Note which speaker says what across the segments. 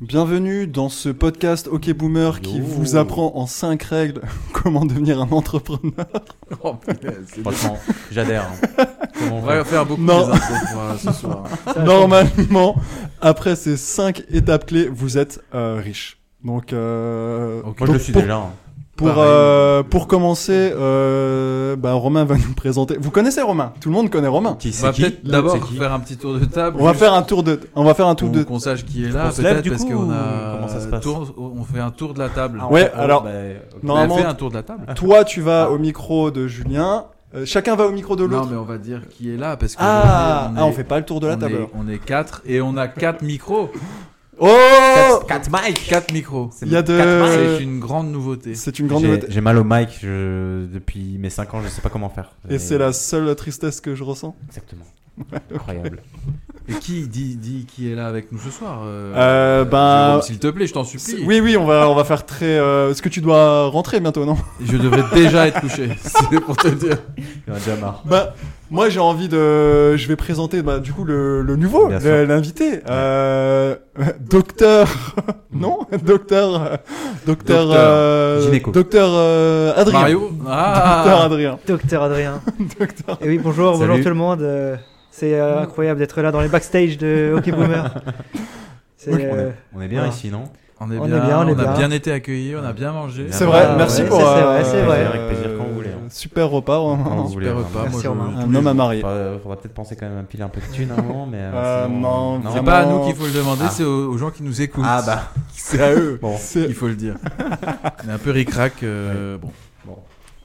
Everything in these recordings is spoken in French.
Speaker 1: Bienvenue dans ce podcast Ok Boomer qui
Speaker 2: Yo.
Speaker 1: vous apprend en 5 règles comment devenir un entrepreneur.
Speaker 2: Oh, punaise, c'est
Speaker 3: Franchement, j'adhère. hein. Comment on
Speaker 2: On
Speaker 3: va
Speaker 2: va faire beaucoup
Speaker 1: Non.
Speaker 2: des infos voilà, euh, ce soir.
Speaker 1: Normalement, après ces 5 étapes clés, vous êtes euh, riche. Donc, euh,
Speaker 2: Ok.
Speaker 3: Moi, je
Speaker 1: donc
Speaker 3: le suis
Speaker 1: pour,
Speaker 3: déjà. hein.
Speaker 1: Pour,
Speaker 2: Pareil.
Speaker 1: euh, pour commencer, euh, bah, Romain va nous présenter. Vous connaissez Romain Tout le monde connaît Romain.
Speaker 3: Qui
Speaker 2: On va
Speaker 3: c'est qui
Speaker 2: peut-être d'abord
Speaker 3: C'est qui
Speaker 2: faire un petit tour de table.
Speaker 1: On va
Speaker 2: juste
Speaker 1: faire un tour de. On va faire un tour
Speaker 2: pour
Speaker 1: de.
Speaker 2: qu'on sache qui est là,
Speaker 3: On se lève,
Speaker 2: peut-être
Speaker 3: du
Speaker 2: parce
Speaker 3: coup,
Speaker 2: qu'on a
Speaker 3: comment ça se passe
Speaker 2: tour- on fait un tour de la table.
Speaker 3: Ah,
Speaker 1: Ouais,
Speaker 3: on fait- oh,
Speaker 1: alors,
Speaker 3: bah, ok.
Speaker 2: on a
Speaker 1: Normalement,
Speaker 2: fait un tour de la table.
Speaker 1: toi, tu vas
Speaker 3: Ah.
Speaker 1: au micro de Julien. Euh, chacun va au micro de
Speaker 2: Non,
Speaker 1: l'autre.
Speaker 2: mais on va dire qui est là parce que
Speaker 1: Ah,
Speaker 2: aujourd'hui,
Speaker 1: ah, on
Speaker 2: est-
Speaker 1: fait pas le tour de la
Speaker 2: on
Speaker 1: table.
Speaker 2: est-
Speaker 1: alors.
Speaker 2: on est quatre et on a quatre micros.
Speaker 1: Oh
Speaker 3: Quatre mics.
Speaker 2: Quatre micros.
Speaker 3: C'est
Speaker 1: Il y a de-
Speaker 3: quatre mics.
Speaker 1: Euh,
Speaker 2: C'est une grande nouveauté.
Speaker 1: C'est une grande
Speaker 3: J'ai-
Speaker 1: nouveauté.
Speaker 3: J'ai mal au mic je- depuis mes 5 ans, je sais pas comment faire.
Speaker 1: Et c'est la seule tristesse que je ressens.
Speaker 3: Exactement. Incroyable.
Speaker 2: Et qui dit, dit qui est là avec nous ce soir euh,
Speaker 1: Euh, ben-
Speaker 2: Jérôme, S'il te plaît, je t'en
Speaker 1: C'est-
Speaker 2: supplie.
Speaker 1: Oui, oui, on va, on va faire très. euh, Est-ce que tu dois rentrer bientôt, non
Speaker 2: Je devrais déjà être couché. C'est pour te dire.
Speaker 3: Il y en a déjà marre.
Speaker 1: Bah, moi j'ai envie de. Je vais présenter bah, du coup le, le nouveau,
Speaker 3: Bien
Speaker 1: le-
Speaker 3: sûr.
Speaker 1: l'invité. Euh, docteur. non Docteur. euh, Docteur.
Speaker 2: Docteur
Speaker 1: euh,
Speaker 3: Gynéco.
Speaker 1: Docteur euh, Adrien.
Speaker 2: Mario
Speaker 1: Docteur
Speaker 2: Ah
Speaker 1: Adrien.
Speaker 4: Docteur Adrien. Et oui, bonjour,
Speaker 3: Salut.
Speaker 4: bonjour tout le monde. euh, C'est euh, incroyable d'être là dans les backstage de Hockey Boomer. C'est,
Speaker 3: On
Speaker 4: euh,
Speaker 3: est, on est bien
Speaker 4: voilà.
Speaker 3: ici, non
Speaker 2: On est
Speaker 4: On
Speaker 2: bien,
Speaker 4: est bien, on est
Speaker 2: on a
Speaker 4: bien.
Speaker 2: bien été accueillis, on a bien mangé.
Speaker 3: Bien
Speaker 1: C'est vrai,
Speaker 4: Ah,
Speaker 1: merci
Speaker 4: ouais,
Speaker 1: pour.
Speaker 4: c'est- c'est
Speaker 1: euh,
Speaker 4: vrai, c'est vrai.
Speaker 3: Avec plaisir, quand vous voulez, hein.
Speaker 1: Super Oh, repas.
Speaker 3: Quand
Speaker 1: vraiment.
Speaker 3: vous voulez,
Speaker 2: Super
Speaker 3: vraiment.
Speaker 2: repas, moi
Speaker 4: Merci,
Speaker 2: je-
Speaker 4: Romain.
Speaker 1: Un homme à marier.
Speaker 3: Faudra, faudra peut-être penser quand même à piler un peu de thunes à un moment, mais. euh,
Speaker 1: Euh,
Speaker 3: sinon,
Speaker 1: non,
Speaker 2: C'est
Speaker 1: vraiment.
Speaker 2: pas à nous qu'il faut le demander,
Speaker 3: Ah.
Speaker 2: c'est aux, aux gens qui nous écoutent.
Speaker 3: Ah bah,
Speaker 2: c'est à eux.
Speaker 3: bon.
Speaker 1: C'est-
Speaker 2: Il faut le dire. On est un peu ric-rac. euh, bon.
Speaker 3: bon.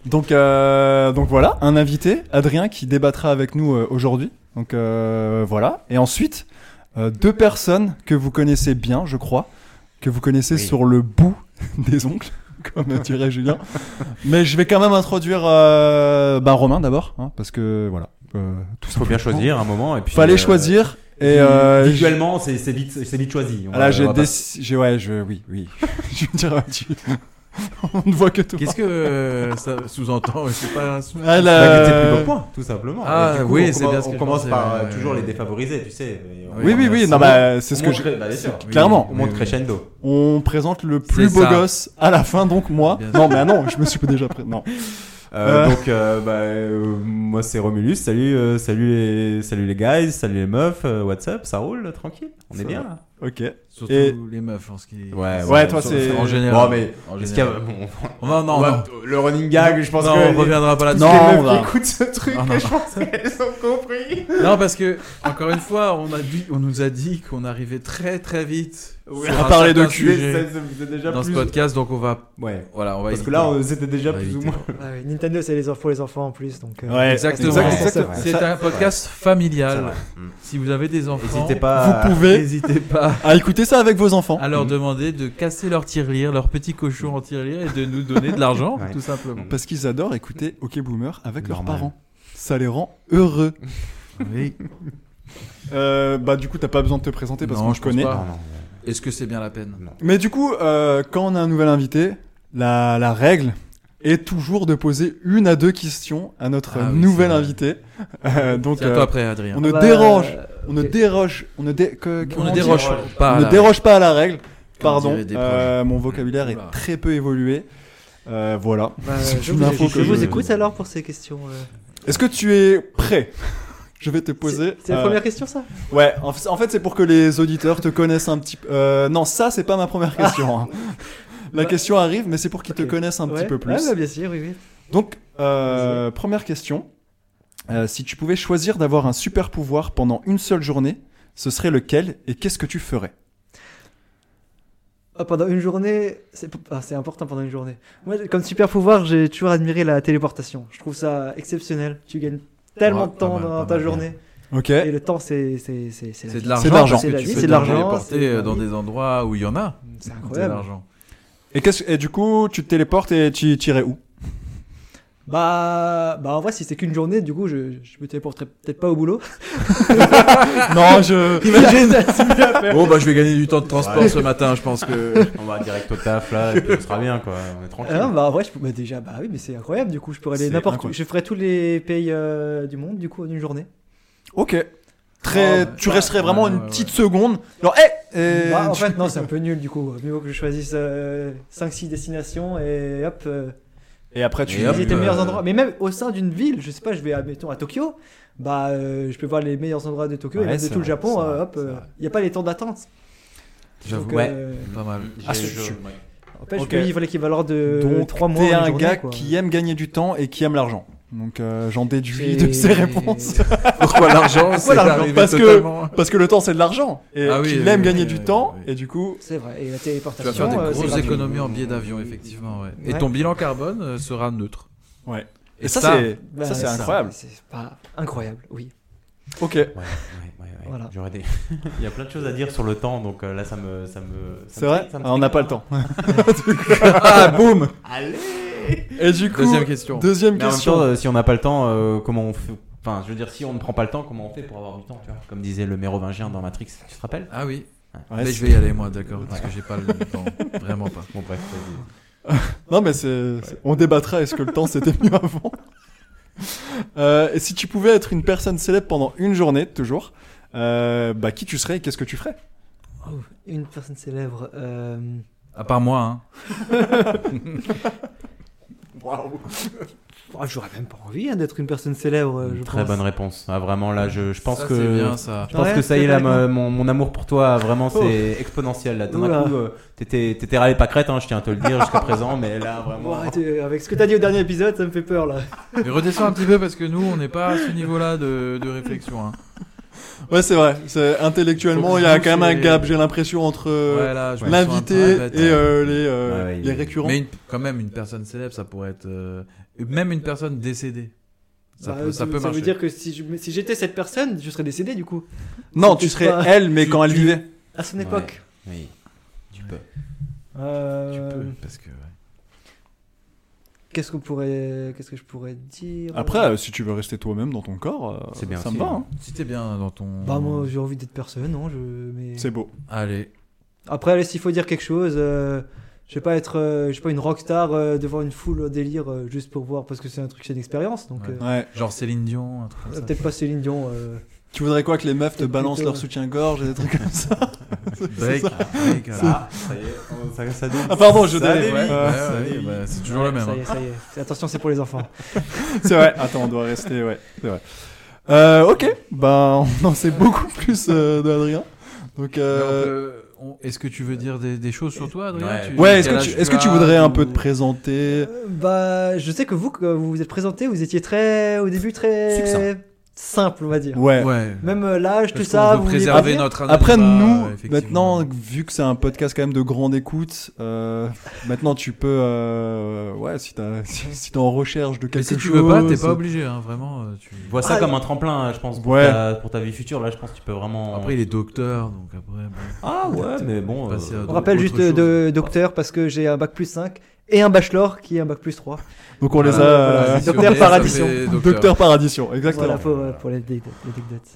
Speaker 1: Donc, euh, donc voilà, un invité, Adrien, qui débattra avec nous euh, aujourd'hui. Donc euh, voilà. Et ensuite, euh, deux personnes que vous connaissez bien, je crois, que vous connaissez
Speaker 3: Oui.
Speaker 1: sur le bout des oncles, comme dirait Julien. Mais je vais quand même introduire euh, bah, Romain d'abord, hein, parce que voilà. euh, tout
Speaker 3: Faut bien
Speaker 1: simplement.
Speaker 3: choisir un moment et puis.
Speaker 1: Fallait
Speaker 3: euh,
Speaker 1: choisir. Et euh,
Speaker 3: Visuellement, c'est c'est vite, c'est vite choisi. On
Speaker 1: je- là,
Speaker 3: va-
Speaker 1: j'ai
Speaker 3: on va pas-
Speaker 1: déc- j'ai- ouais, je, oui, oui. je veux dire, tu- on ne voit que toi.
Speaker 2: Qu'est-ce que euh, ça sous-entend Je sais pas. sous-
Speaker 1: Ah,
Speaker 3: Bah,
Speaker 1: là,
Speaker 3: que t'es plus bon point, tout simplement.
Speaker 2: Ah,
Speaker 3: Et du coup,
Speaker 2: oui,
Speaker 3: on
Speaker 2: c'est
Speaker 3: commence-
Speaker 2: bien ce
Speaker 3: On
Speaker 2: que je
Speaker 3: commence
Speaker 2: pensais,
Speaker 3: par
Speaker 2: ouais,
Speaker 3: euh,
Speaker 2: ouais,
Speaker 3: toujours
Speaker 2: ouais.
Speaker 3: les défavorisés, tu sais. mais on-
Speaker 1: Oui, oui, oui. Non, bah, c'est ce que
Speaker 3: on
Speaker 1: je.
Speaker 3: montre- bah, bien sûr.
Speaker 2: Oui,
Speaker 1: Clairement.
Speaker 3: On
Speaker 2: oui,
Speaker 3: monte
Speaker 2: oui.
Speaker 3: crescendo.
Speaker 1: On présente le plus
Speaker 2: C'est
Speaker 1: beau
Speaker 2: ça.
Speaker 1: gosse à la fin, donc moi.
Speaker 2: Bien
Speaker 1: Non, mais ah non, je me suis pas déjà prêt. Non.
Speaker 3: Euh,
Speaker 1: Euh.
Speaker 3: Donc, euh, bah, euh, moi, c'est Romulus. Salut, euh, salut, les, salut les guys, salut les meufs. euh, what's up Ça roule, tranquille On
Speaker 1: Ça
Speaker 3: est bien
Speaker 1: va.
Speaker 3: là
Speaker 1: Ok.
Speaker 2: Surtout
Speaker 1: Et-
Speaker 2: les meufs en ce qui.
Speaker 1: Ouais, toi,
Speaker 3: sur-
Speaker 1: c'est-
Speaker 3: sur-
Speaker 2: En général.
Speaker 3: Bon, mais.
Speaker 2: En
Speaker 3: Est-ce qu'il y a...
Speaker 2: général.
Speaker 3: bon,
Speaker 2: Non, non,
Speaker 3: on
Speaker 2: non.
Speaker 3: va- Le running gag, je pense
Speaker 2: non,
Speaker 3: que.
Speaker 2: on
Speaker 3: les-
Speaker 2: reviendra pas
Speaker 3: toutes
Speaker 2: là-dessus.
Speaker 1: Non,
Speaker 3: les
Speaker 1: on
Speaker 3: meufs
Speaker 1: va-
Speaker 3: qui écoutent ce truc,
Speaker 2: Non, non.
Speaker 3: je pense qu'elles ont compris.
Speaker 2: Non, parce que, encore une fois, on, a dit, on nous a dit qu'on arrivait très très vite
Speaker 3: Oui.
Speaker 2: sur
Speaker 1: À
Speaker 2: un
Speaker 1: parler de
Speaker 2: certain
Speaker 1: cul.
Speaker 2: sujet
Speaker 3: Ça, ça faisait déjà
Speaker 2: dans ce
Speaker 3: plus.
Speaker 2: podcast, donc on va.
Speaker 3: Ouais.
Speaker 2: Voilà, on va
Speaker 3: Parce que
Speaker 2: éviter.
Speaker 3: là, on- c'était déjà
Speaker 2: On va
Speaker 3: plus ou
Speaker 2: éviter.
Speaker 3: moins.
Speaker 4: ah oui, Nintendo, c'est les enfants, les enfants en plus. Donc, euh,
Speaker 1: Ouais,
Speaker 2: Exactement.
Speaker 1: exact,
Speaker 3: Ouais,
Speaker 1: exact.
Speaker 3: vrai.
Speaker 2: C'est
Speaker 1: Ça-
Speaker 2: un podcast familial. Si vous avez des enfants,
Speaker 3: N'hésitez pas.
Speaker 1: Vous
Speaker 3: à-
Speaker 1: pouvez
Speaker 2: n'hésitez pas
Speaker 1: à écouter ça avec vos enfants.
Speaker 2: à leur demander de casser leur tirelire, leur petit cochon en tirelire et de nous donner de l'argent,
Speaker 3: Ouais.
Speaker 2: tout simplement.
Speaker 1: Parce qu'ils adorent écouter OK Boomer avec leurs
Speaker 3: Normal.
Speaker 1: parents. Ça les rend heureux.
Speaker 2: Oui.
Speaker 1: Euh, bah, du coup, t'as pas besoin de te présenter parce
Speaker 2: Non,
Speaker 1: qu'on
Speaker 2: je
Speaker 1: te
Speaker 2: pense
Speaker 1: connaît.
Speaker 2: pas.
Speaker 3: Non, non,
Speaker 2: Est-ce que c'est bien la peine
Speaker 3: non.
Speaker 1: Mais du coup, euh, quand on a un nouvel invité, la, la règle est toujours de poser une à deux questions à notre
Speaker 2: Ah oui,
Speaker 1: nouvel
Speaker 2: c'est vrai.
Speaker 1: invité. Euh, donc,
Speaker 2: C'est à
Speaker 1: euh,
Speaker 2: toi après, Adrien.
Speaker 1: on ne
Speaker 4: bah,
Speaker 1: dérange,
Speaker 4: euh,
Speaker 1: on ne
Speaker 4: ok.
Speaker 1: déroge, on ne dé- que-
Speaker 3: euh,
Speaker 2: On
Speaker 1: comment
Speaker 2: ne
Speaker 1: dire
Speaker 2: déroge
Speaker 3: déroge.
Speaker 2: pas. à
Speaker 1: On ne
Speaker 2: la-
Speaker 1: déroge pas à la règle.
Speaker 2: Comme
Speaker 1: Pardon,
Speaker 2: diraient des
Speaker 1: euh, mon vocabulaire est
Speaker 2: Oula.
Speaker 1: très peu évolué. Euh, voilà.
Speaker 4: bah,
Speaker 1: C'est
Speaker 4: je
Speaker 1: une
Speaker 4: vous,
Speaker 1: info
Speaker 4: je
Speaker 1: que
Speaker 4: vous
Speaker 1: je-
Speaker 4: écoute alors pour ces questions. euh.
Speaker 1: Est-ce que tu es prêt Je vais te poser.
Speaker 4: C'est- C'est la
Speaker 1: euh,
Speaker 4: première question, ça
Speaker 1: Ouais. En, f- en fait, c'est pour que les auditeurs te connaissent un petit. peu. Euh, non, ça, c'est pas ma première question. hein. La
Speaker 4: Bah.
Speaker 1: question arrive, mais c'est pour qu'ils te
Speaker 4: Ah. Ok.
Speaker 1: connaissent un petit
Speaker 4: Ouais,
Speaker 1: peu plus.
Speaker 4: ouais, bah, bien sûr, oui, oui.
Speaker 1: Donc, euh, première question. Euh, si tu pouvais choisir d'avoir un super pouvoir pendant une seule journée, ce serait lequel et qu'est-ce que tu ferais
Speaker 4: Ah, pendant une journée, c'est p- ah, c'est important pendant une journée. Moi, comme super pouvoir, j'ai toujours admiré la téléportation. Je trouve ça exceptionnel. Tu gagnes tellement
Speaker 2: Ouais,
Speaker 4: de temps
Speaker 2: pas mal, pas
Speaker 4: dans
Speaker 2: mal,
Speaker 4: ta
Speaker 2: bien.
Speaker 4: journée.
Speaker 1: Ok.
Speaker 4: Et le temps, c'est c'est- c'est- c'est la
Speaker 2: C'est
Speaker 1: C'est
Speaker 2: de l'argent.
Speaker 4: vie.
Speaker 1: de l'argent.
Speaker 2: parce que
Speaker 4: C'est la
Speaker 2: tu
Speaker 4: vie,
Speaker 2: peux
Speaker 4: c'est de
Speaker 2: te
Speaker 4: l'argent,
Speaker 2: téléporter,
Speaker 4: c'est de la
Speaker 2: euh, dans
Speaker 4: vie.
Speaker 2: des endroits où il y en a.
Speaker 4: C'est
Speaker 2: C'est de
Speaker 4: incroyable.
Speaker 2: l'argent.
Speaker 1: Et, qu'est-ce- et du coup, tu te téléportes et tu tu irais où
Speaker 4: Bah, bah en vrai, si c'est qu'une journée, du coup, je, je me téléporterai peut-être pas au boulot.
Speaker 1: Non, je.
Speaker 4: Imagine faire.
Speaker 2: Bon, bah, je vais gagner du temps de transport
Speaker 3: Ouais.
Speaker 2: ce matin, je pense que.
Speaker 3: On va direct au taf là, et puis on sera bien quoi, on est tranquille.
Speaker 4: Ah, bah en vrai, je peux- bah, déjà, bah oui, mais c'est incroyable, du coup, je pourrais aller
Speaker 1: C'est
Speaker 4: n'importe où.
Speaker 1: incroyable.
Speaker 4: Je ferai tous les pays euh, du monde, du coup, en une journée.
Speaker 1: Ok. Très,
Speaker 2: Oh, ouais.
Speaker 1: tu resterais vraiment
Speaker 2: Ouais,
Speaker 1: une
Speaker 2: ouais,
Speaker 1: petite seconde. Genre, hé, Et
Speaker 4: Bah, en
Speaker 1: tu-
Speaker 4: fait, non, c'est un peu nul du coup. Mieux vaut que je choisisse 5-6 destinations et hop, euh,
Speaker 1: et après, tu.
Speaker 2: Et hop,
Speaker 4: visite les
Speaker 2: euh,
Speaker 4: meilleurs endroits. Mais même au sein d'une ville, je sais pas, je vais, admettons, à Tokyo, bah, euh, je peux voir les meilleurs endroits de Tokyo
Speaker 1: Ouais,
Speaker 4: et même de
Speaker 1: c'est
Speaker 4: tout le
Speaker 1: vrai,
Speaker 4: Japon,
Speaker 1: c'est
Speaker 4: euh,
Speaker 1: vrai,
Speaker 4: hop,
Speaker 1: c'est
Speaker 4: euh,
Speaker 1: vrai.
Speaker 4: y a pas les temps d'attente.
Speaker 2: J'avoue.
Speaker 4: Donc,
Speaker 2: Ouais.
Speaker 4: euh,
Speaker 2: Pas mal.
Speaker 1: Ah,
Speaker 2: J'ai-
Speaker 1: je-
Speaker 2: je-
Speaker 1: je-
Speaker 2: ouais.
Speaker 4: en fait,
Speaker 1: Ok.
Speaker 4: je peux vivre l'équivalent de
Speaker 1: Donc,
Speaker 4: 3 Euh, mois.
Speaker 1: t'es
Speaker 4: en une
Speaker 1: un
Speaker 4: journée,
Speaker 1: gars
Speaker 4: quoi.
Speaker 1: qui aime gagner du temps et qui aime l'argent. Donc, euh, j'en déduis
Speaker 4: C'est-
Speaker 1: de ces réponses.
Speaker 2: Ah. Pourquoi l'argent C'est
Speaker 1: l'argent
Speaker 2: arrivé
Speaker 1: Parce que-
Speaker 2: totalement-
Speaker 1: Parce que le temps, c'est de l'argent. Et
Speaker 2: Ah oui,
Speaker 1: qu'il
Speaker 2: oui,
Speaker 1: aime
Speaker 2: oui,
Speaker 1: gagner
Speaker 2: oui,
Speaker 1: du
Speaker 2: oui,
Speaker 1: temps.
Speaker 2: oui.
Speaker 1: Et du coup,
Speaker 4: C'est vrai, et la
Speaker 2: Tu vas faire
Speaker 4: téléportation.
Speaker 2: des
Speaker 4: euh, c'est
Speaker 2: grosses
Speaker 4: gratuit.
Speaker 2: économies en billets d'avion, effectivement. ouais. Et
Speaker 4: Ouais.
Speaker 2: ton bilan carbone euh, sera neutre.
Speaker 1: Ouais.
Speaker 2: Et,
Speaker 1: et ça,
Speaker 2: ça,
Speaker 1: c'est
Speaker 4: Bah,
Speaker 1: ça, c'est
Speaker 4: ça,
Speaker 1: incroyable.
Speaker 4: C'est pas incroyable, oui.
Speaker 1: Ok.
Speaker 3: Ouais, ouais, ouais, ouais.
Speaker 4: Voilà.
Speaker 3: J'aurais des- Il y a plein de choses à dire sur le temps, donc euh, là, ça me. Ça me ça
Speaker 1: C'est
Speaker 3: me
Speaker 1: vrai
Speaker 3: pique, ça me
Speaker 1: Ah, On
Speaker 3: pique.
Speaker 1: n'a pas le temps. ah, boum
Speaker 3: Allez
Speaker 1: Et du coup,
Speaker 2: Deuxième question.
Speaker 1: deuxième
Speaker 3: Mais en même
Speaker 1: question.
Speaker 3: temps, euh, si on n'a pas le temps, euh, comment on fait Enfin, je veux dire, si on ne prend pas le temps, comment on fait pour avoir du temps, tu vois Comme disait le mérovingien dans Matrix, tu te rappelles
Speaker 2: Ah oui.
Speaker 1: Ouais,
Speaker 2: Mais
Speaker 1: c'est-
Speaker 2: je vais y aller, moi, d'accord. Parce que j'ai pas le temps. Vraiment pas.
Speaker 3: Bon, bref, vas-y.
Speaker 1: Non, mais c'est, c'est- on débattra est-ce que le temps c'était mieux avant. Euh, et si tu pouvais être une personne célèbre pendant une journée, toujours, euh, bah qui tu serais et qu'est-ce que tu ferais
Speaker 4: Oh, une personne célèbre. euh,
Speaker 2: À part moi, hein.
Speaker 4: oh, J'aurais même pas envie hein, d'être une personne célèbre. euh, je
Speaker 3: Très
Speaker 4: pense.
Speaker 3: bonne réponse. Ah, vraiment, là, je, je pense
Speaker 2: Ça,
Speaker 3: que.
Speaker 2: C'est bien ça.
Speaker 3: Je pense
Speaker 4: Ouais,
Speaker 3: que ça y est,
Speaker 4: c'est
Speaker 3: là,
Speaker 4: vrai. hein.
Speaker 3: ma-
Speaker 4: Oh.
Speaker 3: mon, mon amour pour toi, vraiment, c'est exponentiel. Là, tout d'un
Speaker 4: Oula.
Speaker 3: coup, euh, t'étais t'étais râlé pas crête, hein, je tiens à te le dire jusqu'à présent, mais là,
Speaker 4: Bon,
Speaker 3: vraiment.
Speaker 4: arrête, euh, avec ce que t'as dit au dernier épisode, ça me fait peur là.
Speaker 2: Mais redescends un petit peu parce que nous, on n'est pas à ce niveau-là de, de réflexion. Hein.
Speaker 1: Ouais, c'est vrai. C'est intellectuellement, il y a quand même un gap. J'ai l'impression entre euh,
Speaker 2: Ouais, là, je me
Speaker 1: l'invité
Speaker 2: sens un peu bête,
Speaker 1: et
Speaker 2: hein.
Speaker 1: euh, les euh,
Speaker 3: Ouais, ouais,
Speaker 1: les
Speaker 3: il-
Speaker 1: récurrents.
Speaker 2: Mais une- quand même, une personne célèbre, ça pourrait être. euh, même une personne décédée. Ça,
Speaker 4: Bah,
Speaker 2: peut, ça,
Speaker 4: veut-
Speaker 2: peut marcher.
Speaker 4: veut dire que si je- mais si j'étais cette personne, je serais décédé du coup.
Speaker 1: Non,
Speaker 4: c'est
Speaker 1: tu
Speaker 4: plus
Speaker 1: serais
Speaker 4: pas-
Speaker 1: elle, mais
Speaker 2: tu-
Speaker 1: quand elle
Speaker 2: tu-
Speaker 1: vivait.
Speaker 4: À son époque.
Speaker 3: Oui, tu peux.
Speaker 4: Euh,
Speaker 2: Tu peux, parce que. ouais.
Speaker 4: Qu'est-ce qu'on pourrait, qu'est-ce que je pourrais dire
Speaker 1: Après, euh, si tu veux rester toi-même dans ton corps, euh,
Speaker 3: C'est bien
Speaker 1: ça
Speaker 3: aussi,
Speaker 1: me va.
Speaker 3: hein.
Speaker 1: hein.
Speaker 2: Si t'es bien dans ton.
Speaker 4: Bah moi, j'ai envie d'être personne, non Je. Mais.
Speaker 1: C'est beau.
Speaker 2: Allez.
Speaker 4: Après, allez, s'il faut dire quelque chose, euh, je vais pas être, euh, je sais pas, une rockstar euh, devant une foule en délire euh, juste pour voir parce que c'est un truc, c'est une expérience. Donc.
Speaker 2: Ouais.
Speaker 4: euh,
Speaker 1: Ouais.
Speaker 2: Genre Céline Dion, un truc comme
Speaker 4: euh,
Speaker 2: ça.
Speaker 4: Peut-être pas Céline Dion. euh,
Speaker 1: Tu voudrais quoi que les meufs te
Speaker 4: Peut-être
Speaker 1: balancent
Speaker 4: plutôt-
Speaker 3: euh,
Speaker 1: leur soutien-gorge et des trucs comme ça
Speaker 2: Drake. Drake, voilà.
Speaker 3: Ah, ça y est, on- ça, ça donne.
Speaker 1: Ah pardon, je
Speaker 3: Ça
Speaker 1: dévie.
Speaker 3: dévie.
Speaker 2: Ouais,
Speaker 1: Euh,
Speaker 3: ça
Speaker 2: ouais,
Speaker 3: y est.
Speaker 2: bah, c'est toujours le même.
Speaker 4: ça y
Speaker 2: hein.
Speaker 4: est, ça y est. Attention, c'est pour les enfants.
Speaker 1: C'est vrai. Attends, on doit rester, ouais. C'est vrai. Euh, ok, bah on en sait beaucoup plus euh, d'Adrien. Donc,
Speaker 2: Mais on
Speaker 1: euh,
Speaker 2: peut- on- Est-ce que tu veux dire des, des choses sur toi, Adrien
Speaker 3: Ouais.
Speaker 2: euh, Tu-
Speaker 1: ouais,
Speaker 2: quel
Speaker 1: est-ce que
Speaker 2: âge
Speaker 1: tu, est-ce que tu
Speaker 2: as,
Speaker 1: voudrais un
Speaker 2: ou-
Speaker 1: peu te présenter
Speaker 4: Euh, Bah, je sais que vous, quand vous vous êtes présenté, vous étiez très, au début, très
Speaker 3: Succinct.
Speaker 4: simple, on va dire.
Speaker 1: Ouais.
Speaker 2: Ouais.
Speaker 4: Même euh, l'âge, tout
Speaker 2: Parce
Speaker 4: ça,
Speaker 2: qu'on veut
Speaker 4: vous vouliez
Speaker 2: préserver
Speaker 4: pas dire
Speaker 2: notre
Speaker 1: Après
Speaker 2: anonymat,
Speaker 1: nous,
Speaker 2: euh, effectivement.
Speaker 1: maintenant vu que c'est un podcast quand même de grande écoute, euh, maintenant tu peux, euh, ouais, si t'as, si, si t'es en recherche de
Speaker 2: Mais
Speaker 1: quelque
Speaker 2: si
Speaker 1: chose.
Speaker 2: tu veux pas, t'es pas obligé, hein, vraiment. euh, Tu...
Speaker 3: Vois ça
Speaker 4: Ah,
Speaker 3: comme un tremplin, hein, je pense, pour,
Speaker 1: Ouais.
Speaker 3: ta, pour ta vie future. Là, je pense que tu peux vraiment.
Speaker 2: Après, il est docteur, donc après. bon.
Speaker 3: Ah ouais, mais bon.
Speaker 2: Passer à
Speaker 4: On
Speaker 2: d'autres-
Speaker 4: rappelle
Speaker 2: autre
Speaker 4: juste euh,
Speaker 2: chose.
Speaker 4: de docteur parce que j'ai un bac plus 5 et un bachelor qui est un bac plus 3.
Speaker 1: Donc on les a.
Speaker 2: Voilà,
Speaker 1: euh,
Speaker 2: voilà, si
Speaker 4: Docteur
Speaker 2: on est,
Speaker 4: par
Speaker 2: ça
Speaker 4: addition.
Speaker 2: fait
Speaker 1: Docteur par addition, exactement.
Speaker 4: Voilà pour, euh, pour les anecdotes- les anecdotes.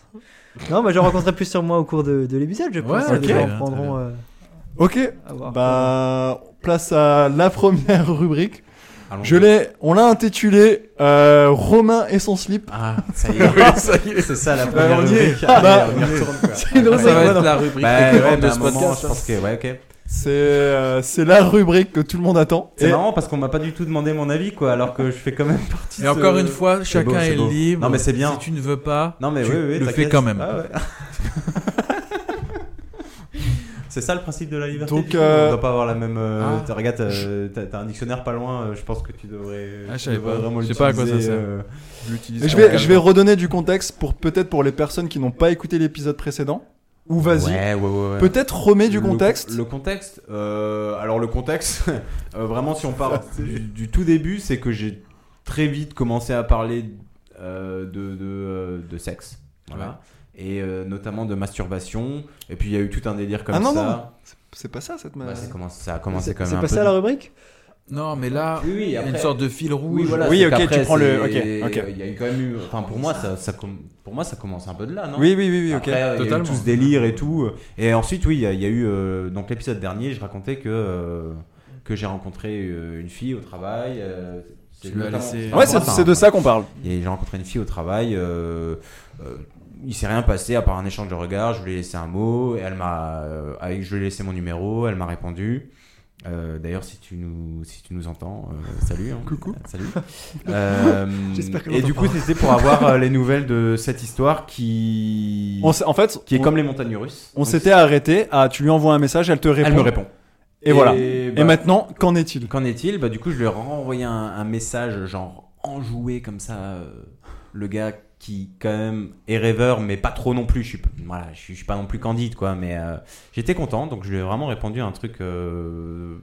Speaker 4: Non, mais j'en rencontrerai plus sur moi au cours de, de l'épisode, je pense.
Speaker 2: Ouais,
Speaker 1: ok.
Speaker 4: Les gens
Speaker 2: Très
Speaker 4: prendront euh,
Speaker 1: Ok,
Speaker 4: à voir.
Speaker 1: bah place à la première rubrique.
Speaker 3: Allons-y.
Speaker 1: Je l'ai, on l'a intitulé euh, Romain et son slip.
Speaker 3: Ah, ça y est. ça y est. C'est ça la première
Speaker 1: on y est.
Speaker 3: rubrique. Allez,
Speaker 1: Bah,
Speaker 3: on y retourne, quoi.
Speaker 1: C'est une
Speaker 2: Ça va
Speaker 1: rubrique.
Speaker 2: être la rubrique
Speaker 3: Bah ouais,
Speaker 2: récurrente
Speaker 3: mais
Speaker 2: de
Speaker 3: à un hein.
Speaker 2: ce
Speaker 3: moment,
Speaker 2: podcast.
Speaker 3: je pense que. Ouais, ok.
Speaker 1: C'est euh, c'est la rubrique que tout le monde attend.
Speaker 3: C'est
Speaker 1: Et-
Speaker 3: marrant parce qu'on m'a pas du tout demandé mon avis, quoi, alors que je fais quand même partie
Speaker 2: Et
Speaker 3: de ce-
Speaker 2: encore une fois, chacun
Speaker 3: beau, c'est
Speaker 2: est,
Speaker 3: beau.
Speaker 2: libre.
Speaker 3: Non, mais c'est bien.
Speaker 2: Si tu ne veux pas,
Speaker 3: Non mais
Speaker 2: tu
Speaker 3: oui, oui,
Speaker 2: le
Speaker 3: t'inquiète.
Speaker 2: fais quand même.
Speaker 3: Ah ouais. C'est ça le principe de la liberté.
Speaker 1: Donc,
Speaker 3: du coup,
Speaker 1: euh,
Speaker 3: on doit pas avoir la même. euh,
Speaker 2: Ah.
Speaker 3: t'as- regarde, t'as- t'as t'as un dictionnaire pas loin. euh, je pense que tu devrais.
Speaker 2: Ah, je
Speaker 3: tu
Speaker 2: savais
Speaker 3: devrais
Speaker 2: pas.
Speaker 3: Vraiment
Speaker 2: Je sais pas à quoi ça
Speaker 3: l'utiliser,
Speaker 2: sert.
Speaker 3: euh,
Speaker 1: Et je vais, je vais redonner du contexte pour peut-être pour les personnes qui n'ont pas écouté l'épisode précédent. Ou vas-y.
Speaker 3: Ouais, ouais, ouais, ouais.
Speaker 1: Peut-être remets du
Speaker 3: Le-
Speaker 1: contexte.
Speaker 3: Le, contexte. euh, alors le contexte. euh, vraiment, si on part du, du tout début, c'est que j'ai très vite commencé à parler euh, de, de, euh, de sexe. Voilà. Et euh, notamment de masturbation. Et puis il y a eu tout un délire comme
Speaker 1: Ah non,
Speaker 3: ça.
Speaker 1: non. C'est pas ça cette. ma-
Speaker 3: Bah, c'est commencé- ça a
Speaker 4: C'est-
Speaker 3: commencé quand même
Speaker 4: C'est
Speaker 3: un
Speaker 4: pas
Speaker 3: peu
Speaker 4: ça la rubrique
Speaker 2: Non, mais là,
Speaker 3: Oui, oui,
Speaker 2: il y a une
Speaker 3: après-
Speaker 2: sorte de fil rouge.
Speaker 1: Oui,
Speaker 3: c'est
Speaker 1: ok,
Speaker 3: qu'après,
Speaker 1: tu prends le-
Speaker 3: c'est-
Speaker 1: ok, ok.
Speaker 3: Il y a eu quand même eu. Enfin, pour moi, ça, ça com- pour moi, ça commence un peu de là, non
Speaker 1: Oui, oui, oui, oui, ok.
Speaker 3: Après, il y a eu
Speaker 2: Totalement.
Speaker 3: tout ce délire et tout. Et ensuite, oui, il y a, il y a eu. euh, donc, l'épisode dernier, je racontais que. euh, que j'ai rencontré euh, une fille au travail. euh, c'est
Speaker 2: Tu lui as
Speaker 3: notamment-
Speaker 2: laissé-
Speaker 1: Ouais, c'est
Speaker 3: hein.
Speaker 1: c'est de ça qu'on parle.
Speaker 3: Et j'ai rencontré une fille au travail. euh, euh, il s'est rien passé à part un échange de regards. Je lui ai laissé un mot. Et elle m'a, euh, avec, je lui ai laissé mon numéro. Elle m'a répondu. Euh, D'ailleurs, si tu nous, si tu nous entends, euh, salut. hein.
Speaker 1: Coucou.
Speaker 3: Euh, Salut. Euh,
Speaker 4: J'espère qu'elle
Speaker 3: et du
Speaker 4: m'entend
Speaker 3: coup,
Speaker 4: pas.
Speaker 3: c'était pour avoir euh, les nouvelles de cette histoire qui,
Speaker 1: On s'est- en fait,
Speaker 3: qui est
Speaker 1: on-
Speaker 3: comme les montagnes russes.
Speaker 1: on
Speaker 3: Donc,
Speaker 1: s'était arrêté à tu lui envoies un message, elle te répond.
Speaker 3: Elle me répond.
Speaker 1: Et, voilà.
Speaker 3: bah,
Speaker 1: Et maintenant, qu'en est-il
Speaker 3: Qu'en est-il Bah du coup, je lui ai renvoyé un, un message genre enjoué comme ça. euh, le gars qui quand même est rêveur, mais pas trop non plus. Je suis, p- voilà, je suis, je suis pas non plus candide quoi. Mais euh, j'étais content, donc je lui ai vraiment répondu à un truc euh,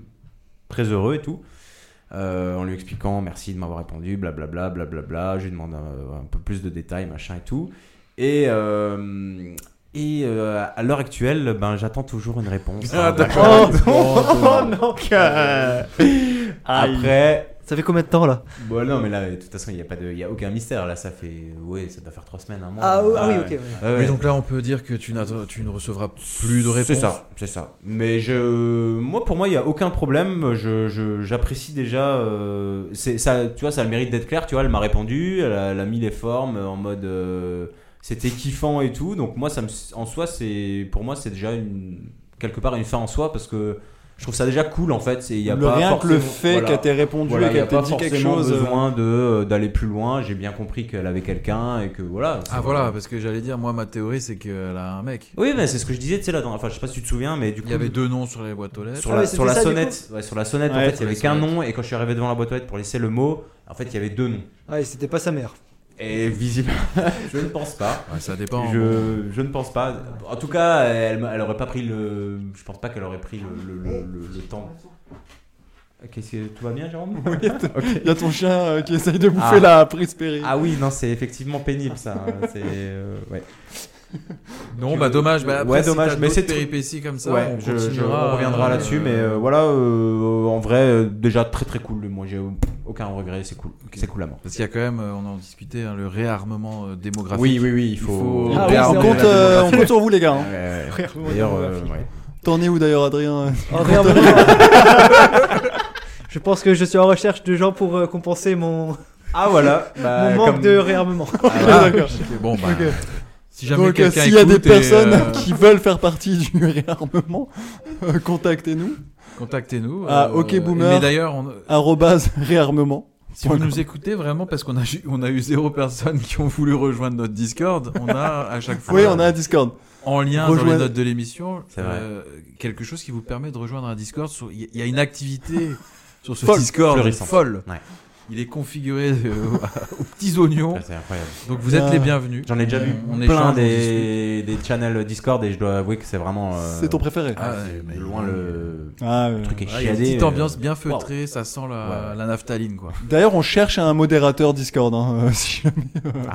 Speaker 3: très heureux et tout. Euh, en lui expliquant merci de m'avoir répondu, blablabla, blablabla. Je lui demande euh, un, un peu plus de détails, machin et tout. Et euh, et euh, à l'heure actuelle, ben j'attends toujours une réponse.
Speaker 2: Ah,
Speaker 3: d'accord.
Speaker 4: non
Speaker 1: euh,
Speaker 3: Après,
Speaker 4: Ça fait combien de temps là
Speaker 3: Bon, non, mais là, de toute façon, il n'y a, pas de- il y a aucun mystère. Là, ça fait. Ouais, ça doit faire 3 semaines, un mois.
Speaker 4: ah, oui,
Speaker 3: Ouais,
Speaker 4: ok.
Speaker 3: ouais.
Speaker 4: ouais.
Speaker 3: Ouais, ouais.
Speaker 2: Mais donc là, on peut dire que tu, n'attends- tu ne recevras plus de réponse.
Speaker 3: C'est ça, c'est ça. Mais je, moi, pour moi, il n'y a aucun problème. Je, je- j'apprécie déjà. euh, c'est ça, tu vois, ça a le mérite d'être clair. Tu vois, elle m'a répondu, elle a, elle a mis les formes en mode. euh, c'était kiffant et tout. Donc moi, ça me, en soi, c'est, pour moi, c'est déjà une, quelque part une fin en soi parce que je trouve ça déjà cool en fait. C'est, il y a
Speaker 1: Le-
Speaker 3: pas
Speaker 1: Rien que le
Speaker 3: forcément-
Speaker 1: fait
Speaker 3: voilà.
Speaker 1: qu'elle t'ait répondu
Speaker 3: Voilà,
Speaker 1: et
Speaker 3: il n'y a
Speaker 1: qu'elle t'ait
Speaker 3: pas
Speaker 1: dit quelque
Speaker 3: forcément
Speaker 1: chose. euh,
Speaker 3: besoin de euh, d'aller plus loin. J'ai bien compris qu'elle avait quelqu'un et que voilà. c'est-
Speaker 2: Ah voilà, parce que j'allais dire, moi, ma théorie, c'est qu'elle a un mec.
Speaker 3: Oui, mais c'est ce que je disais, tu sais là. dans- Enfin, je sais pas si tu te souviens, mais du coup,
Speaker 2: Il y avait deux noms sur les boîtes aux lettres.
Speaker 3: sur
Speaker 4: Ah
Speaker 3: la,
Speaker 4: oui,
Speaker 3: sur la
Speaker 4: c'était ça, du
Speaker 3: sonnette, ouais, sur la sonnette, en
Speaker 1: Ouais,
Speaker 3: fait, il
Speaker 2: sur
Speaker 3: y avait
Speaker 2: la
Speaker 3: qu'un
Speaker 2: sonnette.
Speaker 3: nom et quand je suis arrivé devant la boîte aux lettres pour laisser le mot, en fait, il y avait deux noms.
Speaker 4: Ouais, Ah, c'était pas sa mère.
Speaker 3: Et visible, je ne pense pas.
Speaker 2: Ouais, ça dépend.
Speaker 3: Je, je ne pense pas. En tout cas, elle, elle aurait pas pris le. Je pense pas qu'elle aurait pris le, le, le, le- le temps. Qu'est-ce que tout va bien, Jérôme
Speaker 1: Il y a ton chien euh, qui essaye de bouffer
Speaker 3: Ah.
Speaker 1: la prise Perry.
Speaker 3: Ah oui, non, c'est effectivement pénible ça. C'est euh, ouais.
Speaker 2: Non, bah dommage. Bah, après,
Speaker 3: Ouais, dommage,
Speaker 2: Si
Speaker 3: mais c'est
Speaker 2: c'est
Speaker 3: tout.
Speaker 2: péripéties comme ça.
Speaker 3: ouais,
Speaker 2: on
Speaker 3: je, je-
Speaker 2: continuera,
Speaker 3: on reviendra
Speaker 2: euh,
Speaker 3: là-dessus, mais euh, voilà, euh, en vrai, euh, déjà très très cool. Moi, j'ai aucun regret, c'est cool, c'est cool à mort.
Speaker 2: Parce qu'il y a quand même, euh, on en discutait, hein, le réarmement euh, démographique.
Speaker 3: oui,
Speaker 2: il faut-
Speaker 1: Ah
Speaker 2: on
Speaker 1: oui,
Speaker 2: regarde,
Speaker 1: on,
Speaker 2: on
Speaker 1: compte,
Speaker 2: regarde
Speaker 1: euh,
Speaker 2: la
Speaker 1: on compte sur vous, les gars. hein.
Speaker 3: D'ailleurs, euh, ouais.
Speaker 1: T'en es où d'ailleurs, Adrien
Speaker 4: Ah, merde, non. je pense que je suis en recherche de gens pour euh, compenser mon,
Speaker 3: ah voilà, bah,
Speaker 4: mon manque
Speaker 3: comme-
Speaker 4: de réarmement.
Speaker 2: Ah,
Speaker 1: D'accord.
Speaker 2: Bon, bah.
Speaker 1: Ok.
Speaker 2: Si jamais
Speaker 1: Donc, euh,
Speaker 2: quelqu'un
Speaker 1: s'il y a des
Speaker 2: écoute et,
Speaker 1: personnes
Speaker 2: euh,
Speaker 1: qui veulent faire partie du réarmement, euh, contactez-nous.
Speaker 2: contactez-nous. euh,
Speaker 1: Ah, ok, boomer.
Speaker 2: Mais d'ailleurs, on-
Speaker 1: Arrobase réarmement.
Speaker 2: si vous nous écoutez vraiment, parce qu'on a, ju- on a eu zéro personne qui ont voulu rejoindre notre Discord, on a à chaque fois.
Speaker 1: Oui, on a un Discord.
Speaker 2: en lien dans
Speaker 1: Rejoindre-
Speaker 2: les notes de l'émission,
Speaker 3: C'est vrai.
Speaker 2: euh, quelque chose qui vous permet de rejoindre un Discord. sur- Il y, il y a une activité sur ce
Speaker 1: Folle,
Speaker 2: Discord
Speaker 3: florissante.
Speaker 2: folle.
Speaker 3: Ouais.
Speaker 2: Il est configuré euh, aux petits oignons,
Speaker 3: Ah, C'est incroyable.
Speaker 2: donc vous êtes
Speaker 1: Ah.
Speaker 2: les bienvenus.
Speaker 3: J'en ai déjà
Speaker 2: On-
Speaker 3: vu
Speaker 2: on
Speaker 3: plein
Speaker 2: échange, on
Speaker 3: des, des channels Discord et je dois avouer que c'est vraiment. euh,
Speaker 1: C'est ton préféré.
Speaker 2: Ah,
Speaker 3: c'est
Speaker 2: mais-
Speaker 3: loin le
Speaker 1: Ah, euh,
Speaker 3: le truc est
Speaker 2: Ah, il y a une
Speaker 3: chiadé,
Speaker 2: petite
Speaker 3: euh,
Speaker 2: ambiance bien feutrée, ça sent la,
Speaker 3: Ouais.
Speaker 2: la naphtaline quoi.
Speaker 1: D'ailleurs, on cherche un modérateur Discord. hein, euh, si jamais,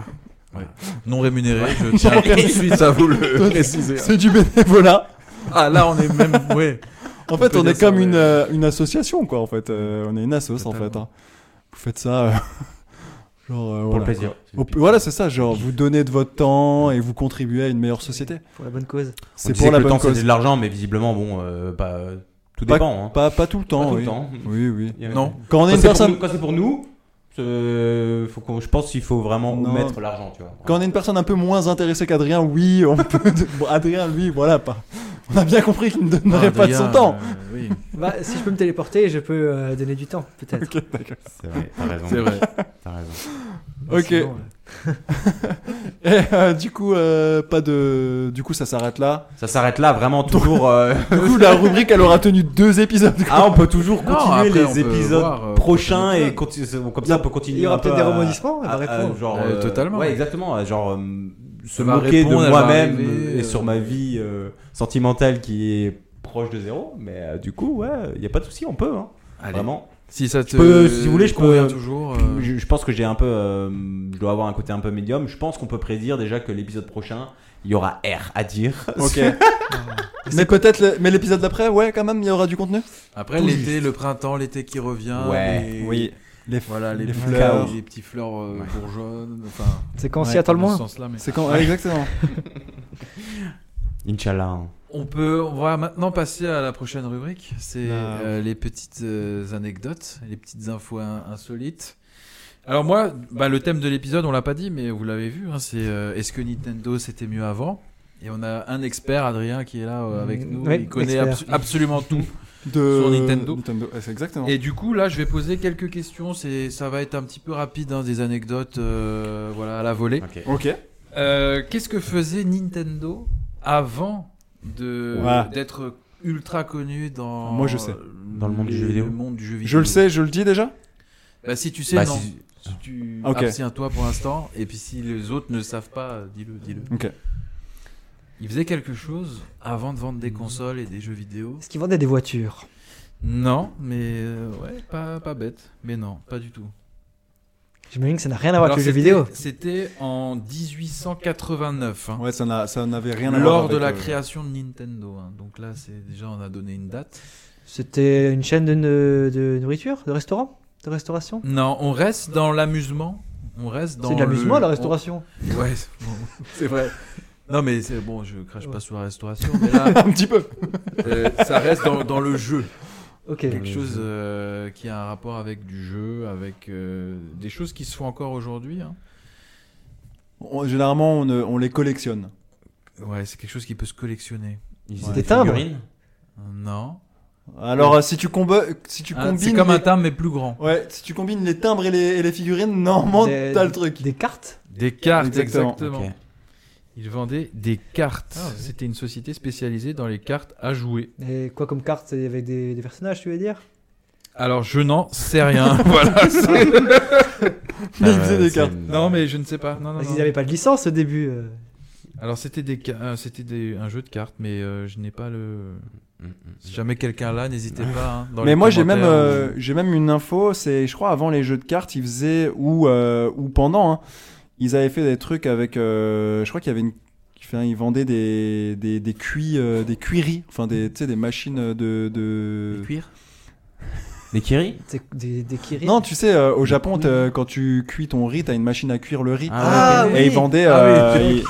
Speaker 1: euh,
Speaker 2: Non rémunéré, je tiens tout de suite à vous le préciser.
Speaker 1: C'est du bénévolat.
Speaker 2: Ah là on est même, ouais.
Speaker 1: En
Speaker 2: On
Speaker 1: fait,
Speaker 2: peut
Speaker 1: on
Speaker 2: dire
Speaker 1: est
Speaker 2: ça,
Speaker 1: comme
Speaker 2: ouais.
Speaker 1: une, euh, une association, quoi. En fait, Euh, on est une assoce, en fait.
Speaker 2: Totalement.
Speaker 1: hein. Vous faites ça, euh, genre, euh,
Speaker 3: pour
Speaker 1: voilà,
Speaker 3: le plaisir.
Speaker 1: quoi. Au- Voilà, c'est ça. Genre, vous donnez de votre temps et vous contribuez à une meilleure société.
Speaker 4: Pour la bonne cause.
Speaker 1: C'est pour la
Speaker 3: le
Speaker 1: bonne
Speaker 3: temps,
Speaker 1: cause.
Speaker 3: C'est de l'argent, mais visiblement, bon, euh, bah, euh, tout
Speaker 1: Pas-
Speaker 3: dépend. hein.
Speaker 1: Pas, pas tout le temps.
Speaker 3: Pas tout le
Speaker 1: oui.
Speaker 3: temps.
Speaker 1: Oui, oui.
Speaker 3: Il y a-
Speaker 2: Non.
Speaker 1: Quand on est une
Speaker 3: Quand c'est pour
Speaker 1: personne,
Speaker 3: nous- quand c'est pour nous, euh, faut qu'on- je pense qu'il faut vraiment
Speaker 1: Non.
Speaker 3: mettre l'argent, tu vois.
Speaker 1: quand on est une personne un peu moins intéressée qu'Adrien, oui, on peut. Bon, Adrien, lui, voilà, pas. On a bien compris qu'il ne donnerait pas de son
Speaker 2: Adrien,
Speaker 1: temps.
Speaker 2: euh, oui,
Speaker 4: Bah, si je peux me téléporter, je peux euh, donner du temps, peut-être.
Speaker 1: Ok, d'accord.
Speaker 3: C'est vrai, t'as raison.
Speaker 2: c'est vrai.
Speaker 3: T'as raison.
Speaker 1: Ok.
Speaker 4: Sinon, euh,
Speaker 1: Et euh, du coup, euh, pas de. Du coup, ça s'arrête là.
Speaker 3: Ça s'arrête là, vraiment toujours. euh,
Speaker 1: Du coup, la rubrique, elle aura tenu deux épisodes.
Speaker 3: ah, on peut toujours
Speaker 2: Non,
Speaker 3: continuer
Speaker 2: après, on
Speaker 3: les
Speaker 2: peut
Speaker 3: épisodes
Speaker 2: voir, euh,
Speaker 3: prochains
Speaker 2: prochain
Speaker 3: et conti- c'est- bon, comme ça, on peut
Speaker 4: il
Speaker 3: continuer.
Speaker 4: y
Speaker 3: un
Speaker 4: aura
Speaker 3: peu
Speaker 4: peut-être
Speaker 3: à-
Speaker 4: des rebondissements, elle
Speaker 3: à-
Speaker 4: va
Speaker 3: à-
Speaker 4: répondre.
Speaker 3: genre,
Speaker 2: Euh, totalement.
Speaker 3: Ouais, exactement. euh, Genre, euh, se
Speaker 2: Elle va
Speaker 3: moquer
Speaker 2: répondre,
Speaker 3: de
Speaker 2: elle va
Speaker 3: moi-même
Speaker 2: arriver,
Speaker 3: euh, et
Speaker 2: euh,
Speaker 3: sur ma vie euh, sentimentale qui est proche de zéro. Mais euh, du coup, ouais, il y a pas de souci, on peut. Hein,
Speaker 2: Allez.
Speaker 3: vraiment.
Speaker 2: Si ça te,
Speaker 3: peux- si vous voulez, je peux-
Speaker 2: convient toujours. euh,
Speaker 3: Je, je pense que j'ai un peu. euh, je dois avoir un côté un peu médium. Je pense qu'on peut prédire déjà que l'épisode prochain, il y aura R à dire.
Speaker 1: Ok. mais peut-être, le- mais l'épisode d'après, ouais, quand même, il y aura du contenu.
Speaker 2: Après
Speaker 3: Tout
Speaker 2: l'été, le printemps, l'été qui revient.
Speaker 3: Ouais,
Speaker 2: les-
Speaker 1: Les,
Speaker 2: Voilà, les,
Speaker 1: les
Speaker 2: petits
Speaker 1: fleurs.
Speaker 2: cailloux, les petits fleurs euh,
Speaker 3: Ouais.
Speaker 2: bourgeonnes. Enfin,
Speaker 4: C'est quand on s'y
Speaker 1: Ouais,
Speaker 4: attend le
Speaker 2: dans ce
Speaker 4: moins.
Speaker 2: sens-là, mais-
Speaker 1: C'est quand, ouais, exactement.
Speaker 3: Inch'Allah. hein.
Speaker 2: On peut, on va maintenant passer à la prochaine rubrique. C'est
Speaker 1: La-
Speaker 2: euh, les petites euh, anecdotes, les petites infos in- insolites. Alors moi, bah, le thème de l'épisode, on l'a pas dit, mais vous l'avez vu, hein, c'est euh, est-ce que Nintendo c'était mieux avant Et on a un expert, Adrien, qui est là euh, avec
Speaker 4: Mm,
Speaker 2: nous.
Speaker 4: oui,
Speaker 2: il connaît
Speaker 4: expert.
Speaker 2: abso- absolument tout.
Speaker 1: De...
Speaker 2: Sur Nintendo.
Speaker 1: ouais, c'est exactement.
Speaker 2: Et du coup, là, je vais poser quelques questions. C'est, ça va être un petit peu rapide, hein, des anecdotes, euh, voilà, à la volée.
Speaker 3: Ok.
Speaker 1: Ok.
Speaker 2: Euh, qu'est-ce que faisait Nintendo avant de
Speaker 1: Voilà.
Speaker 2: d'être ultra connu dans
Speaker 1: Moi, je sais.
Speaker 3: Dans le monde du jeu vidéo.
Speaker 2: le monde du jeu vidéo.
Speaker 1: Je le sais, je le dis déjà.
Speaker 2: Bah, si tu sais,
Speaker 3: Bah,
Speaker 2: non.
Speaker 3: si-
Speaker 2: Si tu
Speaker 1: Ok.
Speaker 2: abstiens-toi pour l'instant, et puis si les autres ne savent pas, euh, dis-le, dis-le.
Speaker 1: Ok.
Speaker 2: Il faisait quelque chose avant de vendre des consoles et des jeux vidéo.
Speaker 4: Est-ce qu'ils vendaient des voitures
Speaker 2: Non, mais euh, ouais, pas, pas bête. Mais non, pas du tout.
Speaker 4: J'imagine que ça n'a rien à voir
Speaker 2: Alors,
Speaker 4: Ah, avec le jeu
Speaker 2: c'était-
Speaker 4: vidéo.
Speaker 2: C'était en 1889. hein.
Speaker 1: Ouais, ça n'a- ça n'avait rien à voir.
Speaker 2: Lors de
Speaker 1: avec,
Speaker 2: la
Speaker 1: euh,
Speaker 2: création de Nintendo, hein. donc là c'est déjà on a donné une date.
Speaker 4: C'était une chaîne de, de nourriture De restaurant De restauration
Speaker 2: Non, on reste dans l'amusement. On reste dans
Speaker 4: C'est de l'amusement,
Speaker 2: le-
Speaker 4: la restauration.
Speaker 2: on- Ouais, c'est- bon, c'est vrai. Non mais c'est bon, je crache pas sur la restauration, mais là
Speaker 1: Un petit peu.
Speaker 2: euh, ça reste dans, dans le jeu.
Speaker 4: Ok.
Speaker 2: Quelque chose euh, qui a un rapport avec du jeu, avec euh, des choses qui se font encore aujourd'hui. hein.
Speaker 1: On- généralement, on, ne- on les collectionne.
Speaker 2: Ouais, c'est quelque chose qui peut se collectionner.
Speaker 3: Ils
Speaker 1: Ouais.
Speaker 3: faisaient
Speaker 4: Des timbres.
Speaker 3: figurines
Speaker 2: Non.
Speaker 1: Alors, euh, si tu, combe- si tu
Speaker 2: Ah,
Speaker 1: combines.
Speaker 2: c'est comme un
Speaker 1: les...
Speaker 2: timbre mais plus grand.
Speaker 1: Ouais, si tu combines les timbres et les, et les figurines, normalement,
Speaker 4: Des-
Speaker 1: t'as le truc.
Speaker 4: Des cartes
Speaker 2: Des cartes,
Speaker 1: Exactement.
Speaker 2: exactement.
Speaker 3: Ok.
Speaker 2: Ils vendaient des cartes. C'était une société spécialisée dans les cartes à jouer.
Speaker 4: Et quoi comme carte C'est avec des, des personnages, tu veux dire
Speaker 2: Alors je n'en sais rien. voilà. c'est-
Speaker 1: Mais ils
Speaker 3: Ah ouais,
Speaker 1: faisaient des
Speaker 3: c'est-
Speaker 1: cartes.
Speaker 2: Non mais je ne sais pas. Non, non,
Speaker 4: Parce
Speaker 2: non.
Speaker 4: qu'ils n'avaient pas de licence au début. euh.
Speaker 2: Alors c'était des, ca- euh, c'était des- un jeu de cartes, mais euh, je n'ai pas le.
Speaker 3: Mm, mm.
Speaker 2: Si jamais quelqu'un là, n'hésitez pas. hein, dans
Speaker 1: Mais
Speaker 2: les
Speaker 1: moi j'ai même
Speaker 2: commentaires.
Speaker 1: euh, j'ai même une info, c'est je crois avant les jeux de cartes ils faisaient ou euh, ou pendant hein, ils avaient fait des trucs avec euh, je crois qu'il y avait une enfin, ils vendaient des des des cuits euh, des cuiries enfin des tu sais des machines de de
Speaker 2: cuir.
Speaker 3: Des Kiri
Speaker 4: C'est des, des Kiri.
Speaker 1: non tu sais euh, au Japon t'as- quand tu cuis ton riz t'as une machine à cuire le riz
Speaker 4: Ah,
Speaker 1: et
Speaker 4: oui.
Speaker 1: ils vendaient
Speaker 2: Ah
Speaker 1: euh,
Speaker 2: oui,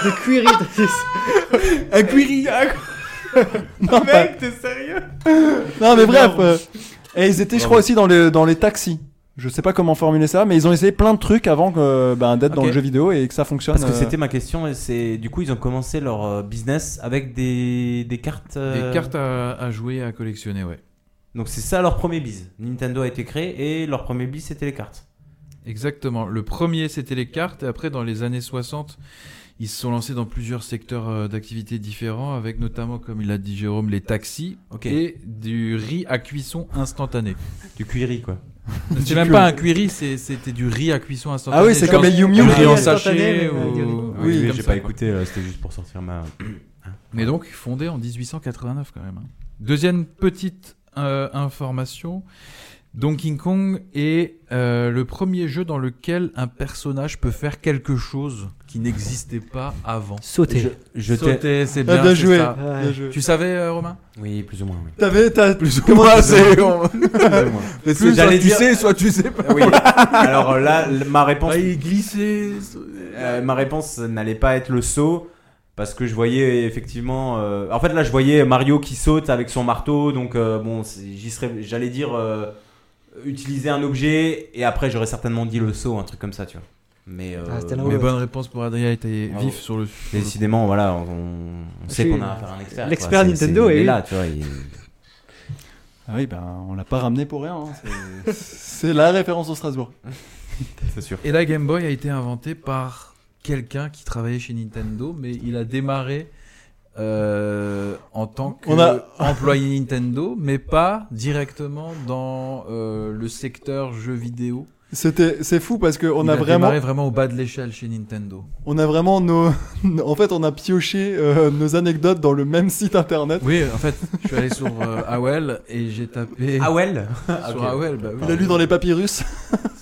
Speaker 1: ils-
Speaker 4: Des Kiri.
Speaker 3: Un Kiri
Speaker 1: non, pas-
Speaker 3: t'es sérieux
Speaker 1: non, mais bref euh, et ils étaient je crois aussi dans les dans les taxis je sais pas comment formuler ça mais ils ont essayé plein de trucs avant que ben, d'être dans
Speaker 2: Ok.
Speaker 1: le jeu vidéo et que ça fonctionne
Speaker 3: Parce que
Speaker 1: euh,
Speaker 3: c'était ma question, et c'est du coup ils ont commencé leur euh, business avec des, des cartes. euh,
Speaker 2: Des cartes à, à jouer, à collectionner, ouais.
Speaker 3: Donc c'est ça leur premier bise. Nintendo a été créé et leur premier bise c'était les cartes.
Speaker 2: Exactement. Le premier, c'était les cartes. Et après, dans les années 60, ils se sont lancés dans plusieurs secteurs euh, d'activité différents, avec notamment, comme il l'a dit Jérôme, les taxis
Speaker 3: Ok.
Speaker 2: et du riz à cuisson instantané.
Speaker 3: Du Kiri quoi.
Speaker 2: C'est même pas un cuiri, c'est- c'était du riz à cuisson instantané.
Speaker 1: Bah, Ah oui, c'est
Speaker 2: Je
Speaker 1: comme
Speaker 2: pense-
Speaker 1: les Yum
Speaker 2: du
Speaker 1: Yum.
Speaker 2: riz en
Speaker 4: Riz instantané,
Speaker 2: sachet.
Speaker 4: mais avec du riz.
Speaker 1: euh, Oui,
Speaker 2: Ou... un truc
Speaker 1: mais
Speaker 3: j'ai
Speaker 2: comme ça,
Speaker 3: pas
Speaker 2: quoi.
Speaker 3: écouté, euh, c'était juste pour sortir ma.
Speaker 2: Mais donc, fondé en 1889 quand même. hein. Deuxième petite euh, information. Donkey Kong est euh, le premier jeu dans lequel un personnage peut faire quelque chose qui n'existait pas avant.
Speaker 4: Sauter.
Speaker 3: Je, je t'ai-
Speaker 2: Sauter, c'est
Speaker 1: Ah,
Speaker 2: bien.
Speaker 1: bien
Speaker 2: c'est
Speaker 1: joué.
Speaker 2: ça.
Speaker 4: Ouais.
Speaker 1: Bien joué.
Speaker 2: Tu savais, euh, Romain
Speaker 3: Oui, plus ou moins. Oui.
Speaker 1: T'avais, t'as plus ou moins, c'est. Mais
Speaker 3: Plus,
Speaker 1: soit
Speaker 3: j'allais
Speaker 1: tu
Speaker 3: dire-
Speaker 1: sais, soit tu sais pas.
Speaker 3: Oui. Alors euh, là, l- ma réponse,
Speaker 2: Ah, il glissait.
Speaker 3: euh, ma réponse n'allait pas être le saut parce que je voyais effectivement. euh, En fait, là, je voyais Mario qui saute avec son marteau, donc euh, bon, c'est- j'y serais, j'allais dire euh, utiliser un objet et après j'aurais certainement dit le saut, un truc comme ça, tu vois. Mais, euh,
Speaker 4: Ah, c'était là où-
Speaker 2: Mais bonne réponse pour Adrien, il était
Speaker 3: Bravo.
Speaker 2: vif sur le. sur le-
Speaker 3: Décidément, voilà, on, on sait
Speaker 4: Ah, Je-
Speaker 3: qu'on a affaire à un expert. quoi.
Speaker 4: l'expert
Speaker 3: C'est-
Speaker 4: Nintendo,
Speaker 3: c'est- il
Speaker 4: oui.
Speaker 3: est là, tu vois. il-
Speaker 1: Ah oui, ben on l'a pas ramené pour rien. hein. C'est- C'est la référence au Strasbourg.
Speaker 3: C'est sûr.
Speaker 2: Et la Game Boy a été inventée par quelqu'un qui travaillait chez Nintendo, mais il a démarré euh, en tant
Speaker 1: On a-
Speaker 2: qu'employé Nintendo, mais pas directement dans euh, le secteur jeux vidéo.
Speaker 1: C'était, c'est fou parce que on
Speaker 2: il
Speaker 1: a, vraiment,
Speaker 2: démarré vraiment au bas de l'échelle chez Nintendo.
Speaker 1: on a vraiment nos, en fait, on a pioché euh, nos anecdotes dans le même site internet.
Speaker 2: Oui, en fait, je suis allé sur euh, AOL et j'ai tapé
Speaker 3: Ah well
Speaker 2: sur
Speaker 3: ok.
Speaker 2: AOL. bah oui.
Speaker 1: Il a lu dans les papyrus.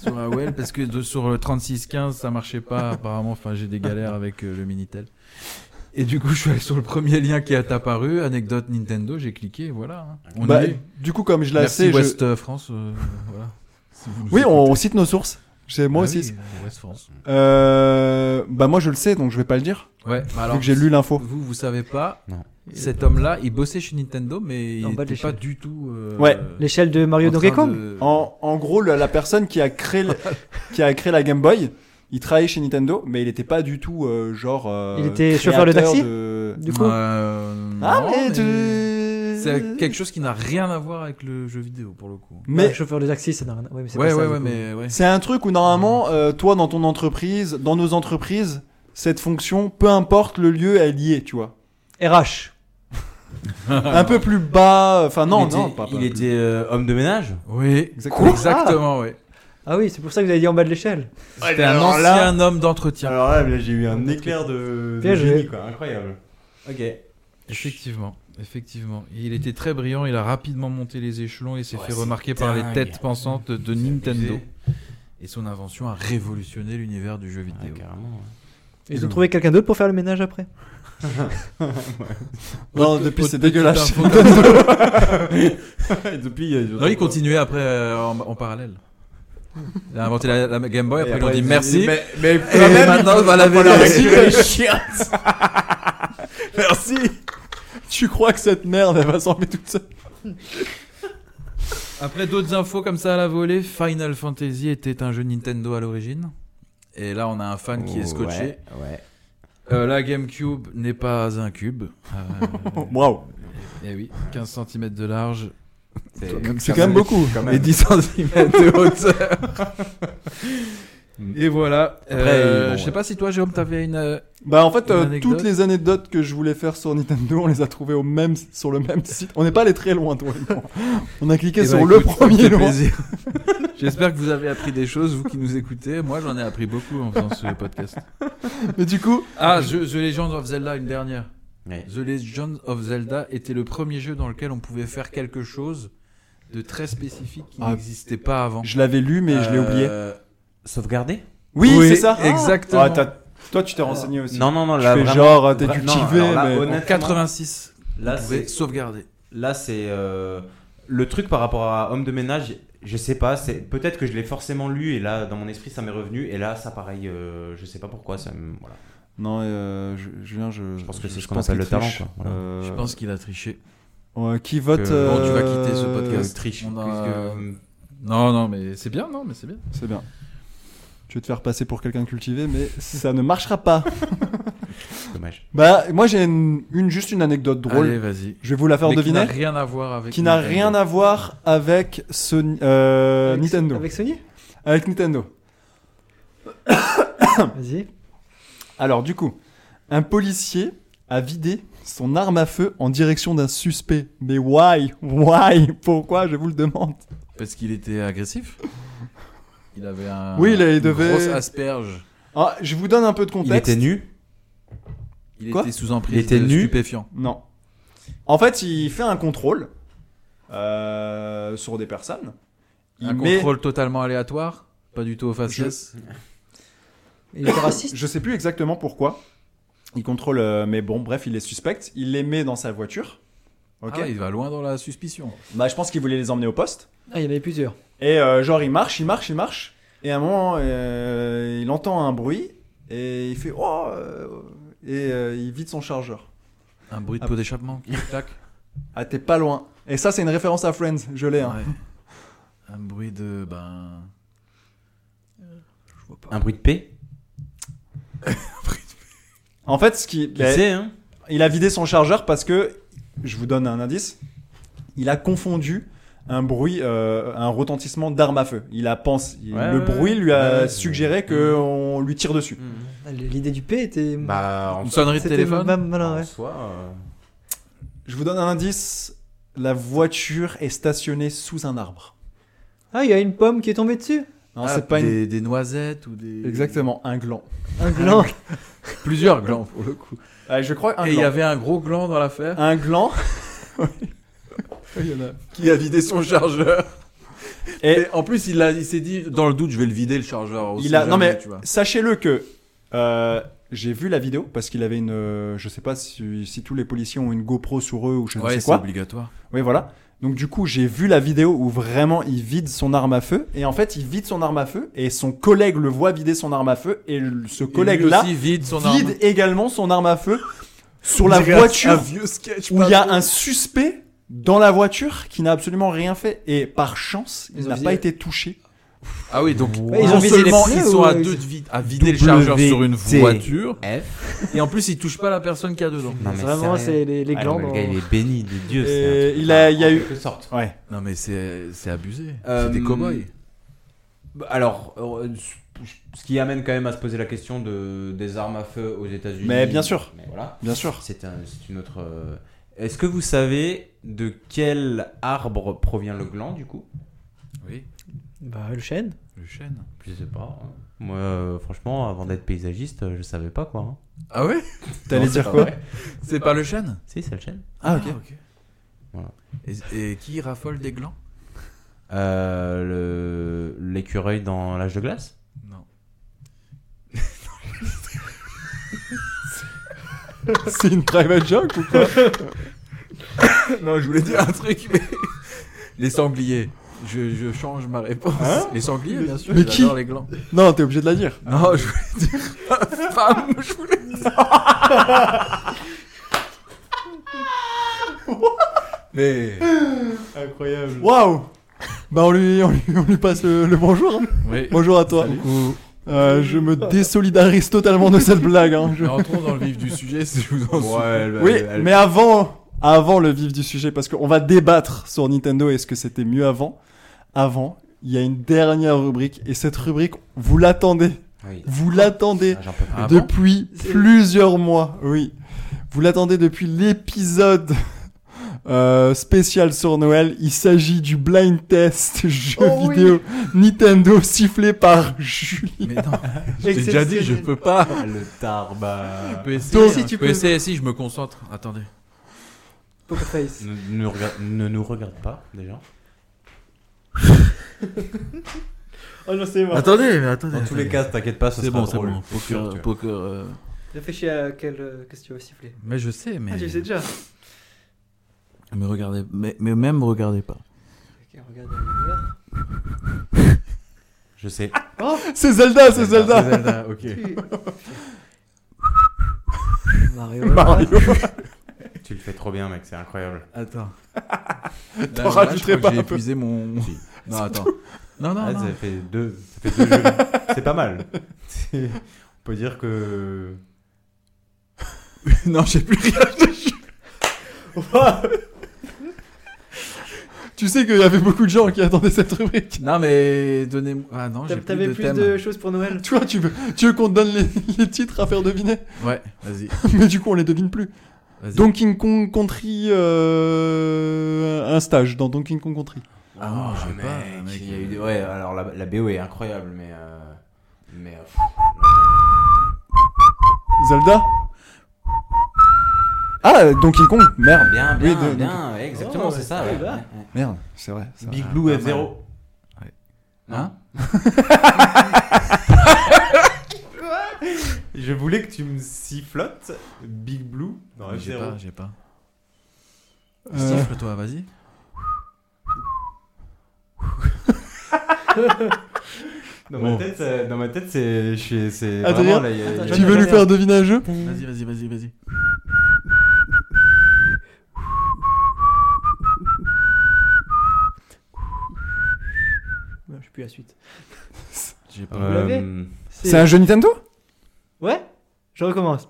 Speaker 2: sur AOL parce que de- sur le 3615 ça marchait pas apparemment enfin j'ai des galères avec euh, le Minitel et du coup je suis allé sur le premier lien qui est apparu anecdote Nintendo j'ai cliqué et voilà hein. on
Speaker 1: Bah,
Speaker 2: y est
Speaker 1: du coup, comme je la
Speaker 2: merci
Speaker 1: sais, je-
Speaker 2: West euh, France euh, voilà Si vous nous
Speaker 1: oui, on,
Speaker 2: écoutez.
Speaker 1: on cite nos sources. J'ai moi
Speaker 2: Ah
Speaker 1: aussi.
Speaker 2: oui, West France.
Speaker 1: Euh, bah moi je le sais, donc je vais pas le dire.
Speaker 2: Ouais, bah alors,
Speaker 1: vu que j'ai lu l'info.
Speaker 2: Vous, vous savez pas.
Speaker 3: Non.
Speaker 2: Cet homme-là, il bossait chez Nintendo, mais il
Speaker 4: En bas de
Speaker 2: n'était pas
Speaker 4: l'échelle.
Speaker 2: du tout. euh,
Speaker 1: Ouais.
Speaker 4: L'échelle de Mario
Speaker 2: en train
Speaker 4: Donkey Kong
Speaker 2: de-
Speaker 1: En, en gros, le- la personne qui a créé le- qui a créé la Game Boy, il travaillait chez Nintendo, mais il était pas du tout euh, genre. euh,
Speaker 4: Il était chauffeur de
Speaker 1: créateur
Speaker 4: taxi
Speaker 1: de-
Speaker 4: Du coup,
Speaker 2: Euh,
Speaker 1: Ah
Speaker 2: non,
Speaker 1: mais,
Speaker 2: mais
Speaker 1: tu-
Speaker 2: C'est quelque chose qui n'a rien à voir avec le jeu vidéo pour le coup.
Speaker 1: Mais
Speaker 4: Ouais, chauffeur de taxi, ça n'a rien. Ouais, mais c'est
Speaker 2: Ouais,
Speaker 4: pas ça,
Speaker 2: ouais,
Speaker 4: du
Speaker 2: ouais,
Speaker 4: coup.
Speaker 2: mais ouais.
Speaker 1: c'est un truc où normalement, euh, toi dans ton entreprise, dans nos entreprises, cette fonction, peu importe le lieu, elle y est, tu vois.
Speaker 4: RH.
Speaker 1: un peu plus bas, enfin non,
Speaker 3: il était,
Speaker 1: non, pas, pas
Speaker 3: il
Speaker 1: plus-
Speaker 3: était euh, homme de ménage.
Speaker 2: Oui,
Speaker 1: Exactement.
Speaker 2: exactement, ouais.
Speaker 4: Ah oui, c'est pour ça que vous avez dit en bas de l'échelle.
Speaker 2: C'était un ancien homme d'entretien.
Speaker 3: Alors là, j'ai eu
Speaker 4: un
Speaker 3: éclair de,
Speaker 4: Bien joué. génie,
Speaker 3: quoi, incroyable. Ok.
Speaker 2: Effectivement, effectivement. Il était très brillant, il a rapidement monté les échelons et s'est fait remarquer par les
Speaker 3: dingue.
Speaker 2: têtes pensantes de Nintendo.
Speaker 3: abusé.
Speaker 2: Et son invention a révolutionné l'univers du jeu vidéo.
Speaker 3: carrément.
Speaker 4: Ils ont trouvé quelqu'un d'autre pour faire le ménage après.
Speaker 1: Non,
Speaker 2: Autre-
Speaker 1: Ah, depuis
Speaker 2: autre
Speaker 1: c'est
Speaker 2: petite
Speaker 1: dégueulasse.
Speaker 2: info.
Speaker 3: Et depuis, euh,
Speaker 2: non, il continuait après euh, en, en parallèle. Il a inventé la, la Game Boy,
Speaker 3: Et
Speaker 2: après,
Speaker 3: après,
Speaker 2: ils ont
Speaker 3: ils
Speaker 2: dit
Speaker 3: ont
Speaker 2: merci.
Speaker 3: dit, mais-
Speaker 2: et maintenant, on va laver
Speaker 3: Voilà,
Speaker 2: les-
Speaker 3: merci, les chiottes.
Speaker 1: Merci. Tu crois que cette merde elle va s'enlever toute seule
Speaker 2: Après d'autres infos comme ça à la volée, Final Fantasy était un jeu Nintendo à l'origine. Et là, on a un fan qui est scotché.
Speaker 3: Ouais, ouais.
Speaker 2: Euh, la GameCube n'est pas un cube. Euh,
Speaker 1: Waouh.
Speaker 2: eh oui, 15 cm de large,
Speaker 3: C'est
Speaker 1: C'est quand même beaucoup.
Speaker 3: Quand
Speaker 1: Et
Speaker 3: même.
Speaker 1: 10 cm
Speaker 2: de hauteur. Et voilà. Euh,
Speaker 3: bon,
Speaker 2: je sais
Speaker 3: ouais.
Speaker 2: pas si toi, Jérôme, t'avais une. euh,
Speaker 1: Bah en fait
Speaker 2: Une
Speaker 1: euh,
Speaker 2: anecdote
Speaker 1: toutes les anecdotes que je voulais faire sur Nintendo, on les a trouvées au même sur le même site. On n'est pas allé très loin toi. et moi. On a cliqué
Speaker 2: eh
Speaker 1: sur
Speaker 2: ben,
Speaker 1: le
Speaker 2: écoute, ça me
Speaker 1: premier
Speaker 2: fait
Speaker 1: lien.
Speaker 2: plaisir. J'espère que vous avez appris des choses, vous qui nous écoutez. Moi, j'en ai appris beaucoup en faisant ce podcast.
Speaker 1: Mais du coup,
Speaker 2: Ah, The, The Legend of Zelda, une dernière.
Speaker 3: Ouais.
Speaker 2: The Legend of Zelda était le premier jeu dans lequel on pouvait faire quelque chose de très spécifique qui
Speaker 1: Ah.
Speaker 2: n'existait pas avant.
Speaker 1: je l'avais lu mais je l'ai oublié.
Speaker 2: Euh,
Speaker 3: Sauvegarder
Speaker 1: Oui,
Speaker 2: oui,
Speaker 1: c'est ça.
Speaker 2: exactement.
Speaker 1: Ah, t'as- toi tu t'es renseigné aussi.
Speaker 3: Non, non, non,
Speaker 1: Tu
Speaker 3: là,
Speaker 1: fais
Speaker 3: vraiment,
Speaker 1: genre euh, t'es
Speaker 3: vra- non,
Speaker 1: cultivé
Speaker 3: alors là,
Speaker 1: mais
Speaker 2: En
Speaker 3: honnêtement,
Speaker 2: 86,
Speaker 3: là,
Speaker 1: Ah,
Speaker 2: on pouvait
Speaker 3: c'est-
Speaker 2: sauvegarder.
Speaker 3: Là, c'est euh, le truc par rapport à Homme de ménage. Je sais pas, c'est peut-être que je l'ai forcément lu et là, dans mon esprit, ça m'est revenu. Et là, ça, pareil, euh, je sais pas pourquoi. Ça, me- voilà.
Speaker 1: non euh, je- Julien je
Speaker 3: Je pense que c'est ce qu'on
Speaker 1: pense
Speaker 3: appelle
Speaker 1: qu'il
Speaker 3: le talent,
Speaker 1: triche.
Speaker 3: quoi. Voilà.
Speaker 1: Euh,
Speaker 2: Je pense qu'il a triché.
Speaker 1: ouais, qui vote
Speaker 3: que- Bon,
Speaker 2: tu vas
Speaker 1: euh,
Speaker 2: quitter ce podcast.
Speaker 3: Euh, triche. euh,
Speaker 2: On a-
Speaker 3: puisque-
Speaker 2: Non, non, mais c'est bien, non, mais c'est bien.
Speaker 1: C'est bien. Tu veux te faire passer pour quelqu'un de cultivé mais ça ne marchera pas.
Speaker 3: Dommage.
Speaker 1: Bah moi j'ai une, une- juste une anecdote drôle.
Speaker 2: Allez, vas-y.
Speaker 1: Je vais vous la faire
Speaker 2: Mais Qui n'a
Speaker 1: deviner.
Speaker 2: rien à voir avec.
Speaker 1: qui n'a rien à voir avec Sony, euh,
Speaker 4: Avec-
Speaker 1: Nintendo. Avec...
Speaker 4: Avec Sony
Speaker 1: Nintendo.
Speaker 4: Vas-y.
Speaker 1: Alors du coup, un policier a vidé son arme à feu en direction d'un suspect. Mais why Why Pourquoi Je vous le demande.
Speaker 2: Parce qu'il était agressif. Il avait un.
Speaker 1: Oui, il a- il
Speaker 2: une
Speaker 1: devait-
Speaker 2: Grosse asperge.
Speaker 1: Ah, je vous donne un peu de
Speaker 3: Il
Speaker 1: contexte.
Speaker 3: était nu.
Speaker 2: Il
Speaker 1: Quoi
Speaker 2: était sous emprise.
Speaker 3: Il était
Speaker 2: de
Speaker 3: nu.
Speaker 2: Stupéfiant.
Speaker 1: Non. En fait, il fait un contrôle euh, sur des personnes. Il
Speaker 2: Un
Speaker 1: met-
Speaker 2: contrôle totalement aléatoire. Pas du tout au faciès.
Speaker 4: Il était raciste
Speaker 1: Je sais plus exactement pourquoi. Il contrôle, euh, mais bon, bref, il les suspecte. Il les met dans sa voiture. Ok.
Speaker 2: Ah, il va loin dans la suspicion.
Speaker 1: Bah, je pense qu'il voulait les emmener au poste.
Speaker 4: Ah, il y en avait plusieurs.
Speaker 1: Et euh, genre, il marche, il marche, il marche. Et à un moment, euh, il entend un bruit et il fait Oh euh, Et euh, il vide son chargeur.
Speaker 2: Un bruit de
Speaker 1: Ah.
Speaker 2: pot d'échappement. Tac.
Speaker 1: Ah, t'es pas loin. Et ça, c'est une référence à Friends, je l'ai. hein.
Speaker 2: Ouais. Un bruit de. Ben. euh, Je vois pas.
Speaker 3: Un bruit de paix.
Speaker 1: En fait, ce qui,
Speaker 3: Qui
Speaker 1: il, a,
Speaker 3: sait, hein
Speaker 1: il a vidé son chargeur parce que, je vous donne un indice, il a confondu un bruit, euh, un retentissement d'armes à feu. Il a pensé, il-
Speaker 3: Ouais,
Speaker 1: le
Speaker 3: ouais,
Speaker 1: bruit lui
Speaker 3: ouais,
Speaker 1: a
Speaker 3: ouais.
Speaker 1: suggéré qu'on lui tire dessus.
Speaker 4: Ah, L'idée du P était.
Speaker 3: Bah, en
Speaker 2: Une sonnerie de
Speaker 4: c'était
Speaker 2: téléphone.
Speaker 4: ma- malin,
Speaker 3: en
Speaker 5: Ah,
Speaker 4: ouais.
Speaker 3: soi, euh,
Speaker 1: Je vous donne un indice, la voiture est stationnée sous un arbre.
Speaker 4: Ah, il y a une pomme qui est tombée dessus.
Speaker 1: Non,
Speaker 2: Ah,
Speaker 1: c'est pas une...
Speaker 2: des, des noisettes ou des.
Speaker 1: Exactement, un gland.
Speaker 4: Un gland.
Speaker 2: Plusieurs glands pour le coup.
Speaker 1: Ah, je crois un
Speaker 2: Et il y
Speaker 1: gland.
Speaker 2: avait un gros gland dans l'affaire
Speaker 1: Un gland.
Speaker 4: Ah,
Speaker 2: qui a vidé son chargeur.
Speaker 1: Et-
Speaker 2: Et, en plus, il, a- il s'est dit, dans le doute, je vais le vider le chargeur. aussi,
Speaker 1: Il a... Non
Speaker 2: jamais,
Speaker 1: mais
Speaker 2: tu vois.
Speaker 1: sachez-le que euh, j'ai vu la vidéo parce qu'il avait une... euh, Je sais pas si, si tous les policiers ont une GoPro sur eux ou je ne
Speaker 2: Ouais,
Speaker 1: sais
Speaker 2: c'est
Speaker 1: quoi.
Speaker 2: obligatoire.
Speaker 1: Oui voilà.
Speaker 6: Donc du coup, j'ai vu la vidéo où vraiment il vide son arme à feu et en fait, il vide son arme à feu et son collègue le voit vider son arme à feu et le- ce collègue là
Speaker 2: aussi vide son
Speaker 6: vide
Speaker 2: arme.
Speaker 6: également son arme à feu sur
Speaker 1: On
Speaker 6: la
Speaker 1: dirait un- Un
Speaker 6: voiture
Speaker 1: vieux sketch.
Speaker 6: où il y a un suspect dans la voiture qui n'a absolument rien fait et par chance,
Speaker 4: Ils ont
Speaker 6: il
Speaker 4: euh,
Speaker 6: n'a
Speaker 4: visé-
Speaker 6: pas été touché.
Speaker 2: Ah oui, donc
Speaker 3: Ouais,
Speaker 4: ils ont
Speaker 2: non
Speaker 4: visé les
Speaker 2: seulement
Speaker 4: pneus
Speaker 2: ils sont
Speaker 4: ou-
Speaker 2: à deux de vide, à vider le chargeur sur une voiture et en plus ils touchent pas la personne qu'il y a dedans.
Speaker 5: Non, mais
Speaker 4: Vraiment,
Speaker 5: sérieux.
Speaker 4: c'est les, les
Speaker 5: Ah,
Speaker 4: glandes.
Speaker 5: non, mais le gars,
Speaker 4: en-
Speaker 5: il est béni de Dieu.
Speaker 6: Et
Speaker 5: c'est un truc
Speaker 6: il a,
Speaker 5: de-
Speaker 6: il y a eu,
Speaker 3: sorte.
Speaker 6: ouais.
Speaker 2: Non mais c'est c'est abusé.
Speaker 3: Euh,
Speaker 2: C'est des cow-boys.
Speaker 3: Bah, Alors, euh, ce qui amène quand même à se poser la question de, des armes à feu aux États-Unis.
Speaker 6: Mais bien sûr.
Speaker 3: Mais voilà.
Speaker 6: Bien sûr.
Speaker 3: C'est un- c'est une autre. euh, Est-ce que vous savez de quel arbre provient le gland du coup
Speaker 2: Oui,
Speaker 4: Bah, le chêne.
Speaker 2: le chêne.
Speaker 3: Je sais pas. hein. Moi, euh, franchement, avant d'être paysagiste, euh, je savais pas quoi. hein.
Speaker 2: Ah ouais
Speaker 6: T'allais
Speaker 3: Non, c'est
Speaker 6: dire
Speaker 3: pas
Speaker 6: quoi
Speaker 3: vrai.
Speaker 2: C'est pas le chêne
Speaker 3: Si, c'est le chêne.
Speaker 6: Ah ok.
Speaker 3: Voilà.
Speaker 2: Et, et qui raffole des glands
Speaker 3: Euh, le- L'écureuil dans l'âge de glace
Speaker 2: Non.
Speaker 6: C'est une private joke ou quoi
Speaker 2: non, Ah, je voulais dire un truc, mais les sangliers. Je, je change ma réponse.
Speaker 3: Hein
Speaker 2: les sangliers, bien sûr.
Speaker 6: mais
Speaker 2: j'adore
Speaker 6: qui
Speaker 2: les glands.
Speaker 6: Non, t'es obligé de la dire.
Speaker 2: Non, je voulais dire femme. Je voulais. mais
Speaker 1: Incroyable.
Speaker 6: Waouh. Bah on lui, on lui, on lui passe le, le bonjour. hein.
Speaker 2: oui.
Speaker 6: Bonjour à toi. Euh, je me désolidarise totalement de cette blague. hein. Je-
Speaker 2: Mais Rentrons dans le vif du sujet si je vous en
Speaker 3: Ouais,
Speaker 2: souviens.
Speaker 3: elle-
Speaker 6: Oui,
Speaker 3: elle- elle-
Speaker 6: mais avant, avant le vif du sujet, parce qu'on va débattre sur Nintendo, est-ce que c'était mieux avant Avant, il y a une dernière rubrique, et cette rubrique, vous l'attendez,
Speaker 3: Oui.
Speaker 6: vous l'attendez
Speaker 3: Ah, J'en peux plus.
Speaker 2: Ah bon
Speaker 6: depuis plusieurs mois, oui. Vous l'attendez depuis l'épisode euh, spécial sur Noël, il s'agit du blind test jeu
Speaker 4: Oh oui.
Speaker 6: vidéo Nintendo sifflé par Julie.
Speaker 2: Mais non, j'ai déjà dit, je peux pas.
Speaker 3: le tarba.
Speaker 2: Je peux essayer.
Speaker 4: si
Speaker 2: hein,
Speaker 4: tu
Speaker 2: je
Speaker 4: peux-
Speaker 2: peux essayer, si je me concentre. Attendez.
Speaker 4: Poker face.
Speaker 3: Ne, ne regarde- ne nous regarde pas déjà.
Speaker 4: Oh non, c'est mort.
Speaker 2: Attendez, mais attendez.
Speaker 3: Dans tous les cas, t'inquiète pas, ça
Speaker 2: c'est
Speaker 3: sera
Speaker 2: bon, c'est
Speaker 3: drôle.
Speaker 2: bon. Poker,
Speaker 3: Sûr, tu-
Speaker 2: poker. euh,
Speaker 4: Réfléchis à quel. euh, Qu'est-ce que tu vas siffler
Speaker 2: Mais je sais, mais.
Speaker 4: Ah, tu sais déjà. Ok,
Speaker 2: Mais regardez, mais, mais même regardez pas.
Speaker 4: regarde dans le verre.
Speaker 3: Je sais.
Speaker 6: C'est Zelda, Ah, c'est
Speaker 2: Ah,
Speaker 6: Zelda.
Speaker 3: ok.
Speaker 4: Mario.
Speaker 6: Mario.
Speaker 3: Tu le fais trop bien, mec, c'est incroyable.
Speaker 2: Attends.
Speaker 6: T'en
Speaker 2: Là,
Speaker 6: rajouterais
Speaker 2: je crois que
Speaker 6: pas
Speaker 2: J'ai
Speaker 6: un peu.
Speaker 2: épuisé mon.
Speaker 3: Si.
Speaker 2: Non, attends. Non, non,
Speaker 3: Ah,
Speaker 2: non.
Speaker 3: ça fait deux, ça fait deux jeux. C'est pas mal. C'est- On peut dire que.
Speaker 2: non, j'ai plus rien.
Speaker 6: Tu sais qu'il y avait beaucoup de gens qui attendaient cette rubrique.
Speaker 2: Non, mais donnez-moi. Ah non, j'ai
Speaker 4: T'as-
Speaker 2: plus
Speaker 4: T'avais
Speaker 2: de
Speaker 4: plus
Speaker 2: thème.
Speaker 4: de choses pour Noël
Speaker 6: Tu vois, tu veux, tu veux qu'on te donne les, les titres à faire deviner,
Speaker 2: Ouais, vas-y.
Speaker 6: mais du coup on les devine plus.
Speaker 2: vas-y.
Speaker 6: Donkey Kong Country, euh, un stage dans Donkey Kong Country.
Speaker 2: Ah non,
Speaker 3: Oh,
Speaker 2: je sais pas,
Speaker 3: mec,
Speaker 2: mec. euh.
Speaker 3: il y a eu des- Ouais, alors la, la BO est incroyable, mais. euh, Mais. euh, pff,
Speaker 6: Zelda. Ah Donkey Kong, merde,
Speaker 3: Bien, bien,
Speaker 6: Oui, de-
Speaker 3: bien, ouais, exactement,
Speaker 4: Oh,
Speaker 3: c'est
Speaker 4: ouais,
Speaker 3: ça.
Speaker 4: ça
Speaker 3: ouais,
Speaker 4: y va.
Speaker 3: ouais, ouais.
Speaker 6: merde, c'est vrai. c'est vrai.
Speaker 3: Big Blue
Speaker 2: pas
Speaker 3: F0.
Speaker 2: Ouais.
Speaker 3: Non.
Speaker 2: Hein
Speaker 3: Je voulais que tu me sifflotes Big Blue dans
Speaker 2: J'ai pas, j'ai pas.
Speaker 6: Euh,
Speaker 2: Siffle-toi, vas-y.
Speaker 3: Dans,
Speaker 6: Bon.
Speaker 3: ma tête, ça- dans ma tête, c'est. je suis- C'est
Speaker 6: Oh. Adrien,
Speaker 3: vraiment là. il y a- il y a-
Speaker 4: attends,
Speaker 6: tu veux lui faire deviner un jeu
Speaker 2: Vas-y, vas-y, vas-y, vas-y.
Speaker 4: Non, Bah, Je sais plus la suite.
Speaker 2: J'ai pas.
Speaker 3: Euh,
Speaker 4: l'avez
Speaker 6: C'est un jeu Nintendo
Speaker 4: Ouais Je recommence.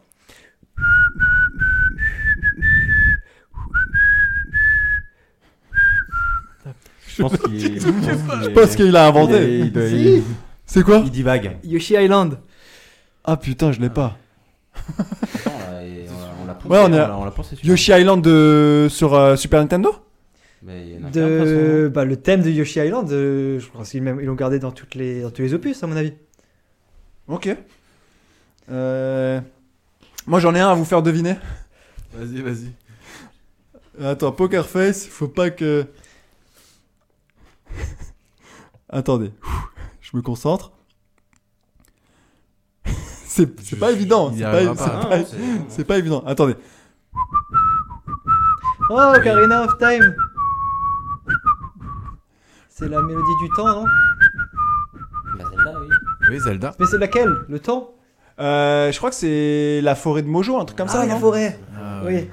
Speaker 3: je pense qu'il est. Je
Speaker 6: Parce qu'il a inventé.
Speaker 3: Il, doit-
Speaker 4: Si.
Speaker 3: il-
Speaker 6: C'est quoi
Speaker 3: il divague.
Speaker 4: Yoshi Island.
Speaker 6: Ah putain, je l'ai pas.
Speaker 3: Attends, là, et on l'a- on l'a pensé,
Speaker 6: Ouais, on est-
Speaker 3: l'a- l'a pensé, celui-là.
Speaker 6: Yoshi Island de... sur euh, Super Nintendo
Speaker 3: Mais il y en a qu'un, de toute façon.
Speaker 4: De... Bah, le thème de Yoshi Island, euh, je pense qu'ils l'ont- ils l'ont gardé dans, toutes les... dans tous les opus, à mon avis.
Speaker 6: Ok. Euh... Moi j'en ai un à vous faire deviner.
Speaker 2: Vas-y, vas-y.
Speaker 6: Attends, Poker Face, faut pas que. Attendez, je me concentre. C'est c'est pas
Speaker 2: Je-
Speaker 6: évident,
Speaker 2: il y
Speaker 6: c'est pas,
Speaker 2: arrivera
Speaker 6: c'est
Speaker 2: pas.
Speaker 6: pas-
Speaker 3: Ah, non, c'est- non, non.
Speaker 6: c'est pas évident. Attendez,
Speaker 4: Oh, Karina of Time C'est la mélodie du temps, non
Speaker 7: Bah, celle-là, oui.
Speaker 2: Oui, Zelda.
Speaker 4: Mais c'est laquelle Le temps
Speaker 6: Euh, je crois que c'est la forêt de Mojo, un truc comme
Speaker 4: Ah,
Speaker 6: ça,
Speaker 4: la
Speaker 6: non
Speaker 4: forêt
Speaker 2: Ah,
Speaker 4: Oui.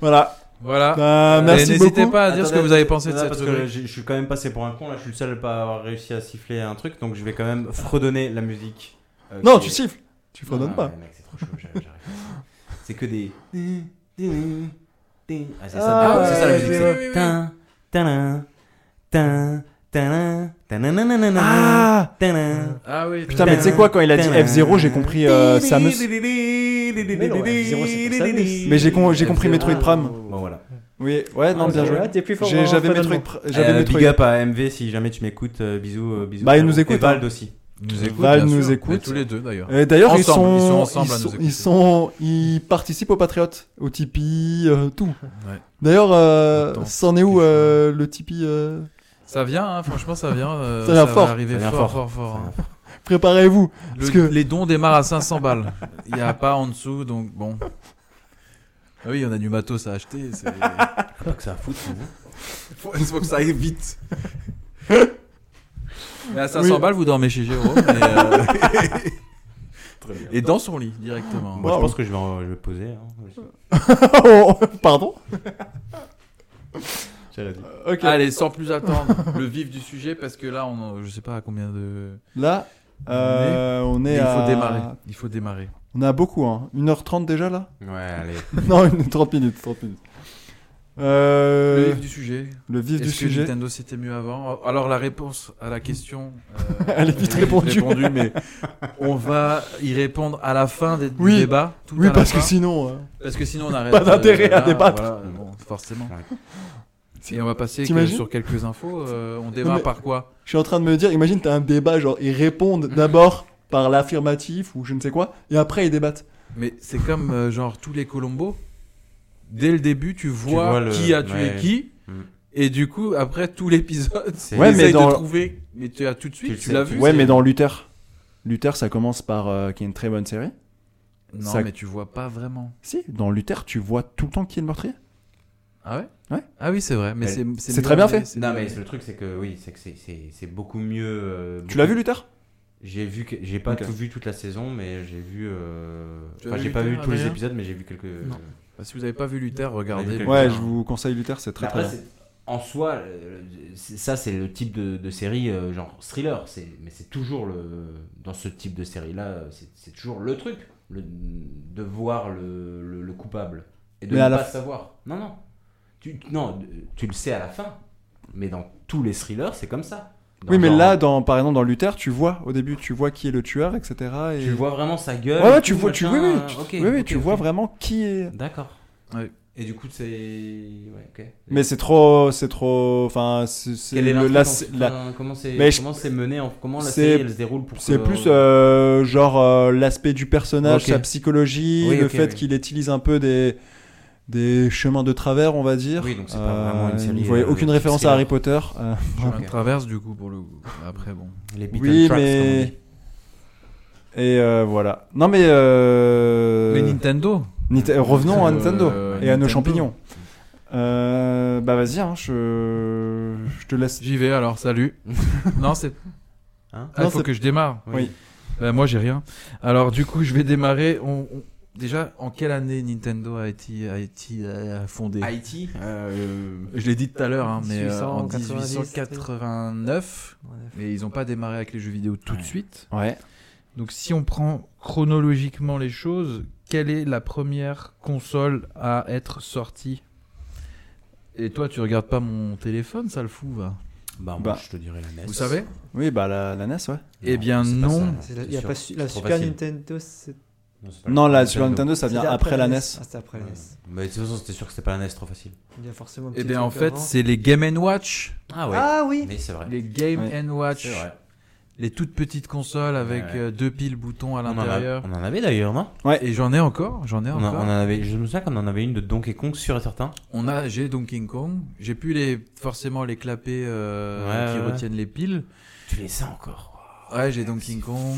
Speaker 6: Voilà.
Speaker 2: Voilà.
Speaker 6: Bah,
Speaker 2: Et
Speaker 6: merci
Speaker 2: N'hésitez
Speaker 6: beaucoup.
Speaker 2: pas à dire ce que
Speaker 3: Attendez,
Speaker 2: vous avez pensé de
Speaker 3: attendez,
Speaker 2: cette
Speaker 3: parce que
Speaker 2: rubrique.
Speaker 3: j'ai- je suis quand même passé pour un con là, je suis le seul à pas avoir réussi à siffler un truc, donc je vais quand même fredonner la musique. euh,
Speaker 6: Non,
Speaker 3: qui-
Speaker 6: tu siffles. Tu
Speaker 3: Non,
Speaker 6: fredonnes
Speaker 3: non,
Speaker 6: pas.
Speaker 3: mais mec, c'est trop chaud, j'arrive- j'arrive pas. C'est que des. Ah, c'est
Speaker 4: Ah,
Speaker 3: ça, c'est ça la
Speaker 4: ouais,
Speaker 3: musique.
Speaker 4: ouais,
Speaker 3: c'est-
Speaker 2: ouais, ouais.
Speaker 3: Tin, tin, tin, tin, tin, nan, nan, nan, nan, nan,
Speaker 6: Ah
Speaker 3: tin, nan.
Speaker 2: Ah oui.
Speaker 6: Putain, mais tu sais quoi, quand il a dit F0, j'ai compris euh, Samus.
Speaker 4: Mais non, F-Zero, c'est pas Samus.
Speaker 6: Mais j'ai com- j'ai compris
Speaker 3: F-Zero.
Speaker 6: Metroid Prime.
Speaker 3: Bon voilà.
Speaker 6: Oui, ouais, non,
Speaker 4: oh. Ah,
Speaker 6: bien
Speaker 4: ok,
Speaker 6: joué.
Speaker 4: là, t'es plus fort
Speaker 6: J'ai-
Speaker 4: en
Speaker 6: J'avais
Speaker 4: fredonnement.
Speaker 6: Metroid. Pr- J'avais
Speaker 3: Euh,
Speaker 6: Metroid.
Speaker 3: Big up à MV si jamais tu m'écoutes, euh, bisous, euh, bisous.
Speaker 6: Bah, il
Speaker 3: frérot.
Speaker 6: nous écoute,
Speaker 3: Et Vald
Speaker 6: hein.
Speaker 3: aussi.
Speaker 2: Nous écoute,
Speaker 6: Val
Speaker 2: bien
Speaker 6: nous
Speaker 2: sûr.
Speaker 6: écoute.
Speaker 2: Mais Tous les deux d'ailleurs.
Speaker 6: Et Euh, D'ailleurs, ils
Speaker 2: Ensemble,
Speaker 6: sont,
Speaker 2: ils sont ensemble à nous
Speaker 6: ils sont-
Speaker 2: écouter.
Speaker 6: ils sont- ils participent aux Patriotes, au Tipeee, euh, tout.
Speaker 2: Ouais.
Speaker 6: D'ailleurs, euh,
Speaker 2: Attends,
Speaker 6: c'en est où euh, le Tipeee euh,
Speaker 2: Ça vient, hein, franchement, ça vient. euh,
Speaker 6: Ça vient
Speaker 2: va
Speaker 6: fort.
Speaker 2: arriver
Speaker 3: Ça vient
Speaker 2: fort, fort,
Speaker 3: fort.
Speaker 2: fort. hein.
Speaker 6: Préparez-vous.
Speaker 2: Le-
Speaker 6: Parce que-
Speaker 2: Les dons démarrent à 500 balles. Il n'y a pas en dessous, donc bon. Ah Oui, on a du matos à acheter. c'est-
Speaker 3: Faut pas que ça a foutre, hein.
Speaker 2: Faut- Il faut que ça arrive vite. Mais à 500
Speaker 6: Oui.
Speaker 2: balles, vous dormez chez Jérôme. Et, euh, et dans son lit directement.
Speaker 3: Moi,
Speaker 6: Wow.
Speaker 3: je pense que je vais, en- je vais poser. hein.
Speaker 6: Oh, Pardon Ok.
Speaker 2: Allez, sans plus attendre, le vif du sujet, parce que là, on, en- je sais pas à combien de.
Speaker 6: Là, euh, on est
Speaker 2: Mais il faut
Speaker 6: à-
Speaker 2: démarrer. Il faut démarrer.
Speaker 6: On est à beaucoup, hein. 1h30 déjà là
Speaker 3: Ouais, allez.
Speaker 6: Non, une- 30 minutes. 30 minutes.
Speaker 2: Le
Speaker 6: Euh,
Speaker 2: vif du sujet.
Speaker 6: le vif du
Speaker 2: Est-ce que
Speaker 6: sujet.
Speaker 2: Nintendo c'était mieux avant Alors la réponse à la question. euh,
Speaker 6: Elle est vite répondue.
Speaker 2: mais on va y répondre à la fin des, du
Speaker 6: Oui.
Speaker 2: débat. tout à
Speaker 6: Oui,
Speaker 2: la
Speaker 6: parce que
Speaker 2: fin,
Speaker 6: sinon. euh,
Speaker 2: parce que sinon on arrête.
Speaker 6: pas d'intérêt
Speaker 2: là,
Speaker 6: à débattre.
Speaker 2: voilà, bon, forcément.
Speaker 3: Ouais.
Speaker 2: Et on va passer que
Speaker 6: T'imagines
Speaker 2: sur quelques infos. euh, on démarre
Speaker 6: mais-
Speaker 2: par quoi
Speaker 6: Je suis en train de me dire, imagine, t'as un débat, genre, ils répondent d'abord par l'affirmatif ou je ne sais quoi, et après ils débattent.
Speaker 2: Mais c'est comme euh, genre tous les Colombos. Dès le début, tu vois,
Speaker 3: vois le-
Speaker 2: qui a tué
Speaker 3: ouais.
Speaker 2: qui.
Speaker 3: Mm.
Speaker 2: Et du coup, après tout l'épisode,
Speaker 3: C'est-
Speaker 6: Ouais,
Speaker 2: ouais,
Speaker 6: mais
Speaker 2: mais
Speaker 6: dans-
Speaker 2: de trouver. Mais tu as tout de suite,
Speaker 3: Tu
Speaker 2: tu
Speaker 3: le
Speaker 2: l'as
Speaker 3: sais.
Speaker 2: vu.
Speaker 6: ouais,
Speaker 2: c'est-
Speaker 6: mais dans Luther. Luther, ça commence par euh, qui est une très bonne série.
Speaker 2: Non,
Speaker 6: ça-
Speaker 2: mais tu vois pas vraiment.
Speaker 6: Si, dans Luther, tu vois tout le temps qui est le meurtrier.
Speaker 2: Ah ouais
Speaker 6: Ouais.
Speaker 2: Ah oui, c'est vrai. Mais
Speaker 3: Elle-
Speaker 2: c'est
Speaker 6: c'est
Speaker 2: mieux,
Speaker 6: très bien
Speaker 2: mais
Speaker 6: fait.
Speaker 2: c'est-
Speaker 3: Non, mais le truc, c'est que oui, c'est que c'est- c'est c'est beaucoup mieux. euh,
Speaker 6: Tu l'as vu,
Speaker 3: beaucoup-
Speaker 6: Luther
Speaker 3: J'ai vu que j'ai pas
Speaker 6: Ok.
Speaker 3: tout vu toute la saison, mais j'ai vu. euh,
Speaker 2: Tu
Speaker 3: Enfin,
Speaker 2: as vu
Speaker 3: j'ai pas vu
Speaker 2: Luther,
Speaker 3: tous les
Speaker 2: Adrien
Speaker 3: épisodes, mais j'ai vu quelques. euh,
Speaker 2: Non. Bah, si vous n'avez pas vu Luther, regardez.
Speaker 3: Ouais,
Speaker 6: Ouais,
Speaker 2: Luther.
Speaker 6: je vous conseille Luther, c'est très
Speaker 3: Après,
Speaker 6: très bien.
Speaker 3: Bah, c'est- En soi, euh, c'est- ça c'est le type de, de série euh, genre thriller, c'est- mais c'est toujours le dans ce type de série là, c'est c'est toujours le truc, le- de voir le, le- le coupable et de
Speaker 6: Mais
Speaker 3: ne
Speaker 6: à la
Speaker 3: pas
Speaker 6: fin-
Speaker 3: savoir. Non non, tu non, tu le sais à la fin, mais dans tous les thrillers c'est comme ça. Dans
Speaker 6: Oui, mais
Speaker 3: genre,
Speaker 6: là, dans, par exemple, dans Luther, tu vois au début, tu vois qui est le tueur, etc. Et...
Speaker 3: tu vois vraiment sa gueule.
Speaker 6: Ouais, ouais,
Speaker 3: et
Speaker 6: tu
Speaker 3: tout,
Speaker 6: vois, tu, oui,
Speaker 3: machin,
Speaker 6: oui,
Speaker 3: euh,
Speaker 6: tu,
Speaker 3: ok,
Speaker 6: oui, oui,
Speaker 3: ok,
Speaker 6: tu
Speaker 3: ok.
Speaker 6: vois vraiment qui est.
Speaker 3: D'accord.
Speaker 2: Ouais.
Speaker 3: Et du coup c'est ouais, ok.
Speaker 6: Mais c'est trop, c'est trop, enfin, c'est c'est
Speaker 3: Quelle est
Speaker 6: le-
Speaker 3: l'intrigue
Speaker 6: la-
Speaker 3: en-
Speaker 6: la-
Speaker 3: enfin, comment c'est
Speaker 6: Mais je-
Speaker 3: comment c'est mené en- comment la
Speaker 6: c'est-
Speaker 3: série elle se déroule pour
Speaker 6: C'est
Speaker 3: que-
Speaker 6: plus euh, genre euh, l'aspect du personnage,
Speaker 3: Ok.
Speaker 6: sa psychologie,
Speaker 3: Oui,
Speaker 6: le
Speaker 3: ok,
Speaker 6: fait
Speaker 3: oui.
Speaker 6: qu'il utilise un peu des des chemins de travers, on va dire.
Speaker 3: Oui, donc c'est pas vraiment une série,
Speaker 6: Vous voyez
Speaker 3: euh,
Speaker 6: aucune référence
Speaker 3: thriller.
Speaker 6: à Harry Potter. euh,
Speaker 2: Je
Speaker 3: Ok.
Speaker 2: traverse du coup pour le coup. Après, bon.
Speaker 3: les beat
Speaker 6: oui,
Speaker 3: and tracks,
Speaker 6: mais-
Speaker 3: comme on dit.
Speaker 6: et euh, voilà. Non mais, euh,
Speaker 2: Mais Nintendo
Speaker 6: Nite- revenons à
Speaker 2: Euh,
Speaker 6: Nintendo et à
Speaker 2: Nintendo.
Speaker 6: nos champignons. Euh, bah vas-y, hein, je je te laisse.
Speaker 2: J'y vais alors, salut. non, c'est.
Speaker 3: Hein
Speaker 2: Ah,
Speaker 6: Non,
Speaker 2: faut
Speaker 6: c'est-
Speaker 2: que je démarre.
Speaker 6: Oui.
Speaker 2: Bah, moi, j'ai rien. Alors, du coup, je vais démarrer. On- on- Déjà, en quelle année Nintendo a été, a été euh, fondée
Speaker 3: Haïti
Speaker 4: euh,
Speaker 2: Je l'ai dit tout à l'heure, hein, mais euh, en
Speaker 4: 1890,
Speaker 2: 1889. Mais ils n'ont pas démarré avec les jeux vidéo tout
Speaker 3: Ouais.
Speaker 2: de suite.
Speaker 6: Ouais.
Speaker 2: Donc si on prend chronologiquement les choses, quelle est la première console à être sortie Et toi, tu regardes pas mon téléphone, ça le fout, va
Speaker 3: Bah, moi,
Speaker 6: Bah.
Speaker 3: je te dirais la NES.
Speaker 2: Vous savez
Speaker 6: Oui, bah la,
Speaker 1: E
Speaker 6: la NES, ouais.
Speaker 2: Eh bien,
Speaker 3: c'est pas
Speaker 2: non.
Speaker 3: ça,
Speaker 4: C'est la-
Speaker 3: c'est
Speaker 4: y a
Speaker 3: sûr.
Speaker 4: pas su- la
Speaker 3: C'est trop
Speaker 4: Super
Speaker 3: facile.
Speaker 4: Nintendo, c'est
Speaker 3: Non, c'est pas
Speaker 6: Non,
Speaker 3: la
Speaker 6: la Super Nintendo, ça vient
Speaker 4: c'était
Speaker 6: après
Speaker 1: E
Speaker 6: la NES.
Speaker 4: Ah, c'était après la NES.
Speaker 3: Mais de toute façon, c'était sûr que c'était pas la NES, trop facile.
Speaker 4: Il y a forcément un
Speaker 2: Eh
Speaker 4: petit
Speaker 2: bien en
Speaker 4: truc
Speaker 2: fait,
Speaker 4: avant.
Speaker 2: c'est les Game Watch,
Speaker 3: Ah ouais.
Speaker 4: Ah oui
Speaker 3: Mais c'est vrai.
Speaker 2: les Game
Speaker 6: Ouais.
Speaker 2: Watch,
Speaker 3: C'est vrai.
Speaker 2: les toutes petites consoles avec
Speaker 3: Ouais, ouais.
Speaker 2: euh, deux piles boutons à
Speaker 3: On en, a-
Speaker 2: l'intérieur.
Speaker 3: on en avait d'ailleurs, non
Speaker 2: Et j'en ai encore, j'en ai
Speaker 3: on, en-
Speaker 2: Ah, encore.
Speaker 3: on en avait. Je me souviens qu'on en avait une de Donkey Kong sûr et certain.
Speaker 2: On a, j'ai Donkey Kong, j'ai pu les forcément les clapper euh,
Speaker 3: Ouais,
Speaker 2: qui
Speaker 3: ouais.
Speaker 2: retiennent les piles.
Speaker 3: Tu les as encore.
Speaker 2: Ouais, j'ai Donkey Kong,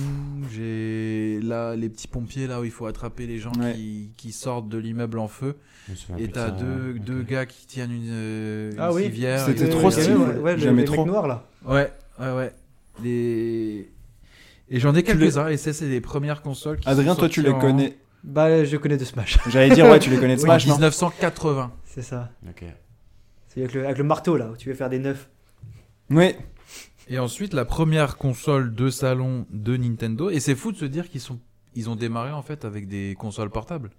Speaker 2: j'ai là les petits pompiers là où il faut attraper les gens
Speaker 1: Ouais.
Speaker 2: qui, qui sortent de l'immeuble en feu.
Speaker 3: Je me souviens
Speaker 2: Et
Speaker 3: plus de ça.
Speaker 2: t'as
Speaker 3: hein.
Speaker 2: deux,
Speaker 3: Ah, Ok.
Speaker 2: deux gars qui tiennent une, euh, une
Speaker 4: Ah oui.
Speaker 2: civière.
Speaker 1: C'était
Speaker 2: Et- euh,
Speaker 1: trop
Speaker 2: ouais,
Speaker 1: stylé.
Speaker 4: Ouais, ouais,
Speaker 1: J'aimais
Speaker 4: le,
Speaker 1: trop.
Speaker 4: trop. noir là.
Speaker 2: Ouais, ouais, ouais. Les... Et j'en ai quelques-uns, et ça, c'est les premières consoles qui
Speaker 1: Adrien,
Speaker 2: sont
Speaker 1: toi, tu les
Speaker 2: sorties en-
Speaker 1: connais.
Speaker 4: Bah, je connais de Smash.
Speaker 1: J'allais dire, ouais, tu les connais de
Speaker 2: Oui,
Speaker 1: Smash, non
Speaker 2: 1980.
Speaker 4: C'est ça.
Speaker 3: Ok.
Speaker 4: C'est avec le, avec le marteau là où tu veux faire des neufs.
Speaker 1: Oui,
Speaker 2: Et ensuite, la première console de salon de Nintendo. Et c'est fou de se dire qu'ils sont... Ils ont démarré en fait avec des consoles portables.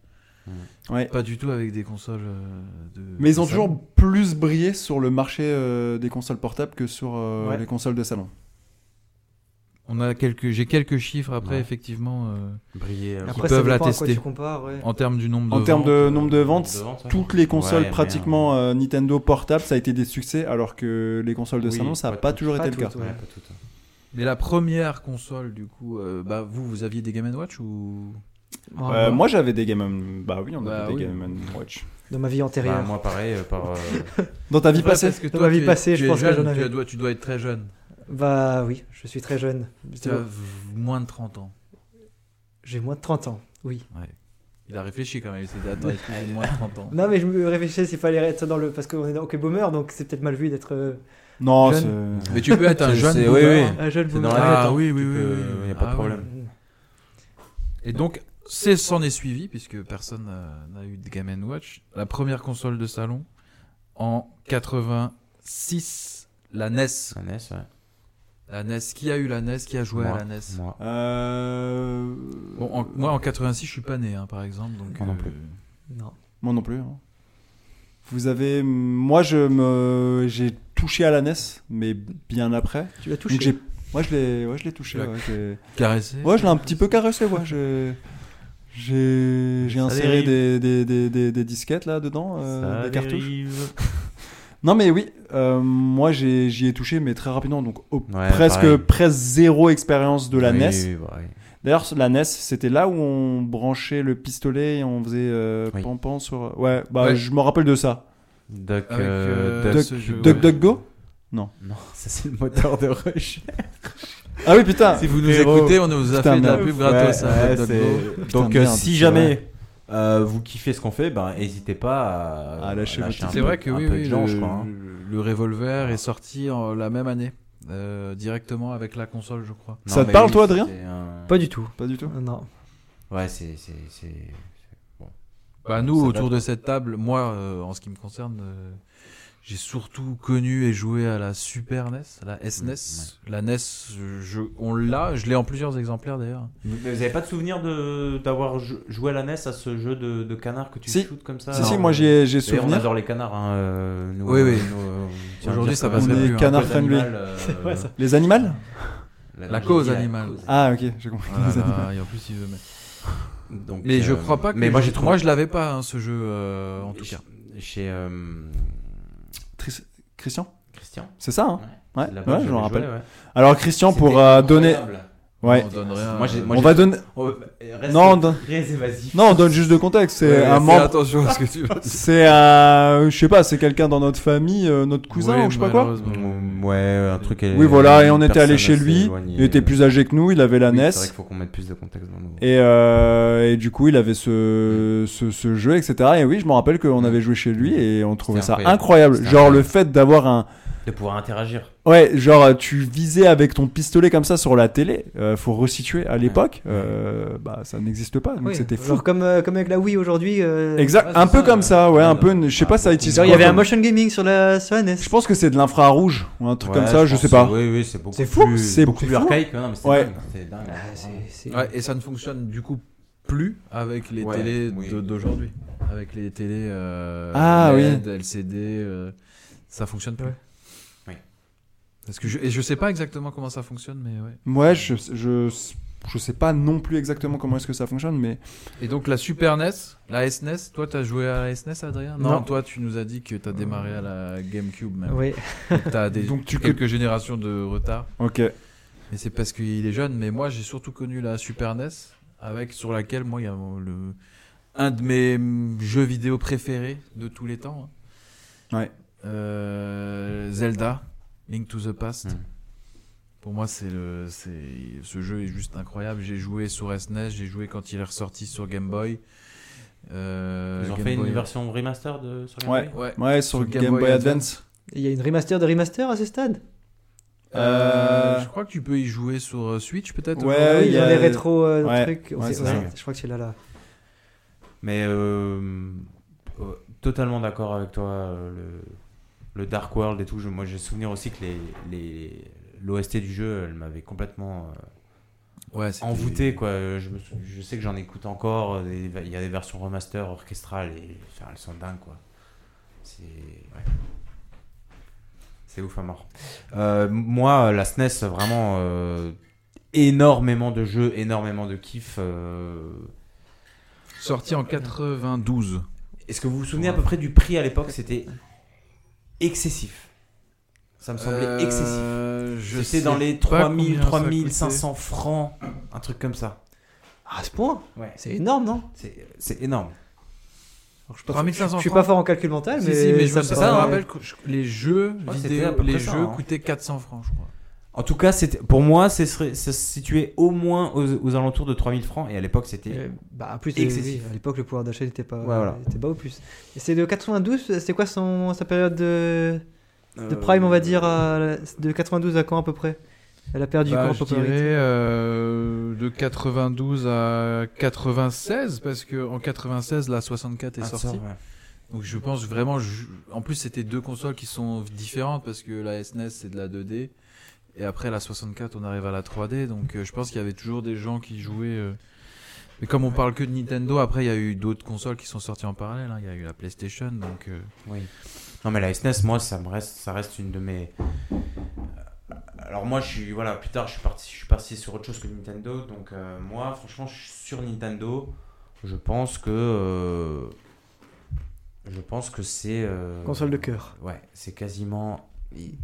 Speaker 1: Mmh. ouais.
Speaker 2: Pas du tout avec des consoles euh, de.
Speaker 1: Mais ils ont
Speaker 2: de salon.
Speaker 1: toujours plus brillé sur le marché euh, des consoles portables que sur euh,
Speaker 4: Ouais.
Speaker 1: les consoles de salon.
Speaker 2: On a quelques, j'ai quelques chiffres après
Speaker 3: Ouais.
Speaker 2: effectivement euh,
Speaker 3: Briller. euh,
Speaker 2: Ils
Speaker 4: Après, ça
Speaker 2: peuvent la
Speaker 4: dépend à quoi
Speaker 2: tester.
Speaker 4: tu compares, ouais.
Speaker 2: en termes du nombre de.
Speaker 1: En termes
Speaker 2: ventes.
Speaker 1: de
Speaker 3: euh,
Speaker 1: nombre de ventes,
Speaker 3: ventes, ouais.
Speaker 1: toutes les consoles
Speaker 3: Ouais,
Speaker 1: pratiquement euh, Nintendo portables, ça a été des succès, alors que les consoles de
Speaker 3: Oui,
Speaker 1: salon, ça n'a
Speaker 3: pas
Speaker 1: pas
Speaker 3: toutes.
Speaker 1: toujours
Speaker 4: Pas
Speaker 1: été le
Speaker 4: toutes,
Speaker 1: cas.
Speaker 4: euh, ouais.
Speaker 3: Ouais, pas toutes. hein.
Speaker 2: Mais la première console du coup, euh, bah vous, vous aviez des Game Watch ou
Speaker 3: Ah,
Speaker 4: Moi,
Speaker 1: Euh, moi, j'avais des Game and- Bah oui, on
Speaker 2: Bah
Speaker 1: avait
Speaker 2: oui.
Speaker 1: des Game and Watch.
Speaker 4: Dans ma vie
Speaker 3: Bah,
Speaker 4: antérieure.
Speaker 3: moi, pareil, euh, par. euh,
Speaker 1: Dans ta vie
Speaker 2: Ouais,
Speaker 1: passée
Speaker 2: parce que
Speaker 4: Dans
Speaker 2: toi,
Speaker 4: ma vie
Speaker 2: tu es-
Speaker 4: passée,
Speaker 2: tu
Speaker 4: je
Speaker 2: es
Speaker 4: pense que
Speaker 2: jeune,
Speaker 4: j'en avais.
Speaker 2: Tu dois, tu dois être très jeune.
Speaker 4: Bah oui, je suis très jeune.
Speaker 2: Tu
Speaker 1: Euh.
Speaker 2: as v- moins de 30 ans.
Speaker 4: J'ai moins de 30 ans, oui.
Speaker 2: Il a réfléchi quand même. Il s'est dit, attends, est-ce que j'ai moins de 30 ans
Speaker 4: Non, mais je me réfléchissais s'il fallait être dans le. Parce qu'on est dans OK Boomer, donc c'est peut-être mal vu d'être euh,
Speaker 1: Non,
Speaker 4: Jeune.
Speaker 1: c'est-
Speaker 2: Mais tu peux être un
Speaker 3: C'est-
Speaker 2: jeune.
Speaker 3: c'est- oui,
Speaker 2: boomer.
Speaker 3: oui.
Speaker 4: un jeune
Speaker 3: C'est dans
Speaker 4: boomer. Mm.
Speaker 3: la
Speaker 2: Ah,
Speaker 3: tête, hein.
Speaker 2: oui, oui,
Speaker 3: Tu
Speaker 2: oui,
Speaker 3: peux-
Speaker 2: oui, oui.
Speaker 3: y a pas de
Speaker 2: Ah,
Speaker 3: problème.
Speaker 2: Et donc, c'est s'en est suivi, puisque personne euh, n'a- n'a eu de Game Watch. La première console de salon, en 86, la NES.
Speaker 3: Un S, ouais.
Speaker 2: La NES, qui a eu la NES Qui a joué à
Speaker 3: Moi.
Speaker 2: la NES
Speaker 3: Moi.
Speaker 1: Euh,
Speaker 2: Bon, en- moi, en 86, je suis pas né, hein, par exemple. Donc,
Speaker 3: Moi non plus.
Speaker 4: Non.
Speaker 1: Moi non plus. hein. Vous avez. Moi, je me. J'ai touché à la NES, mais bien après.
Speaker 4: Tu l'as
Speaker 1: Donc
Speaker 4: touché.
Speaker 1: j'ai. Moi, je l'ai. Ouais, je l'ai touché.
Speaker 2: Tu l'as-
Speaker 1: Ouais, j'ai-
Speaker 2: Caressé
Speaker 1: ouais, je l'ai un petit peu caressé. Ouais, j'ai. J'ai j'ai
Speaker 3: Ça
Speaker 1: inséré des,
Speaker 3: dérive.
Speaker 1: des, des, des, des disquettes là dedans, euh, des cartouches. Non mais oui, euh, moi j'ai- j'y ai touché mais très rapidement donc au-
Speaker 3: Ouais,
Speaker 1: presque
Speaker 3: pareil.
Speaker 1: presque zéro expérience de la E
Speaker 3: Oui,
Speaker 1: NES.
Speaker 3: oui, oui, pareil.
Speaker 1: D'ailleurs la NES c'était là où on branchait le pistolet et on faisait euh,
Speaker 3: Oui.
Speaker 1: pan-pan sur. Ouais bah
Speaker 2: Ouais.
Speaker 1: je me rappelle de ça.
Speaker 3: Duck,
Speaker 2: Avec,
Speaker 3: euh,
Speaker 2: euh,
Speaker 3: Duck-
Speaker 2: ce jeu,
Speaker 1: Duck
Speaker 2: ouais.
Speaker 1: Duck Go.
Speaker 3: Non, ça c'est le moteur de Rush.
Speaker 1: Ah oui putain.
Speaker 2: Si vous nous
Speaker 3: Frérot.
Speaker 2: écoutez, on nous a
Speaker 1: Putain,
Speaker 2: fait de la
Speaker 1: merde.
Speaker 2: pub gratos.
Speaker 3: Ouais,
Speaker 2: hein,
Speaker 3: ouais,
Speaker 2: Doc
Speaker 3: c'est-
Speaker 2: Go.
Speaker 3: Donc
Speaker 1: Putain,
Speaker 3: euh,
Speaker 1: merde,
Speaker 3: si
Speaker 1: c'est
Speaker 3: jamais euh, vous kiffez ce qu'on fait, ben n'hésitez pas à,
Speaker 1: À lâcher votre-
Speaker 3: un
Speaker 2: C'est
Speaker 3: peu-
Speaker 2: vrai que
Speaker 3: un
Speaker 2: oui,
Speaker 3: peu
Speaker 2: oui,
Speaker 3: de gens,
Speaker 2: le,
Speaker 3: je crois. hein.
Speaker 2: le revolver est sorti en la même année, euh, directement avec la console, je crois.
Speaker 1: Ça
Speaker 3: Non,
Speaker 1: te
Speaker 3: mais
Speaker 1: parle,
Speaker 3: oui,
Speaker 1: toi,
Speaker 3: c'était
Speaker 1: Adrien
Speaker 3: un-
Speaker 4: Pas du tout.
Speaker 1: Pas du tout.
Speaker 4: Non.
Speaker 3: Ouais, c'est c'est- c'est-
Speaker 2: Bah,
Speaker 3: Ça
Speaker 2: nous,
Speaker 3: date.
Speaker 2: autour de cette table, moi, euh, en ce qui me concerne, euh, j'ai surtout connu et joué à la Super NES, à la SNES. La NES, je, on l'a, je l'ai en plusieurs exemplaires d'ailleurs.
Speaker 3: Vous vous avez pas de souvenir de- d'avoir jou- joué à la NES à ce jeu de, de canard que tu
Speaker 1: Si.
Speaker 3: shootes comme ça
Speaker 1: Si
Speaker 3: Non.
Speaker 1: si moi j'y ai- j'ai
Speaker 3: D'ailleurs, on
Speaker 1: souvenir.
Speaker 3: adore les canards. hein, euh, nous,
Speaker 2: Oui, oui.
Speaker 3: euh, nous, euh, on tient à
Speaker 2: Aujourd'hui,
Speaker 3: dire
Speaker 2: ça
Speaker 3: qu'on
Speaker 2: passerait
Speaker 3: est
Speaker 1: plus,
Speaker 3: un
Speaker 1: hein. Canard
Speaker 3: cause
Speaker 1: friendly.
Speaker 3: animal, euh,
Speaker 1: Les animaux
Speaker 3: la-
Speaker 2: La
Speaker 3: j'ai
Speaker 2: cause
Speaker 3: dit la
Speaker 2: animale.
Speaker 3: cause.
Speaker 1: Ah ok j'ai compris.
Speaker 2: Ah là
Speaker 1: les
Speaker 2: là,
Speaker 1: animaux.
Speaker 2: et en plus, il veut mettre-
Speaker 3: Donc,
Speaker 2: Mais je
Speaker 3: euh,
Speaker 2: crois pas que.
Speaker 3: Mais moi, j'ai
Speaker 2: je-
Speaker 3: trouvé.
Speaker 2: Moi, je l'avais pas, hein, ce jeu, euh, en tout cas.
Speaker 3: Chez euh,
Speaker 1: Tris- Christian
Speaker 3: Christian.
Speaker 1: c'est ça hein.
Speaker 3: Ouais,
Speaker 1: Ouais, ouais, je me rappelle.
Speaker 3: ouais.
Speaker 1: Alors Christian pour
Speaker 3: C'était
Speaker 1: euh, donner.
Speaker 3: incroyable.
Speaker 1: Ouais.
Speaker 2: On donne rien.
Speaker 3: Moi, j'ai- moi,
Speaker 1: On va donner.
Speaker 3: Oh, euh, reste-
Speaker 1: Non, on donne-
Speaker 3: reste évasif.
Speaker 1: Non on donne juste de contexte. C'est un membre.
Speaker 2: attention à ce que tu veux.
Speaker 1: C'est un, je sais pas, c'est quelqu'un dans notre famille, euh, notre cousin ou je sais pas quoi.
Speaker 3: Mm, Ouais, un truc.
Speaker 1: Oui, voilà, et on était allé chez lui. Il était plus âgé que nous, il avait la E NES.
Speaker 3: C'est vrai qu'il faut qu'on mette plus de contexte dans nos. Mm.
Speaker 1: Et, euh, et du coup, il avait ce, ce, ce jeu, etc. Et oui, je me rappelle qu'on avait joué chez lui et on trouvait ça
Speaker 3: C'était
Speaker 1: incroyable.
Speaker 3: incroyable. C'était
Speaker 1: Genre
Speaker 3: incroyable.
Speaker 1: le fait d'avoir un,
Speaker 3: De pouvoir interagir.
Speaker 1: ouais, genre euh, tu visais avec ton pistolet comme ça sur la télé. Euh, faut resituer à l'époque, euh, bah ça n'existe pas, donc
Speaker 4: Oui,
Speaker 1: c'était fou.
Speaker 4: Genre comme, euh, comme avec la Wii aujourd'hui. euh,
Speaker 1: Exact,
Speaker 3: ouais,
Speaker 1: un
Speaker 3: c'est
Speaker 1: peu
Speaker 3: ça,
Speaker 1: comme
Speaker 3: euh,
Speaker 1: ça, ouais,
Speaker 3: ouais,
Speaker 1: un
Speaker 3: non,
Speaker 1: peu. Je sais
Speaker 3: pas
Speaker 1: pas, ça
Speaker 3: beaucoup.
Speaker 1: utilise.
Speaker 4: genre, il y avait
Speaker 1: quoi
Speaker 4: un
Speaker 1: comme-
Speaker 4: motion gaming sur la, sur la E NES.
Speaker 1: Je pense que c'est de l'infrarouge ou un truc
Speaker 3: Ouais,
Speaker 1: comme ça, je
Speaker 3: pense
Speaker 1: sais
Speaker 3: que-
Speaker 1: pas.
Speaker 3: Oui, oui, c'est beaucoup
Speaker 1: C'est fou,
Speaker 3: plus,
Speaker 1: c'est
Speaker 3: beaucoup
Speaker 1: fou.
Speaker 3: plus archaïque. Non, mais c'est
Speaker 1: Ouais.
Speaker 3: dingue. Euh, C'est dingue.
Speaker 4: Ah, c'est- c'est-
Speaker 2: Ouais, et ça ne fonctionne du coup plus avec les
Speaker 3: Ouais,
Speaker 2: télés
Speaker 3: oui.
Speaker 2: de- d'aujourd'hui. Avec les télés euh,
Speaker 1: Ah,
Speaker 2: LED, LCD, euh, ça fonctionne plus.
Speaker 4: Ouais.
Speaker 3: Oui.
Speaker 2: Parce que je, et je sais pas exactement comment ça fonctionne, mais ouais.
Speaker 1: Ouais, je, je, je sais pas non plus exactement comment est-ce que ça fonctionne, mais
Speaker 2: Et donc la Super NES, la SNES, toi t'as joué à la SNES, Adrien
Speaker 4: Non.
Speaker 2: toi tu nous as dit que t'as démarré à la GameCube même.
Speaker 4: Oui.
Speaker 2: Donc, T'as des
Speaker 1: Donc, tu-
Speaker 2: quelques générations de retard.
Speaker 1: ok.
Speaker 2: Mais c'est parce qu'il est jeune. Mais moi, j'ai surtout connu la Super NES, avec sur laquelle moi, il y a le un de mes mm, jeux vidéo préférés de tous les temps. hein.
Speaker 1: Ouais.
Speaker 3: Hmm.
Speaker 2: Euh, Zelda, Link to the Past.
Speaker 3: Mm.
Speaker 2: Pour moi, c'est le, c'est, ce jeu est juste incroyable. J'ai joué sur SNES, j'ai joué quand il est ressorti sur Game Boy. Euh,
Speaker 3: Ils ont
Speaker 2: Game
Speaker 3: fait
Speaker 2: Boy-
Speaker 3: une version remaster de sur Game
Speaker 1: Ouais.
Speaker 3: Boy
Speaker 2: Ouais.
Speaker 1: Ouais, sur Game, Boy, Advance.
Speaker 4: Il y a une remaster de remaster à ce stade
Speaker 2: Euh,
Speaker 1: Euh,
Speaker 2: Je crois que tu peux y jouer sur euh, Switch peut-être.
Speaker 1: Ouais,
Speaker 4: Ah
Speaker 2: aujourd'hui.
Speaker 1: Euh,
Speaker 4: oui,
Speaker 1: il
Speaker 4: Ils
Speaker 1: y
Speaker 4: ont
Speaker 1: a-
Speaker 4: les rétro euh,
Speaker 1: Ouais,
Speaker 4: trucs.
Speaker 1: ouais,
Speaker 4: C'est-
Speaker 1: c'est
Speaker 4: ouais,
Speaker 1: ça.
Speaker 4: je crois que c'est là là.
Speaker 3: Mais euh, euh, totalement d'accord avec toi, euh, le, le Dark World et tout. Je- moi, j'ai souvenir aussi que les, les, l'OST du jeu, elle m'avait complètement euh,
Speaker 2: Ouais, c'était-
Speaker 3: envoûté. Quoi. Euh, Je, me sou- je sais que j'en écoute encore. euh, des- Il y a des versions remaster orchestrales et enfin, elles sont dingues. Quoi. C'est, ouais. C'est ouf à mort. Euh, moi, la SNES, vraiment, euh, énormément de jeux, énormément de kiff. euh,
Speaker 2: Sorti en 92.
Speaker 3: Est-ce que vous vous souvenez à peu près du prix à l'époque C'était excessif. Ça me semblait excessif.
Speaker 2: Euh, je
Speaker 3: C'était
Speaker 2: sais
Speaker 3: dans les
Speaker 2: pas
Speaker 3: 3000,
Speaker 2: combien ça
Speaker 3: 3500 francs, un truc comme ça.
Speaker 4: Ah, à ce point
Speaker 3: Ouais.
Speaker 4: C'est énorme, non
Speaker 3: C'est c'est énorme.
Speaker 4: Alors, je,
Speaker 2: coûtait.
Speaker 4: pense-
Speaker 2: 3500
Speaker 4: je suis
Speaker 2: francs.
Speaker 4: pas fort en calcul mental,
Speaker 2: Si,
Speaker 4: mais,
Speaker 2: si, mais je
Speaker 4: ça
Speaker 2: me,
Speaker 4: me
Speaker 2: ça,
Speaker 4: paraît-
Speaker 2: me rappelle que je- les jeux
Speaker 3: crois que c'était à
Speaker 2: vidéo,
Speaker 3: peu près
Speaker 2: les
Speaker 3: ça,
Speaker 2: jeux
Speaker 3: hein.
Speaker 2: coûtaient 400 francs, je crois.
Speaker 3: En tout cas, c'était- pour moi, ce serait- ça se situait au moins aux, aux alentours de 3000 francs. Et à l'époque, c'était.
Speaker 4: Euh, Bah, en plus,
Speaker 3: Excessif.
Speaker 4: oui, à l'époque, le pouvoir d'achat n'était pas,
Speaker 3: Ouais, voilà.
Speaker 4: était pas au plus. Et c'est de 92, c'est quoi son, sa période de, de
Speaker 3: euh,
Speaker 4: prime, on va dire, à la- de 92 à quand à peu près Elle a perdu
Speaker 2: Bah,
Speaker 4: quand
Speaker 2: je
Speaker 4: en popularité
Speaker 2: dirais euh, de 92 à 96 parce que en 96 la 64 est
Speaker 3: un sort,
Speaker 2: sortie.
Speaker 3: ouais.
Speaker 2: Donc je pense vraiment je- en plus c'était deux consoles qui sont différentes parce que la SNES c'est de la 2D et après la 64 on arrive à la 3D donc euh, je pense qu'il y avait toujours des gens qui jouaient euh, mais comme on parle que de Nintendo après il y a eu d'autres consoles qui sont sorties en parallèle hein. il y a eu la PlayStation donc euh,
Speaker 3: Oui. Non mais la SNES, moi, ça me reste, ça reste une de mes. Alors moi, je suis voilà, plus tard, je suis parti, je suis parti sur autre chose que Nintendo. Donc euh, moi, franchement, je suis sur Nintendo. Je pense que, euh, je pense que c'est. euh,
Speaker 4: Console de cœur.
Speaker 3: Ouais, c'est quasiment i-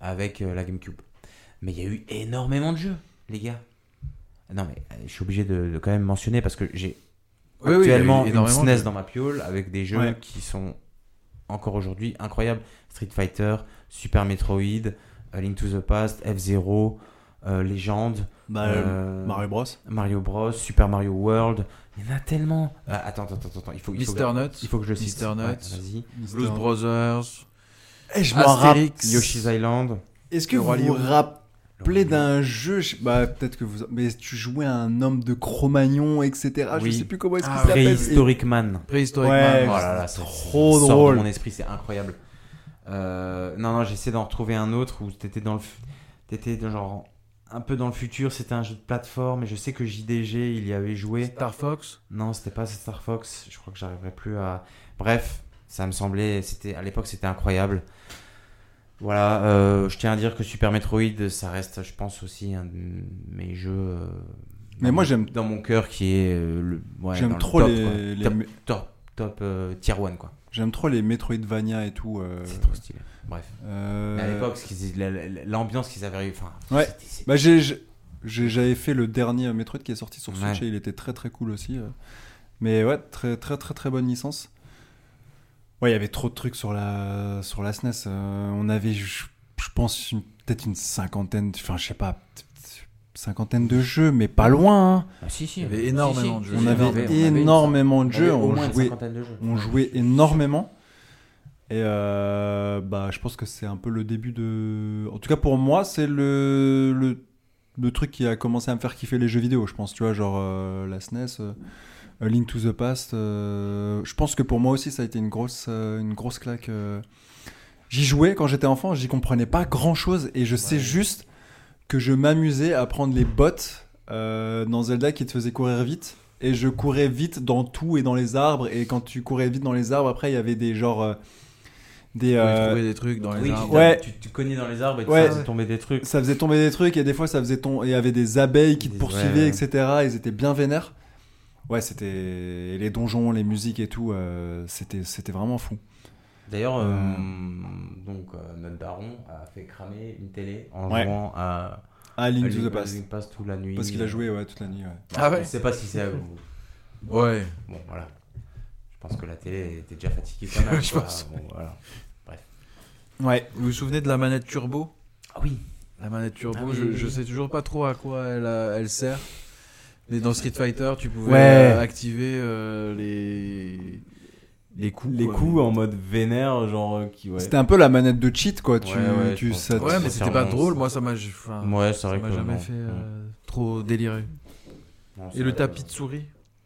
Speaker 3: avec euh, la GameCube. Mais il y a eu énormément de jeux, les gars. Non mais euh, je suis obligé de, de quand même mentionner parce que j'ai
Speaker 2: oui, oui, il y a eu
Speaker 3: actuellement une E
Speaker 2: énormément
Speaker 3: SNES
Speaker 2: de-
Speaker 3: dans ma piole avec des jeux
Speaker 1: Ouais.
Speaker 3: qui sont encore aujourd'hui incroyables. Street Fighter, Super Metroid, euh, Link to the Past, F-Zero, euh, Legend,
Speaker 1: Bah,
Speaker 3: euh,
Speaker 1: Mario Bros.
Speaker 3: Mario Bros, Super Mario World. Il y en a tellement. Euh, attends, attends, attends, attends, il faut, il faut,
Speaker 2: Mister
Speaker 3: que,
Speaker 2: Nuts,
Speaker 3: il faut que je cite.
Speaker 2: Mister
Speaker 3: Ouais,
Speaker 2: Nuts.
Speaker 3: vas-y.
Speaker 2: Blues Brothers,
Speaker 1: Eh, je me rappelle.
Speaker 2: Astérix,
Speaker 3: Yoshi's Island.
Speaker 1: Est-ce que
Speaker 2: Ah, Le
Speaker 1: vous
Speaker 2: Roi
Speaker 1: vous
Speaker 2: Lion.
Speaker 1: rappelez d'un jeu je- Bah, peut-être que vous. Mais tu jouais à un homme de Cro-Magnon, etc.
Speaker 3: Oui.
Speaker 1: Je sais plus comment est-ce qu'il
Speaker 2: Ah,
Speaker 1: s'appelle.
Speaker 3: Prehistoric Man.
Speaker 2: Préhistoric
Speaker 1: Ouais.
Speaker 2: Man.
Speaker 3: Oh là là, c'est
Speaker 1: trop
Speaker 3: ça sort
Speaker 1: drôle.
Speaker 3: de mon esprit, c'est incroyable. Euh, non, non, j'essaie d'en retrouver un autre où t'étais dans le, fu- t'étais dans genre un peu dans le futur. C'était un jeu de plateforme et je sais que JDG il y avait joué.
Speaker 2: Star Fox.
Speaker 3: Non, c'était pas Star Fox. Je crois que j'arriverai plus à. Bref, ça me semblait, c'était à l'époque, c'était incroyable. Voilà, euh, je tiens à dire que Super Metroid, ça reste, je pense aussi un de mes jeux. euh,
Speaker 1: Mais
Speaker 3: dans
Speaker 1: moi,
Speaker 3: mon-
Speaker 1: j'aime-
Speaker 3: dans mon cœur qui est euh, le. ouais, dans
Speaker 1: J'aime
Speaker 3: le
Speaker 1: trop
Speaker 3: top, quoi.
Speaker 1: les, les
Speaker 3: Top
Speaker 1: me-
Speaker 3: top, top euh, tier 1 quoi.
Speaker 1: j'aime trop les Metroidvania et tout. euh,
Speaker 3: C'est trop stylé. Bref.
Speaker 1: euh,
Speaker 3: À l'époque, ce qu'ils- la- la- l'ambiance qu'ils avaient eu. Enfin,
Speaker 1: Ouais.
Speaker 3: c'était- c'est-
Speaker 1: Bah, j'ai, j'ai- j'ai- j'avais fait le dernier Metroid qui est sorti sur Switch
Speaker 3: Ouais.
Speaker 1: et il était très très cool aussi. euh. Mais ouais, très très très très bonne licence. Ouais, il y avait trop de trucs sur la, sur la SNES. euh, on avait, je je pense, une- peut-être une cinquantaine, enfin je sais pas, cinquantaine de jeux, mais pas loin. hein.
Speaker 3: Ah, si, si,
Speaker 2: Il y avait énormément de jeux.
Speaker 1: On
Speaker 2: Oui,
Speaker 1: avait
Speaker 2: on avait- on
Speaker 1: énormément de
Speaker 3: une-
Speaker 1: jeux,
Speaker 3: on avait au
Speaker 1: on
Speaker 3: moins une
Speaker 1: jouait,
Speaker 3: cinquantaine de jeux.
Speaker 1: on jouait énormément. Et euh, bah, je pense que c'est un peu le début de. En tout cas, pour moi, c'est le, le, le truc qui a commencé à me faire kiffer les jeux vidéo, je pense. Tu vois, genre euh, la SNES, euh, Link to the Past. euh, je pense que pour moi aussi, ça a été une grosse, euh, une grosse claque. euh. J'y jouais quand j'étais enfant, j'y comprenais pas grand chose. Et je sais
Speaker 3: Ouais.
Speaker 1: juste que je m'amusais à prendre les bottes euh, dans Zelda qui te faisaient courir vite. Et je courais vite dans tout et dans les arbres. Et quand tu courais vite dans les arbres, après, il y avait des genres. euh, des,
Speaker 2: On
Speaker 1: euh,
Speaker 2: trouvait des trucs dans les
Speaker 3: Oui,
Speaker 2: arbres.
Speaker 3: tu-
Speaker 1: Ouais.
Speaker 3: tu, tu cognais dans les arbres et tu
Speaker 1: Ouais.
Speaker 3: faisais tomber des trucs.
Speaker 1: ça faisait tomber des trucs et des fois ça faisait ton il y avait des abeilles qui te
Speaker 3: Des-
Speaker 1: poursuivaient
Speaker 3: ouais.
Speaker 1: etc ils étaient bien vénères ouais c'était et les donjons les musiques et tout euh, c'était c'était vraiment fou
Speaker 3: D'ailleurs, euh,
Speaker 1: Euh.
Speaker 3: donc euh, notre baron a fait cramer une télé en
Speaker 1: Ouais.
Speaker 3: jouant à
Speaker 1: ah Link
Speaker 3: à
Speaker 1: to the Past
Speaker 3: Link Past toute la nuit.
Speaker 1: parce qu'il a joué ouais toute la nuit ouais.
Speaker 2: Ah ouais.
Speaker 3: Je sais pas si c'est. à vous.
Speaker 2: Ouais.
Speaker 3: Bon, voilà. Je pense que la télé était déjà fatiguée pas mal.
Speaker 2: Je
Speaker 3: quoi.
Speaker 2: pense,
Speaker 3: Bon, voilà.
Speaker 2: Vous vous souvenez de la manette Turbo
Speaker 3: Ah oui.
Speaker 2: La manette turbo,
Speaker 3: Ah oui.
Speaker 2: je, je sais toujours pas trop à quoi elle, euh, elle sert. Mais dans Street Fighter, tu pouvais
Speaker 8: Ouais.
Speaker 2: euh, activer euh, les... les coups.
Speaker 8: Les
Speaker 2: quoi.
Speaker 8: coups en mode vénère, genre euh, qui. Ouais.
Speaker 1: C'était un peu la manette de cheat, quoi. Tu,
Speaker 3: Ouais, ouais,
Speaker 1: tu,
Speaker 3: je pense.
Speaker 1: ça te-
Speaker 2: Ouais, mais c'était pas
Speaker 3: Sincèrement,
Speaker 2: drôle.
Speaker 3: ça-
Speaker 2: Moi, ça m'a enfin,
Speaker 3: Ouais, c'est
Speaker 2: ça
Speaker 3: vrai
Speaker 2: m'a
Speaker 3: que
Speaker 2: jamais
Speaker 3: non.
Speaker 2: fait
Speaker 3: Ouais.
Speaker 2: euh, trop délirer.
Speaker 3: Non, c'est
Speaker 2: Et le
Speaker 3: vrai.
Speaker 2: tapis de souris,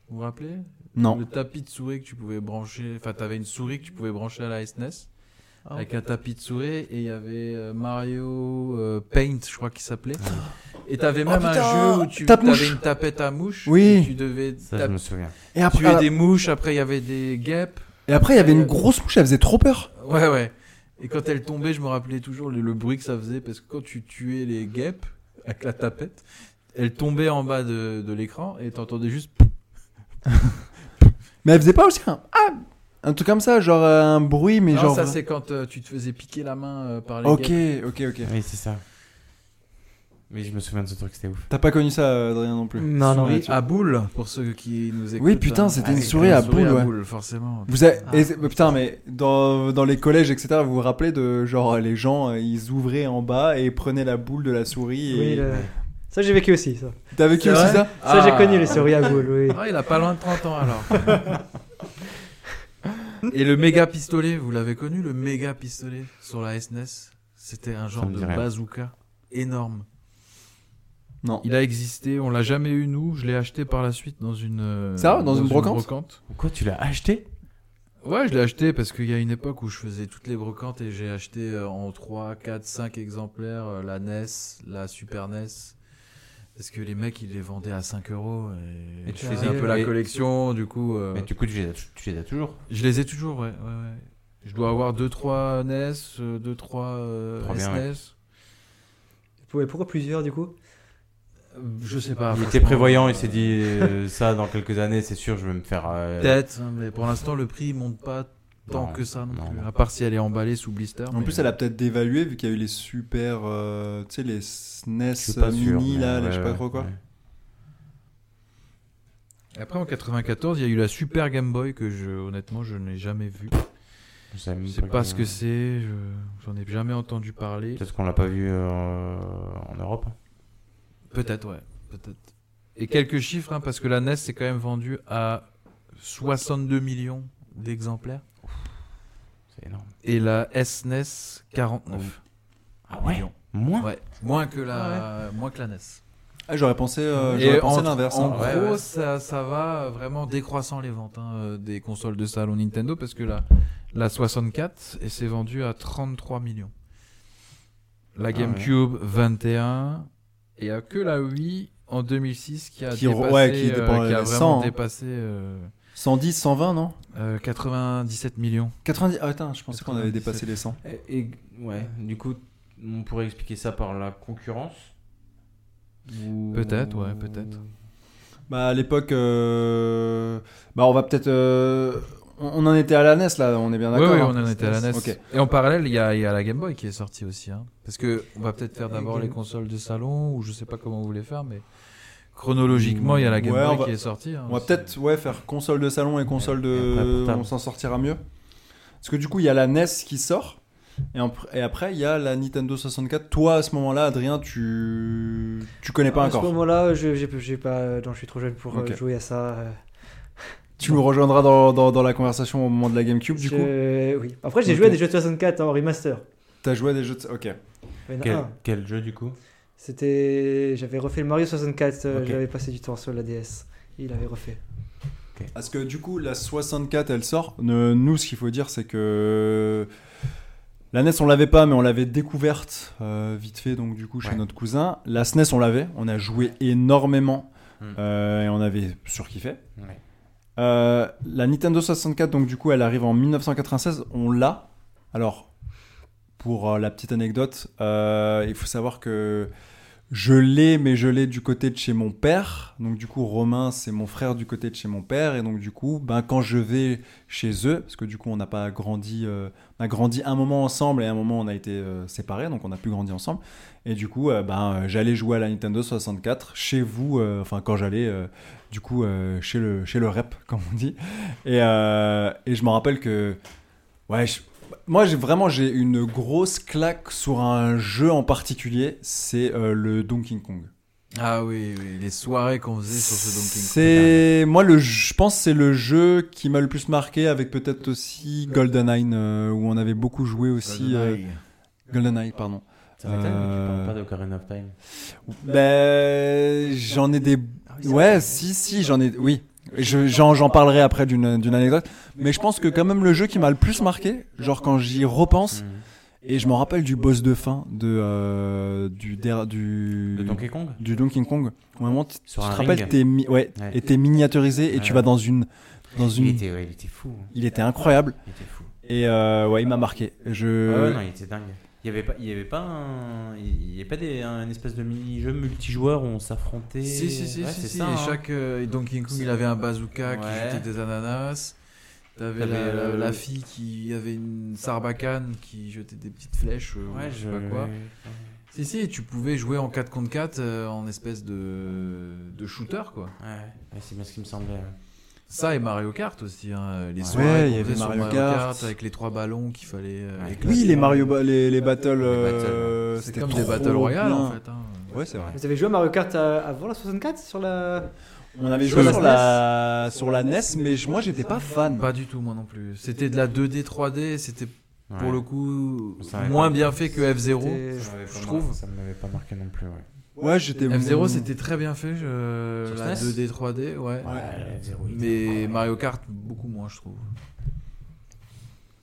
Speaker 2: vous vous rappelez
Speaker 1: Non.
Speaker 2: Le tapis de souris que tu pouvais brancher, enfin t'avais une souris que tu pouvais brancher à la SNES
Speaker 3: Ah,
Speaker 2: avec un tapis de souris et il y avait euh, Mario euh, Paint, je crois qu'il s'appelait. Et t'avais même
Speaker 3: Oh,
Speaker 2: un jeu où tu
Speaker 1: tape-mouche.
Speaker 2: avais une tapette à mouche.
Speaker 1: Oui. Ah,
Speaker 2: Tu devais
Speaker 3: Ça, je
Speaker 2: taper-
Speaker 3: me souviens.
Speaker 1: Et après, ah,
Speaker 2: tuer des mouches. Après il y avait des guêpes.
Speaker 1: et après, il y avait une grosse mouche, elle faisait trop peur.
Speaker 2: Ouais ouais. Et quand elle tombait, je me rappelais toujours le, le bruit que ça faisait parce que quand tu tuais les guêpes avec la tapette, elle tombait en bas de, de l'écran et t'entendais juste.
Speaker 1: Mais elle faisait pas aussi un. Ah Un truc comme ça, genre euh, un bruit, mais
Speaker 2: non,
Speaker 1: genre.
Speaker 2: ça c'est quand euh, tu te faisais piquer la main euh, par les
Speaker 1: ok,
Speaker 2: guêpes.
Speaker 1: ok, ok.
Speaker 3: Oui, c'est ça. Mais je me souviens de ce truc, c'était ouf.
Speaker 1: T'as pas connu ça, Adrien, non
Speaker 2: Mm.
Speaker 1: plus
Speaker 4: Non, non.
Speaker 2: souris à boule pour ceux qui nous écoutent.
Speaker 1: Ah Oui, putain,
Speaker 2: hein.
Speaker 1: c'était
Speaker 2: Ah,
Speaker 1: une souris à boule, ouais.
Speaker 2: forcément.
Speaker 1: Vous avez...
Speaker 4: Ah.
Speaker 1: et c'est- mais putain, mais dans, dans les collèges, etc., vous vous rappelez de genre les gens, euh, ils ouvraient en bas et prenaient la boule de la souris. Et...
Speaker 4: Oui, le- Ça, j'ai vécu aussi, ça.
Speaker 1: T'as vécu
Speaker 2: C'est
Speaker 1: aussi
Speaker 2: vrai
Speaker 1: ça
Speaker 4: Ça, j'ai
Speaker 2: Ah.
Speaker 4: connu les souris à boule, oui.
Speaker 2: Ah, il a pas loin de 30 ans alors. Et le méga pistolet, vous l'avez connu, le méga pistolet sur la SNES C'était un genre
Speaker 3: me
Speaker 2: de
Speaker 3: dit rien.
Speaker 2: bazooka énorme.
Speaker 1: Non.
Speaker 2: Il a existé, on l'a jamais eu nous, je l'ai acheté par la suite dans une. euh,
Speaker 1: Ça va, dans une brocante
Speaker 3: Quoi, tu l'as acheté
Speaker 2: Ouais, je l'ai acheté parce qu'il y a une époque où je faisais toutes les brocantes et j'ai acheté euh, en 3, 4, 5 exemplaires euh, la NES, la Super NES. Parce que les mecs, ils les vendaient à 5 euros. Et,
Speaker 3: Et tu
Speaker 2: je
Speaker 3: les
Speaker 2: faisais
Speaker 3: as-
Speaker 2: un peu la
Speaker 3: mais-
Speaker 2: collection, du coup. euh,
Speaker 3: Mais du coup, tu les as, tu les as toujours.
Speaker 2: Je les ai toujours, ouais. ouais, ouais. Je dois avoir 2-3 NES, 2-3
Speaker 3: Trop bien,
Speaker 2: SNES.
Speaker 3: ouais.
Speaker 4: Ouais, Pourquoi plusieurs, du coup
Speaker 2: Euh, Je sais pas.
Speaker 3: il était
Speaker 2: franchement,
Speaker 3: prévoyant,
Speaker 2: euh,
Speaker 3: il s'est dit Ah, euh, ça dans quelques années, c'est sûr, je vais me faire. euh,
Speaker 2: Peut-être, hein, mais pour l'instant, le prix monte pas tant
Speaker 3: Non,
Speaker 2: que ça non,
Speaker 3: non,
Speaker 2: plus.
Speaker 3: non.
Speaker 2: À part si elle est emballée sous blister.
Speaker 1: En
Speaker 2: mais-
Speaker 1: plus, elle a peut-être dévalué vu qu'il y a eu les super. euh, tu sais, les SNES
Speaker 3: je suis pas
Speaker 1: euh,
Speaker 3: sûr,
Speaker 1: mini,
Speaker 3: mais
Speaker 1: là, les
Speaker 3: ouais,
Speaker 1: je sais pas
Speaker 3: ouais,
Speaker 1: trop quoi.
Speaker 3: ouais.
Speaker 2: Après, en 94, il y a eu la Super Game Boy que, je, honnêtement, je n'ai jamais vue.
Speaker 3: Je savais même
Speaker 2: Je sais pas ce que
Speaker 3: c'est.
Speaker 2: c'est, je- j'en ai jamais entendu parler.
Speaker 3: Peut-être qu'on l'a pas vu euh, en Europe. hein.
Speaker 2: Peut-être, ouais. Peut-être. Et quelques chiffres, hein, parce que la NES s'est quand même vendue à 62 millions d'exemplaires.
Speaker 3: C'est énorme.
Speaker 2: Et la E SNES, 49
Speaker 3: Ah ouais
Speaker 2: millions.
Speaker 3: Moins
Speaker 2: Ouais. Moins que la, moins que la E NES.
Speaker 1: Ah, j'aurais pensé, euh,
Speaker 2: Et
Speaker 1: j'aurais pensé
Speaker 2: en-
Speaker 1: l'inverse.
Speaker 2: En
Speaker 1: hein.
Speaker 3: Ouais,
Speaker 2: gros,
Speaker 3: ouais.
Speaker 2: Ça, ça va vraiment décroissant les ventes hein, euh, des consoles de salon Nintendo parce que la, la 64 et s'est vendue à 33 millions.
Speaker 1: Ah
Speaker 2: La GameCube 21 et il y a que la Wii en 2006 qui a
Speaker 1: Qui re-
Speaker 2: dépassé,
Speaker 1: ouais, qui
Speaker 2: euh,
Speaker 1: dépasse
Speaker 2: qui a
Speaker 1: les
Speaker 2: vraiment
Speaker 1: 100, hein.
Speaker 2: dépassé euh,
Speaker 1: 110, 120, non
Speaker 2: euh, 97 millions.
Speaker 1: 90. Ah, attends, je pensais qu'on avait dépassé les 100.
Speaker 3: et, et- ouais, du coup, on pourrait expliquer ça par la concurrence Ou-
Speaker 2: Peut-être, ouais, peut-être.
Speaker 1: Bah à l'époque, euh, bah on va peut-être, euh, on, on en était à la NES là, on est bien
Speaker 2: Oui,
Speaker 1: d'accord.
Speaker 2: oui,
Speaker 1: hein
Speaker 2: on en était à la NES.
Speaker 1: Ok.
Speaker 2: Et en parallèle, il y a, il y a la Game Boy qui est sortie aussi. hein. Parce que on va peut-être faire d'abord les consoles de salon, ou je sais pas comment vous voulez faire, mais chronologiquement, il y a la Game
Speaker 1: Ouais, on
Speaker 2: Boy
Speaker 1: va-
Speaker 2: qui est sortie. hein.
Speaker 1: On va
Speaker 2: C'est-
Speaker 1: peut-être, ouais, faire console de salon et console
Speaker 3: Et après,
Speaker 1: de,
Speaker 3: portable.
Speaker 1: on s'en sortira mieux. Parce que du coup, il y a la NES qui sort. Et, en- et après, il y a la Nintendo 64. Toi, à ce moment-là, Adrien, tu, tu connais pas
Speaker 4: À ce
Speaker 1: encore.
Speaker 4: moment-là, Ah, je- j'ai j'ai pas. Non, je suis trop jeune pour euh,
Speaker 1: Ok.
Speaker 4: jouer à ça. euh.
Speaker 1: Tu nous rejoindras dans, dans, dans la conversation au moment de la GameCube. Du coup,
Speaker 4: Je- Oui. Après, j'ai
Speaker 1: Ok.
Speaker 4: joué à des jeux de 64 en remaster.
Speaker 1: t'as joué à des jeux. De... Ok.
Speaker 4: Il y en a
Speaker 3: Quel,
Speaker 1: Ah.
Speaker 4: un.
Speaker 3: quel jeu du coup
Speaker 4: C'était. J'avais refait le Mario 64, euh,
Speaker 3: Ok.
Speaker 4: j'avais passé du temps sur la DS. Il avait refait.
Speaker 1: Parce que du coup, la 64, elle sort. Ne- Nous, ce qu'il faut dire, c'est que euh, la NES, on l'avait pas, mais on l'avait découverte euh, vite fait, donc du coup, chez
Speaker 3: Ouais.
Speaker 1: notre cousin. La SNES, on l'avait. On a joué énormément
Speaker 3: Hmm.
Speaker 1: euh, et on avait surkiffé.
Speaker 3: Ouais.
Speaker 1: Euh, la Nintendo 64, donc du coup, elle arrive en 1996. On l'a. Alors, pour euh, la petite anecdote, euh, il faut savoir que je l'ai, mais je l'ai du côté de chez mon père. Donc du coup, Romain, c'est mon frère du côté de chez mon père. Et donc du coup, ben, quand je vais chez eux, parce que du coup, on n'a pas grandi, euh, on a grandi un moment ensemble et un moment on a été euh, séparés, donc on n'a plus grandi ensemble. Et du coup, euh, ben, euh, j'allais jouer à la Nintendo 64 chez vous, euh, enfin quand j'allais euh, du coup euh, chez, le, chez le rep, comme on dit. Et, euh, et je me rappelle que, ouais, je-
Speaker 6: Moi, j'ai vraiment j'ai une grosse claque sur un jeu en particulier, c'est euh, le Donkey Kong.
Speaker 2: Ah oui, oui, les soirées qu'on faisait sur ce Donkey Kong.
Speaker 6: C'est moi le je pense que c'est le jeu qui m'a le plus marqué avec peut-être aussi GoldenEye euh, où on avait beaucoup joué aussi euh,
Speaker 2: GoldenEye.
Speaker 6: GoldenEye pardon.
Speaker 3: Ça m'étonne que tu
Speaker 6: Euh,
Speaker 3: parles pas de Ocarina of Time.
Speaker 2: Bah,
Speaker 6: Ben j'en ai des
Speaker 2: ah
Speaker 6: ouais si si j'en ai oui Je- j'en j'en parlerai après d'une d'une anecdote mais je pense que quand même le jeu qui m'a le plus marqué genre quand j'y repense
Speaker 3: Mhm.
Speaker 6: et je me rappelle du boss de fin de euh, du der- du
Speaker 3: De Donkey Kong
Speaker 6: du Donkey Kong. Au moment, tu,
Speaker 3: Sur
Speaker 6: tu
Speaker 3: un
Speaker 6: te
Speaker 3: ring.
Speaker 6: rappelles, t'es mi- ouais,
Speaker 3: Ouais.
Speaker 6: et t'es miniaturisé et tu
Speaker 3: Ouais.
Speaker 6: vas dans une, dans une,
Speaker 3: il, était, ouais, il était fou. hein.
Speaker 6: il était incroyable
Speaker 3: Il était fou.
Speaker 6: et euh, ouais, il m'a marqué.
Speaker 3: Ah ouais,
Speaker 6: Je,
Speaker 3: non, il était dingue. Il n'y avait pas, il y avait pas, un, il y avait pas des, un espèce de mini-jeu multijoueur où on s'affrontait.
Speaker 2: Si, si, si,
Speaker 3: Ouais,
Speaker 2: si,
Speaker 3: c'est
Speaker 2: si,
Speaker 3: ça.
Speaker 2: et
Speaker 3: hein.
Speaker 2: chaque euh, Donkey Kong, il avait un bazooka qui
Speaker 3: Ouais.
Speaker 2: jetait des ananas. T'avais
Speaker 3: T'avais,
Speaker 2: la, la,
Speaker 3: euh,
Speaker 2: la fille qui avait une sarbacane qui jetait des petites flèches, euh,
Speaker 3: Ouais,
Speaker 2: ou je sais
Speaker 3: je-
Speaker 2: pas quoi. Si, si, tu pouvais jouer en 4 contre 4 euh, en espèce de, de shooter, quoi.
Speaker 3: Ouais, ouais, c'est bien ce qui me semblait. ouais.
Speaker 2: Ça et Mario Kart aussi, hein, les
Speaker 3: Ouais,
Speaker 2: soirées
Speaker 6: il y
Speaker 2: qu'on
Speaker 6: avait
Speaker 2: faisait sur
Speaker 6: Mario
Speaker 2: Mario
Speaker 6: Kart.
Speaker 2: Kart avec les trois ballons qu'il fallait euh,
Speaker 3: Ouais.
Speaker 2: éclater.
Speaker 6: oui, les Mario, Ba- les, les battles,
Speaker 3: battles,
Speaker 6: euh,
Speaker 2: C'est
Speaker 6: c'était
Speaker 2: comme des
Speaker 6: trop
Speaker 2: Battle Royale, en
Speaker 6: bien.
Speaker 2: fait. hein.
Speaker 6: Ouais, c'est
Speaker 3: Ah.
Speaker 6: vrai.
Speaker 4: Vous avez joué à Mario Kart euh, avant la 64 sur la.
Speaker 6: On avait
Speaker 4: Sur
Speaker 6: joué
Speaker 4: la
Speaker 6: sur la, sur la NES, mais je- moi, j'étais pas fan.
Speaker 2: Pas du tout, moi non plus. C'était de la 2D, 3D, c'était
Speaker 3: Ouais.
Speaker 2: pour le coup
Speaker 3: Ça avait
Speaker 2: moins
Speaker 3: pas-
Speaker 2: bien fait que F0.
Speaker 4: C'était-
Speaker 3: Ça m'avait pas
Speaker 2: je trouve.
Speaker 3: mar- Ça m'avait pas marqué non plus, ouais.
Speaker 6: Ouais, j'étais.
Speaker 2: F0, c'était très bien fait, je-
Speaker 3: Sur
Speaker 2: la
Speaker 3: SNES?
Speaker 2: 2D, 3D, ouais.
Speaker 3: Ouais, euh, F0, il était
Speaker 2: Mais Mario Kart, beaucoup moins, je trouve.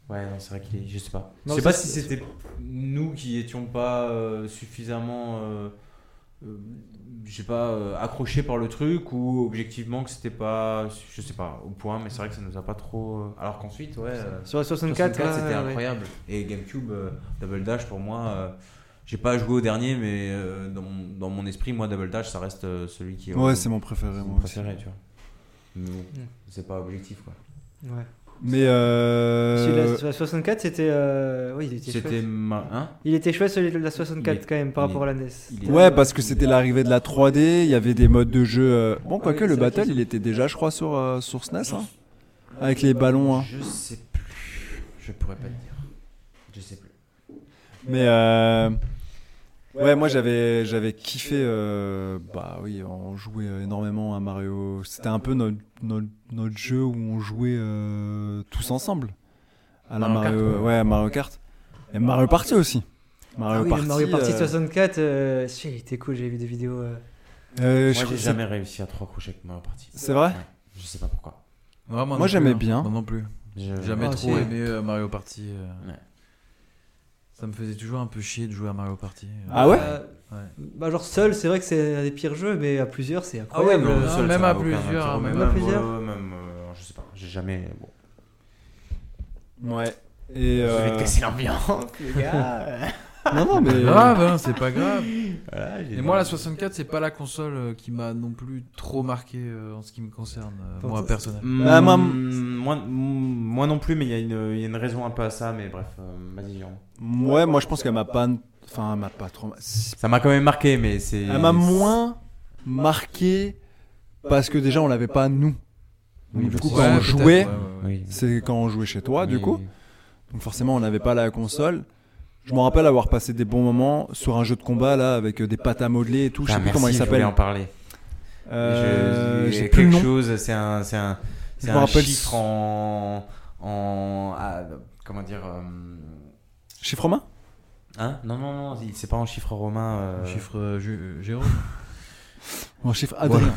Speaker 3: Ouais, non, c'est vrai qu'il est. Je sais pas.
Speaker 4: Non,
Speaker 3: je sais pas
Speaker 4: c'est-
Speaker 3: si c'était nous qui étions pas euh, suffisamment. euh, euh, je sais pas, euh, accrochés par le truc ou objectivement que c'était pas. Je sais pas, au point, mais c'est vrai que ça nous a pas trop. euh, Alors qu'ensuite, ouais. euh,
Speaker 4: Sur la 64,
Speaker 3: 64,
Speaker 4: ouais,
Speaker 3: c'était
Speaker 4: ouais.
Speaker 3: incroyable. Et GameCube, euh, Double Dash, pour moi, euh, j'ai pas joué au dernier, mais euh, dans, mon, dans mon esprit, moi, Double Dash, ça reste euh, celui qui est
Speaker 6: Ouais, c'est mon préféré.
Speaker 3: mon
Speaker 6: moi aussi.
Speaker 3: préféré, tu vois. Mais bon, c'est pas objectif, quoi.
Speaker 4: Ouais.
Speaker 6: Mais euh,
Speaker 4: Celui de la- Sur la 64, c'était. euh, Oui, il était
Speaker 3: C'était
Speaker 4: chouette.
Speaker 3: ma... hein
Speaker 4: Il était chouette celui de la 64
Speaker 3: Il est-
Speaker 4: quand même par
Speaker 3: il est-
Speaker 4: rapport à la E NES.
Speaker 3: il est-
Speaker 6: Ouais, parce que c'était l'arrivée de la 3D, il y avait des modes de jeu. euh, Bon,
Speaker 4: Ah
Speaker 6: quoique
Speaker 4: oui,
Speaker 6: le
Speaker 4: c'est vrai
Speaker 6: battle,
Speaker 4: qu'ils
Speaker 6: il était déjà, je crois, sur, euh, sur SNES, hein, avec les ballons. hein.
Speaker 3: Je sais plus. Je pourrais pas te dire. Je sais
Speaker 6: Euh,
Speaker 3: plus.
Speaker 6: Mais euh, ouais, moi j'avais j'avais kiffé. euh, Bah oui, on jouait euh, énormément à Mario. C'était un peu notre, notre, notre jeu où on jouait euh, tous ensemble à la
Speaker 3: Mario
Speaker 6: Mario,
Speaker 3: Kart, ouais.
Speaker 6: ouais, à Mario Kart et Mario Party aussi.
Speaker 4: Ah
Speaker 6: Mario
Speaker 4: oui, le
Speaker 6: Party.
Speaker 4: Mario Party
Speaker 6: euh,
Speaker 4: 64, euh, celui-là, il était cool, j'ai vu des vidéos. euh,
Speaker 6: euh,
Speaker 3: Moi,
Speaker 6: je
Speaker 3: j'ai
Speaker 6: crois-
Speaker 3: jamais réussi à trop accrocher avec ma partie.
Speaker 6: C'est vrai.
Speaker 3: Je sais pas pourquoi.
Speaker 2: Ouais, moi, non
Speaker 6: Moi,
Speaker 2: plus,
Speaker 6: j'aimais
Speaker 2: hein.
Speaker 6: bien.
Speaker 2: Moi non plus.
Speaker 3: Je-
Speaker 2: Jamais
Speaker 4: Ah,
Speaker 2: trop
Speaker 4: si.
Speaker 2: aimé euh, Mario Party. euh.
Speaker 3: Ouais.
Speaker 2: Ça me faisait toujours un peu chier de jouer à Mario Party. euh.
Speaker 6: Ah ouais
Speaker 4: euh,
Speaker 2: Ouais.
Speaker 4: Bah genre seul, c'est vrai que c'est un des pires jeux, mais à plusieurs, c'est
Speaker 3: Ah ouais,
Speaker 4: incroyable.
Speaker 3: mais
Speaker 2: non,
Speaker 3: le seul,
Speaker 2: même
Speaker 3: ça
Speaker 2: à
Speaker 3: n'a aucun
Speaker 2: plusieurs,
Speaker 3: intérêt.
Speaker 2: même
Speaker 4: à plusieurs.
Speaker 3: ouais, ouais, même, euh, je sais pas. J'ai jamais. Bon.
Speaker 1: hein.
Speaker 6: Ouais. Et
Speaker 3: Je vais
Speaker 6: euh,
Speaker 3: te casser Ah. l'ambiance, les gars.
Speaker 6: non non mais.
Speaker 2: Grave, hein, c'est pas grave.
Speaker 3: Voilà, j'ai-
Speaker 2: Et moi, la 64, c'est pas la console euh, qui m'a non plus trop marqué euh, en ce qui me concerne, euh,
Speaker 4: Pour
Speaker 2: moi
Speaker 4: ça,
Speaker 2: personnellement.
Speaker 3: Mm,
Speaker 6: Bah, moi-
Speaker 3: moi, moi non plus, mais il y, a une- il y a une raison un peu à ça, mais bref, euh, vas-y, Jérôme.
Speaker 6: Ouais, moi je pense qu'elle m'a pas. Enfin, elle m'a pas trop.
Speaker 3: Ça m'a quand même marqué, mais c'est.
Speaker 6: Elle m'a moins marqué parce que déjà on l'avait pas nous. Donc, du coup, quand
Speaker 2: Ouais,
Speaker 6: on
Speaker 2: peut-être,
Speaker 6: jouait,
Speaker 2: ouais, ouais, ouais.
Speaker 3: Oui.
Speaker 6: c'est quand on jouait chez toi, du
Speaker 3: Mais-
Speaker 6: coup. Donc forcément, on n'avait pas la console. Je me rappelle avoir passé des bons moments sur un jeu de combat là avec euh, des pâtes à modeler et tout. Je sais
Speaker 3: Ah,
Speaker 6: plus
Speaker 3: merci,
Speaker 6: comment il
Speaker 3: je voulais
Speaker 6: s'appelle.
Speaker 3: en parler.
Speaker 6: Euh,
Speaker 3: Je-
Speaker 6: J'ai
Speaker 3: quelque
Speaker 6: plus le nom.
Speaker 3: chose, c'est un, c'est un,
Speaker 6: Je
Speaker 3: c'est
Speaker 6: me
Speaker 3: un
Speaker 6: rappelle-
Speaker 3: chiffre en, en, ah, comment dire, euh,
Speaker 6: Chiffre romain
Speaker 3: hein Non, non, non, il- c'est pas en chiffre romain. euh,
Speaker 2: Chiffre euh, Ju- euh, Jérôme.
Speaker 6: Ou un chiffre Adrien.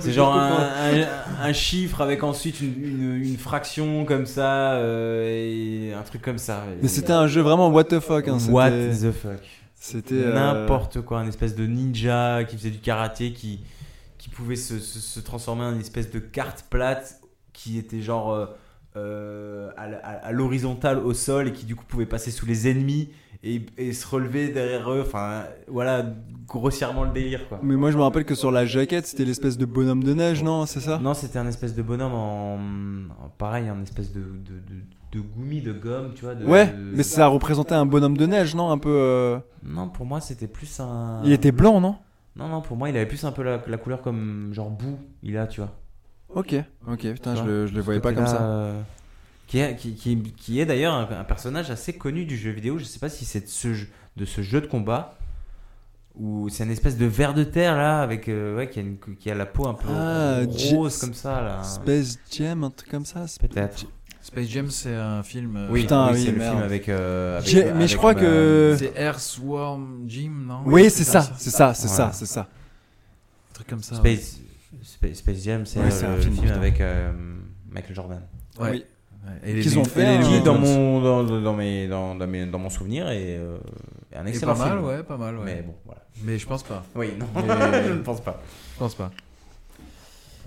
Speaker 3: C'est genre un, un- un chiffre avec ensuite une, une- une fraction comme ça, euh, et un truc comme ça.
Speaker 6: Mais c'était un jeu vraiment what the fuck. hein,
Speaker 3: What
Speaker 6: c'était-
Speaker 3: the fuck.
Speaker 6: C'était euh,
Speaker 3: N'importe quoi, un espèce de ninja qui faisait du karaté, qui, qui pouvait se, se- se transformer en une espèce de carte plate qui était genre euh, euh, à, l- à- à l'horizontale au sol et qui du coup pouvait passer sous les ennemis et, et se relever derrière eux. Enfin voilà, grossièrement le délire quoi.
Speaker 6: Mais moi je me rappelle que sur la jaquette c'était l'espèce de bonhomme de neige, non C'est ça
Speaker 3: Non, c'était un espèce de bonhomme en, en- pareil, un espèce de, de, de, de goumi, de gomme, tu vois. de-
Speaker 6: Ouais,
Speaker 3: de-
Speaker 6: mais ça représentait un bonhomme de neige, non Un peu. euh,
Speaker 3: Non, pour moi c'était plus un.
Speaker 6: Il était blanc, non
Speaker 3: Non, non, pour moi il avait plus un peu la, la couleur comme genre boue, il a, tu vois.
Speaker 6: Ok, ok, putain,
Speaker 3: Tu
Speaker 6: je
Speaker 3: vois,
Speaker 6: le, je le voyais pas
Speaker 3: Côté
Speaker 6: comme
Speaker 3: là,
Speaker 6: ça.
Speaker 3: euh, qui est, qui, qui- qui est d'ailleurs un, un personnage assez connu du jeu vidéo. Je sais pas si c'est de ce, jeu- de ce jeu de combat ou c'est une espèce de ver de terre là avec euh, ouais, qui, a une- qui a la peau un peu
Speaker 6: Ah,
Speaker 3: rose
Speaker 6: J-
Speaker 3: comme ça là.
Speaker 6: Space Jam, un truc comme ça. Sp-
Speaker 3: Peut-être.
Speaker 2: Space Jam, c'est un film. euh,
Speaker 3: Oui,
Speaker 6: Putain,
Speaker 3: oui,
Speaker 6: oui,
Speaker 3: c'est le
Speaker 6: merde.
Speaker 3: film avec. euh, avec-
Speaker 6: J'ai- mais je
Speaker 3: avec,
Speaker 6: crois que-
Speaker 2: C'est Air Swarm Jim, non
Speaker 6: Oui, c'est ça, c'est ça, c'est ça,
Speaker 3: Voilà.
Speaker 6: c'est ça.
Speaker 2: Un truc comme ça.
Speaker 3: Space, Space, Space Jam, c'est
Speaker 6: Ouais, c'est
Speaker 3: euh,
Speaker 6: un
Speaker 3: le
Speaker 6: film,
Speaker 3: film,
Speaker 6: putain.
Speaker 3: avec euh, Michael Jordan.
Speaker 2: Ouais.
Speaker 6: Oui.
Speaker 2: Ouais. Et les
Speaker 6: Qu'ils ont
Speaker 2: Looney-
Speaker 6: fait
Speaker 2: et les
Speaker 6: un-
Speaker 3: Qui,
Speaker 2: Looney
Speaker 3: dans
Speaker 2: Tunes.
Speaker 3: mon, dans, dans mes, dans, dans mes- dans mon souvenir, est euh, est un
Speaker 2: Et
Speaker 3: excellent
Speaker 2: pas mal,
Speaker 3: film.
Speaker 2: ouais, pas mal, ouais.
Speaker 3: Mais
Speaker 2: Mais,
Speaker 3: bon, voilà.
Speaker 2: je pense pas.
Speaker 3: Oui, non,
Speaker 2: Mais-
Speaker 3: je ne pense pas.
Speaker 2: Je pense pas.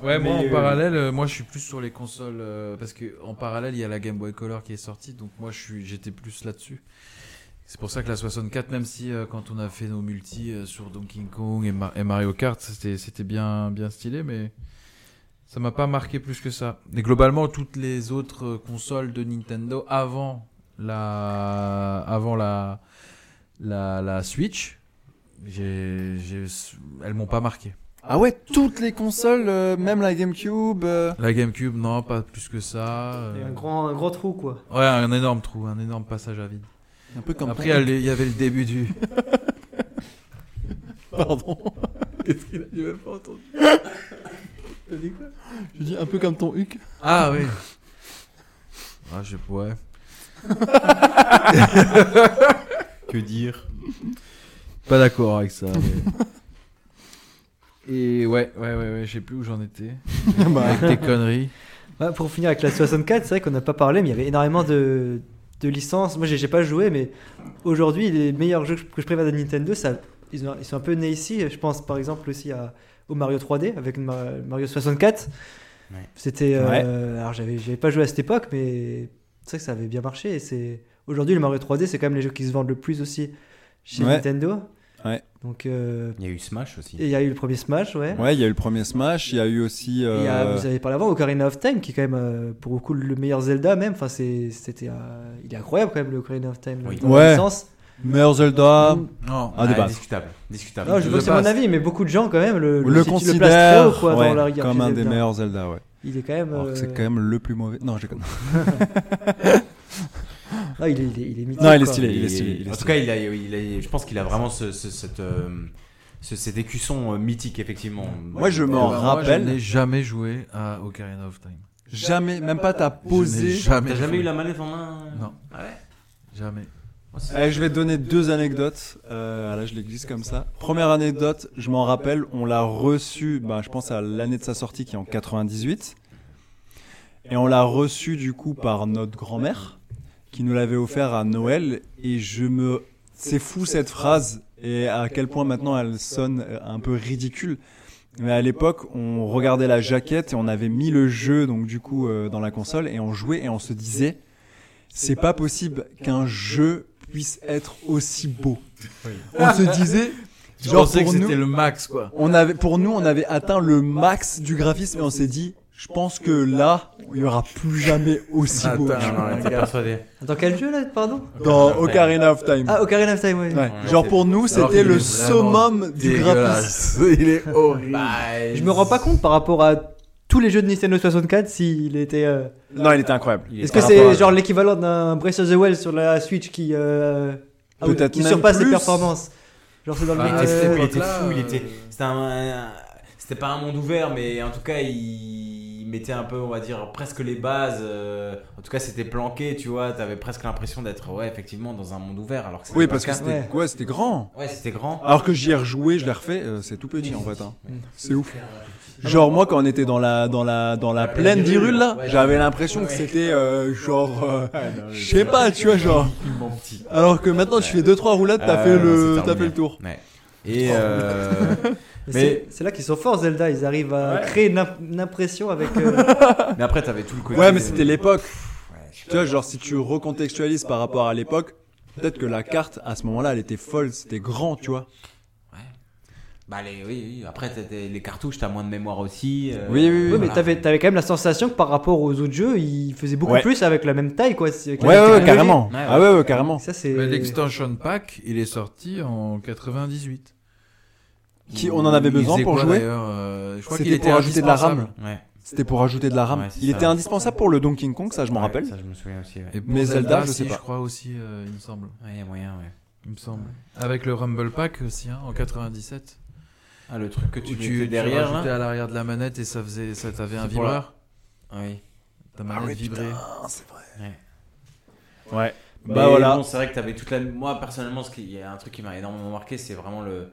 Speaker 2: Ouais, moi en
Speaker 1: Mais, euh,
Speaker 2: parallèle, euh, moi je suis plus sur les consoles euh, parce que en parallèle il y a la Game Boy Color qui est sortie, donc moi je suis, j'étais plus là-dessus. C'est pour ça que la 64, même si euh, quand on a fait nos multis euh, sur Donkey Kong et, Ma- et Mario Kart, c'était, c'était bien, bien stylé, mais ça m'a pas marqué plus que ça. Et globalement, toutes les autres euh, consoles de Nintendo avant la, avant la, la, la Switch, j'ai, j'ai, elles m'ont pas marqué.
Speaker 6: Ah ouais, toutes les consoles, euh, même la GameCube. euh,
Speaker 2: La GameCube, non, pas plus que ça.
Speaker 4: Et
Speaker 2: euh,
Speaker 4: Un grand, un grand trou, quoi.
Speaker 2: Ouais, un énorme trou, un énorme passage à vide.
Speaker 6: un peu comme
Speaker 2: Après, elle- il y avait le début du.
Speaker 6: Pardon. Je dis un peu comme ton Huc.
Speaker 2: Ah oui. Ah, je ouais.
Speaker 1: Que dire
Speaker 2: Pas d'accord avec ça. mais- Et ouais, ouais, ouais, ouais, je sais plus où j'en étais. Bah. Avec tes conneries.
Speaker 4: Ouais, pour finir avec la 64, c'est vrai qu'on n'a pas parlé, mais il y avait énormément de, de licences. Moi, j'ai j'ai pas joué, mais aujourd'hui, les meilleurs jeux que je- que je préfère de Nintendo, ça, ils, ont- ils sont un peu nés ici. Je pense par exemple aussi à, au Mario 3D avec Ma- Mario 64.
Speaker 3: Ouais.
Speaker 4: C'était. euh, alors, j'avais j'avais pas joué à cette époque, mais c'est vrai que ça avait bien marché. Et c'est aujourd'hui, le Mario 3D, c'est quand même les jeux qui se vendent le plus aussi chez
Speaker 6: Ouais.
Speaker 4: Nintendo.
Speaker 6: Ouais.
Speaker 4: Donc, euh,
Speaker 3: Il y a eu Smash aussi.
Speaker 4: et il y a eu le premier Smash, ouais.
Speaker 6: Ouais, il y a eu le premier Smash, il y a eu aussi.
Speaker 4: Et
Speaker 6: euh,
Speaker 4: il y a- vous avez parlé avant, Ocarina of Time, qui est quand même euh, pour beaucoup le meilleur Zelda même. Enfin, c'est- c'était, euh, il est incroyable quand même le Ocarina of Time.
Speaker 3: Oui.
Speaker 4: dans la
Speaker 6: Ouais.
Speaker 4: licence.
Speaker 6: Meilleur Zelda.
Speaker 2: Non.
Speaker 6: Ah, de base.
Speaker 3: Discutable. discututable.
Speaker 4: Non, je
Speaker 2: Je
Speaker 4: veux-
Speaker 2: le
Speaker 4: c'est mon
Speaker 2: passe.
Speaker 4: avis, mais beaucoup de gens quand même le,
Speaker 6: Le,
Speaker 4: le, situent- le placent
Speaker 6: considère
Speaker 4: trop haut, quoi,
Speaker 6: ouais,
Speaker 4: dans la hiérarchie
Speaker 6: comme un des
Speaker 4: Zelda.
Speaker 6: meilleurs Zelda, ouais.
Speaker 4: Il est quand même.
Speaker 6: Alors que c'est
Speaker 4: euh,
Speaker 6: quand même le plus mauvais. Non, je déconne.
Speaker 4: non, il est, il est, il est mythique,
Speaker 6: Non, il est
Speaker 4: quoi.
Speaker 6: stylé. il est stylé, il est
Speaker 3: en tout
Speaker 6: stylé.
Speaker 3: cas, il a, il a- je pense qu'il a vraiment ce, ce- cette, euh, ce- cet écusson euh, mythique, effectivement.
Speaker 6: Moi, je
Speaker 2: Bon,
Speaker 6: m'en rappelle.
Speaker 2: Bah, Moi, je n'ai jamais joué à Ocarina of Time.
Speaker 6: Jamais, même pas t'as
Speaker 2: Je n'ai
Speaker 6: posé.
Speaker 2: jamais.
Speaker 3: T'as jamais
Speaker 2: joué.
Speaker 3: eu la manette en main euh
Speaker 2: Non.
Speaker 3: Ah ouais
Speaker 2: Jamais.
Speaker 3: Moi, c'est-
Speaker 6: Allez, je vais te donner deux anecdotes. Euh, là, je les glisse comme ça. Première anecdote, je m'en rappelle, on l'a reçu, bah, je pense à l'année de sa sortie qui est en 98. Et on l'a reçu du coup par notre grand-mère qui nous l'avait offert à Noël. Et je me. C'est fou cette phrase et à quel point maintenant elle sonne euh, un peu ridicule. Mais à l'époque, on regardait la jaquette et on avait mis le jeu donc du coup euh, dans la console et on jouait et on se disait c'est pas possible qu'un jeu puisse être aussi beau. On se disait,
Speaker 2: Je
Speaker 6: genre
Speaker 2: pensais que
Speaker 6: pour nous,
Speaker 2: c'était le max, quoi.
Speaker 6: on avait, pour nous, on avait atteint le max du graphisme et on s'est dit, je pense que là, il y aura plus jamais aussi beau.
Speaker 2: Attends,
Speaker 3: Non, non, on était persuadé.
Speaker 4: Dans quel jeu là, pardon
Speaker 6: Dans Ocarina of Time.
Speaker 4: Ah, Ocarina of Time, ouais.
Speaker 6: Mm. Ouais.
Speaker 3: Ouais.
Speaker 6: Genre pour nous,
Speaker 2: Alors
Speaker 6: c'était
Speaker 2: qu'il est
Speaker 6: le
Speaker 2: vraiment
Speaker 6: summum du
Speaker 2: Dégueulasse.
Speaker 6: graphisme.
Speaker 2: Il est horrible.
Speaker 4: Je me rends pas compte par rapport à tous les jeux de Nintendo 64 s'il était. euh,
Speaker 6: Non, il était incroyable.
Speaker 3: Il
Speaker 4: Est-ce
Speaker 3: pas
Speaker 4: que c'est
Speaker 3: incroyable.
Speaker 4: genre l'équivalent d'un Breath of the Wild sur la Switch qui, euh, ah oui,
Speaker 6: Peut-être
Speaker 4: qui
Speaker 6: même
Speaker 4: surpasse les
Speaker 6: plus.
Speaker 4: performances Genre c'est dans le
Speaker 2: Ah,
Speaker 4: même
Speaker 3: Il était
Speaker 4: esprit.
Speaker 3: fou, il
Speaker 2: Euh,
Speaker 3: était
Speaker 2: là,
Speaker 3: fou, il
Speaker 2: euh,
Speaker 3: était. C'était un- un- C'était pas un monde ouvert, mais en tout cas, il il mettait un peu, on va dire, presque les bases. euh, En tout cas, c'était planqué, tu vois. T'avais presque l'impression d'être, ouais, effectivement, dans un monde ouvert. Alors que c'était
Speaker 6: Oui,
Speaker 3: pas
Speaker 6: parce
Speaker 3: le
Speaker 6: que
Speaker 3: cas.
Speaker 6: c'était
Speaker 4: Ouais.
Speaker 6: ouais, c'était grand.
Speaker 3: Ouais, c'était grand.
Speaker 6: Alors que j'y ai rejoué, je l'ai refait, euh, c'est tout petit en fait. hein.
Speaker 3: Ouais.
Speaker 6: C'est ouf. Genre moi quand on était dans la dans la dans la plaine d'Irule là, j'avais l'impression que c'était euh, genre euh, je sais pas, tu vois genre. Alors que maintenant tu fais deux trois roulades, t'as
Speaker 3: Euh,
Speaker 6: fait
Speaker 3: c'est
Speaker 6: le t'as
Speaker 3: terminé.
Speaker 6: fait le tour.
Speaker 3: Ouais. Et euh,
Speaker 4: Mais
Speaker 3: Mais-
Speaker 4: c'est- c'est là qu'ils sont forts, Zelda. Ils arrivent à créer une, imp- une impression avec. euh,
Speaker 3: mais après t'avais tout le côté.
Speaker 6: Ouais, mais c'était l'époque.
Speaker 3: Ouais, je-
Speaker 6: Tu vois genre si tu recontextualises par rapport à l'époque, peut-être que la carte à ce moment-là elle était folle, c'était grand, tu vois.
Speaker 3: Bah les, oui, oui. Après t'as- t'as- les cartouches, t'as moins de mémoire aussi. euh,
Speaker 6: Oui, oui, oui.
Speaker 4: Oui, mais
Speaker 3: voilà.
Speaker 4: t'avais, t'avais quand même la sensation que par rapport aux autres jeux, ils faisaient beaucoup
Speaker 6: Ouais.
Speaker 4: plus avec la même taille, quoi. c'est- avec la
Speaker 6: Ouais
Speaker 4: même
Speaker 6: ouais,
Speaker 4: technologie.
Speaker 6: carrément.
Speaker 3: Ouais, ouais.
Speaker 6: Ah ouais ouais carrément.
Speaker 4: Ça, c'est.
Speaker 2: Mais L'extension pack, il est sorti en 98.
Speaker 6: Qui on en avait
Speaker 2: Il
Speaker 6: besoin
Speaker 2: faisait
Speaker 6: pour
Speaker 2: quoi,
Speaker 6: jouer
Speaker 2: d'ailleurs, euh, Je crois
Speaker 6: C'était
Speaker 2: qu'il était
Speaker 6: pour ajouter de la
Speaker 2: indispensable.
Speaker 6: RAM.
Speaker 3: Ouais.
Speaker 6: C'était pour ajouter de la RAM.
Speaker 3: Ouais, c'est
Speaker 6: il
Speaker 3: ça.
Speaker 6: était indispensable pour le Donkey Kong, ça je m'en
Speaker 3: Ouais,
Speaker 6: rappelle.
Speaker 3: Ça, je me souviens aussi. Ouais,
Speaker 2: Et pour
Speaker 6: Mais Zelda, je
Speaker 2: aussi,
Speaker 6: sais pas.
Speaker 2: Je crois aussi, euh, il me semble.
Speaker 3: Ouais, y a moyen, ouais.
Speaker 2: Il me semble. Avec le Rumble Pack aussi, hein, en 97.
Speaker 3: Ah, le truc que
Speaker 2: Où
Speaker 3: tu,
Speaker 2: tu,
Speaker 3: mettais
Speaker 2: tu
Speaker 3: derrière.
Speaker 2: rajoutais
Speaker 3: là
Speaker 2: à l'arrière de la manette et ça faisait, ça t'avait un
Speaker 3: C'est pour la-
Speaker 2: vibreur.
Speaker 3: Ah oui.
Speaker 2: Ta manette vibrait.
Speaker 6: c'est vrai.
Speaker 3: Bah
Speaker 6: Bah voilà.
Speaker 3: voilà. c'est vrai que t'avais toute la. Moi personnellement, ce qui... il y a un truc qui m'a énormément marqué, c'est vraiment le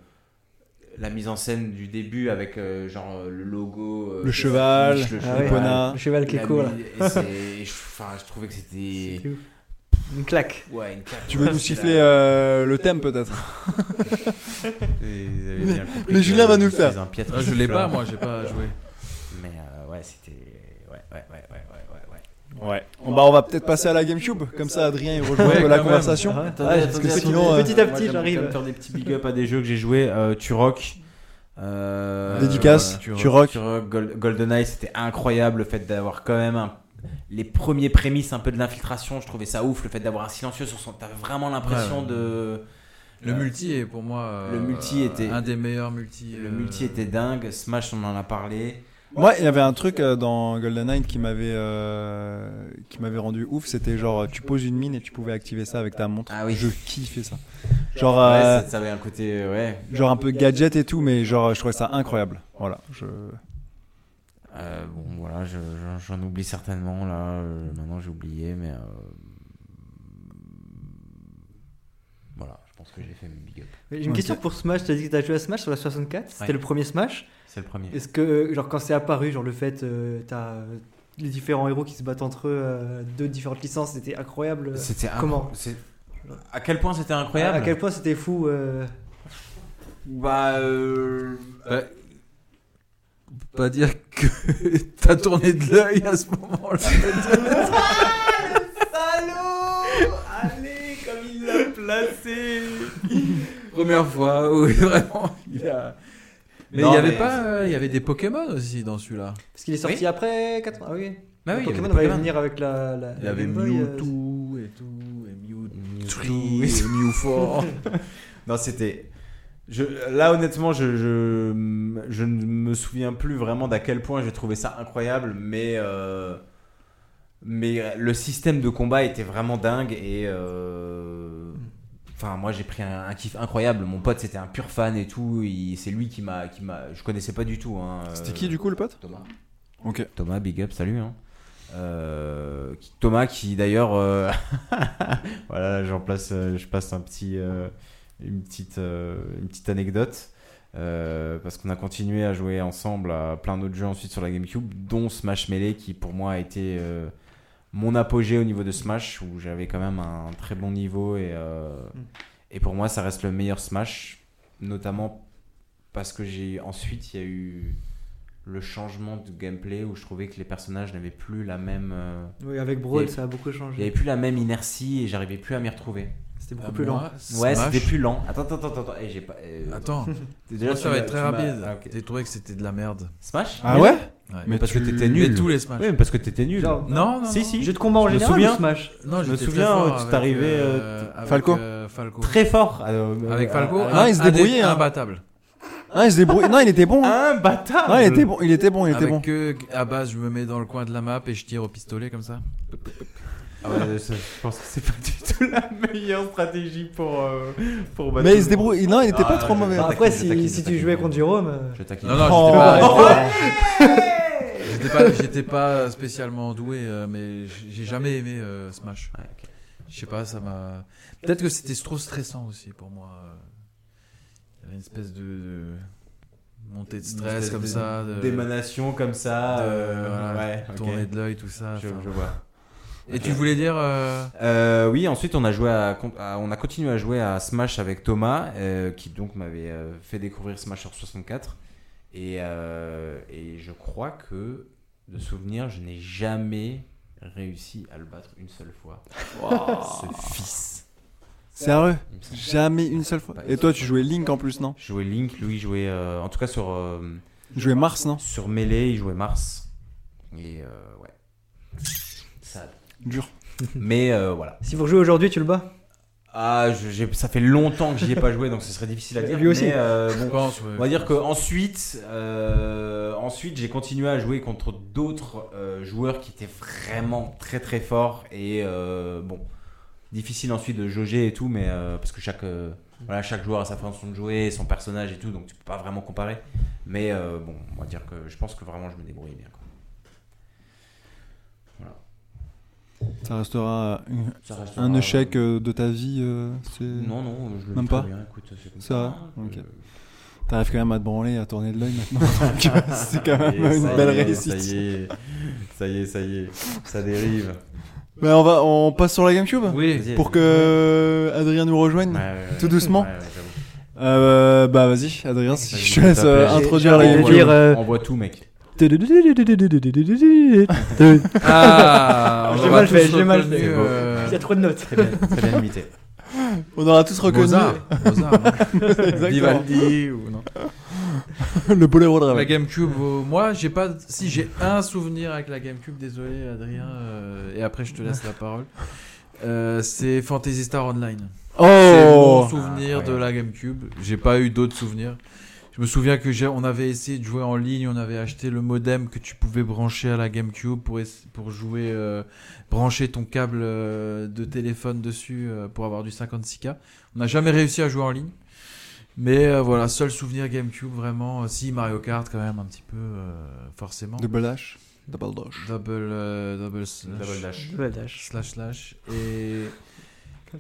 Speaker 3: la mise en scène du début avec euh, genre euh, le logo, euh,
Speaker 6: Le cheval,
Speaker 3: l'affiche, le
Speaker 4: Ah ouais.
Speaker 6: Le Pona.
Speaker 4: Le cheval qui
Speaker 3: la
Speaker 4: est court, là.
Speaker 3: mise- et c'est- et je- Enfin, je trouvais que c'était
Speaker 4: C'était ouf. Une claque.
Speaker 3: ouais une claque.
Speaker 6: Tu veux nous siffler euh, le thème peut-être hein Mais Julien va nous le faire.
Speaker 2: Ah, je l'ai pas, moi, j'ai pas joué.
Speaker 3: Mais euh, ouais, c'était ouais ouais ouais ouais ouais ouais. ouais.
Speaker 6: Ouais. Bah on va peut-être passer à la GameCube, comme ça Adrien il rejoint
Speaker 2: Ouais,
Speaker 6: un peu
Speaker 2: quand
Speaker 6: la
Speaker 2: même.
Speaker 6: conversation.
Speaker 4: Ah ouais.
Speaker 3: Attendez,
Speaker 6: Ouais,
Speaker 3: attendez,
Speaker 6: parce que
Speaker 3: attendez.
Speaker 6: sinon, euh,
Speaker 4: Petit à petit,
Speaker 3: Moi, j'aime- j'aime
Speaker 4: j'arrive.
Speaker 3: faire des petits big up à des jeux que j'ai joués. Euh, Turok. Euh,
Speaker 6: Dédicace,
Speaker 2: tu rock.
Speaker 6: tu rock.
Speaker 3: Turok, Gold- GoldenEye, c'était incroyable le fait d'avoir quand même un- les premiers prémices un peu de l'infiltration. Je trouvais ça ouf le fait d'avoir un silencieux sur son. T'avais vraiment l'impression
Speaker 2: Ouais.
Speaker 3: de.
Speaker 2: Le
Speaker 3: Euh,
Speaker 2: multi est pour moi euh,
Speaker 3: le multi était-
Speaker 2: un des meilleurs multi.
Speaker 3: Le
Speaker 2: euh,
Speaker 3: multi était dingue. Smash, on en a parlé.
Speaker 6: Moi, il y avait un truc euh, dans Golden Knight qui m'avait euh, qui m'avait rendu ouf, c'était genre tu poses une mine et tu pouvais activer ça avec ta montre.
Speaker 3: Ah oui.
Speaker 6: Je kiffais ça. Genre
Speaker 3: Ouais,
Speaker 6: euh,
Speaker 3: ça, ça avait un côté. Ouais.
Speaker 6: genre un peu gadget et tout mais genre je trouvais ça incroyable. Voilà, je
Speaker 3: Euh, bon, voilà, je- je- j'en oublie certainement là. euh, maintenant, j'ai oublié, mais. euh, Voilà, je pense que j'ai fait mes big up.
Speaker 4: Mais J'ai une
Speaker 6: Ok.
Speaker 4: question pour Smash. Tu as dit que tu as joué à Smash sur la 64. C'était
Speaker 3: Ouais.
Speaker 4: le premier Smash.
Speaker 3: C'est le premier.
Speaker 4: Est-ce que, euh, genre, quand c'est apparu, genre, le fait, euh, t'as euh, les différents héros qui se battent entre eux, euh, deux différentes licences, c'était incroyable.
Speaker 3: C'était incro-
Speaker 4: Comment
Speaker 3: c'est- À quel point c'était
Speaker 4: À,
Speaker 3: incroyable
Speaker 4: à quel point c'était fou. euh,
Speaker 3: Bah. euh,
Speaker 2: Bah, on peut pas dire que t'as tourné de l'œil à ce moment-là.
Speaker 3: Allô Allez, comme il l'a placé
Speaker 2: Première fois où vraiment il a. Mais il
Speaker 3: Non,
Speaker 2: y avait
Speaker 3: mais-
Speaker 2: pas, euh, il y avait des Pokémon aussi dans celui-là.
Speaker 4: Parce qu'il est sorti
Speaker 3: Oui.
Speaker 4: après 80. Ah oui.
Speaker 2: Bah
Speaker 4: Le
Speaker 2: oui, il y avait
Speaker 4: Pokémon
Speaker 2: des
Speaker 4: va y
Speaker 2: Pokémon.
Speaker 4: venir avec la. la
Speaker 2: Il y
Speaker 4: la
Speaker 2: avait
Speaker 4: Game Boy, euh,
Speaker 2: Mewtwo et tout, et Mewtwo,
Speaker 3: Mewtwo.
Speaker 2: et Mewfort.
Speaker 3: Non, c'était.
Speaker 1: Je, là, honnêtement, je, je, je ne me souviens plus vraiment d'à quel point j'ai trouvé ça incroyable, mais, euh,
Speaker 3: Mais le système de combat était vraiment dingue et. euh, Enfin, moi j'ai pris un, un kiff incroyable. Mon pote, c'était un pur fan et tout. Il- C'est lui qui m'a, qui m'a. Je connaissais pas du tout. Hein.
Speaker 6: C'était
Speaker 3: Euh,
Speaker 6: qui du coup le pote
Speaker 3: Thomas.
Speaker 6: Ok.
Speaker 3: Thomas, big up, salut. hein. Euh, qui- Thomas qui d'ailleurs, euh, voilà, j'en place, euh, je passe un petit, euh, une petite, euh, une petite anecdote euh, parce qu'on a continué à jouer ensemble à plein d'autres jeux ensuite sur la GameCube, dont Smash Melee qui pour moi a été euh, mon apogée au niveau de Smash où j'avais quand même un très bon niveau et euh,
Speaker 4: Mm.
Speaker 3: et pour moi ça reste le meilleur Smash, notamment parce que j'ai ensuite il y a eu le changement de gameplay où je trouvais que les personnages n'avaient plus la même euh,
Speaker 4: Oui, avec Brawl,
Speaker 3: Et-
Speaker 4: ça a beaucoup
Speaker 3: il y avait
Speaker 4: changé.
Speaker 3: plus la même inertie et j'arrivais plus à m'y retrouver.
Speaker 4: C'était beaucoup plus lent.
Speaker 3: Ouais, c'était plus lent. Attends attends attends attends, Eh, j'ai pas euh,
Speaker 2: Attends,
Speaker 3: déjà, tu
Speaker 2: ça va
Speaker 3: m'as-
Speaker 2: être très
Speaker 3: tu m'as-
Speaker 2: rapide.
Speaker 3: Ah, ok.
Speaker 2: J'ai trouvé que c'était de la merde.
Speaker 3: Smash
Speaker 6: Ah ouais
Speaker 2: Ouais.
Speaker 3: Mais parce que
Speaker 6: tu-
Speaker 3: t'étais
Speaker 2: Mais
Speaker 3: nul.
Speaker 2: tous les Smash.
Speaker 3: Oui, mais parce que t'étais nul.
Speaker 4: Genre,
Speaker 2: Non, non, non.
Speaker 3: si, si.
Speaker 4: Jeu de combat en
Speaker 3: Je me
Speaker 4: général
Speaker 3: souviens.
Speaker 4: ou Smash
Speaker 2: Non,
Speaker 3: Je me
Speaker 2: j'étais
Speaker 3: souviens,
Speaker 2: très fort
Speaker 3: euh, tu
Speaker 2: avec,
Speaker 3: t'arrivais, euh,
Speaker 2: euh, avec,
Speaker 6: Falco.
Speaker 2: euh, Falco.
Speaker 3: Très fort. Euh,
Speaker 2: Avec
Speaker 3: euh,
Speaker 2: Falco,
Speaker 3: euh,
Speaker 6: Ah, il se débrouillait,
Speaker 2: indé-
Speaker 6: hein.
Speaker 2: Imbattable.
Speaker 6: Ah, il se débrouille. Non, il était bon. hein.
Speaker 3: Un bâtard.
Speaker 6: Non, il était bon, il était bon, il était
Speaker 2: Avec
Speaker 6: bon.
Speaker 2: que à base, je me mets dans le coin de la map et je tire au pistolet comme ça.
Speaker 3: Ah ouais, ça, je pense que c'est pas du tout la meilleure stratégie pour euh, pour battre.
Speaker 6: Mais
Speaker 3: tout
Speaker 6: il se
Speaker 3: le
Speaker 6: débrouille. Non, il était
Speaker 3: Ah,
Speaker 6: pas trop
Speaker 3: je-
Speaker 6: mauvais.
Speaker 4: Bah,
Speaker 3: taquine,
Speaker 4: Après,
Speaker 3: je
Speaker 4: si,
Speaker 3: taquine, je
Speaker 4: si tu
Speaker 3: taquine.
Speaker 4: jouais contre Jérôme. euh,
Speaker 3: monde. Je taquine.
Speaker 2: Non, non,
Speaker 6: Oh.
Speaker 2: j'étais pas-
Speaker 4: ouais.
Speaker 2: j'étais pas, j'étais pas spécialement doué, euh, mais j- j'ai jamais aimé euh, Smash.
Speaker 3: Ouais, Ah, ok.
Speaker 2: Je sais pas, ça m'a. Peut-être que c'était trop stressant aussi pour moi. euh. Il y avait une espèce de, de montée de
Speaker 3: Une
Speaker 2: stress
Speaker 3: espèce
Speaker 2: comme
Speaker 3: de-
Speaker 2: ça, de,
Speaker 3: D'émanation comme
Speaker 2: de-
Speaker 3: ça. euh,
Speaker 2: voilà,
Speaker 3: ouais. ok.
Speaker 2: tournée de l'œil, tout ça.
Speaker 3: Je,
Speaker 2: enfin.
Speaker 3: je vois.
Speaker 2: Et tu voulais dire euh,
Speaker 3: Euh, oui, ensuite on a joué à, à- on a continué à jouer à Smash avec Thomas, euh, qui donc m'avait euh, fait découvrir Smash sur 64. Et, euh, et je crois que de souvenir, je n'ai jamais réussi à le battre une seule fois. Ce fils.
Speaker 6: Sérieux
Speaker 3: Il me semble.
Speaker 6: Jamais une seule fois. Et toi, tu jouais Link en plus, non
Speaker 3: Je jouais Link, lui jouait, euh, en tout cas sur euh,
Speaker 6: Tu jouais Mars, non
Speaker 3: sur Melee, il jouait Mars. Et euh, ouais. Sad.
Speaker 6: Dur.
Speaker 3: Mais euh, voilà.
Speaker 4: Si vous rejouez aujourd'hui, tu le bats
Speaker 3: Ah, je- j'ai- ça fait longtemps que j'y ai pas joué, donc ce serait difficile à dire.
Speaker 4: Lui aussi.
Speaker 3: mais, euh,
Speaker 2: Je
Speaker 3: bon,
Speaker 2: pense, ouais.
Speaker 3: on va dire que ensuite, euh, ensuite j'ai continué à jouer contre d'autres euh, joueurs qui étaient vraiment très très forts et euh, bon, difficile ensuite de jauger et tout, mais euh, parce que chaque euh, voilà chaque joueur a sa façon de jouer, son personnage et tout, donc tu peux pas vraiment comparer. Mais euh, bon, on va dire que je pense que vraiment je me débrouille bien. quoi.
Speaker 6: Ça restera une-
Speaker 3: Ça restera-
Speaker 6: un échec euh, de ta vie. euh, c'est-
Speaker 3: Non non, je le
Speaker 6: Même
Speaker 3: vis très
Speaker 6: pas
Speaker 3: bien, écoute, c'est comme
Speaker 6: Ça va
Speaker 3: hein,
Speaker 6: Ok.
Speaker 3: je-
Speaker 6: T'arrives quand même à te branler, à tourner de l'œil maintenant. donc, euh, c'est quand même
Speaker 3: Et
Speaker 6: une
Speaker 3: ça
Speaker 6: belle
Speaker 3: y est,
Speaker 6: réussite.
Speaker 3: Ça y est, ça y est, ça y est, ça dérive.
Speaker 6: Mais Bah, on va, on passe sur la GameCube
Speaker 2: Oui.
Speaker 3: Vas-y,
Speaker 6: pour
Speaker 3: vas-y.
Speaker 6: que euh, Adrien nous rejoigne.
Speaker 3: Ouais, ouais, ouais.
Speaker 6: tout doucement.
Speaker 3: Ouais, ouais, j'avoue.
Speaker 6: Euh, bah vas-y, Adrien, si
Speaker 3: Vas-y,
Speaker 6: je te laisse euh,
Speaker 3: t'appelles.
Speaker 6: introduire la
Speaker 4: J'ai- j'ai envie de
Speaker 6: GameCube.
Speaker 4: dire, euh,
Speaker 3: On voit tout, mec.
Speaker 2: Ah,
Speaker 4: Je
Speaker 2: on
Speaker 4: l'ai
Speaker 2: Ah, aura
Speaker 4: mal fait,
Speaker 2: tous
Speaker 4: je l'ai mal
Speaker 2: reconnu,
Speaker 4: fait.
Speaker 2: euh,
Speaker 4: Il y a trop de notes.
Speaker 3: Très bien, très bien imité.
Speaker 6: On aura tous reconnu
Speaker 2: Mozart. Mozart, non
Speaker 6: Exactement.
Speaker 2: Vivaldi ou non.
Speaker 6: le boléro de
Speaker 2: La
Speaker 6: Ravel.
Speaker 2: GameCube, euh, moi, j'ai pas. Si j'ai un souvenir avec la GameCube, désolé, Adrien. euh, et après, je te laisse la parole. Euh, c'est Fantasy Star Online. C'est mon
Speaker 6: Oh
Speaker 2: souvenir
Speaker 3: Incroyable.
Speaker 2: de la GameCube. J'ai pas eu d'autres souvenirs. Je me souviens que j'ai, on avait essayé de jouer en ligne, on avait acheté le modem que tu pouvais brancher à la GameCube pour ess- pour jouer, euh, brancher ton câble euh, de téléphone dessus euh, pour avoir du 56K. On n'a jamais réussi à jouer en ligne. Mais euh, voilà, seul souvenir GameCube vraiment. Euh, Si Mario Kart quand même un petit peu euh, forcément.
Speaker 6: Double Dash. Double Dash.
Speaker 2: Double euh, double slash.
Speaker 3: Double dash.
Speaker 4: Ouais, dash.
Speaker 2: Slash slash. Et,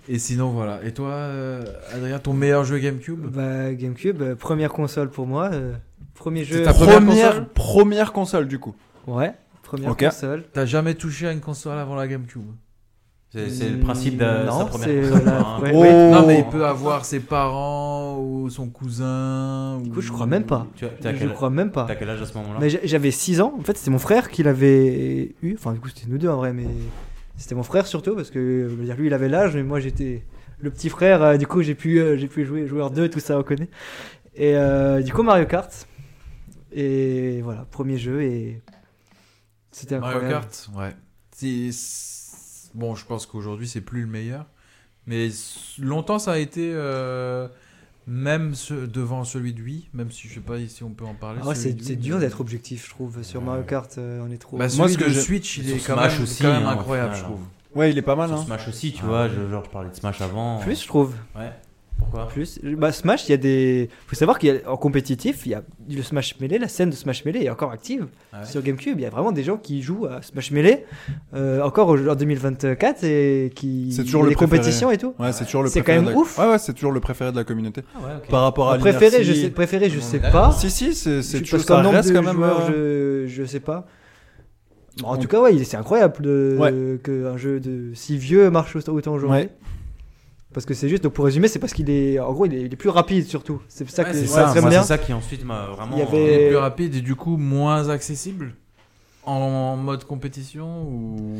Speaker 2: et sinon, voilà. Et toi, euh, Adrien, ton meilleur jeu GameCube
Speaker 4: Bah, GameCube, euh, première console pour moi. euh, premier jeu.
Speaker 2: C'est ta première console
Speaker 6: première console, du coup.
Speaker 4: Ouais, première
Speaker 6: Ok.
Speaker 4: console.
Speaker 2: T'as jamais touché à une console avant la GameCube
Speaker 3: C'est c'est le principe de
Speaker 4: Non,
Speaker 3: sa première
Speaker 4: c'est-
Speaker 3: console,
Speaker 4: voilà,
Speaker 3: hein.
Speaker 4: ouais.
Speaker 6: Oh.
Speaker 2: Non, mais il peut avoir ses parents ou son cousin. Ou...
Speaker 4: Du coup, je crois même pas.
Speaker 3: Tu as- t'as
Speaker 4: Je
Speaker 3: quel,
Speaker 4: crois même pas.
Speaker 3: t'as quel âge à ce moment-là
Speaker 4: Mais j'a- j'avais 6 ans. En fait, c'était mon frère qui l'avait eu. Enfin, du coup, c'était nous deux en vrai, mais c'était mon frère surtout parce que euh, je veux dire, lui, il avait l'âge, mais moi, j'étais le petit frère. euh, du coup, j'ai pu, euh, j'ai pu jouer joueur 2, tout ça, on connaît. Et euh, du coup, Mario Kart. Et voilà, premier jeu et c'était
Speaker 2: Mario
Speaker 4: incroyable.
Speaker 2: Kart, ouais. C'est- c'est- Bon, je pense qu'aujourd'hui, c'est plus le meilleur. Mais s- longtemps, ça a été. euh, Même ce- devant celui de Wii, même si je sais pas si on peut en parler.
Speaker 4: Ah ouais,
Speaker 2: celui
Speaker 4: c'est
Speaker 2: de
Speaker 4: c'est
Speaker 2: Wii,
Speaker 4: dur
Speaker 2: mais-
Speaker 4: d'être objectif, je trouve. Sur Mario Kart, euh, on est trop.
Speaker 2: Bah,
Speaker 6: Moi,
Speaker 2: celui
Speaker 6: ce que
Speaker 2: de
Speaker 6: je-
Speaker 2: Switch, il
Speaker 3: Sur
Speaker 2: est quand
Speaker 3: Smash
Speaker 2: même,
Speaker 3: aussi,
Speaker 2: quand même
Speaker 3: hein, au
Speaker 2: incroyable,
Speaker 3: final,
Speaker 2: je trouve.
Speaker 6: Ouais, il est pas mal,
Speaker 3: Sur
Speaker 6: hein.
Speaker 3: Smash aussi, tu
Speaker 2: Ah
Speaker 3: vois.
Speaker 2: ouais.
Speaker 3: Je, genre, je parlais de Smash avant.
Speaker 4: plus, je trouve.
Speaker 3: Ouais. Pourquoi
Speaker 4: Plus, bah, Smash, il y a des. faut savoir qu'en compétitif, il y a le Smash Melee, la scène de Smash Melee est encore active
Speaker 2: Ah Ouais.
Speaker 4: sur GameCube. Il y a vraiment des gens qui jouent à Smash Melee euh, encore au- en 2024 et qui.
Speaker 6: C'est toujours
Speaker 4: il y a
Speaker 6: le
Speaker 4: des
Speaker 6: préféré.
Speaker 4: compétitions et tout.
Speaker 6: Ouais, c'est toujours le
Speaker 4: C'est
Speaker 6: préféré
Speaker 4: quand même
Speaker 6: de la-
Speaker 4: ouf.
Speaker 6: Ouais, ouais, c'est toujours le préféré de la communauté.
Speaker 3: Ah ouais, ok.
Speaker 6: Par
Speaker 2: Oh,
Speaker 6: rapport à
Speaker 4: préféré, je
Speaker 6: l'inertie-
Speaker 4: sais, préféré, je sais
Speaker 3: est
Speaker 4: pas.
Speaker 6: Si, si, c'est c'est
Speaker 4: Je-
Speaker 6: toujours
Speaker 4: parce qu'en
Speaker 6: ça
Speaker 4: nombre
Speaker 6: reste
Speaker 4: de
Speaker 6: quand même.
Speaker 4: joueurs,
Speaker 6: euh,
Speaker 4: je, je sais pas. Bon, en
Speaker 6: On-
Speaker 4: tout cas, ouais, il- c'est incroyable de- qu'un jeu de si vieux marche autant autant aujourd'hui.
Speaker 6: Ouais.
Speaker 4: Parce que c'est juste, donc pour résumer, c'est parce qu'il est, en gros, il est, il est plus rapide surtout. C'est ça
Speaker 2: Ouais,
Speaker 4: que
Speaker 2: c'est
Speaker 4: je
Speaker 2: ça,
Speaker 4: serais
Speaker 3: Moi,
Speaker 4: bien.
Speaker 3: c'est ça qui ensuite m'a vraiment.
Speaker 4: Il y
Speaker 2: Il est
Speaker 4: avait- Et-
Speaker 2: plus rapide et du coup moins accessible en mode compétition ou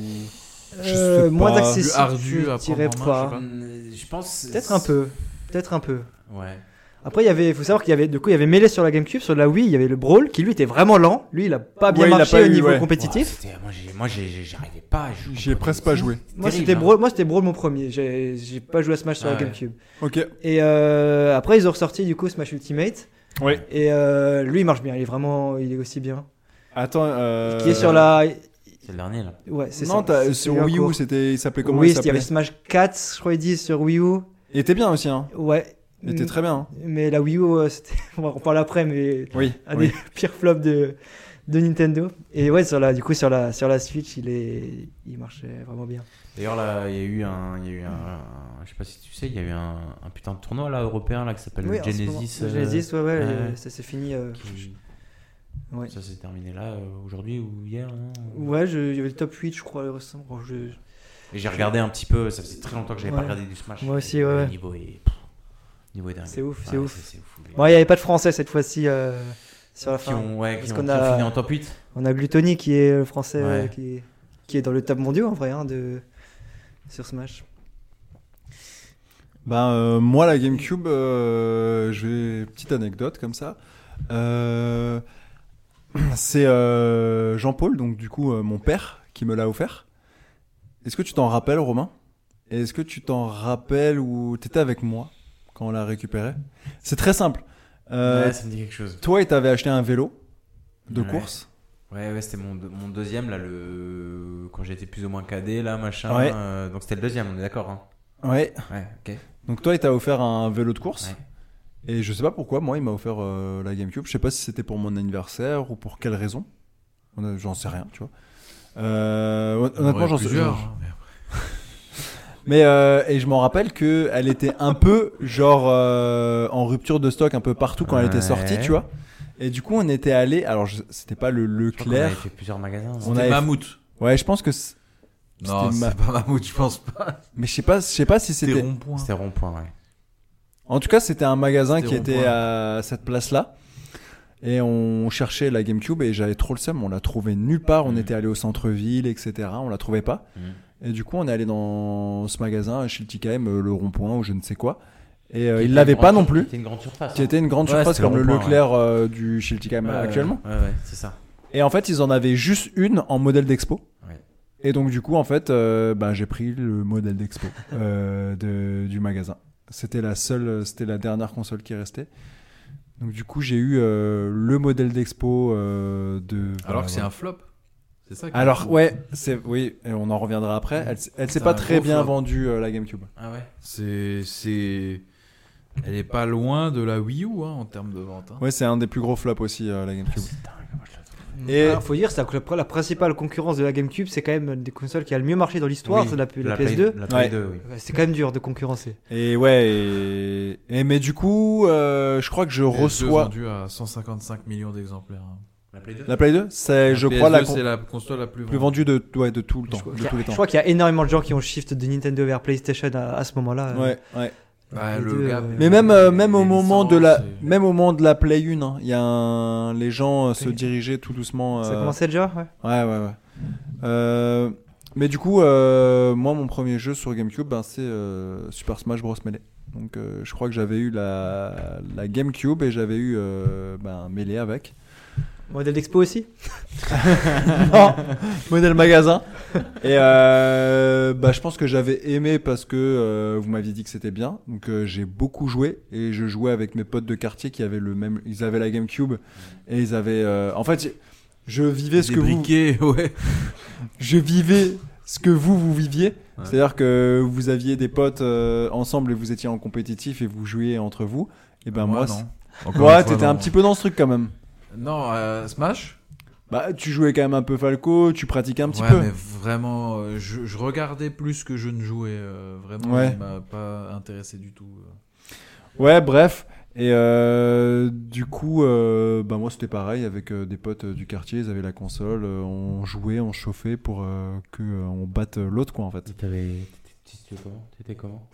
Speaker 6: Je
Speaker 4: Euh,
Speaker 6: sais
Speaker 4: moins
Speaker 6: pas.
Speaker 4: accessible.
Speaker 2: Plus ardu à
Speaker 4: je dirais
Speaker 2: prendre en main,
Speaker 4: pas.
Speaker 2: je sais
Speaker 3: Euh, Je pense.
Speaker 4: Peut-être un peu. Peut-être un peu.
Speaker 3: Ouais.
Speaker 4: Après, il y avait, faut savoir qu'il y avait, du coup, il y avait Melee sur la GameCube, sur la Wii, il y avait le Brawl qui lui était vraiment lent. Lui, il a pas bien
Speaker 6: Ouais, il a
Speaker 4: marché
Speaker 6: pas
Speaker 4: au
Speaker 6: eu,
Speaker 4: niveau
Speaker 6: ouais.
Speaker 3: Ouais,
Speaker 4: compétitif.
Speaker 3: c'était- moi, j'ai- moi, j'ai- j'ai- j'arrivais pas à jouer.
Speaker 6: J'y ai presque pas joué.
Speaker 4: Moi,
Speaker 3: Terrible,
Speaker 4: c'était
Speaker 3: hein.
Speaker 4: Brawl, moi, c'était Brawl mon premier. J'ai j'ai pas joué à Smash sur
Speaker 2: Ah
Speaker 4: la
Speaker 2: ouais.
Speaker 4: GameCube.
Speaker 6: Ok.
Speaker 4: Et euh, après, ils ont ressorti du coup Smash Ultimate.
Speaker 6: Oui.
Speaker 4: Et euh, lui, il marche bien. Il est vraiment, il est aussi bien.
Speaker 6: Attends. euh,
Speaker 4: Qui est sur la,
Speaker 3: C'est le dernier là.
Speaker 4: ouais, c'est ça.
Speaker 6: Non, t'as-
Speaker 4: C'est
Speaker 6: sur
Speaker 4: lui en
Speaker 6: Wii U,
Speaker 4: cours.
Speaker 6: c'était, il s'appelait comment
Speaker 4: Oui,
Speaker 6: il
Speaker 4: il y
Speaker 6: s'appelait
Speaker 4: avait Smash 4, je crois, ils disent sur Wii U.
Speaker 6: Il était bien aussi, hein.
Speaker 4: Ouais.
Speaker 6: Il était très bien. hein.
Speaker 4: Mais la Wii U, euh, c'était- on va en parler après, mais
Speaker 6: Oui.
Speaker 4: un
Speaker 6: oui.
Speaker 4: des pires flops de, de Nintendo. Et ouais, sur la, du coup, sur la, sur la Switch, il, est, il marchait vraiment bien.
Speaker 3: D'ailleurs, là, il y a eu un. il Y a eu un, un- je sais pas si tu sais, il y a eu un, un putain de tournoi là européen là qui s'appelle
Speaker 4: Oui,
Speaker 3: le
Speaker 4: en ce moment,
Speaker 3: Genesis.
Speaker 4: le
Speaker 3: euh,
Speaker 4: Genesis, ouais, ouais,
Speaker 3: ouais.
Speaker 4: le- ça s'est fini. euh,
Speaker 3: qui-
Speaker 4: ouais.
Speaker 3: Ça s'est terminé là euh, aujourd'hui ou hier. non
Speaker 4: Ouais, je- il y avait le top 8, je crois, récemment. Oh, je-
Speaker 3: Et j'ai regardé un petit peu, ça faisait très longtemps que j'avais pas
Speaker 4: Ouais.
Speaker 3: regardé du Smash.
Speaker 4: Moi aussi,
Speaker 3: Et
Speaker 4: ouais,
Speaker 3: Le
Speaker 4: ouais.
Speaker 3: niveau est. pff, le niveau est dingue.
Speaker 4: C'est ouf, c'est ouf.
Speaker 3: C'est ouf. Les-
Speaker 4: Bon, il n'y avait pas de français cette fois-ci euh, sur la
Speaker 3: qui
Speaker 4: fin.
Speaker 3: ont, ouais, qui
Speaker 4: parce
Speaker 3: ont,
Speaker 4: qu'on
Speaker 3: qui
Speaker 4: a-
Speaker 3: ont fini en top 8.
Speaker 4: On a Glutoni qui est le français,
Speaker 3: Ouais.
Speaker 4: euh, qui, est, qui est dans le top mondial en vrai, hein, de, sur Smash.
Speaker 6: Ben, euh, moi, la GameCube, euh, je vais. Petite anecdote comme ça. Euh, C'est euh, Jean-Paul, donc du coup, euh, mon père, qui me l'a offert. Est-ce que tu t'en rappelles, Romain Et Est-ce que tu t'en rappelles ou t'étais avec moi quand on l'a récupéré C'est très simple. Euh,
Speaker 3: Ouais, ça me dit quelque chose.
Speaker 6: Toi, t'avais acheté un vélo de
Speaker 3: Ouais.
Speaker 6: course.
Speaker 3: Ouais, ouais, c'était mon, de- mon deuxième, là, le... quand j'étais plus ou moins cadet, là, machin.
Speaker 6: Ouais.
Speaker 3: euh, donc c'était le deuxième, on est d'accord, hein.
Speaker 6: Ouais.
Speaker 3: Ouais, ok.
Speaker 6: Donc toi, il t'a offert un vélo de course.
Speaker 3: Ouais.
Speaker 6: Et je sais pas pourquoi, moi, il m'a offert euh, la GameCube. Je sais pas si c'était pour mon anniversaire ou pour quelle raison. On a- J'en sais rien, tu vois. Euh, hon- honnêtement, j'en sais
Speaker 2: plusieurs.
Speaker 6: j'en-
Speaker 2: mais-
Speaker 6: Mais euh, et je m'en rappelle que elle était un peu genre euh, en rupture de stock un peu partout quand elle était sortie,
Speaker 3: Ouais.
Speaker 6: tu vois. Et du coup, on était allé. Alors, je- c'était pas le
Speaker 3: Je crois qu'on avait
Speaker 6: Leclerc.
Speaker 3: fait plusieurs magasins.
Speaker 6: On
Speaker 3: hein.
Speaker 2: C'était
Speaker 6: avait-
Speaker 2: Mammouth.
Speaker 6: Ouais, je pense que. c'est-
Speaker 2: Non,
Speaker 6: C'était
Speaker 2: c'est pas
Speaker 6: ma-
Speaker 2: Mammouth, je pense pas.
Speaker 6: Mais je sais pas, je sais pas si
Speaker 2: C'était
Speaker 6: c'était.
Speaker 2: rond-point.
Speaker 3: C'était rond-point, ouais.
Speaker 6: En tout cas, c'était un magasin
Speaker 2: C'était
Speaker 6: qui était
Speaker 2: rond-point.
Speaker 6: à cette place-là. Et on cherchait la GameCube et j'avais trop le seum. On l'a trouvée nulle part. On
Speaker 3: Mhm.
Speaker 6: était allé au centre-ville, etc. On la trouvait pas.
Speaker 3: Mhm.
Speaker 6: Et du coup, on est allé dans ce magasin chez le TKM, euh, le rond-point ou je ne sais quoi. Et euh,
Speaker 3: Qui
Speaker 6: il
Speaker 3: était
Speaker 6: l'avait
Speaker 3: une
Speaker 6: pas
Speaker 3: grande-
Speaker 6: non plus.
Speaker 3: C'était une grande surface.
Speaker 6: Qui était une grande
Speaker 3: Ouais,
Speaker 6: surface
Speaker 3: c'était le
Speaker 6: comme le
Speaker 3: rond-point,
Speaker 6: Leclerc euh, du chez le TKM
Speaker 3: hein. Ouais,
Speaker 6: actuellement.
Speaker 3: Ouais, ouais, c'est ça.
Speaker 6: Et en fait, ils en avaient juste une en modèle d'expo.
Speaker 3: Ouais.
Speaker 6: Et donc, du coup, en fait, euh, bah, j'ai pris le modèle d'expo euh, de- du magasin. C'était la seule, c'était la dernière console qui restait. Donc, du coup, j'ai eu euh, le modèle d'expo euh, de.
Speaker 2: Alors
Speaker 6: voilà,
Speaker 2: que c'est
Speaker 6: voilà.
Speaker 2: un flop. C'est ça. qui-
Speaker 6: Alors, ouais, c'est, oui, et on en reviendra après. Elle, s- elle s'est
Speaker 2: C'est
Speaker 6: pas
Speaker 2: un
Speaker 6: très
Speaker 2: gros
Speaker 6: bien
Speaker 2: flop.
Speaker 6: vendue, euh, la GameCube.
Speaker 3: Ah ouais.
Speaker 2: C'est, c'est, elle est pas loin de la Wii U hein, en termes de vente. hein.
Speaker 6: Ouais, c'est un des plus gros flops aussi, euh, la GameCube.
Speaker 4: Il
Speaker 6: Et
Speaker 4: Ah, faut dire, c'est la, la principale concurrence de la GameCube, c'est quand même une des consoles qui a le mieux marché dans l'histoire,
Speaker 3: Oui,
Speaker 4: c'est la, la
Speaker 3: La Play-
Speaker 4: PS2.
Speaker 3: La Play
Speaker 6: Ouais.
Speaker 3: 2, oui.
Speaker 4: Ouais, C'est quand même dur de concurrencer.
Speaker 6: Et ouais, et, et- mais du coup, euh, je crois que je
Speaker 2: Les deux
Speaker 6: reçois
Speaker 2: vendus à 155 millions d'exemplaires. hein.
Speaker 3: La Play 2
Speaker 6: hein. la Play 2. C'est,
Speaker 2: La
Speaker 6: je
Speaker 2: PS2,
Speaker 6: crois, la con-
Speaker 2: c'est la console la plus,
Speaker 6: plus vendue de, ouais, de tout le temps,
Speaker 4: crois
Speaker 6: de
Speaker 4: qu'il y a-
Speaker 6: tous les
Speaker 4: Je
Speaker 6: temps.
Speaker 4: crois qu'il y a énormément de gens qui ont shift de Nintendo vers PlayStation à, à ce moment-là.
Speaker 6: Ouais, ouais.
Speaker 2: Bah,
Speaker 4: Les
Speaker 2: le
Speaker 4: deux,
Speaker 2: gap
Speaker 4: euh,
Speaker 2: est-
Speaker 6: Mais même, euh, même
Speaker 2: les
Speaker 6: au moment de la,
Speaker 2: licences et-
Speaker 6: même au moment de la Play 1, hein, il y a un- les gens euh, se
Speaker 4: Oui.
Speaker 6: dirigeaient tout doucement.
Speaker 4: Ça
Speaker 6: euh,
Speaker 4: commençait déjà ouais.
Speaker 6: Ouais, ouais, ouais. Euh, mais du coup, euh, moi, mon premier jeu sur GameCube, ben, c'est euh, Super Smash Bros Melee. Donc, euh, je crois que j'avais eu la, la GameCube et j'avais eu euh, ben, Melee avec.
Speaker 4: Modèle d'expo aussi
Speaker 6: Non, modèle magasin. Et euh, bah, je pense que j'avais aimé parce que euh, vous m'aviez dit que c'était bien. Donc euh, j'ai beaucoup joué et je jouais avec mes potes de quartier qui avaient le même. Ils avaient la GameCube et ils avaient. euh, en fait, je vivais ce
Speaker 2: des
Speaker 6: que vous.
Speaker 2: briquets, ouais.
Speaker 6: Je vivais ce que vous vous viviez. C'est-à-dire que vous aviez des potes euh, ensemble et vous étiez en compétitif et vous jouiez entre vous. Et ben
Speaker 2: non.
Speaker 6: moi, c'est-
Speaker 2: Encore une
Speaker 6: ouais,
Speaker 2: fois,
Speaker 6: t'étais un
Speaker 2: non.
Speaker 6: petit peu dans ce truc quand même.
Speaker 2: Non, euh, Smash.
Speaker 6: Bah, tu jouais quand même un peu Falco, tu pratiquais un petit
Speaker 2: ouais,
Speaker 6: peu.
Speaker 2: mais vraiment, euh, je, je regardais plus que je ne jouais. euh, vraiment,
Speaker 6: Ouais.
Speaker 2: ça m'a pas intéressé du tout. euh.
Speaker 6: Ouais, bref. Et euh, du coup, euh, bah moi c'était pareil avec euh, des potes euh, du quartier, ils avaient la console, euh, on jouait, on chauffait pour euh, que euh, on batte euh, l'autre quoi en fait.
Speaker 3: T'avais. T'étais comment T'étais comment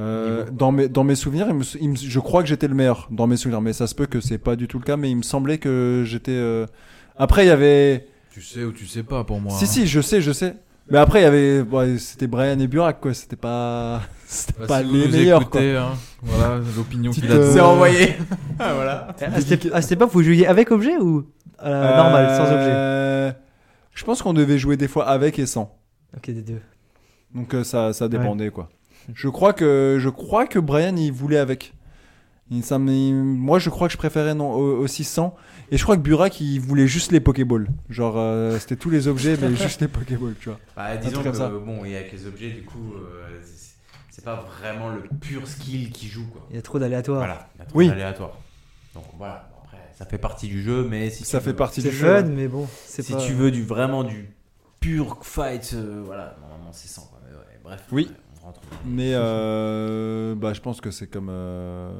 Speaker 6: Euh,
Speaker 3: Niveau.
Speaker 6: dans mes dans mes souvenirs, il me s- il me s- je crois que j'étais le meilleur dans mes souvenirs, mais ça se peut que c'est pas du tout le cas, mais il me semblait que j'étais. euh, Après il y avait.
Speaker 2: Tu sais ou tu sais pas pour moi.
Speaker 6: Si
Speaker 2: hein.
Speaker 6: si, je sais, je sais. Mais après il y avait, ouais, c'était Brian et Burak quoi, c'était pas c'était
Speaker 2: Bah,
Speaker 6: pas
Speaker 2: si vous
Speaker 6: les
Speaker 2: nous
Speaker 6: meilleurs quoi.
Speaker 2: écoutez, hein, voilà l'opinion qu'il
Speaker 6: Petite,
Speaker 2: a. de-
Speaker 6: euh,
Speaker 4: À cette ép- à cette époque, vous jouiez avec objet ou à la normale, sans objet
Speaker 6: Euh, Je pense qu'on devait jouer des fois avec et sans.
Speaker 4: Ok, des deux.
Speaker 6: Donc euh, ça, ça dépendait quoi. Je crois que je crois que Brian il voulait avec. Il- ça me- il- moi je crois que je préférais non au- aussi 100 et je crois que Burak il voulait juste les Pokéballs. Genre euh, c'était tous les objets mais juste les Pokéballs, tu vois.
Speaker 3: Bah, disons
Speaker 6: truc
Speaker 3: que
Speaker 6: comme ça.
Speaker 3: bon, et avec les objets, du coup, euh, c'est- c'est pas vraiment le pur skill qui joue, quoi.
Speaker 4: Il y a trop d'aléatoires.
Speaker 3: Voilà, il y a trop
Speaker 6: Ah. Oui.
Speaker 3: d'aléatoire. Donc voilà, bon, après, ça fait partie du jeu, mais si
Speaker 6: ça
Speaker 3: tu
Speaker 6: fait
Speaker 3: veux,
Speaker 6: partie
Speaker 4: C'est
Speaker 6: du
Speaker 4: fun,
Speaker 6: jeu.
Speaker 4: mais bon, c'est
Speaker 3: Si
Speaker 4: pas...
Speaker 3: tu veux du vraiment du pur fight, euh, voilà, normalement c'est 100, quoi. Mais ouais, bref,
Speaker 6: Oui.
Speaker 3: on rentre.
Speaker 6: Mais euh, bah je pense que c'est comme euh,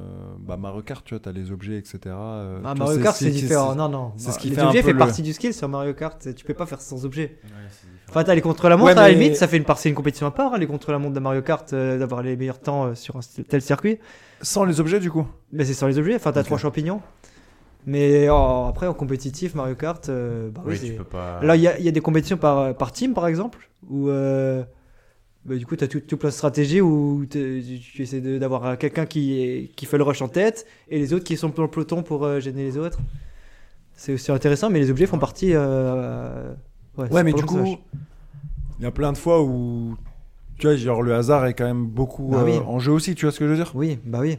Speaker 6: bah Mario Kart, tu vois, t'as les objets etc. euh,
Speaker 4: Ah,
Speaker 6: tu vois,
Speaker 4: Mario Kart, c'est différent. Non, non.
Speaker 6: c'est ce qui
Speaker 4: les
Speaker 6: fait un
Speaker 4: objets
Speaker 6: peu
Speaker 4: fait
Speaker 6: le-
Speaker 4: partie du skill sur Mario Kart. c'est- Tu peux pas faire sans objet.
Speaker 3: Ouais, c'est différent.
Speaker 4: Enfin, t'as les contre la montre
Speaker 6: Ouais,
Speaker 4: à la
Speaker 6: mais-
Speaker 4: limite, ça fait une partie une compétition à part. hein, les contre la montre de Mario Kart, euh, d'avoir les meilleurs temps euh, sur un tel circuit.
Speaker 6: Sans les objets du coup.
Speaker 4: Mais c'est sans les objets. Enfin, t'as
Speaker 6: Ok.
Speaker 4: trois champignons. Mais en- après, en compétitif, Mario Kart, euh, bah oui,
Speaker 3: oui,
Speaker 4: c'est-
Speaker 3: tu peux pas.
Speaker 4: Là, il y, a- il y a des compétitions par, euh, par team, par exemple, où euh, bah, du coup, tu as tout, tout plein de stratégies où t'es- tu, tu essaies de- d'avoir euh, quelqu'un qui, est- qui fait le rush en tête et les autres qui sont dans le peloton pour euh, gêner les autres. C'est aussi intéressant, mais les objets font partie. euh,
Speaker 6: Ouais,
Speaker 4: c'est
Speaker 6: mais
Speaker 4: pas
Speaker 6: du
Speaker 4: comme ça.
Speaker 6: coup, il y a plein de fois où Tu vois, genre le hasard est quand même beaucoup
Speaker 4: Ah oui.
Speaker 6: euh, en jeu aussi, tu vois ce que je veux dire
Speaker 4: Oui, bah oui.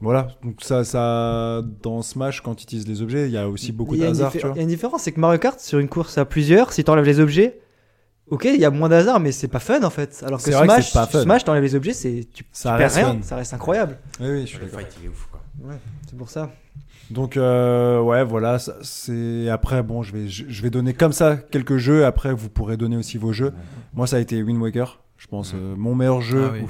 Speaker 6: Voilà, donc ça, ça dans Smash, quand ils utilisent les objets, il y a aussi beaucoup
Speaker 4: Il y
Speaker 6: de
Speaker 4: a une
Speaker 6: hasard,
Speaker 4: diffé-
Speaker 6: tu vois.
Speaker 4: Il y a une différence, c'est que Mario Kart, sur une course à plusieurs, si t'enlèves les objets, ok, il y a moins de hasard, mais c'est pas fun en fait. Alors que
Speaker 6: C'est vrai que
Speaker 4: Smash,
Speaker 6: c'est pas fun.
Speaker 4: Smash, t'enlèves les objets, c'est tu
Speaker 6: Ça
Speaker 4: perds
Speaker 6: reste
Speaker 4: rien,
Speaker 6: fun.
Speaker 4: ça reste incroyable.
Speaker 6: Oui, oui, je suis
Speaker 3: Le
Speaker 6: d'accord.
Speaker 3: fight, il est ouf, quoi.
Speaker 4: C'est pour ça.
Speaker 6: Donc euh, ouais, voilà, ça, c'est après bon, je vais je, je vais donner comme ça quelques jeux. Après, vous pourrez donner aussi vos jeux. Moi, ça a été Wind Waker, je pense,
Speaker 3: Ouais.
Speaker 6: euh, mon meilleur jeu.
Speaker 2: Ah oui.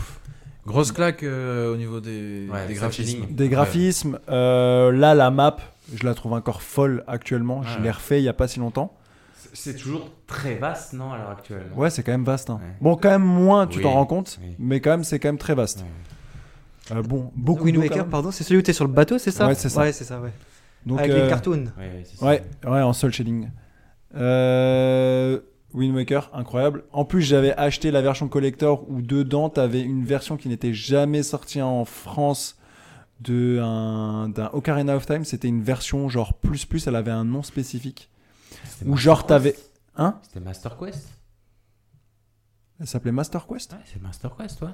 Speaker 2: Grosse claque euh, au niveau des,
Speaker 3: Ouais,
Speaker 2: des
Speaker 3: ça,
Speaker 2: graphismes.
Speaker 3: feeling.
Speaker 6: Des graphismes, euh, là, la map, je la trouve encore folle actuellement. Je
Speaker 3: Ouais.
Speaker 6: l'ai refait il y a pas si longtemps.
Speaker 3: C'est- C'est toujours très vaste, non, à l'heure actuelle
Speaker 6: Ouais, c'est quand même vaste. hein.
Speaker 3: Ouais.
Speaker 6: Bon, quand même moins, tu
Speaker 3: Oui,
Speaker 6: t'en rends compte,
Speaker 3: oui.
Speaker 6: mais quand même, c'est quand même très vaste. Euh, bon, beaucoup
Speaker 4: Wind
Speaker 6: d'eau, quand
Speaker 4: Waker,
Speaker 6: même.
Speaker 4: pardon, c'est celui où t'es sur le bateau, c'est ça
Speaker 6: Ouais, c'est ça.
Speaker 4: Ouais, c'est ça, ouais.
Speaker 6: Donc,
Speaker 4: Avec
Speaker 6: euh,
Speaker 4: les cartoons.
Speaker 3: Ouais, ouais, c'est ça.
Speaker 6: Ouais, ouais, en seul shading. Euh, Wind Waker, incroyable. En plus, j'avais acheté la version collector où dedans, t'avais une version qui n'était jamais sortie en France de un- d'un Ocarina of Time. C'était une version genre plus plus, elle avait un nom spécifique.
Speaker 3: C'était
Speaker 6: Ou genre,
Speaker 3: Master
Speaker 6: t'avais-
Speaker 3: Quest
Speaker 6: Hein
Speaker 3: C'était Master Quest
Speaker 6: Elle s'appelait Master Quest
Speaker 3: Ouais, c'est Master Quest, toi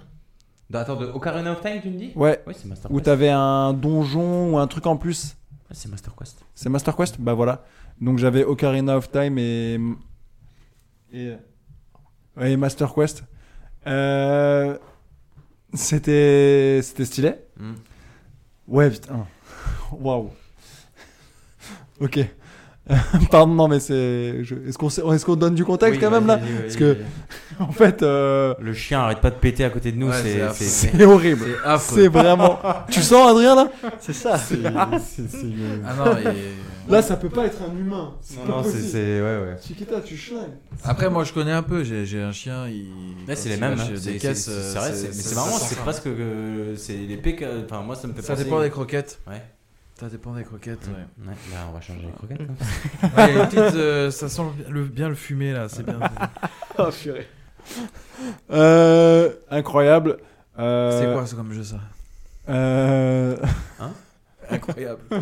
Speaker 3: Bah, Attends, de Ocarina of Time, tu me dis
Speaker 6: Ouais,
Speaker 3: Ouais, c'est Master
Speaker 6: où
Speaker 3: Quest.
Speaker 6: t'avais un donjon ou un truc en plus.
Speaker 3: Ouais, c'est Master Quest.
Speaker 6: C'est Master Quest Bah voilà. Donc j'avais Ocarina of Time et. Et, euh, et Master Quest. Euh, C'était. C'était stylé.
Speaker 2: Hmm.
Speaker 3: Mm.
Speaker 6: Ouais, putain. Waouh. ok. Pardon, non, mais c'est. je- Est-ce qu'on est qu'on donne du contexte
Speaker 3: Oui,
Speaker 6: quand même là
Speaker 3: vas-y, vas-y,
Speaker 6: Parce que-
Speaker 3: vas-y.
Speaker 6: En fait, euh,
Speaker 3: Le chien arrête pas de péter à côté de nous,
Speaker 2: Ouais, c'est
Speaker 3: c'est-
Speaker 2: affreux.
Speaker 3: c'est.
Speaker 6: c'est horrible.
Speaker 2: C'est affreux.
Speaker 6: C'est vraiment. tu sens, Adrien, là
Speaker 4: C'est ça.
Speaker 2: Ah non, et-
Speaker 6: Là, ça peut pas être un humain.
Speaker 3: Non, non, c'est. c'est- Ouais, ouais.
Speaker 6: Chiquita, tu chlingues.
Speaker 2: Après, moi, je connais un peu. J'ai j'ai un chien. Il...
Speaker 3: Ouais,
Speaker 2: quand
Speaker 3: c'est les
Speaker 2: il
Speaker 3: mêmes.
Speaker 2: lâche
Speaker 3: hein.
Speaker 2: Des
Speaker 3: C'est-
Speaker 2: caisses.
Speaker 3: c'est-
Speaker 2: euh,
Speaker 3: C'est vrai, c'est- mais c'est marrant,
Speaker 2: ça
Speaker 3: c'est
Speaker 2: sent-
Speaker 3: presque que. C'est les pécs. Enfin, moi, ça me fait
Speaker 2: Ça
Speaker 3: penser-
Speaker 2: dépend des croquettes.
Speaker 3: Ouais.
Speaker 2: Ça dépend des croquettes. Ouais.
Speaker 3: Ouais, là, on va changer les croquettes. hein.
Speaker 2: Ouais, les petites, euh, ça sent le- le- bien le fumé là. C'est bien.
Speaker 4: Oh, purée.
Speaker 6: Euh, incroyable. Euh,
Speaker 2: C'est quoi ça comme jeu ça
Speaker 6: euh, euh,
Speaker 2: Incroyable.
Speaker 6: Il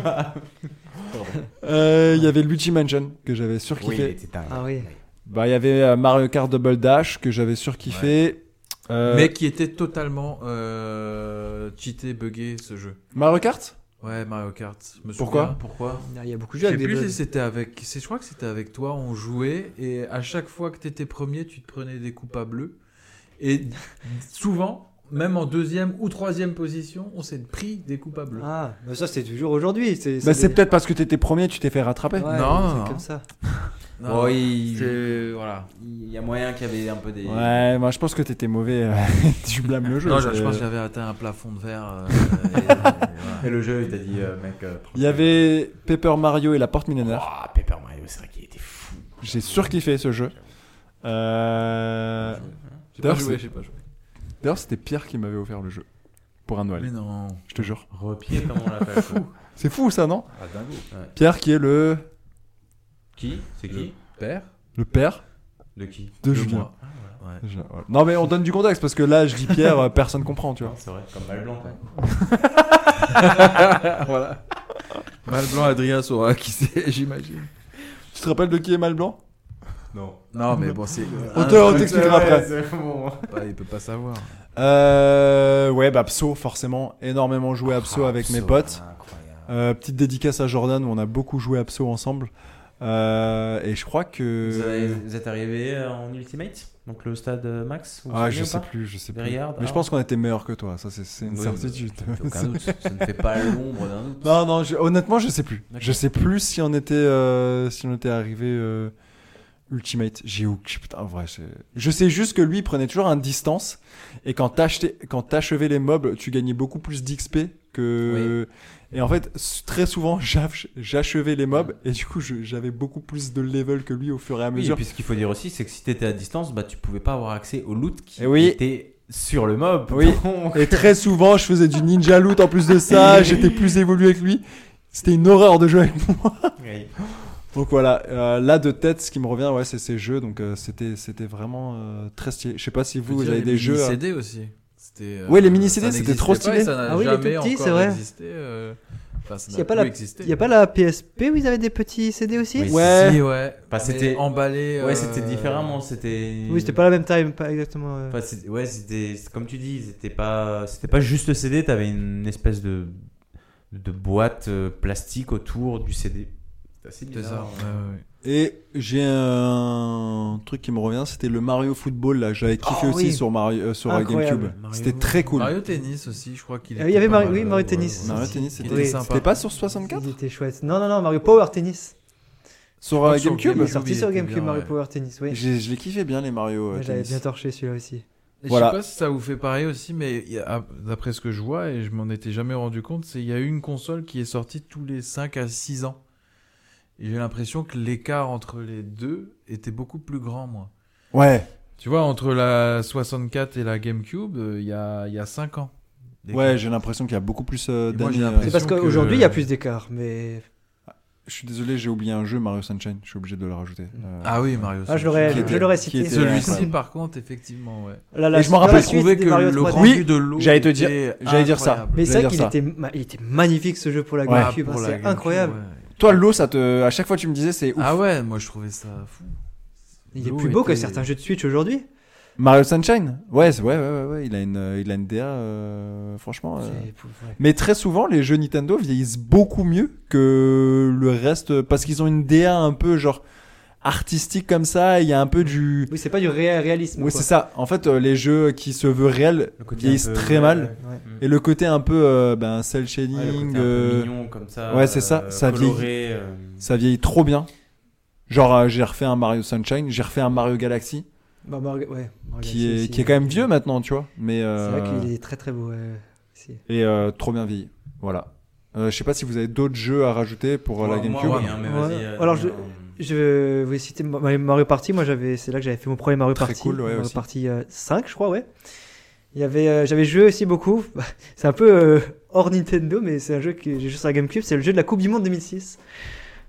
Speaker 6: euh, y avait Luigi Mansion que j'avais
Speaker 3: Oui, il
Speaker 6: surkiffé.
Speaker 3: était dingue.
Speaker 4: Ah oui.
Speaker 6: Bah, il y avait euh, Mario Kart Double Dash que j'avais surkiffé. Euh,
Speaker 2: Mais qui était totalement euh, cheaté, buggé ce jeu.
Speaker 6: Mario Kart
Speaker 2: Ouais, Mario Kart. Je me
Speaker 6: Pourquoi
Speaker 2: souviens. Pourquoi
Speaker 4: Il y a beaucoup de
Speaker 2: Je sais
Speaker 4: jeux avec des
Speaker 2: plus si
Speaker 4: bugs.
Speaker 2: c'était avec. c'est- Je crois que c'était avec toi, on jouait, et à chaque fois que t'étais premier, tu te prenais des coupes à bleu. Et souvent, même en deuxième ou troisième position, on s'est pris des coupes à bleu.
Speaker 4: Ah, mais ça c'est toujours aujourd'hui. C'est
Speaker 6: Bah, c'est
Speaker 4: des-
Speaker 6: peut-être parce que t'étais premier, tu t'es fait rattraper.
Speaker 2: Non,
Speaker 4: Ouais, des
Speaker 2: non,
Speaker 4: trucs
Speaker 2: non.
Speaker 4: comme ça.
Speaker 2: Non,
Speaker 3: Oh, il-
Speaker 2: c'est- Voilà.
Speaker 3: Il y a moyen qu'il y avait un peu des.
Speaker 6: Ouais, moi je pense que t'étais mauvais. euh, tu blâmes le jeu.
Speaker 2: Non, je,
Speaker 6: c'est- euh,
Speaker 2: je pense que j'avais atteint un plafond de verre. euh, et-
Speaker 3: Et le jeu, il t'a dit, euh, mec. euh,
Speaker 6: Il y avait Paper Mario et la porte millénaire.
Speaker 3: Ah, Paper Mario, c'est vrai qu'il était fou.
Speaker 6: J'ai surkiffé ce jeu. Euh,
Speaker 2: J'ai
Speaker 6: D'ailleurs,
Speaker 2: pas joué,
Speaker 6: c'est-
Speaker 2: j'ai pas joué.
Speaker 6: D'ailleurs, c'était Pierre qui m'avait offert le jeu pour un
Speaker 2: Mais
Speaker 6: Noël.
Speaker 2: non.
Speaker 6: Je te jure.
Speaker 3: Repied, comme on l'appelle. quoi.
Speaker 6: C'est fou ça, non
Speaker 2: Ah, dingo.
Speaker 6: Pierre qui est le
Speaker 3: Qui C'est qui
Speaker 2: Père
Speaker 6: le père
Speaker 3: De qui
Speaker 6: de
Speaker 2: de
Speaker 6: Julien.
Speaker 2: moi. Ah, Ouais.
Speaker 6: Je- voilà. Non mais on donne du contexte parce que là je dis Pierre, euh, personne comprend, tu vois.
Speaker 3: C'est vrai, comme mal blanc.
Speaker 2: voilà. Mal blanc, Adrien saura qui c'est, j'imagine.
Speaker 6: Tu te rappelles de qui est Malblanc
Speaker 3: Non.
Speaker 2: Non, mais bon, c'est.
Speaker 6: On te-
Speaker 2: un
Speaker 6: on
Speaker 2: truc,
Speaker 6: t'expliquera après.
Speaker 2: bah, il peut pas savoir.
Speaker 6: Euh, ouais, bah Pso forcément, énormément joué à
Speaker 2: Ah,
Speaker 6: Pso avec mes potes.
Speaker 3: Incroyable.
Speaker 6: Euh, petite dédicace à Jordan où on a beaucoup joué à Pso ensemble. Euh, et je crois
Speaker 3: Vous, avez-
Speaker 6: que
Speaker 3: vous êtes arrivé euh, en Ultimate Donc le stade euh, max vous vous
Speaker 6: ah
Speaker 3: souvenez
Speaker 6: je
Speaker 3: ou
Speaker 6: sais
Speaker 3: pas ah.
Speaker 6: plus, je sais plus.
Speaker 3: Derrière,
Speaker 6: Mais je
Speaker 3: derrière
Speaker 6: pense qu'on était meilleurs que toi, ça c'est c'est une
Speaker 3: Oui,
Speaker 6: certitude.
Speaker 3: bah, ça ne fait aucun doute. Ça ne fait pas l'ombre d'un doute.
Speaker 6: Non, non, je- honnêtement, je sais plus.
Speaker 3: D'accord.
Speaker 6: Je sais plus si on était, euh, si on était arrivé euh, Ultimate. J'ai ou putain, en vrai, c'est- je sais juste que lui il prenait toujours un distance et quand t'achetais, quand t'achevais les mobs, tu gagnais beaucoup plus d'XP que. Et en fait, s- très souvent, j'ach- j'achevais les mobs et du coup, je- j'avais beaucoup plus de level que lui au fur et à
Speaker 3: Oui, et
Speaker 6: mesure.
Speaker 3: puis ce qu'il faut dire aussi, c'est que si t'étais à distance, bah tu pouvais pas avoir accès au loot qui
Speaker 6: Eh oui.
Speaker 3: était sur le mob.
Speaker 6: Oui.
Speaker 3: Donc,
Speaker 6: Et très souvent, je faisais du ninja loot en plus de ça. J'étais plus évolué que lui. C'était une horreur de jouer avec
Speaker 3: oui.
Speaker 6: Donc voilà, euh, là de tête, ce qui me revient, ouais,
Speaker 4: hein.
Speaker 6: c'est ces jeux. Donc euh, c'était, c'était vraiment euh, très stylé. Je sais pas si vous, vous avez des jeux. euh,
Speaker 2: CD aussi. c'était.
Speaker 6: Ouais, les
Speaker 2: euh,
Speaker 6: mini-CD,
Speaker 2: ça
Speaker 6: c'était
Speaker 2: n'existait
Speaker 6: trop
Speaker 2: pas
Speaker 6: stylé.
Speaker 2: et Ça n'a
Speaker 4: Ah oui, les
Speaker 2: jamais
Speaker 4: tout petits,
Speaker 2: encore
Speaker 4: c'est vrai.
Speaker 2: existé. euh, Enfin, ça
Speaker 4: Il
Speaker 2: n'a
Speaker 4: n'y a, pas
Speaker 2: plus
Speaker 4: la-
Speaker 2: existé.
Speaker 4: y a pas la PSP où ils avaient des petits CD aussi
Speaker 3: Oui.
Speaker 6: Ouais.
Speaker 2: Si, ouais.
Speaker 3: Bah,
Speaker 2: Mais
Speaker 3: c'était-
Speaker 2: emballé.
Speaker 3: Ouais,
Speaker 2: euh,
Speaker 3: c'était différemment, c'était.
Speaker 4: Oui, c'était pas la même taille, pas exactement. euh.
Speaker 3: Enfin, c'est- ouais, c'était c'est comme tu dis, c'était pas, c'était pas juste le CD. T'avais une espèce de de boîte euh, plastique autour du CD.
Speaker 1: C'est assez
Speaker 2: C'est ça.
Speaker 1: bizarre.
Speaker 2: ouais, ouais, ouais.
Speaker 6: Et j'ai un truc qui me revient, c'était le Mario Football là. J'avais kiffé
Speaker 4: Oh,
Speaker 6: aussi
Speaker 4: oui.
Speaker 6: sur Mario euh, sur euh,
Speaker 4: Incroyable.
Speaker 6: GameCube.
Speaker 3: Mario-
Speaker 6: C'était très cool.
Speaker 2: Mario Tennis aussi, je crois qu'il
Speaker 4: Ah
Speaker 2: était.
Speaker 4: oui, il y avait
Speaker 2: pas
Speaker 4: Mario-
Speaker 2: mal,
Speaker 4: oui,
Speaker 2: euh,
Speaker 4: Mario
Speaker 2: ouais,
Speaker 4: Tennis.
Speaker 2: ouais.
Speaker 6: Mario Tennis,
Speaker 2: Il
Speaker 6: c'était
Speaker 4: Oui.
Speaker 2: était sympa.
Speaker 6: c'était pas sur
Speaker 4: Ils
Speaker 6: 64
Speaker 4: étaient chouettes. Non, non, non, Mario Power Tennis.
Speaker 6: Sur
Speaker 2: crois
Speaker 6: euh,
Speaker 2: que sur
Speaker 6: GameCube.
Speaker 4: Il est
Speaker 2: GameCube,
Speaker 4: sorti
Speaker 2: il
Speaker 4: sur
Speaker 2: était
Speaker 4: GameCube
Speaker 2: bien,
Speaker 4: Mario
Speaker 2: ouais.
Speaker 4: Power Tennis, oui.
Speaker 6: J'ai- Je les kiffais bien les Mario. euh,
Speaker 4: Ouais, J'avais
Speaker 6: tennis.
Speaker 4: bien torché celui-là aussi.
Speaker 2: Et
Speaker 6: Voilà.
Speaker 2: Je sais pas si ça vous fait pareil aussi, mais il y a- ah, d'après ce que je vois, et je m'en étais jamais rendu compte, c'est qu'il y a une console qui est sortie tous les 5 à 6 ans. Et j'ai l'impression que l'écart entre les deux était beaucoup plus grand, moi.
Speaker 6: Ouais.
Speaker 2: Tu vois, entre la 64 et la GameCube, euh, il y a, il y a 5 ans.
Speaker 6: Ouais, j'ai l'impression qu'il y a beaucoup plus euh,
Speaker 2: Et moi, j'ai
Speaker 6: d'années.
Speaker 2: l'impression-
Speaker 6: euh,
Speaker 4: C'est parce
Speaker 2: que-
Speaker 4: qu'aujourd'hui, il y a plus d'écart, mais.
Speaker 6: Je suis désolé, j'ai oublié un jeu Mario Sunshine. Je suis obligé de le rajouter. Euh,
Speaker 2: Ah oui, Mario.
Speaker 4: Ah, je
Speaker 2: Sunshine.
Speaker 4: l'aurais
Speaker 6: Qui
Speaker 4: je
Speaker 6: était-
Speaker 4: l'aurais
Speaker 6: qui
Speaker 4: cité.
Speaker 6: était-
Speaker 2: Celui-ci,
Speaker 6: incroyable.
Speaker 2: par contre, effectivement, ouais.
Speaker 4: Là, là,
Speaker 6: Et je m'en rappelle
Speaker 4: la
Speaker 2: Je
Speaker 4: suite
Speaker 2: trouvais
Speaker 4: des
Speaker 2: que
Speaker 4: Mario
Speaker 2: le
Speaker 4: 3D.
Speaker 2: rendu
Speaker 6: Oui,
Speaker 2: de l'eau.
Speaker 6: j'allais te dire-
Speaker 2: était
Speaker 6: j'allais dire ça.
Speaker 2: incroyable. Ah,
Speaker 4: Mais c'est
Speaker 6: J'allais
Speaker 4: vrai
Speaker 6: dire
Speaker 4: qu'il
Speaker 6: ça.
Speaker 4: était, ma- il était magnifique ce jeu pour la
Speaker 6: Ouais,
Speaker 4: GameCube,
Speaker 2: pour
Speaker 4: hein,
Speaker 2: la
Speaker 4: c'est
Speaker 2: GameCube,
Speaker 4: incroyable.
Speaker 2: ouais.
Speaker 6: euh, Toi, l'eau, ça te. À chaque fois, tu me disais, c'est ouf.
Speaker 2: Ah ouais, moi je trouvais ça fou.
Speaker 4: Il est
Speaker 2: L'eau
Speaker 4: plus beau que
Speaker 2: était-
Speaker 4: certains jeux de Switch aujourd'hui.
Speaker 6: Mario Sunshine. Ouais, c'est- ouais, ouais, ouais, ouais, Il a une, euh, il a une DA. euh, franchement. euh,
Speaker 4: C'est- ouais.
Speaker 6: Mais très souvent, les jeux Nintendo vieillissent beaucoup mieux que le reste parce qu'ils ont une DA un peu genre artistique comme ça. Il y a un peu du.
Speaker 4: Oui, c'est pas du réel réalisme.
Speaker 6: Oui,
Speaker 4: quoi.
Speaker 6: c'est ça. En fait, euh, les jeux qui se veulent réels
Speaker 3: Le côté
Speaker 6: vieillissent
Speaker 3: un peu-
Speaker 6: très mal.
Speaker 4: Euh, Ouais.
Speaker 6: Et le côté un peu euh, ben, cel
Speaker 3: Ouais, le côté un
Speaker 6: shading,
Speaker 3: peu
Speaker 6: euh,
Speaker 3: mignon comme ça.
Speaker 6: ouais, c'est ça,
Speaker 3: euh,
Speaker 6: ça
Speaker 3: coloré. euh,
Speaker 6: ça vieillit trop bien. Genre, euh, j'ai refait un Mario Sunshine, j'ai refait un Mario Galaxy,
Speaker 4: Bah, Mario- ouais, Mario
Speaker 6: qui
Speaker 4: Galaxy
Speaker 6: est,
Speaker 4: aussi,
Speaker 6: qui est quand même vieux maintenant, tu vois. Mais,
Speaker 4: C'est
Speaker 6: euh,
Speaker 4: vrai qu'il est très très beau. ouais, aussi.
Speaker 6: Et euh, trop bien vieilli. Voilà. Euh, je sais pas si vous avez d'autres jeux à rajouter pour euh, la
Speaker 3: moi, moi,
Speaker 6: GameCube.
Speaker 3: oui, hein, mais
Speaker 4: Ouais.
Speaker 3: vas-y, euh,
Speaker 4: Alors, je-
Speaker 3: euh,
Speaker 4: Je vais citer Ma- Mario Party. Moi, j'avais, c'est là que j'avais fait mon premier Mario
Speaker 6: Très
Speaker 4: Party.
Speaker 6: cool, ouais,
Speaker 4: Mario
Speaker 6: aussi.
Speaker 4: Party euh, 5, je crois, ouais. Il y avait, euh, j'avais joué aussi beaucoup. C'est un peu euh, hors Nintendo, mais c'est un jeu que j'ai joué sur la GameCube. C'est le jeu de la Coupe du Monde 2006.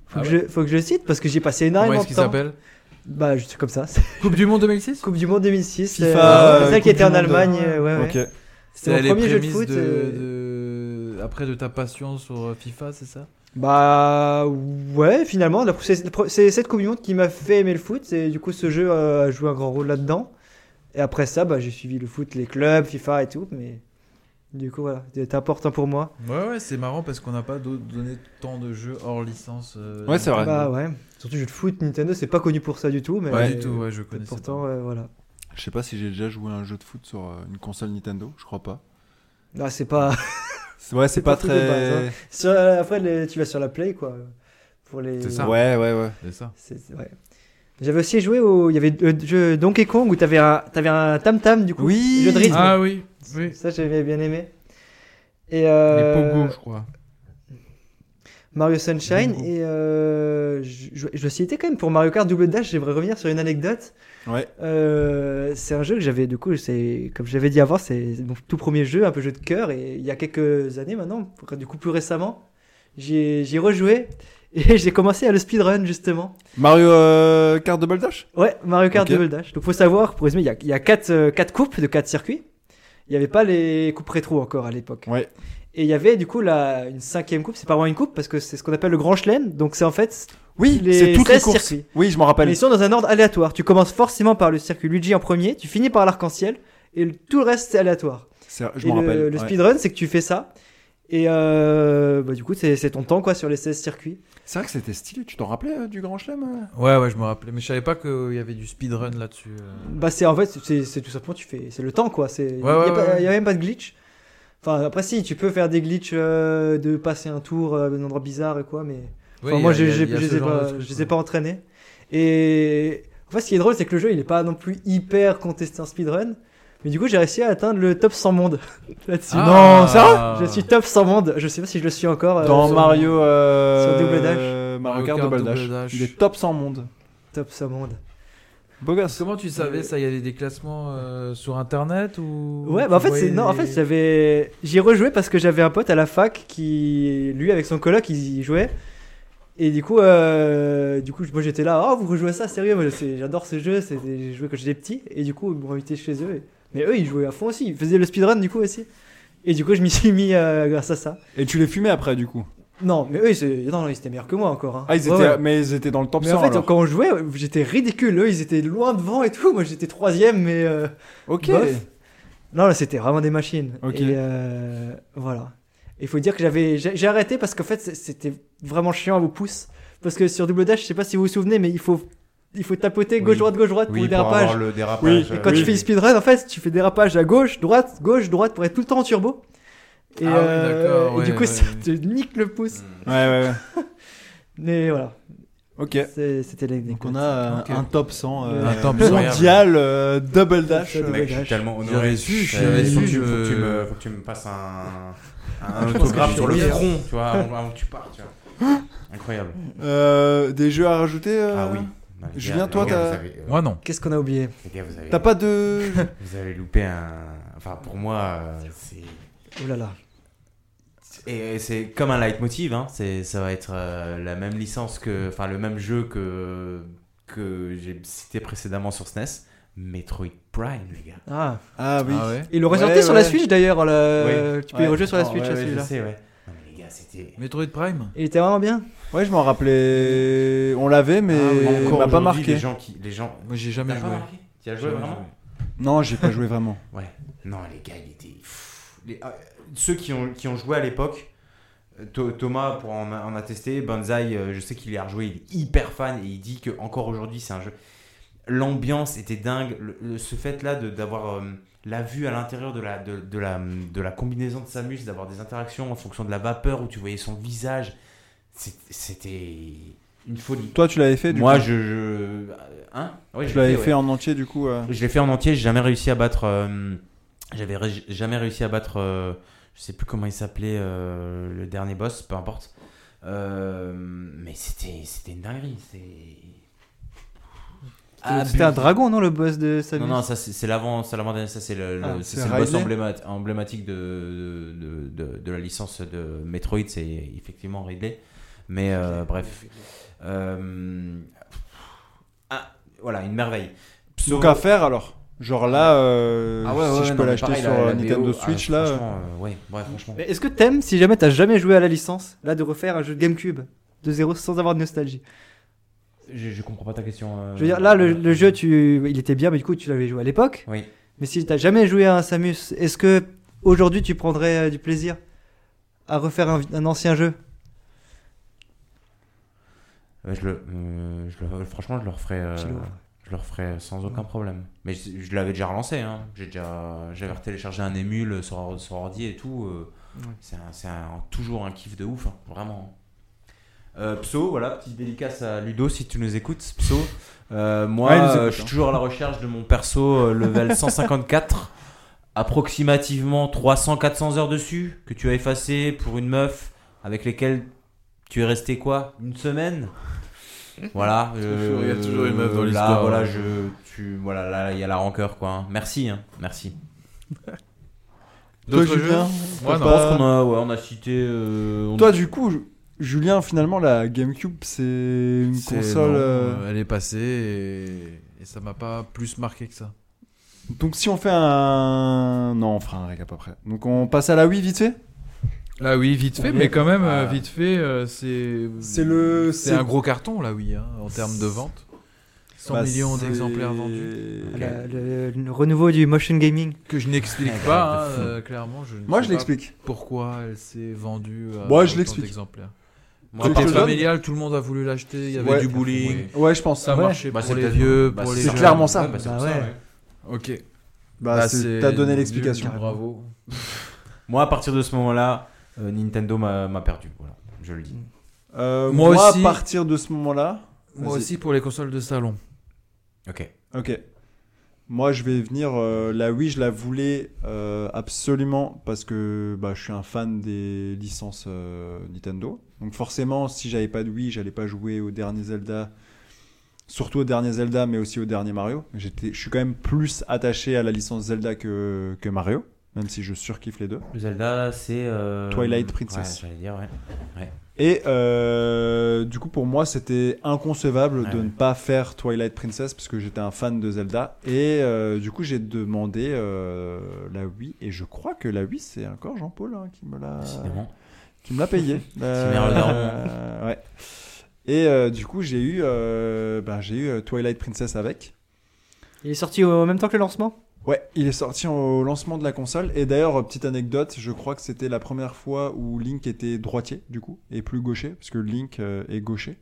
Speaker 4: Faut,
Speaker 2: Ah
Speaker 4: que,
Speaker 2: ouais.
Speaker 4: je, faut que je le cite parce que j'y ai passé
Speaker 2: Comment
Speaker 4: énormément
Speaker 2: est-ce
Speaker 4: de
Speaker 2: qu'il
Speaker 4: temps.
Speaker 2: s'appelle
Speaker 4: Bah, juste comme ça.
Speaker 2: Coupe du Monde 2006
Speaker 4: Coupe du Monde 2006.
Speaker 6: FIFA,
Speaker 4: euh,
Speaker 6: euh,
Speaker 4: celle qui
Speaker 6: Coupe
Speaker 4: était en
Speaker 6: du Monde.
Speaker 4: Allemagne. euh, ouais, ouais.
Speaker 6: Ok.
Speaker 4: C'était mon
Speaker 2: les
Speaker 4: premier jeu de
Speaker 2: prémices
Speaker 4: foot. euh,
Speaker 2: de- de- Après de ta passion sur euh, FIFA, c'est ça
Speaker 4: Bah ouais, finalement, la- c'est c'est cette Coupe du Monde qui m'a fait aimer le foot, et du coup ce jeu euh, a joué un grand rôle là-dedans. Et après ça, bah, j'ai suivi le foot, les clubs, FIFA et tout, mais du coup voilà, c'était important pour moi.
Speaker 2: Ouais, ouais, c'est marrant parce qu'on n'a pas d'autres- donné tant de jeux hors licence. euh,
Speaker 6: Ouais, c'est vrai.
Speaker 4: Bah ouais, surtout jeu de foot, Nintendo, c'est pas connu pour ça du tout, mais
Speaker 2: Pas du tout, ouais, je connais.
Speaker 4: pourtant euh, voilà.
Speaker 6: Je sais pas si j'ai déjà joué à un jeu de foot sur euh, une console Nintendo, je crois pas.
Speaker 4: Ah, c'est pas...
Speaker 6: C'est- Ouais, c'est
Speaker 4: pas
Speaker 6: pas,
Speaker 4: le truc de
Speaker 6: très.
Speaker 4: base, sur- après les- tu vas sur la Play quoi. Pour les...
Speaker 2: C'est ça. hein.
Speaker 6: Ouais, ouais, ouais.
Speaker 2: C'est ça.
Speaker 4: C'est- c'est- ouais. J'avais aussi joué au... Il y avait le jeu Donkey Kong où t'avais un t'avais un tam-tam du coup.
Speaker 6: Oui.
Speaker 4: Jeu de rythme.
Speaker 2: Ah oui, oui.
Speaker 4: Ça, j'avais bien aimé. Et
Speaker 2: Les
Speaker 4: euh,
Speaker 2: Pogo, je crois.
Speaker 4: Mario Sunshine.
Speaker 2: Pogo.
Speaker 4: Et euh, je, je- je le citais quand même pour Mario Kart Double Dash. J'aimerais revenir sur une anecdote.
Speaker 6: Ouais.
Speaker 4: Euh, c'est un jeu que j'avais, du coup, c'est comme je l'avais dit avant, c'est mon tout premier jeu, un peu jeu de cœur. Et il y a quelques années maintenant, du coup, plus récemment, j'ai j'ai rejoué. Et j'ai commencé à le speedrun justement.
Speaker 6: Mario euh, Kart Double Dash
Speaker 4: Ouais, Mario Kart
Speaker 6: Ok.
Speaker 4: Double Dash. Donc faut savoir, pour résumer, il y a, il y a quatre, euh, quatre coupes de quatre circuits. Il n'y avait pas les coupes rétro encore à l'époque.
Speaker 6: Ouais.
Speaker 4: Et il y avait du coup la, une cinquième coupe, c'est pas vraiment une coupe parce que c'est ce qu'on appelle le grand chelem. Donc c'est en fait,
Speaker 6: Oui,
Speaker 4: Les
Speaker 6: c'est toutes les
Speaker 4: 16
Speaker 6: courses.
Speaker 4: circuits.
Speaker 6: Oui, je m'en
Speaker 4: mais
Speaker 6: rappelle.
Speaker 4: ils sont dans un ordre aléatoire. Tu commences forcément par le circuit Luigi en premier, tu finis par l'arc-en-ciel et le- tout le reste c'est aléatoire.
Speaker 6: C'est- Je
Speaker 4: et
Speaker 6: m'en
Speaker 4: le,
Speaker 6: rappelle.
Speaker 4: le
Speaker 6: ouais.
Speaker 4: speedrun, c'est que tu fais ça. Et euh, bah, du coup, c'est c'est ton temps quoi sur les 16 circuits.
Speaker 6: C'est vrai que c'était stylé. Tu t'en rappelais euh, du Grand Chelem euh
Speaker 2: Ouais, ouais, je me rappelais. Mais je savais pas qu'il y avait du speedrun là-dessus. euh.
Speaker 4: Bah c'est en fait c'est c'est tout simplement tu fais c'est le temps quoi c'est il
Speaker 2: Ouais, ouais,
Speaker 4: y a, pas-
Speaker 2: ouais.
Speaker 4: y a même pas de glitch. Enfin après si tu peux faire des glitches euh, de passer un tour euh, d'un endroit bizarre et quoi mais
Speaker 2: Ouais,
Speaker 4: enfin,
Speaker 2: il y
Speaker 4: moi
Speaker 2: a-
Speaker 4: j'ai-
Speaker 2: il y a-
Speaker 4: j'ai-
Speaker 2: il y a
Speaker 4: je
Speaker 2: ce
Speaker 4: les ai
Speaker 2: genre de
Speaker 4: pas
Speaker 2: truc,
Speaker 4: je les
Speaker 2: ouais.
Speaker 4: ai pas entraînés et en fait ce qui est drôle c'est que le jeu il est pas non plus hyper contesté en speedrun mais du coup j'ai réussi à atteindre le top 100 monde là-dessus.
Speaker 2: Ah.
Speaker 6: Non, ça
Speaker 4: Je suis top 100 monde, je sais pas si je le suis encore euh,
Speaker 6: Dans
Speaker 4: sur-
Speaker 6: Mario. euh,
Speaker 4: sur Double Dash.
Speaker 6: euh, Mario
Speaker 2: Mario
Speaker 6: Kart
Speaker 2: Kart
Speaker 6: Double Dash.
Speaker 2: Double Dash.
Speaker 6: Il est top 100 monde.
Speaker 4: top 100 monde.
Speaker 6: Beau gosse.
Speaker 2: Comment tu savais ça Il y avait des classements euh, sur internet ou
Speaker 4: Ouais, bah en fait, c'est non, en fait, j'avais j'y rejouais parce que j'avais un pote à la fac qui lui avec son coloc, ils y jouaient. Et du coup euh, du coup, moi j'étais là, oh, vous rejouez ça sérieux, moi je sais- j'adore ce jeu, c'est j'ai joué quand j'étais petit et du coup, ils m'ont invité chez eux et Mais eux, ils jouaient à fond aussi. Ils faisaient le speedrun du coup aussi. Et du coup, je m'y suis mis euh, grâce à ça.
Speaker 6: Et tu les fumais après, du coup.
Speaker 4: Non, mais eux, ils, se- non, non, ils étaient meilleurs que moi encore. hein.
Speaker 6: Ah, ils étaient,
Speaker 4: Ouais, ouais.
Speaker 6: mais ils étaient dans le top
Speaker 4: Mais
Speaker 6: 100.
Speaker 4: en fait,
Speaker 6: alors.
Speaker 4: quand on jouait, j'étais ridicule. Eux, ils étaient loin devant et tout. Moi, j'étais troisième, mais. euh,
Speaker 6: Ok.
Speaker 4: bof. Non, là, c'était vraiment des machines.
Speaker 6: Ok.
Speaker 4: Et euh, voilà. Il faut dire que j'avais, j'ai j'ai arrêté parce qu'en fait, c'est- c'était vraiment chiant à vos pouces. Parce que sur double dash, je sais pas si vous vous souvenez, mais il faut, il faut tapoter gauche,
Speaker 3: Oui.
Speaker 4: droite, gauche, droite
Speaker 3: Oui,
Speaker 4: pour le
Speaker 3: pour avoir
Speaker 4: dérapage.
Speaker 3: le euh, dérapage.
Speaker 6: Oui,
Speaker 4: Et quand tu fais le speedrun, en fait, tu fais dérapage à gauche, droite, gauche, droite pour être tout le temps en turbo. Et, euh,
Speaker 2: Ah oui, d'accord,
Speaker 4: et du
Speaker 2: ouais,
Speaker 4: coup,
Speaker 2: ouais,
Speaker 4: ça
Speaker 2: ouais.
Speaker 4: te nique le pouce.
Speaker 3: Mm.
Speaker 6: Ouais, ouais, ouais.
Speaker 4: Mais voilà,
Speaker 6: Ok.
Speaker 4: c'est- c'était l'anecdote.
Speaker 6: Donc on a euh,
Speaker 2: Ok.
Speaker 6: un top 100 euh,
Speaker 2: Un top
Speaker 6: mondial euh, double dash.
Speaker 4: Ça,
Speaker 6: euh,
Speaker 4: double-
Speaker 3: Mec, je suis tellement
Speaker 2: J'aurais
Speaker 3: honoré.
Speaker 2: su,
Speaker 3: Euh,
Speaker 2: j'aurais
Speaker 3: faut,
Speaker 2: su,
Speaker 3: que tu,
Speaker 2: je-
Speaker 3: faut que tu me, faut que tu me passes un, un
Speaker 2: pense que
Speaker 3: autographe
Speaker 2: j'ai
Speaker 3: sur le
Speaker 2: oublié.
Speaker 3: front, tu vois, avant, avant que tu pars, tu vois. Incroyable.
Speaker 6: euh, des jeux à rajouter euh,
Speaker 3: Ah oui. Non, les
Speaker 6: Julien,
Speaker 3: gars- les
Speaker 6: toi,
Speaker 3: gars, vous
Speaker 6: t'as-
Speaker 3: avez- euh,
Speaker 2: Moi, non.
Speaker 4: Qu'est-ce qu'on a oublié
Speaker 3: Les gars, vous avez,
Speaker 6: T'as pas de.
Speaker 3: vous avez loupé un. Enfin, pour moi, euh, c'est.
Speaker 4: Oh là là.
Speaker 3: Et et c'est comme un leitmotiv, hein. c'est, ça va être euh, la même licence que. Enfin, le même jeu que, que j'ai cité précédemment sur SNES. Metroid Prime, les gars.
Speaker 4: Ah.
Speaker 6: Ah oui.
Speaker 2: Ah ouais.
Speaker 4: Il aurait sorti
Speaker 6: Ouais,
Speaker 4: sur la
Speaker 6: ouais.
Speaker 4: Switch d'ailleurs. le- Tu peux y
Speaker 6: Ouais.
Speaker 4: rejouer sur la
Speaker 3: Oh,
Speaker 4: Switch,
Speaker 3: ouais,
Speaker 4: à
Speaker 3: ouais,
Speaker 4: celui-là.
Speaker 3: Je sais, ouais. Non, mais les gars, c'était.
Speaker 2: Metroid Prime
Speaker 4: Il était vraiment bien.
Speaker 6: Ouais, je m'en rappelais. On l'avait, mais
Speaker 3: Ah, Encore
Speaker 6: on m'a pas
Speaker 3: aujourd'hui,
Speaker 6: marqué.
Speaker 3: Les gens qui. Les gens...
Speaker 2: Moi, j'ai
Speaker 3: T'as
Speaker 6: Ah,
Speaker 3: pas
Speaker 2: jamais joué.
Speaker 3: marqué Tu as joué
Speaker 2: Jamais
Speaker 3: vraiment
Speaker 6: Non, j'ai pas joué vraiment.
Speaker 3: Ouais. Non, les gars, il était. pff, les- ah, Ceux qui ont, qui ont joué à l'époque, euh, Tho- Thomas pour en, a- en attester, Banzai, euh, je sais qu'il est rejoué, il est hyper fan et il dit que encore aujourd'hui, c'est un jeu. L'ambiance était dingue. Le- le- ce fait-là de- d'avoir euh, la vue à l'intérieur de la, de, de la, de la combinaison de Samus, d'avoir des interactions en fonction de la vapeur où tu voyais son visage, c'est- c'était une folie.
Speaker 6: Toi, tu l'avais fait du
Speaker 3: Moi,
Speaker 6: coup.
Speaker 3: je. je... Hein Ouais, je
Speaker 6: Tu
Speaker 3: l'ai
Speaker 6: l'avais
Speaker 3: ouais.
Speaker 6: fait en entier, du coup. euh.
Speaker 3: Je l'ai fait en entier, j'ai jamais réussi à battre. euh, J'avais ré- jamais réussi à battre. euh, je sais plus comment il s'appelait euh, le dernier boss, peu importe. Euh, mais c'était c'était une dinguerie. c'est-
Speaker 4: Euh, Ah, C'était un dragon, non, le boss de
Speaker 3: Ah,
Speaker 4: Samus
Speaker 3: bah Non, non, ça c'est c'est l'avant, c'est l'avant dernier, ça c'est le, le-
Speaker 4: Ah,
Speaker 3: c'est
Speaker 6: c'est
Speaker 3: c'est le boss
Speaker 6: Ridley
Speaker 3: emblémat- emblématique de, de, de- de- de la licence de Metroid, c'est effectivement Ridley. Mais euh, bref. Euh, ah, voilà, une merveille.
Speaker 6: Donc
Speaker 3: Pseudo-
Speaker 6: à faire alors. Genre là, euh,
Speaker 3: Ah ouais, ouais,
Speaker 6: si
Speaker 3: ouais,
Speaker 6: je
Speaker 3: non,
Speaker 6: peux
Speaker 3: mais
Speaker 6: l'acheter
Speaker 3: pareil,
Speaker 6: sur
Speaker 3: la- la
Speaker 6: euh, Nintendo
Speaker 3: BO, ah,
Speaker 6: Switch là. euh,
Speaker 3: Franchement, euh, ouais, ouais, franchement.
Speaker 4: Mais est-ce que t'aimes si jamais t'as jamais joué à la licence, là de refaire un jeu de GameCube de zéro sans avoir de nostalgie
Speaker 3: Je, je comprends pas ta question. euh,
Speaker 4: Je veux dire, là le, le jeu, tu, il était bien, mais du coup tu l'avais joué à l'époque.
Speaker 3: Oui.
Speaker 4: Mais si t'as jamais joué à un Samus, est-ce que aujourd'hui tu prendrais euh, du plaisir à refaire un, un ancien jeu
Speaker 3: Ouais, je le, euh, je le- franchement, je le referai. euh,
Speaker 4: Tu le-
Speaker 3: je le referai sans aucun problème. Mais je, je l'avais déjà relancé. Hein. J'ai déjà, j'avais téléchargé un émule sur, or- sur ordi et tout. euh,
Speaker 4: Ouais.
Speaker 3: C'est, un- c'est un- toujours un kiff de ouf, hein, vraiment. Euh, Pso, voilà, petite dédicace à Ludo si tu nous écoutes. Pso, Euh, moi,
Speaker 6: Ouais, il nous écoute,
Speaker 3: euh, je suis
Speaker 6: hein.
Speaker 3: toujours à la recherche de mon perso euh, level 154, approximativement 300-400 heures dessus, que tu as effacé pour une meuf avec lesquelles tu es resté quoi Une semaine voilà. euh,
Speaker 2: Toujours- il y a toujours une meuf dans
Speaker 3: là,
Speaker 2: l'histoire.
Speaker 3: Voilà, je, tu, voilà, là, il y a la rancœur, quoi. hein. Merci, hein, merci.
Speaker 6: Toi,
Speaker 2: D'autres jeux
Speaker 6: Julien,
Speaker 3: Je pense
Speaker 2: Moi, non.
Speaker 6: t'as pas-
Speaker 3: qu'on a, ouais, on a cité. euh, on-
Speaker 6: Toi, du coup, Ju- Julien, finalement, la GameCube, c'est une
Speaker 2: C'est-
Speaker 6: console.
Speaker 2: non,
Speaker 6: euh,
Speaker 2: euh, Elle est passée et, et ça m'a pas plus marqué que ça.
Speaker 6: Donc, si on fait un. Non, on fera un récap après. Donc, on passe à la Wii vite fait
Speaker 2: Là, Ah oui, vite fait, mais quand même,
Speaker 3: Ah.
Speaker 2: euh, vite fait, euh, c'est.
Speaker 6: C'est le-
Speaker 2: C'est
Speaker 6: c'est-
Speaker 2: un gros carton, là, oui, hein, en termes de vente. 100
Speaker 6: Bah,
Speaker 2: millions
Speaker 6: c'est-
Speaker 2: d'exemplaires vendus.
Speaker 4: la- le, le renouveau du motion gaming.
Speaker 2: Que je n'explique
Speaker 3: Ouais,
Speaker 2: pas,
Speaker 3: de
Speaker 2: hein,
Speaker 3: fou.
Speaker 2: euh, clairement. Je ne
Speaker 6: Moi,
Speaker 2: sais
Speaker 6: je
Speaker 2: pas
Speaker 6: l'explique.
Speaker 2: Pourquoi elle s'est vendue à
Speaker 6: Moi, je
Speaker 2: autant
Speaker 6: l'explique.
Speaker 2: d'exemplaires.
Speaker 3: Moi, par-
Speaker 6: Tu te
Speaker 2: Parc
Speaker 6: le donnes
Speaker 2: familial, tout le monde a voulu l'acheter, il y avait
Speaker 6: Ouais.
Speaker 2: du bowling.
Speaker 3: Oui.
Speaker 6: Ouais, je pense.
Speaker 2: Ça
Speaker 6: Ouais.
Speaker 2: marchait
Speaker 3: Bah,
Speaker 2: pour
Speaker 3: c'est
Speaker 2: les
Speaker 3: peut-être-
Speaker 2: vieux,
Speaker 3: bah,
Speaker 2: pour les
Speaker 6: c'est
Speaker 2: jeunes.
Speaker 6: clairement ça.
Speaker 3: Ouais, bah, c'est
Speaker 4: Bah
Speaker 3: pour ça,
Speaker 4: ouais.
Speaker 3: ouais.
Speaker 2: Ok.
Speaker 6: Bah, c'est- t'as donné l'explication.
Speaker 2: Bravo.
Speaker 3: Moi, à partir de ce moment-là, euh, Nintendo m'a m'a perdu. Voilà, je le dis.
Speaker 6: Euh,
Speaker 2: Moi
Speaker 6: moi,
Speaker 2: aussi.
Speaker 6: à partir de ce moment-là.
Speaker 2: Moi
Speaker 6: Vas-y.
Speaker 2: aussi pour les consoles de salon.
Speaker 3: Ok.
Speaker 6: Ok. Moi, je vais venir. euh, la Wii, je la voulais euh, absolument parce que bah, je suis un fan des licences euh, Nintendo. Donc, forcément, si j'avais pas de Wii, j'allais pas jouer au dernier Zelda, surtout au dernier Zelda, mais aussi au dernier Mario. J'étais, je suis quand même plus attaché à la licence Zelda que, que Mario.
Speaker 1: même si je surkiffe les deux.
Speaker 3: Zelda, c'est. euh,
Speaker 1: Twilight Princess.
Speaker 3: Ouais, j'allais dire, ouais.
Speaker 1: Et euh, du coup, pour moi, c'était inconcevable
Speaker 3: Ouais,
Speaker 1: de
Speaker 3: ouais.
Speaker 1: ne pas faire Twilight Princess parce que j'étais un fan de Zelda. Et euh, du coup, j'ai demandé euh, la Wii. Et je crois que la Wii, c'est encore Jean-Paul hein, qui me l'a
Speaker 3: Décidément.
Speaker 1: qui me l'a payé. Euh,
Speaker 3: merveilleux.
Speaker 1: euh, ouais. Et euh, du coup, j'ai eu, euh, ben, j'ai eu euh, Twilight Princess avec.
Speaker 4: Il est sorti au- en même temps que le lancement
Speaker 1: Ouais, il est sorti au lancement de la console. Et d'ailleurs, euh, petite anecdote, je crois que c'était la première fois où Link était droitier, du coup, et plus gaucher, parce que Link euh, est gaucher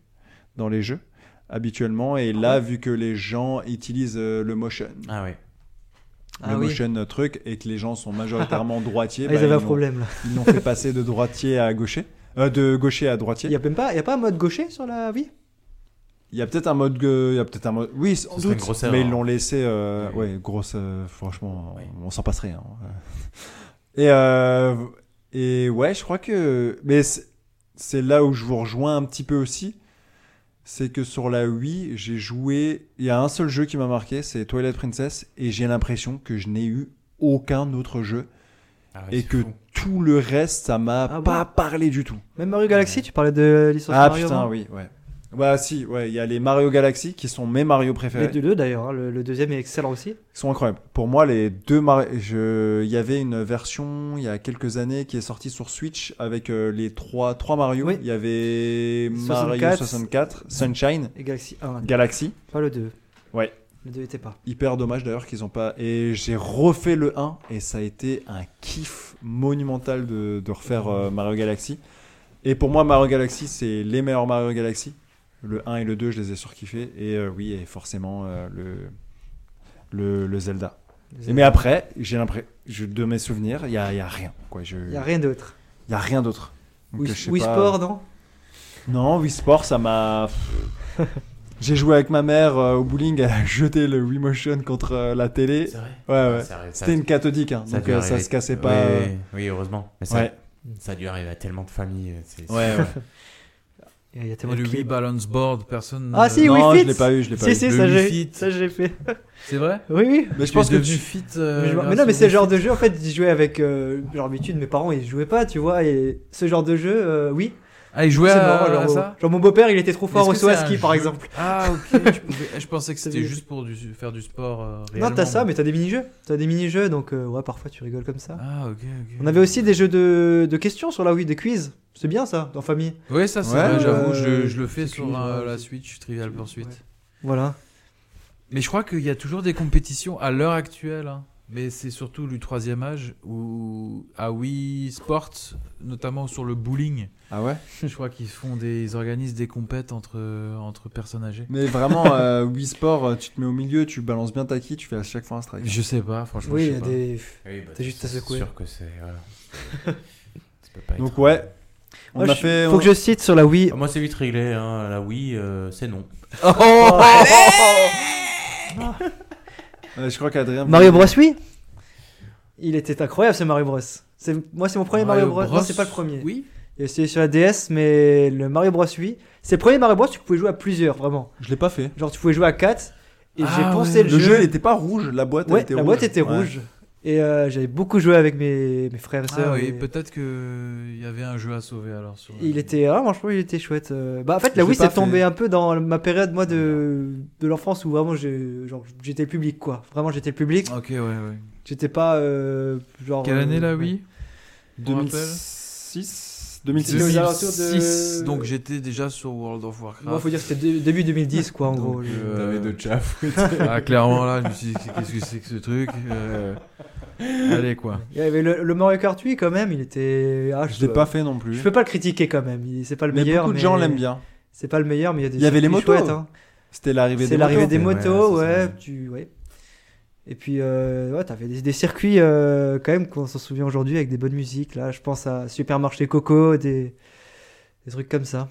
Speaker 1: dans les jeux, habituellement. Et là, vu que les gens utilisent euh, le motion,
Speaker 3: Ah ouais.
Speaker 1: le motion euh, truc, et que les gens sont majoritairement droitiers,
Speaker 4: Ah,
Speaker 1: bah,
Speaker 4: ils avaient un
Speaker 1: l'ont-
Speaker 4: problème là.
Speaker 1: ils l'ont fait passer de droitier à gaucher. euh, de gaucher à
Speaker 4: Il
Speaker 1: droitier.
Speaker 4: n'y a même pas, il y a pas un mode gaucher sur la Wii
Speaker 1: Il y a peut-être un mode, que- il y a peut-être un mode. Oui, sans
Speaker 3: serait
Speaker 1: doute.
Speaker 3: une grosse
Speaker 1: mais
Speaker 3: erreur.
Speaker 1: ils l'ont laissé. euh,
Speaker 3: Oui.
Speaker 1: Ouais, grosse. euh, franchement,
Speaker 3: Oui.
Speaker 1: on s'en passerait. hein. Et euh, et ouais, je crois que. Mais c'est- c'est là où je vous rejoins un petit peu aussi. C'est que sur la Wii, j'ai joué. Il y a un seul jeu qui m'a marqué, c'est Twilight Princess, et j'ai l'impression que je n'ai eu aucun autre jeu
Speaker 3: Ah ouais,
Speaker 1: et
Speaker 3: c'est
Speaker 1: que
Speaker 3: fou.
Speaker 1: tout le reste, ça m'a
Speaker 4: Ah
Speaker 1: pas parlé du tout.
Speaker 4: Même Mario Galaxy, tu parlais de licence
Speaker 1: ah
Speaker 4: Mario
Speaker 1: putain,
Speaker 4: avant.
Speaker 1: oui, ouais. Bah si, ouais, il y a les Mario Galaxy qui sont mes Mario préférés.
Speaker 4: Les deux, deux, d'ailleurs, hein. le, le deuxième est excellent aussi.
Speaker 1: Ils sont incroyables. Pour moi, les deux Mar- je- il y avait une version il y a quelques années qui est sortie sur Switch avec euh, les trois trois Mario.
Speaker 4: Oui.
Speaker 1: Il y avait Mario
Speaker 4: 64,
Speaker 1: 64, Sunshine,
Speaker 4: Et Galaxy 1,
Speaker 1: Galaxy.
Speaker 4: pas le 2.
Speaker 1: Mm. Ouais.
Speaker 4: Le 2 était pas.
Speaker 1: Hyper dommage d'ailleurs qu'ils ont pas. Et j'ai refait le 1 et ça a été un kiff monumental de, de refaire euh, Mario Galaxy. Et pour moi, Mario Galaxy, c'est les meilleurs Mario Galaxy. Le 1 et le 2, je les ai surkiffés. Et euh, oui, et forcément, euh, le, le, le Zelda. Et Mais après, j'ai l'impression, je- de mes souvenirs, il n'y a, il y a rien. quoi. Je-
Speaker 4: Il
Speaker 1: Il
Speaker 4: n'y
Speaker 1: n'y
Speaker 4: a
Speaker 1: a,
Speaker 4: rien d'autre.
Speaker 1: rien d'autre. Donc,
Speaker 4: Wii,
Speaker 1: je sais
Speaker 4: Wii
Speaker 1: pas.
Speaker 4: Sport, non
Speaker 1: Non, Wii Sport, ça m'a. J'ai joué avec ma mère euh, au bowling, elle a jeté le Wii Motion contre euh, la télé.
Speaker 3: C'est vrai.
Speaker 1: Ouais, ouais.
Speaker 3: Ça arrive- ça-
Speaker 1: C'était une cathodique, hein,
Speaker 3: ça a
Speaker 1: donc
Speaker 3: dû
Speaker 1: euh, ça
Speaker 3: arriver-
Speaker 1: se cassait
Speaker 3: Oui,
Speaker 1: pas.
Speaker 3: Oui, oui, heureusement. Mais ça,
Speaker 1: Ouais,
Speaker 3: ça a dû arriver à tellement de familles. euh, C'est, c'est-
Speaker 1: ouais, ouais.
Speaker 4: Il y a
Speaker 2: Et
Speaker 4: tellement
Speaker 2: le
Speaker 4: de
Speaker 2: Wii
Speaker 4: clips.
Speaker 2: Balance Board, personne.
Speaker 4: Ah,
Speaker 2: euh,
Speaker 4: si, oui.
Speaker 1: non,
Speaker 4: Wii
Speaker 1: je
Speaker 4: Fit.
Speaker 1: l'ai pas eu, je l'ai pas
Speaker 4: Si,
Speaker 1: eu.
Speaker 4: si,
Speaker 2: Le
Speaker 4: ça
Speaker 2: Wii
Speaker 4: j'ai
Speaker 2: Fit.
Speaker 4: ça, j'ai fait.
Speaker 2: C'est vrai
Speaker 4: Oui, oui.
Speaker 1: Mais je pense que
Speaker 2: devenu
Speaker 1: tu...
Speaker 2: fit. euh,
Speaker 4: Mais, je- mais non, mais c'est le genre de jeu, en fait, j'y jouais avec. euh, genre, habitude, mes parents, ils jouaient pas, tu vois, et ce genre de jeu, euh, oui.
Speaker 2: Ah, il jouait
Speaker 4: C'est
Speaker 2: à,
Speaker 4: marrant, genre,
Speaker 2: à
Speaker 4: mon-
Speaker 2: ça
Speaker 4: genre, mon beau-père, il était trop fort
Speaker 2: Est-ce
Speaker 4: au
Speaker 2: que
Speaker 4: saut à
Speaker 2: c'est un
Speaker 4: ski, par
Speaker 2: jeu
Speaker 4: exemple.
Speaker 2: Ah, ok. tu pouvais- Je pensais que c'était
Speaker 4: C'est-
Speaker 2: juste pour du- faire du sport. euh,
Speaker 4: Non,
Speaker 2: réellement.
Speaker 4: t'as ça, mais t'as des mini-jeux. T'as des mini-jeux, donc, euh, ouais, parfois, tu rigoles comme ça.
Speaker 2: Ah, ok, ok.
Speaker 4: On avait aussi des jeux de, de questions sur la Wii, des quiz. C'est bien, ça, en famille.
Speaker 2: Oui, ça, c'est
Speaker 1: Ouais,
Speaker 2: vrai, j'avoue,
Speaker 4: euh,
Speaker 2: je, je le fais
Speaker 4: c'est
Speaker 2: sur
Speaker 4: cuisine,
Speaker 2: euh,
Speaker 4: ouais,
Speaker 2: la
Speaker 4: c'est-
Speaker 2: Switch, Trivial Pursuit.
Speaker 4: Ouais. Voilà.
Speaker 2: Mais je crois qu'il y a toujours des compétitions à l'heure actuelle. hein. Mais c'est surtout le troisième âge où à Wii Sports, notamment sur le bowling,
Speaker 1: Ah ouais
Speaker 2: je crois qu'ils font des, ils organisent des compètes entre euh, entre personnes âgées.
Speaker 1: Mais vraiment, euh, Wii Sport, euh, tu te mets au milieu, tu balances bien ta qui, tu fais à chaque fois un strike.
Speaker 2: Je sais pas, franchement.
Speaker 4: Oui,
Speaker 2: je
Speaker 4: il y
Speaker 2: sais
Speaker 4: a
Speaker 2: pas.
Speaker 4: des.
Speaker 3: Oui, bah,
Speaker 4: T'as juste à
Speaker 3: c'est
Speaker 4: secouer.
Speaker 3: sûr que c'est. voilà. Ça peut pas
Speaker 1: Donc
Speaker 3: être-
Speaker 1: ouais. On
Speaker 4: Moi,
Speaker 1: a
Speaker 4: je-
Speaker 1: fait.
Speaker 4: Faut
Speaker 1: on-
Speaker 4: que je cite sur la Wii.
Speaker 3: Ah, Moi, c'est vite réglé. Hein. La Wii, euh, c'est non.
Speaker 1: Euh, je crois qu'Adrien.
Speaker 4: Mario Bros, oui Il était incroyable ce Mario Bros. C'est- Moi, c'est mon premier Mario, Ah, Bros. Non, c'est pas le premier.
Speaker 2: Oui.
Speaker 4: Il y a celui sur la DS, mais le Mario Bros, oui. C'est le premier Mario Bros, tu pouvais jouer à plusieurs, vraiment.
Speaker 1: Je l'ai pas fait.
Speaker 4: Genre, tu pouvais jouer à 4. Et
Speaker 2: Ah
Speaker 4: j'ai
Speaker 2: ouais.
Speaker 4: pensé
Speaker 1: Le
Speaker 4: le,
Speaker 1: jeu, il était pas rouge, la boîte elle
Speaker 4: Ouais,
Speaker 1: était
Speaker 4: la
Speaker 1: rouge.
Speaker 4: boîte était
Speaker 1: Ouais.
Speaker 4: rouge. Et euh, j'avais beaucoup joué avec mes, mes frères et
Speaker 2: Ah
Speaker 4: sœurs.
Speaker 2: oui,
Speaker 4: et-
Speaker 2: peut-être que il y avait un jeu à sauver alors. Sur
Speaker 4: Il était, ah, franchement, il était chouette. Euh, Bah, en fait,
Speaker 1: Je
Speaker 4: la Wii,
Speaker 1: l'ai pas
Speaker 4: c'est tombé
Speaker 1: fait.
Speaker 4: un peu dans ma période, moi, de, de l'enfance où vraiment j'ai- genre, j'étais le public, quoi. Vraiment, j'étais le public.
Speaker 2: Ok, ouais, ouais.
Speaker 4: J'étais pas, euh, genre.
Speaker 2: Quelle année
Speaker 4: la
Speaker 2: là, oui
Speaker 1: 2006 2006.
Speaker 4: C'est aux alentours de-
Speaker 2: 2006. Donc j'étais déjà sur World of Warcraft.
Speaker 4: Moi, faut dire que c'était dé- début 2010, quoi, en
Speaker 2: Donc,
Speaker 4: gros.
Speaker 2: euh,
Speaker 3: T'avais deux tchaf.
Speaker 2: Ah, clairement, là, je me suis dit, qu'est-ce que c'est que ce truc Euh, Allez, quoi.
Speaker 4: Il y avait le, le Mario Kart 8, quand même, il était. Ah,
Speaker 1: Je l'ai
Speaker 4: peux-
Speaker 1: pas fait non plus.
Speaker 4: Je peux pas le critiquer, quand même. Il- C'est pas le
Speaker 1: mais
Speaker 4: meilleur.
Speaker 1: beaucoup de gens l'aiment bien.
Speaker 4: C'est pas le meilleur, mais il y a des.
Speaker 1: Il y avait les
Speaker 4: circuits
Speaker 1: motos.
Speaker 4: chouettes, hein.
Speaker 1: C'était l'arrivée
Speaker 4: C'est
Speaker 1: des
Speaker 4: l'arrivée
Speaker 1: motos.
Speaker 4: des
Speaker 3: Ouais,
Speaker 4: motos,
Speaker 3: ouais,
Speaker 4: ouais.
Speaker 3: c'est ça.
Speaker 4: tu, ouais. Et puis, euh, ouais, t'avais des, des circuits euh, quand même qu'on s'en souvient aujourd'hui avec des bonnes musiques. Là, je pense à Supermarché Coco, des, des trucs comme ça.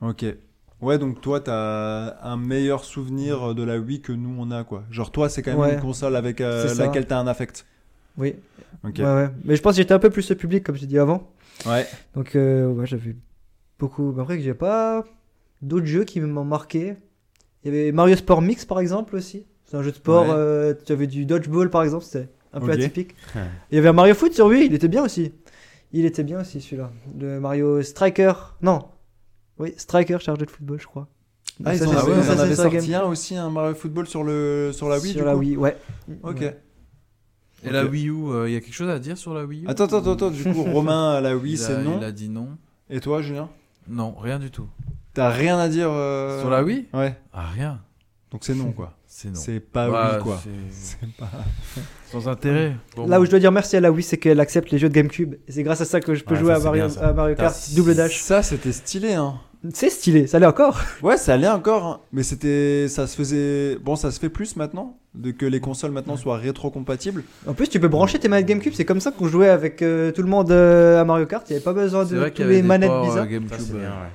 Speaker 1: Ok. Ouais, donc toi, t'as un meilleur souvenir de la Wii que nous, on a, quoi. Genre, toi, c'est quand même
Speaker 4: Ouais.
Speaker 1: une console avec euh,
Speaker 4: C'est ça.
Speaker 1: laquelle t'as un affect.
Speaker 4: Oui,
Speaker 1: Ok.
Speaker 4: ouais, ouais. Mais je pense que j'étais un peu plus ce public, comme j'ai dit avant.
Speaker 1: Ouais.
Speaker 4: Donc, euh, ouais, j'avais beaucoup. mais Après, que j'ai pas d'autres jeux qui m'ont marqué. Il y avait Mario Sport Mix, par exemple, aussi. C'est un jeu de sport.
Speaker 1: Ouais.
Speaker 4: euh, tu avais du dodgeball, par exemple. C'était un peu
Speaker 6: Ok.
Speaker 4: atypique. Il y avait un Mario Foot sur Wii, il était bien aussi. Il était bien aussi celui-là. Le Mario Striker. Non. Oui, Striker chargé de football, je crois.
Speaker 6: Ah, ils
Speaker 4: Ça,
Speaker 6: en
Speaker 4: c'est-
Speaker 6: avaient,
Speaker 4: ça,
Speaker 6: ils en
Speaker 4: c'est
Speaker 6: avaient
Speaker 4: sur la
Speaker 6: sorti
Speaker 4: Game-
Speaker 6: un aussi, un Mario Football sur, le, sur la Wii
Speaker 4: Sur
Speaker 6: du
Speaker 4: la
Speaker 6: coup
Speaker 4: Wii, ouais.
Speaker 6: Ok.
Speaker 4: Ouais.
Speaker 2: Et la Wii U, euh, il y a quelque chose à dire sur la Wii U
Speaker 6: Attends, attends, attends, du coup, Romain, à la Wii,
Speaker 2: Il
Speaker 6: c'est
Speaker 2: a-
Speaker 6: non.
Speaker 2: Il a dit non.
Speaker 6: Et toi, Julien
Speaker 2: Non, rien du tout.
Speaker 6: T'as rien à dire euh,
Speaker 2: Sur la Wii
Speaker 6: Ouais,
Speaker 2: Ah, rien.
Speaker 6: donc c'est non, quoi.
Speaker 2: C'est non.
Speaker 6: C'est pas
Speaker 2: Bah,
Speaker 6: Wii, quoi.
Speaker 2: c'est
Speaker 6: C'est pas...
Speaker 2: Sans intérêt. Bon,
Speaker 4: Là où
Speaker 2: bon.
Speaker 4: je dois dire merci à la Wii, c'est qu'elle accepte les jeux de GameCube. Et c'est grâce à ça que je peux
Speaker 3: Ouais,
Speaker 4: jouer
Speaker 3: ça,
Speaker 4: à
Speaker 3: c'est
Speaker 4: Mario,
Speaker 3: bien, ça.
Speaker 4: à Mario
Speaker 3: Putain,
Speaker 4: Kart double dash.
Speaker 6: Ça, c'était stylé, hein.
Speaker 4: C'est stylé, ça l'est encore.
Speaker 6: Ouais, ça allait encore, hein. mais c'était, ça se faisait, bon, ça se fait plus maintenant, de que les consoles maintenant soient rétro-compatibles.
Speaker 4: En plus, tu peux brancher tes manettes GameCube. C'est comme ça qu'on jouait avec euh, tout le monde euh, à Mario Kart. Il n'y avait pas besoin
Speaker 2: C'est
Speaker 4: de
Speaker 2: vrai
Speaker 4: tous
Speaker 2: qu'il y avait
Speaker 4: les
Speaker 2: des
Speaker 4: manettes
Speaker 2: ports, euh,
Speaker 4: bizarres.
Speaker 3: Ça,
Speaker 2: GameCube.
Speaker 3: c'est bien, ouais.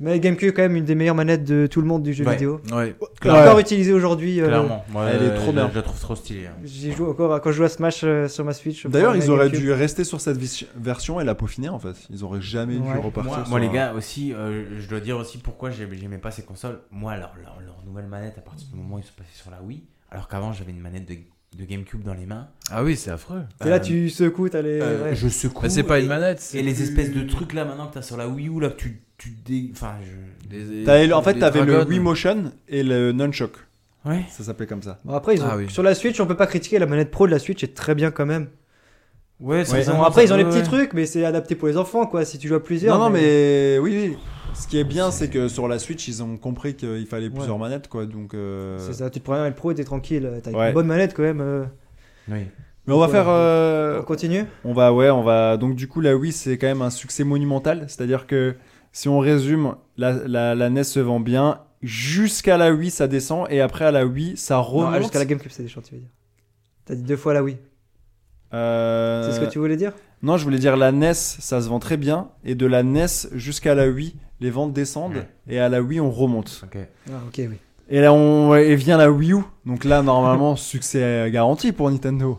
Speaker 4: Mais GameCube est quand même une des meilleures manettes de tout le monde du jeu
Speaker 3: Ouais.
Speaker 4: vidéo.
Speaker 2: euh, ouais.
Speaker 4: Encore utilisée aujourd'hui. euh,
Speaker 3: Clairement. Moi,
Speaker 6: Elle est trop
Speaker 3: je-
Speaker 6: bien.
Speaker 3: Je la trouve trop stylée. hein.
Speaker 4: J'y joue encore euh, quand je joue à Smash euh, sur ma Switch. je
Speaker 6: D'ailleurs,
Speaker 4: prends
Speaker 6: ils
Speaker 4: ma
Speaker 6: auraient
Speaker 4: GameCube.
Speaker 6: dû rester sur cette vis- version et la peaufiner, en fait. Ils auraient jamais dû
Speaker 4: Ouais.
Speaker 6: repartir
Speaker 3: Moi,
Speaker 6: sur
Speaker 3: moi, les
Speaker 6: un-
Speaker 3: gars, aussi, euh, je dois dire aussi pourquoi j'ai- j'aimais pas ces consoles. Moi, leur, leur, leur nouvelle manette, à partir du moment où ils sont passés sur la Wii, alors qu'avant j'avais une manette de, de GameCube dans les mains,
Speaker 2: Ah oui, c'est affreux.
Speaker 4: Et là,
Speaker 3: Euh,
Speaker 4: tu secoues, t'as les.
Speaker 3: euh,
Speaker 4: ouais.
Speaker 3: je secoue.
Speaker 2: Bah, c'est pas
Speaker 3: et-
Speaker 2: une manette. c'est
Speaker 3: Et les
Speaker 2: plus-
Speaker 3: espèces de trucs là maintenant que t'as sur la Wii U, là, que tu, tu dé. Enfin, je.
Speaker 2: Les-
Speaker 6: T'avais- en fait,
Speaker 2: les
Speaker 6: t'avais le
Speaker 2: dragons.
Speaker 6: Wii Motion et le Nunchuk.
Speaker 3: Ouais.
Speaker 6: Ça s'appelait comme ça.
Speaker 4: Bon, après, ils ont-
Speaker 2: Ah oui.
Speaker 4: sur la Switch, on peut pas critiquer. La manette pro de la Switch est très bien quand même.
Speaker 3: Ouais,
Speaker 4: Bon, après, ils ont les petits trucs, mais c'est adapté pour les enfants, quoi. Si tu joues à plusieurs.
Speaker 6: Non, non, mais oui, oui. Ce qui est bien, c'est que sur la Switch, ils ont compris qu'il fallait plusieurs manettes, quoi. Donc, euh,
Speaker 4: C'est ça, tu te prends la manette pro et t'es tranquille. T'as
Speaker 6: Ouais.
Speaker 4: une bonne manette quand même. euh.
Speaker 3: Oui.
Speaker 6: mais on va
Speaker 4: Ouais.
Speaker 6: faire. euh,
Speaker 4: On continue
Speaker 6: On va, ouais, on va. Donc, du coup, la Wii, c'est quand même un succès monumental. C'est-à-dire que si on résume, la, la, la NES se vend bien. Jusqu'à la Wii, ça descend. Et après, à la Wii, ça
Speaker 4: Non,
Speaker 6: remonte.
Speaker 4: ah, Jusqu'à la Gamecube, c'est des chantiers, tu veux dire. T'as dit deux fois la Wii.
Speaker 6: Euh,
Speaker 4: C'est ce que tu voulais dire
Speaker 6: Non, je voulais dire la NES, ça se vend très bien. Et de la NES jusqu'à la Wii, les ventes descendent.
Speaker 3: Ouais.
Speaker 6: Et à la Wii, on remonte.
Speaker 3: Ok.
Speaker 4: Ah, ok, oui.
Speaker 6: Et là, on et vient la Wii U. Donc là, normalement, succès garanti pour Nintendo.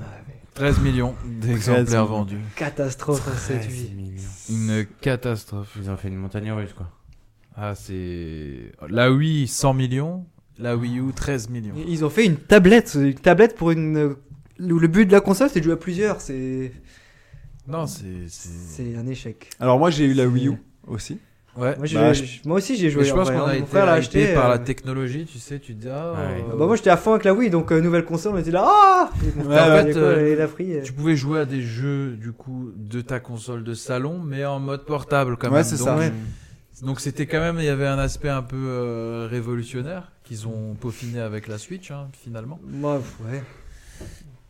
Speaker 4: Ah, mais
Speaker 2: 13 millions d'exemplaires
Speaker 6: millions.
Speaker 2: vendus.
Speaker 4: Catastrophe, hein, cette
Speaker 3: Ouais, c'est
Speaker 4: Wii.
Speaker 3: mignon.
Speaker 2: Une catastrophe.
Speaker 3: Ils ont fait une montagne russe, quoi.
Speaker 2: Ah, c'est. La Wii, 100 millions. La Wii U, 13 millions.
Speaker 4: Et Ils ont fait une tablette. Une tablette pour une. euh, Le le but de la console, c'est de jouer à plusieurs. C'est.
Speaker 2: Non, c'est. c'est-
Speaker 4: C'est un échec.
Speaker 6: Alors moi, j'ai eu la Wii U aussi.
Speaker 2: Ouais.
Speaker 4: Moi, j'ai
Speaker 6: Bah,
Speaker 4: joué- moi aussi j'ai joué.
Speaker 2: Mais je
Speaker 4: en
Speaker 2: pense
Speaker 4: vrai,
Speaker 2: qu'on
Speaker 4: hein.
Speaker 2: a
Speaker 4: Mon
Speaker 2: été
Speaker 4: frère l'a
Speaker 2: acheté
Speaker 4: acheté
Speaker 2: par
Speaker 4: euh,
Speaker 2: la technologie, tu sais, tu te dis ah,
Speaker 3: Ouais.
Speaker 2: euh,
Speaker 4: Bah, moi j'étais à fond avec la Wii, donc euh, nouvelle console, on était là. Ah Et mon
Speaker 6: Ouais,
Speaker 4: frère,
Speaker 2: ouais.
Speaker 4: il est quoi,
Speaker 2: Euh,
Speaker 4: il est la free. euh.
Speaker 2: tu pouvais jouer à des jeux du coup de ta console de salon, mais en mode portable quand
Speaker 6: Ouais,
Speaker 2: même.
Speaker 6: c'est
Speaker 2: Donc,
Speaker 6: ça.
Speaker 4: Ouais.
Speaker 2: Donc c'était quand même, il y avait un aspect un peu euh, révolutionnaire qu'ils ont peaufiné avec la Switch hein, finalement.
Speaker 6: bah,
Speaker 4: Moi, pff, ouais.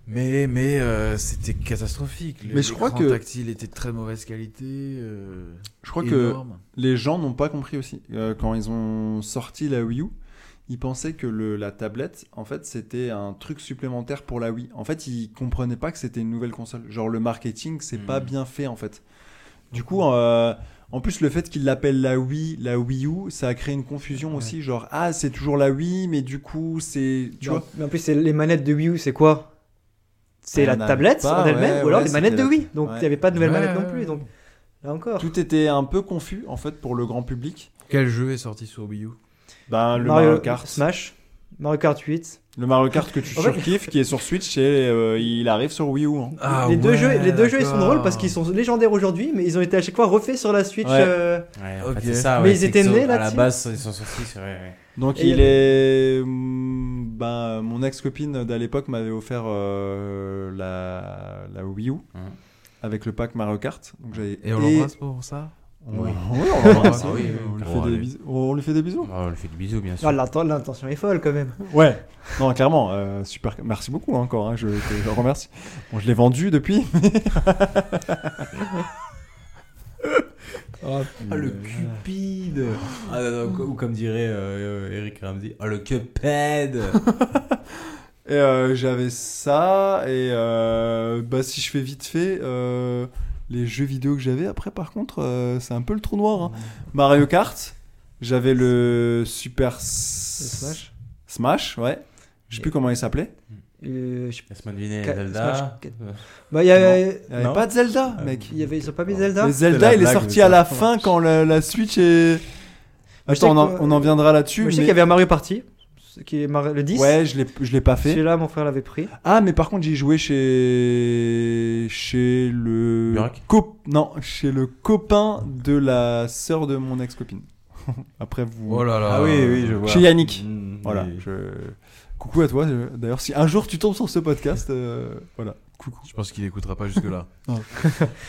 Speaker 2: Mais mais euh, c'était catastrophique. Le-
Speaker 6: Mais je crois
Speaker 2: l'écran
Speaker 6: que-
Speaker 2: tactile était de très mauvaise qualité. euh,
Speaker 6: Je crois
Speaker 2: énorme.
Speaker 6: que les gens n'ont pas compris aussi Euh, quand ils ont sorti la Wii U. Ils pensaient que le, la tablette, en fait, c'était un truc supplémentaire pour la Wii. En fait, ils comprenaient pas que c'était une nouvelle console. Genre le marketing, c'est
Speaker 3: Mhm.
Speaker 6: pas bien fait en fait. Du coup, euh, en plus le fait qu'ils l'appellent la Wii, la Wii U, ça a créé une confusion aussi. Genre ah, c'est toujours la Wii, mais du coup, c'est tu
Speaker 4: Non,
Speaker 6: vois.
Speaker 4: mais en plus, c'est- les manettes de Wii U, c'est quoi C'est
Speaker 6: Il y
Speaker 4: la
Speaker 6: en a
Speaker 4: tablette
Speaker 6: pas,
Speaker 4: en elle-même,
Speaker 6: ouais,
Speaker 4: ou alors
Speaker 6: ouais,
Speaker 4: les manettes de
Speaker 6: c'était la-
Speaker 4: Wii. Donc il
Speaker 6: ouais.
Speaker 4: n'y avait pas de nouvelles
Speaker 2: Ouais,
Speaker 4: manettes non
Speaker 2: ouais,
Speaker 4: plus.
Speaker 2: ouais.
Speaker 4: Donc là encore.
Speaker 6: Tout était un peu confus en fait pour le grand public.
Speaker 2: Quel jeu est sorti sur Wii U
Speaker 6: Ben, le Mario, Kart.
Speaker 4: Smash, Mario Kart 8.
Speaker 6: Le Mario Kart que tu
Speaker 4: En fait-
Speaker 6: surkiffes, qui est sur Switch, et euh, il arrive sur Wii U. hein.
Speaker 2: Ah
Speaker 4: les deux,
Speaker 2: ouais,
Speaker 4: jeux, les deux jeux, ils sont
Speaker 2: d'accord.
Speaker 4: drôles parce qu'ils sont légendaires aujourd'hui, mais ils ont été à chaque fois refaits sur la Switch.
Speaker 6: Ouais.
Speaker 4: euh,
Speaker 3: Ouais, en
Speaker 2: Ok.
Speaker 3: fait, c'est ça,
Speaker 4: Mais
Speaker 3: ouais,
Speaker 4: ils
Speaker 3: c'est
Speaker 4: étaient
Speaker 3: que
Speaker 4: nés
Speaker 3: ça- À la
Speaker 4: là-dessus.
Speaker 3: base, ils sont sortis, c'est vrai. ouais.
Speaker 6: Donc
Speaker 4: Et
Speaker 6: il
Speaker 4: il y
Speaker 6: est, mm, ben, mon ex-copine d'à l'époque m'avait offert euh, la, la Wii U
Speaker 3: Mhm.
Speaker 6: avec le pack Mario Kart. Donc j'avais
Speaker 2: Et on l'embrasse pour ça.
Speaker 6: on-
Speaker 3: Oui.
Speaker 6: ouais, on l'embrasse.
Speaker 3: Ah oui, oui,
Speaker 6: On lui
Speaker 3: oui.
Speaker 6: fait des bisous. On lui fait des bisous.
Speaker 3: Bon, on lui fait des bisous, bien sûr.
Speaker 4: ah, l'inten- L'intention est folle quand même.
Speaker 6: Ouais. Non, clairement, euh, super. Merci beaucoup hein, encore. hein, je te je te remercie. Bon, je l'ai vendu depuis.
Speaker 3: Ah, le Cupide ah, non, non, co- Ou comme dirait euh, euh, Eric Ramsey, ah, le Cuphead
Speaker 6: Et euh, j'avais ça. Et euh, bah, si je fais vite fait, euh, les jeux vidéo que j'avais, après, par contre, euh, c'est un peu le trou noir. hein. Mario Kart, j'avais le Super Smash.
Speaker 4: Smash.
Speaker 6: Smash, ouais. Je sais plus comment il s'appelait.
Speaker 4: Euh, je-
Speaker 3: Laisse-moi deviner,
Speaker 4: Ca-
Speaker 3: Zelda
Speaker 4: Smash- Bah, il y a-
Speaker 6: Il y avait
Speaker 3: Non.
Speaker 6: pas de Zelda, mec.
Speaker 4: il y avait, ils ont pas mis
Speaker 3: Non.
Speaker 4: Zelda
Speaker 6: Le
Speaker 3: C'est
Speaker 6: Zelda,
Speaker 3: la
Speaker 6: il est
Speaker 3: blague,
Speaker 6: sorti
Speaker 3: ça.
Speaker 6: à la fin quand la, la Switch est.
Speaker 4: je sais
Speaker 6: Attends, on en,
Speaker 4: que-
Speaker 6: on en viendra là-dessus.
Speaker 4: Je sais
Speaker 6: mais-
Speaker 4: qu'il y avait un Mario Party. qui est mar- le 10.
Speaker 6: Ouais, je l'ai, je l'ai pas fait.
Speaker 4: Celui-là, mon frère l'avait pris.
Speaker 6: Ah, mais par contre, j'ai joué chez. chez le.
Speaker 3: Burak
Speaker 6: cop- Non, chez le copain de la sœur de mon ex-copine. Après, vous.
Speaker 2: Oh là là.
Speaker 1: Ah oui, oui, je vois.
Speaker 6: Chez Yannick.
Speaker 1: Mm,
Speaker 6: Voilà.
Speaker 1: oui.
Speaker 6: je- Coucou à toi. euh, D'ailleurs, si un jour tu tombes sur ce podcast, euh, voilà. Coucou.
Speaker 2: Je pense qu'il écoutera pas jusque-là.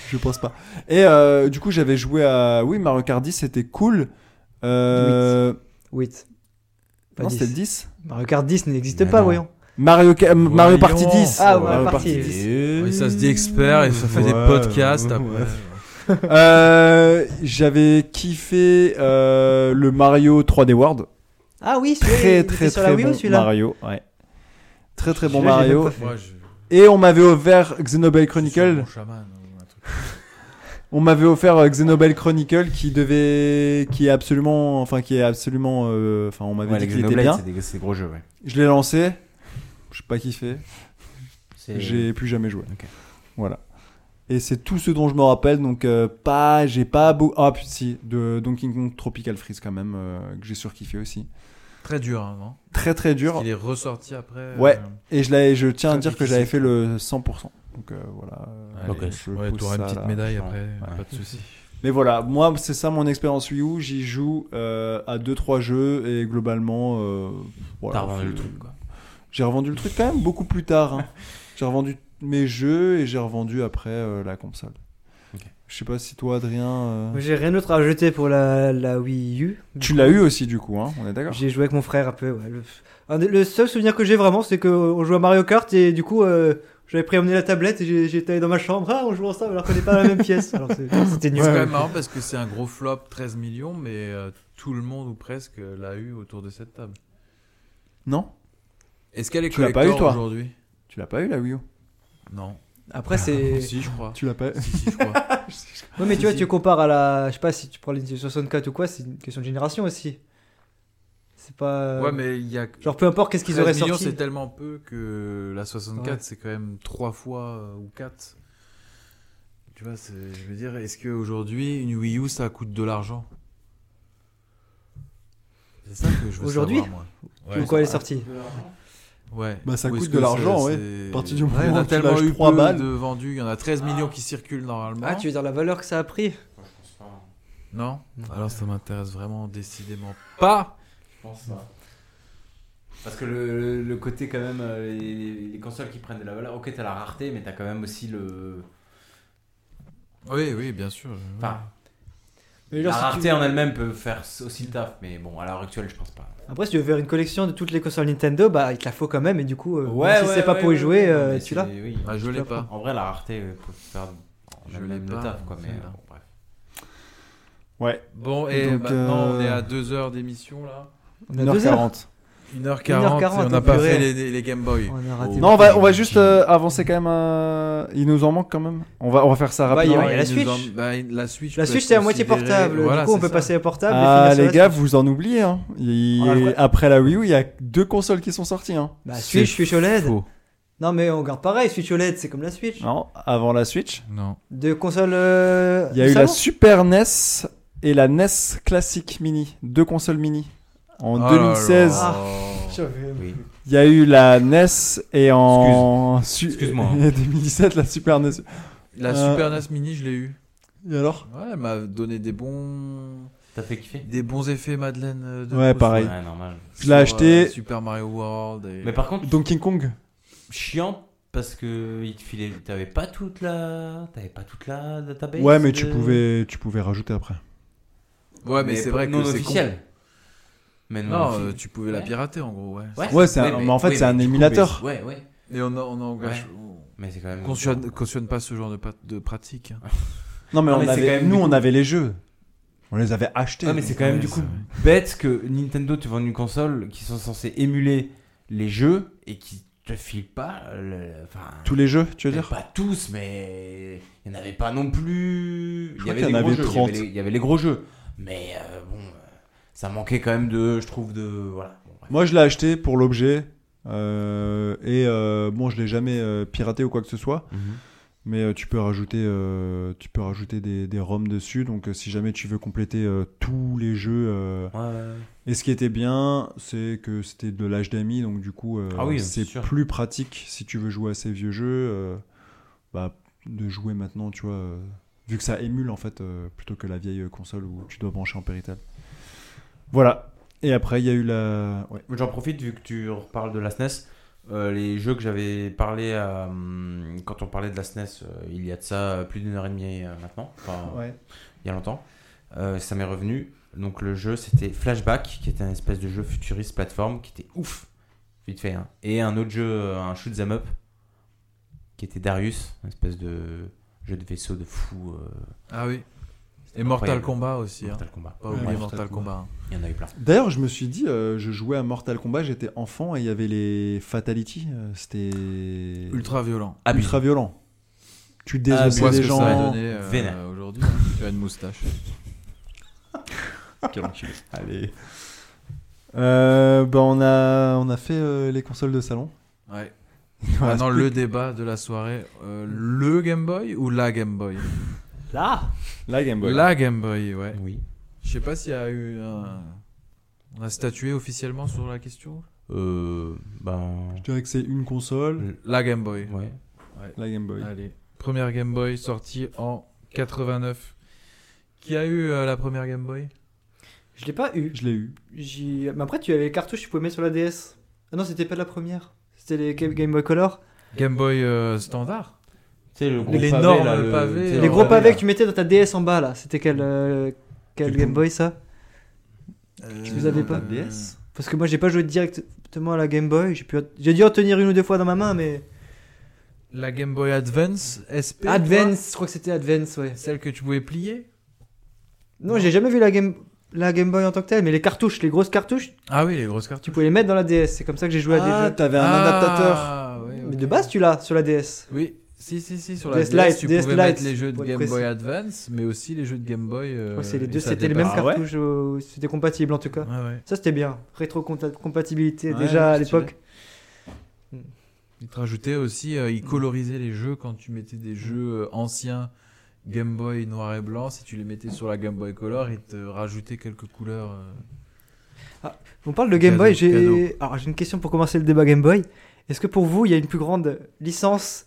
Speaker 6: Je pense pas. Et euh, du coup, j'avais joué à. Oui, Mario Kart 10, c'était cool. Euh...
Speaker 4: 8. Pas
Speaker 6: Non,
Speaker 4: 10.
Speaker 6: c'était le 10.
Speaker 4: Mario Kart 10 n'existe
Speaker 3: Mais
Speaker 4: pas,
Speaker 3: non.
Speaker 4: voyons.
Speaker 6: Mario, Ka- euh,
Speaker 2: Voyons.
Speaker 6: Mario Party 10.
Speaker 4: Ah,
Speaker 6: ouais,
Speaker 4: Mario
Speaker 6: Party
Speaker 4: Party 10.
Speaker 2: Oui, ça se dit expert et ça fait des
Speaker 6: Ouais,
Speaker 2: podcasts.
Speaker 6: ouais.
Speaker 2: après.
Speaker 6: Euh, j'avais kiffé euh, le Mario 3D World.
Speaker 4: Ah oui, celui-là, il
Speaker 6: Très
Speaker 4: était
Speaker 6: très
Speaker 4: sur la
Speaker 6: très
Speaker 4: Wii U,
Speaker 6: bon
Speaker 4: celui-là.
Speaker 6: Mario. Ouais. Très très bon
Speaker 4: Celui-là, j'ai même
Speaker 6: Mario.
Speaker 4: pas fait.
Speaker 2: Moi, je-
Speaker 6: Et on m'avait offert Xenoblade Chronicle.
Speaker 2: je suis sur mon chaman ou un truc.
Speaker 6: On m'avait offert euh, Xenoblade Chronicle qui devait, qui est absolument, enfin qui est absolument, euh, enfin on m'avait
Speaker 3: Ouais,
Speaker 6: dit
Speaker 3: les
Speaker 6: qu'il était bien.
Speaker 3: Xenoblade, c'est des, c'est des gros jeux, ouais.
Speaker 6: Je l'ai lancé. Je pas kiffé.
Speaker 3: C'est-
Speaker 6: J'ai plus jamais joué.
Speaker 3: Ok.
Speaker 6: Voilà. Et c'est tout ce dont je me rappelle. Donc, euh, pas, j'ai pas beau. Ah, puis si, de Donkey Kong Tropical Freeze, quand même, euh, que j'ai surkiffé aussi.
Speaker 2: Très dur, hein, non
Speaker 6: Très, très dur.
Speaker 2: Il est ressorti après.
Speaker 6: Ouais.
Speaker 2: euh,
Speaker 6: Et je, l'avais- je tiens à
Speaker 2: Très
Speaker 6: dire que
Speaker 2: difficile.
Speaker 6: j'avais fait le 100%. Donc, euh, voilà.
Speaker 2: Allez,
Speaker 3: Ok.
Speaker 6: Je
Speaker 2: ouais,
Speaker 6: pousse
Speaker 2: t'auras une
Speaker 6: ça,
Speaker 2: petite
Speaker 6: là.
Speaker 2: médaille
Speaker 3: Ouais.
Speaker 2: après,
Speaker 3: Ouais.
Speaker 2: pas de souci.
Speaker 6: Mais voilà, moi, c'est ça mon expérience Wii U. J'y joue euh, à 2-3 jeux et globalement. euh, voilà,
Speaker 3: T'as revendu
Speaker 6: c'est-
Speaker 3: le truc, quoi.
Speaker 6: J'ai revendu le truc quand même beaucoup plus tard. hein. J'ai revendu mes jeux et j'ai revendu après euh, la console.
Speaker 3: Ok.
Speaker 6: Je sais pas si toi, Adrien. euh,
Speaker 4: Moi, J'ai rien d'autre à ajouter pour la, la Wii U.
Speaker 6: Tu l'as eu aussi, du coup, hein, on est d'accord
Speaker 4: J'ai joué avec mon frère un peu. ouais. Le, un des- le seul souvenir que j'ai vraiment, c'est qu'on jouait à Mario Kart et du coup, euh, j'avais pris emmener la tablette et j'ai- j'étais allé dans ma chambre. Ah, on joue ensemble alors qu'on n'est pas dans la même pièce. Alors c'est- c'était nul.
Speaker 2: C'est quand même marrant parce que c'est un gros flop, 13 millions, mais euh, tout le monde ou presque euh, l'a eu autour de cette table.
Speaker 6: Non
Speaker 2: Est-ce qu'elle est
Speaker 6: Tu l'as pas eu,
Speaker 2: collector
Speaker 6: toi
Speaker 2: aujourd'hui
Speaker 6: Tu l'as pas eu, la Wii U
Speaker 2: Non.
Speaker 4: Après, Ah, c'est.
Speaker 2: Si, je crois.
Speaker 6: Tu l'as pas eu
Speaker 2: Si, si, je crois.
Speaker 4: Ouais, mais tu vois,
Speaker 2: Si.
Speaker 4: tu compares à la. Je sais pas si tu prends les 64 ou quoi, c'est une question de génération aussi. C'est pas.
Speaker 6: Euh,
Speaker 2: Ouais, mais il y a.
Speaker 4: Genre, peu importe qu'est-ce qu'ils
Speaker 2: 13
Speaker 4: auraient
Speaker 2: millions,
Speaker 4: sorti.
Speaker 2: c'est tellement peu que la 64,
Speaker 4: Ouais.
Speaker 2: c'est quand même 3 fois euh, ou 4. Tu vois, c'est- je veux dire, est-ce qu'aujourd'hui, une Wii U, ça coûte de l'argent C'est ça que je veux
Speaker 4: Aujourd'hui
Speaker 2: savoir, moi. Ouais.
Speaker 4: Ou quoi, elle est sortie
Speaker 2: Ouais.
Speaker 6: Bah, ça
Speaker 2: Ou est-ce
Speaker 6: coûte
Speaker 2: que
Speaker 6: de l'argent,
Speaker 2: ça,
Speaker 6: ouais.
Speaker 2: c'est-
Speaker 6: À partir du
Speaker 2: Ouais,
Speaker 6: moment
Speaker 2: on a
Speaker 6: où tu
Speaker 2: tellement
Speaker 6: lâches
Speaker 2: eu
Speaker 6: trois
Speaker 2: peu
Speaker 6: balles.
Speaker 2: de vendus, il y en a 13 millions qui circulent normalement.
Speaker 4: Ah, tu veux dire la valeur que ça a pris
Speaker 3: hein.
Speaker 2: Non Alors ça m'intéresse vraiment décidément pas.
Speaker 3: Je pense pas. Parce que le, le côté, quand même, euh, les, les consoles qui prennent de la valeur, ok, t'as la rareté, mais t'as quand même aussi le.
Speaker 2: Oui, oui, bien sûr.
Speaker 3: Enfin,
Speaker 4: Mais
Speaker 3: la
Speaker 4: genre, si tu
Speaker 3: rareté
Speaker 4: veux-
Speaker 3: en elle-même peut faire aussi le taf, mais bon, à l'heure actuelle, je pense pas.
Speaker 4: Après, si tu veux faire une collection de toutes les consoles Nintendo, bah il te la faut quand même, et du coup, euh, même si c'est pas pour y
Speaker 3: ouais,
Speaker 4: jouer,
Speaker 3: ouais,
Speaker 4: euh,
Speaker 3: mais
Speaker 4: tu
Speaker 3: c'est-
Speaker 4: l'as.
Speaker 3: oui.
Speaker 2: Ah, je
Speaker 4: tu
Speaker 2: l'ai
Speaker 4: la
Speaker 2: pas.
Speaker 3: En vrai, la rareté euh, peut faire en
Speaker 2: Je
Speaker 3: elle-même
Speaker 2: l'ai
Speaker 3: le
Speaker 2: pas,
Speaker 3: taf, quoi,
Speaker 2: on
Speaker 3: mais
Speaker 2: sait pas.
Speaker 3: euh, bon, bref.
Speaker 6: Ouais,
Speaker 2: Bon, et
Speaker 6: Donc,
Speaker 2: maintenant
Speaker 6: euh,
Speaker 2: on est à 2 heures d'émission là.
Speaker 4: On a deux heures.
Speaker 6: 1h40.
Speaker 2: 1h40, et on n'a
Speaker 4: on
Speaker 2: pas
Speaker 4: purée.
Speaker 2: fait les, les Game Boy.
Speaker 4: On a raté.
Speaker 6: Non, on va, on va juste euh, avancer quand même. euh, Il nous en manque quand même. On va, on va faire ça
Speaker 4: Bah, il y
Speaker 6: rapidement.
Speaker 4: a- la
Speaker 2: Ils nous
Speaker 4: Switch.
Speaker 2: en- bah, la Switch,
Speaker 4: La
Speaker 2: peut
Speaker 4: Switch,
Speaker 2: être
Speaker 4: c'est à moitié
Speaker 2: considérée-
Speaker 4: portable,
Speaker 2: Voilà,
Speaker 4: du coup, on
Speaker 2: c'est
Speaker 4: peut
Speaker 2: ça.
Speaker 4: passer à portable. et finir
Speaker 6: Ah, les
Speaker 4: sur la
Speaker 6: gars,
Speaker 4: Switch.
Speaker 6: vous en oubliez. Hein. Il-
Speaker 4: On l'a-
Speaker 6: Après la Wii U, il y a deux consoles qui sont sorties. Hein.
Speaker 4: Bah,
Speaker 2: C'est
Speaker 4: Switch, Switch OLED.
Speaker 2: faux.
Speaker 4: Non, mais on garde pareil, Switch OLED, c'est comme la Switch.
Speaker 6: Non, avant la Switch,
Speaker 2: Non.
Speaker 4: Deux consoles. euh,
Speaker 6: il y a
Speaker 4: du
Speaker 6: eu la
Speaker 4: salon
Speaker 6: Super NES et la NES Classic Mini. Deux consoles mini. En
Speaker 2: Oh là Oh.
Speaker 6: 2016,
Speaker 2: là.
Speaker 3: Oui.
Speaker 6: Il y a eu la NES et en su-
Speaker 3: Excuse-moi.
Speaker 6: et 2017 la Super E NES.
Speaker 2: La
Speaker 6: Euh,
Speaker 2: Super NES Mini, je l'ai eu.
Speaker 6: Et alors
Speaker 2: Ouais, elle m'a donné des bons
Speaker 3: T'as fait kiffer
Speaker 2: des bons effets Madeleine euh, de
Speaker 6: Ouais,
Speaker 2: Proust,
Speaker 6: pareil.
Speaker 3: Ouais, normal.
Speaker 6: Je l'ai
Speaker 2: Sur,
Speaker 6: acheté.
Speaker 2: euh, Super Mario World et-
Speaker 3: Mais par contre,
Speaker 6: Donkey Kong.
Speaker 3: chiant parce que il te filait t'avais pas toute la t'avais pas toute la database
Speaker 6: Ouais, mais tu
Speaker 3: de-
Speaker 6: pouvais tu pouvais rajouter après.
Speaker 2: Ouais, mais, c'est vrai que
Speaker 3: non
Speaker 2: c'est con.
Speaker 3: officiel mais non,
Speaker 2: Non,
Speaker 3: officiel.
Speaker 2: euh, tu pouvais la pirater en gros, ouais.
Speaker 6: Ouais, c'est un- mais en fait, c'est un
Speaker 3: du coup,
Speaker 6: émulateur.
Speaker 3: mais- ouais ouais
Speaker 2: Et on en- on engage-
Speaker 3: mais c'est quand
Speaker 2: on
Speaker 3: même
Speaker 2: cautionne, cautionne pas ce genre de, pat- de pratique. hein.
Speaker 6: Non mais,
Speaker 3: Non,
Speaker 6: on
Speaker 3: mais c'est
Speaker 6: avait-
Speaker 3: quand même
Speaker 6: nous
Speaker 3: du
Speaker 6: on
Speaker 3: coup-
Speaker 6: avait les jeux. On les avait achetés.
Speaker 3: Ouais, mais c'est quand même
Speaker 2: Ouais,
Speaker 3: du coup
Speaker 2: c'est
Speaker 3: bête que Nintendo te vende une console qui sont censés émuler les jeux et qui te filent pas le... enfin
Speaker 6: tous les jeux, tu veux dire
Speaker 3: pas tous mais il n'y en avait pas non plus
Speaker 6: Je
Speaker 3: il y
Speaker 6: crois
Speaker 3: avait
Speaker 6: qu'il
Speaker 3: des
Speaker 6: y en
Speaker 3: gros
Speaker 6: avait
Speaker 3: jeux, il y
Speaker 6: 30.
Speaker 3: avait les- il y avait les gros jeux mais euh, bon euh, ça manquait quand même de je trouve de voilà Bon, bref.
Speaker 6: Moi je l'ai acheté pour l'objet euh, et euh, bon je l'ai jamais euh, piraté ou quoi que ce soit. Mais euh, tu peux rajouter, euh, tu peux rajouter des, des ROM dessus. Donc euh, si jamais tu veux compléter euh, tous les jeux euh,
Speaker 3: Ouais, ouais, ouais.
Speaker 6: Et ce qui était bien, c'est que c'était de l'âge d'amis, donc du coup, euh,
Speaker 3: Ah oui,
Speaker 6: c'est
Speaker 3: c'est sûr.
Speaker 6: plus pratique si tu veux jouer à ces vieux jeux, euh, bah, de jouer maintenant, tu vois, euh, vu que ça émule en fait, euh, plutôt que la vieille console où tu dois brancher en péritel. Voilà. Et après, il y a eu la. Ouais.
Speaker 3: J'en profite vu que tu reparles de la SNES. euh, les jeux que j'avais parlé à, hum, quand on parlait de la SNES, euh, il y a de ça euh, plus d'une heure et demie euh, maintenant, enfin il y a longtemps, euh, ça m'est revenu. Donc le jeu c'était Flashback, qui était un espèce de jeu futuriste plateforme qui était ouf, vite fait. hein. Et un autre jeu, euh, un shoot 'em up, qui était Darius, un espèce de jeu de vaisseau de fou. euh,
Speaker 2: Ah oui. Et
Speaker 3: incroyable.
Speaker 2: Mortal Kombat aussi. hein.
Speaker 3: Mortal Kombat.
Speaker 2: Pas
Speaker 6: Ouais,
Speaker 2: oublier
Speaker 6: Mortal
Speaker 2: Mortal Kombat. hein.
Speaker 3: Il y en a eu plein.
Speaker 6: D'ailleurs, je me suis dit, euh, je jouais à Mortal Kombat, j'étais enfant et il y avait les Fatality. euh, C'était.
Speaker 2: Ultra violent.
Speaker 3: Abusé.
Speaker 6: ultra violent. Tu
Speaker 3: Ah,
Speaker 6: désossais
Speaker 3: mais
Speaker 6: des
Speaker 3: parce que ça a
Speaker 6: gens.
Speaker 2: donné euh,
Speaker 3: vénère.
Speaker 2: aujourd'hui. hein. Tu as une moustache.
Speaker 6: Allez. Euh, bah, on, a, on a fait euh, les consoles de salon.
Speaker 2: Ouais.
Speaker 6: Il nous reste
Speaker 2: Maintenant,
Speaker 6: plus-
Speaker 2: le débat de la soirée, euh, le Game Boy ou la Game Boy
Speaker 4: Là
Speaker 6: La Game Boy.
Speaker 2: La Game Boy, ouais.
Speaker 3: Oui.
Speaker 2: Je sais pas s'il y a eu un... On a statué officiellement sur la question
Speaker 3: Euh, ben.
Speaker 6: Je dirais que c'est une console.
Speaker 2: La Game Boy.
Speaker 3: Ouais.
Speaker 6: La Game Boy.
Speaker 2: Allez. Première Game Boy sortie en 89. Qui a eu euh, la première Game Boy
Speaker 4: Je l'ai pas eu.
Speaker 6: Je l'ai eu.
Speaker 4: J'y- Mais après, tu avais les cartouches, tu pouvais mettre sur la DS. Ah non, c'était pas la première. C'était les Game Game Boy Color.
Speaker 2: Game Boy euh, standard
Speaker 3: Tu sais, le gros pavé,
Speaker 2: L'énorme
Speaker 3: là, le-
Speaker 2: pavé,
Speaker 3: tu sais,
Speaker 2: Les
Speaker 4: les
Speaker 3: le
Speaker 4: gros
Speaker 3: pavé,
Speaker 4: pavés
Speaker 3: là.
Speaker 4: que tu mettais dans ta DS en bas là. C'était quel, euh, quel
Speaker 3: Du
Speaker 4: Game
Speaker 3: coup.
Speaker 4: Boy ça Tu les avais pas
Speaker 2: DS
Speaker 4: Parce que moi, j'ai pas joué directement à la Game Boy. J'ai pu... j'ai dû en tenir une ou deux fois dans ma main, mais.
Speaker 2: La Game Boy Advance SP
Speaker 4: Advance, je crois que c'était Advance, ouais.
Speaker 2: toi Celle que tu pouvais plier
Speaker 4: Non, j'ai jamais vu la Game... la Game Boy en tant que telle, mais les cartouches, les grosses cartouches,
Speaker 2: Ah oui, les grosses cartouches.
Speaker 4: tu pouvais les mettre dans la DS. C'est comme ça que j'ai joué à
Speaker 6: Ah,
Speaker 4: des jeux.
Speaker 6: t'avais un adaptateur.
Speaker 2: Ah, ouais,
Speaker 4: Mais
Speaker 2: ok.
Speaker 4: de base, tu l'as sur la DS.
Speaker 2: Oui, si, si, si, sur la
Speaker 4: DS
Speaker 2: DS,
Speaker 4: Lite,
Speaker 2: tu
Speaker 4: DS
Speaker 2: pouvais
Speaker 4: Lite,
Speaker 2: mettre les jeux de
Speaker 4: pour être
Speaker 2: Game
Speaker 4: précis.
Speaker 2: Boy Advance, mais aussi les jeux de Game Boy. euh,
Speaker 4: Ouais, c'est les
Speaker 2: et
Speaker 4: deux,
Speaker 2: ça
Speaker 4: c'était les mêmes
Speaker 2: dépasse.
Speaker 6: Ah ouais
Speaker 4: cartouches, euh, c'était compatible en tout cas.
Speaker 2: Ah ouais.
Speaker 4: Ça, c'était bien. Rétro-compatibilité
Speaker 6: Ouais,
Speaker 4: déjà à
Speaker 6: ouais, c'est
Speaker 4: l'époque.
Speaker 2: Ils te rajoutaient aussi, euh, ils colorisaient les jeux quand tu mettais
Speaker 4: Mm.
Speaker 2: des jeux euh, anciens Game Boy noir et blanc, si tu les mettais sur la Game Boy Color, ils te rajoutaient quelques couleurs. euh.
Speaker 4: On parle de Game Boy.
Speaker 2: Cadeau,
Speaker 4: J'ai alors j'ai une question pour commencer le débat Game Boy. Est-ce que pour vous, il y a une plus grande licence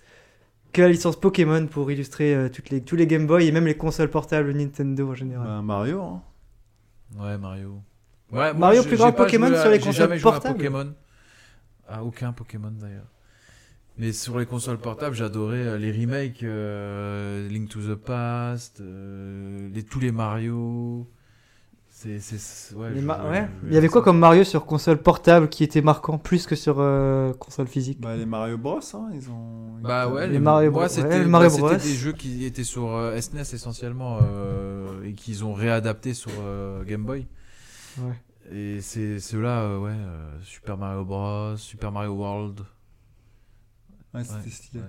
Speaker 4: que la licence Pokémon pour illustrer euh, toutes les, tous les Game Boy et même les consoles portables Nintendo en général
Speaker 6: Bah, Mario. hein.
Speaker 2: Ouais, Mario. Ouais, moi,
Speaker 4: Mario,
Speaker 2: j'ai-
Speaker 4: plus grand
Speaker 2: j'ai pas
Speaker 4: Pokémon
Speaker 2: joué à-
Speaker 4: sur les
Speaker 2: j'ai
Speaker 4: consoles
Speaker 2: jamais joué à
Speaker 4: portables.
Speaker 2: Pokémon. À aucun Pokémon d'ailleurs. Mais sur les consoles portables, j'adorais euh, les remakes, euh, Link to the Past, euh, les, tous les Mario. C'est, c'est- c'est- ouais,
Speaker 4: Les
Speaker 2: je-
Speaker 4: ma-
Speaker 2: ouais,
Speaker 4: ouais.
Speaker 2: je-
Speaker 4: Il y avait quoi comme Mario sur console portable qui était marquant plus que sur euh, console physique
Speaker 6: Bah, les Mario Bros. hein, ils ont.
Speaker 2: Bah
Speaker 6: ils-
Speaker 2: ouais,
Speaker 4: Les
Speaker 2: les
Speaker 4: Mario
Speaker 2: moi,
Speaker 4: Bros-
Speaker 2: c'était
Speaker 4: ouais, les
Speaker 2: moi,
Speaker 4: Mario
Speaker 2: c'était
Speaker 4: Bros.
Speaker 2: des jeux qui étaient sur euh, SNES essentiellement euh, et qu'ils ont réadapté sur euh, Game Boy.
Speaker 4: Ouais.
Speaker 2: Et c'est ceux-là, euh, ouais, euh, Super Mario Bros, Super Mario World.
Speaker 6: Ouais, Ah, c'était
Speaker 2: Ouais,
Speaker 6: stylé.
Speaker 2: ouais.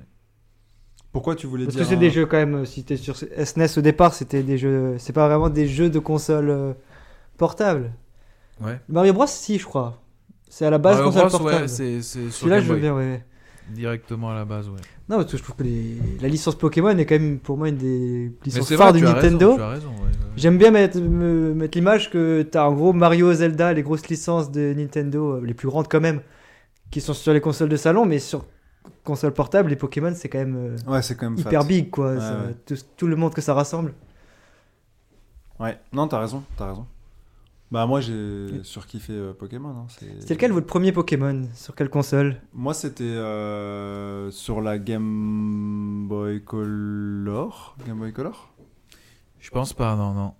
Speaker 6: Pourquoi tu voulais
Speaker 4: Parce que
Speaker 6: dire.
Speaker 4: c'est
Speaker 6: un-
Speaker 4: des jeux quand même. euh, Si t'es sur SNES au départ, c'était des jeux. C'est pas vraiment des jeux de console euh, portable.
Speaker 2: Ouais.
Speaker 4: Mario Bros, si, je crois. C'est à la base
Speaker 2: Mario
Speaker 4: console
Speaker 2: Bros,
Speaker 4: portable.
Speaker 2: ouais, c'est c'est sur
Speaker 4: Celui-là,
Speaker 2: Game
Speaker 4: je veux
Speaker 2: Boy.
Speaker 4: bien, ouais.
Speaker 2: directement à la base, ouais.
Speaker 4: Non, parce que je trouve que les- la licence Pokémon est quand même pour moi une des
Speaker 2: Mais
Speaker 4: licences
Speaker 2: c'est
Speaker 4: phares
Speaker 2: vrai,
Speaker 4: du
Speaker 2: tu as raison,
Speaker 4: Nintendo.
Speaker 2: tu as raison, ouais, ouais.
Speaker 4: J'aime bien mettre, me- mettre l'image que t'as en gros Mario, Zelda, les grosses licences de Nintendo, euh, les plus grandes quand même, qui sont sur les consoles de salon, mais sur console portable, les Pokémon c'est quand même euh,
Speaker 6: Ouais, c'est quand même
Speaker 4: hyper
Speaker 6: fat.
Speaker 4: big quoi.
Speaker 6: Ouais,
Speaker 4: Ça-
Speaker 6: ouais.
Speaker 4: Tout, tout le monde que ça rassemble.
Speaker 6: Ouais, non, t'as raison, t'as raison. Bah, moi, j'ai surkiffé euh, Pokémon. hein, c'est-
Speaker 4: C'était lequel votre premier Pokémon Sur quelle console
Speaker 6: Moi, c'était euh, sur la Game Boy Color. Game Boy Color
Speaker 2: Je pense pas, non, non.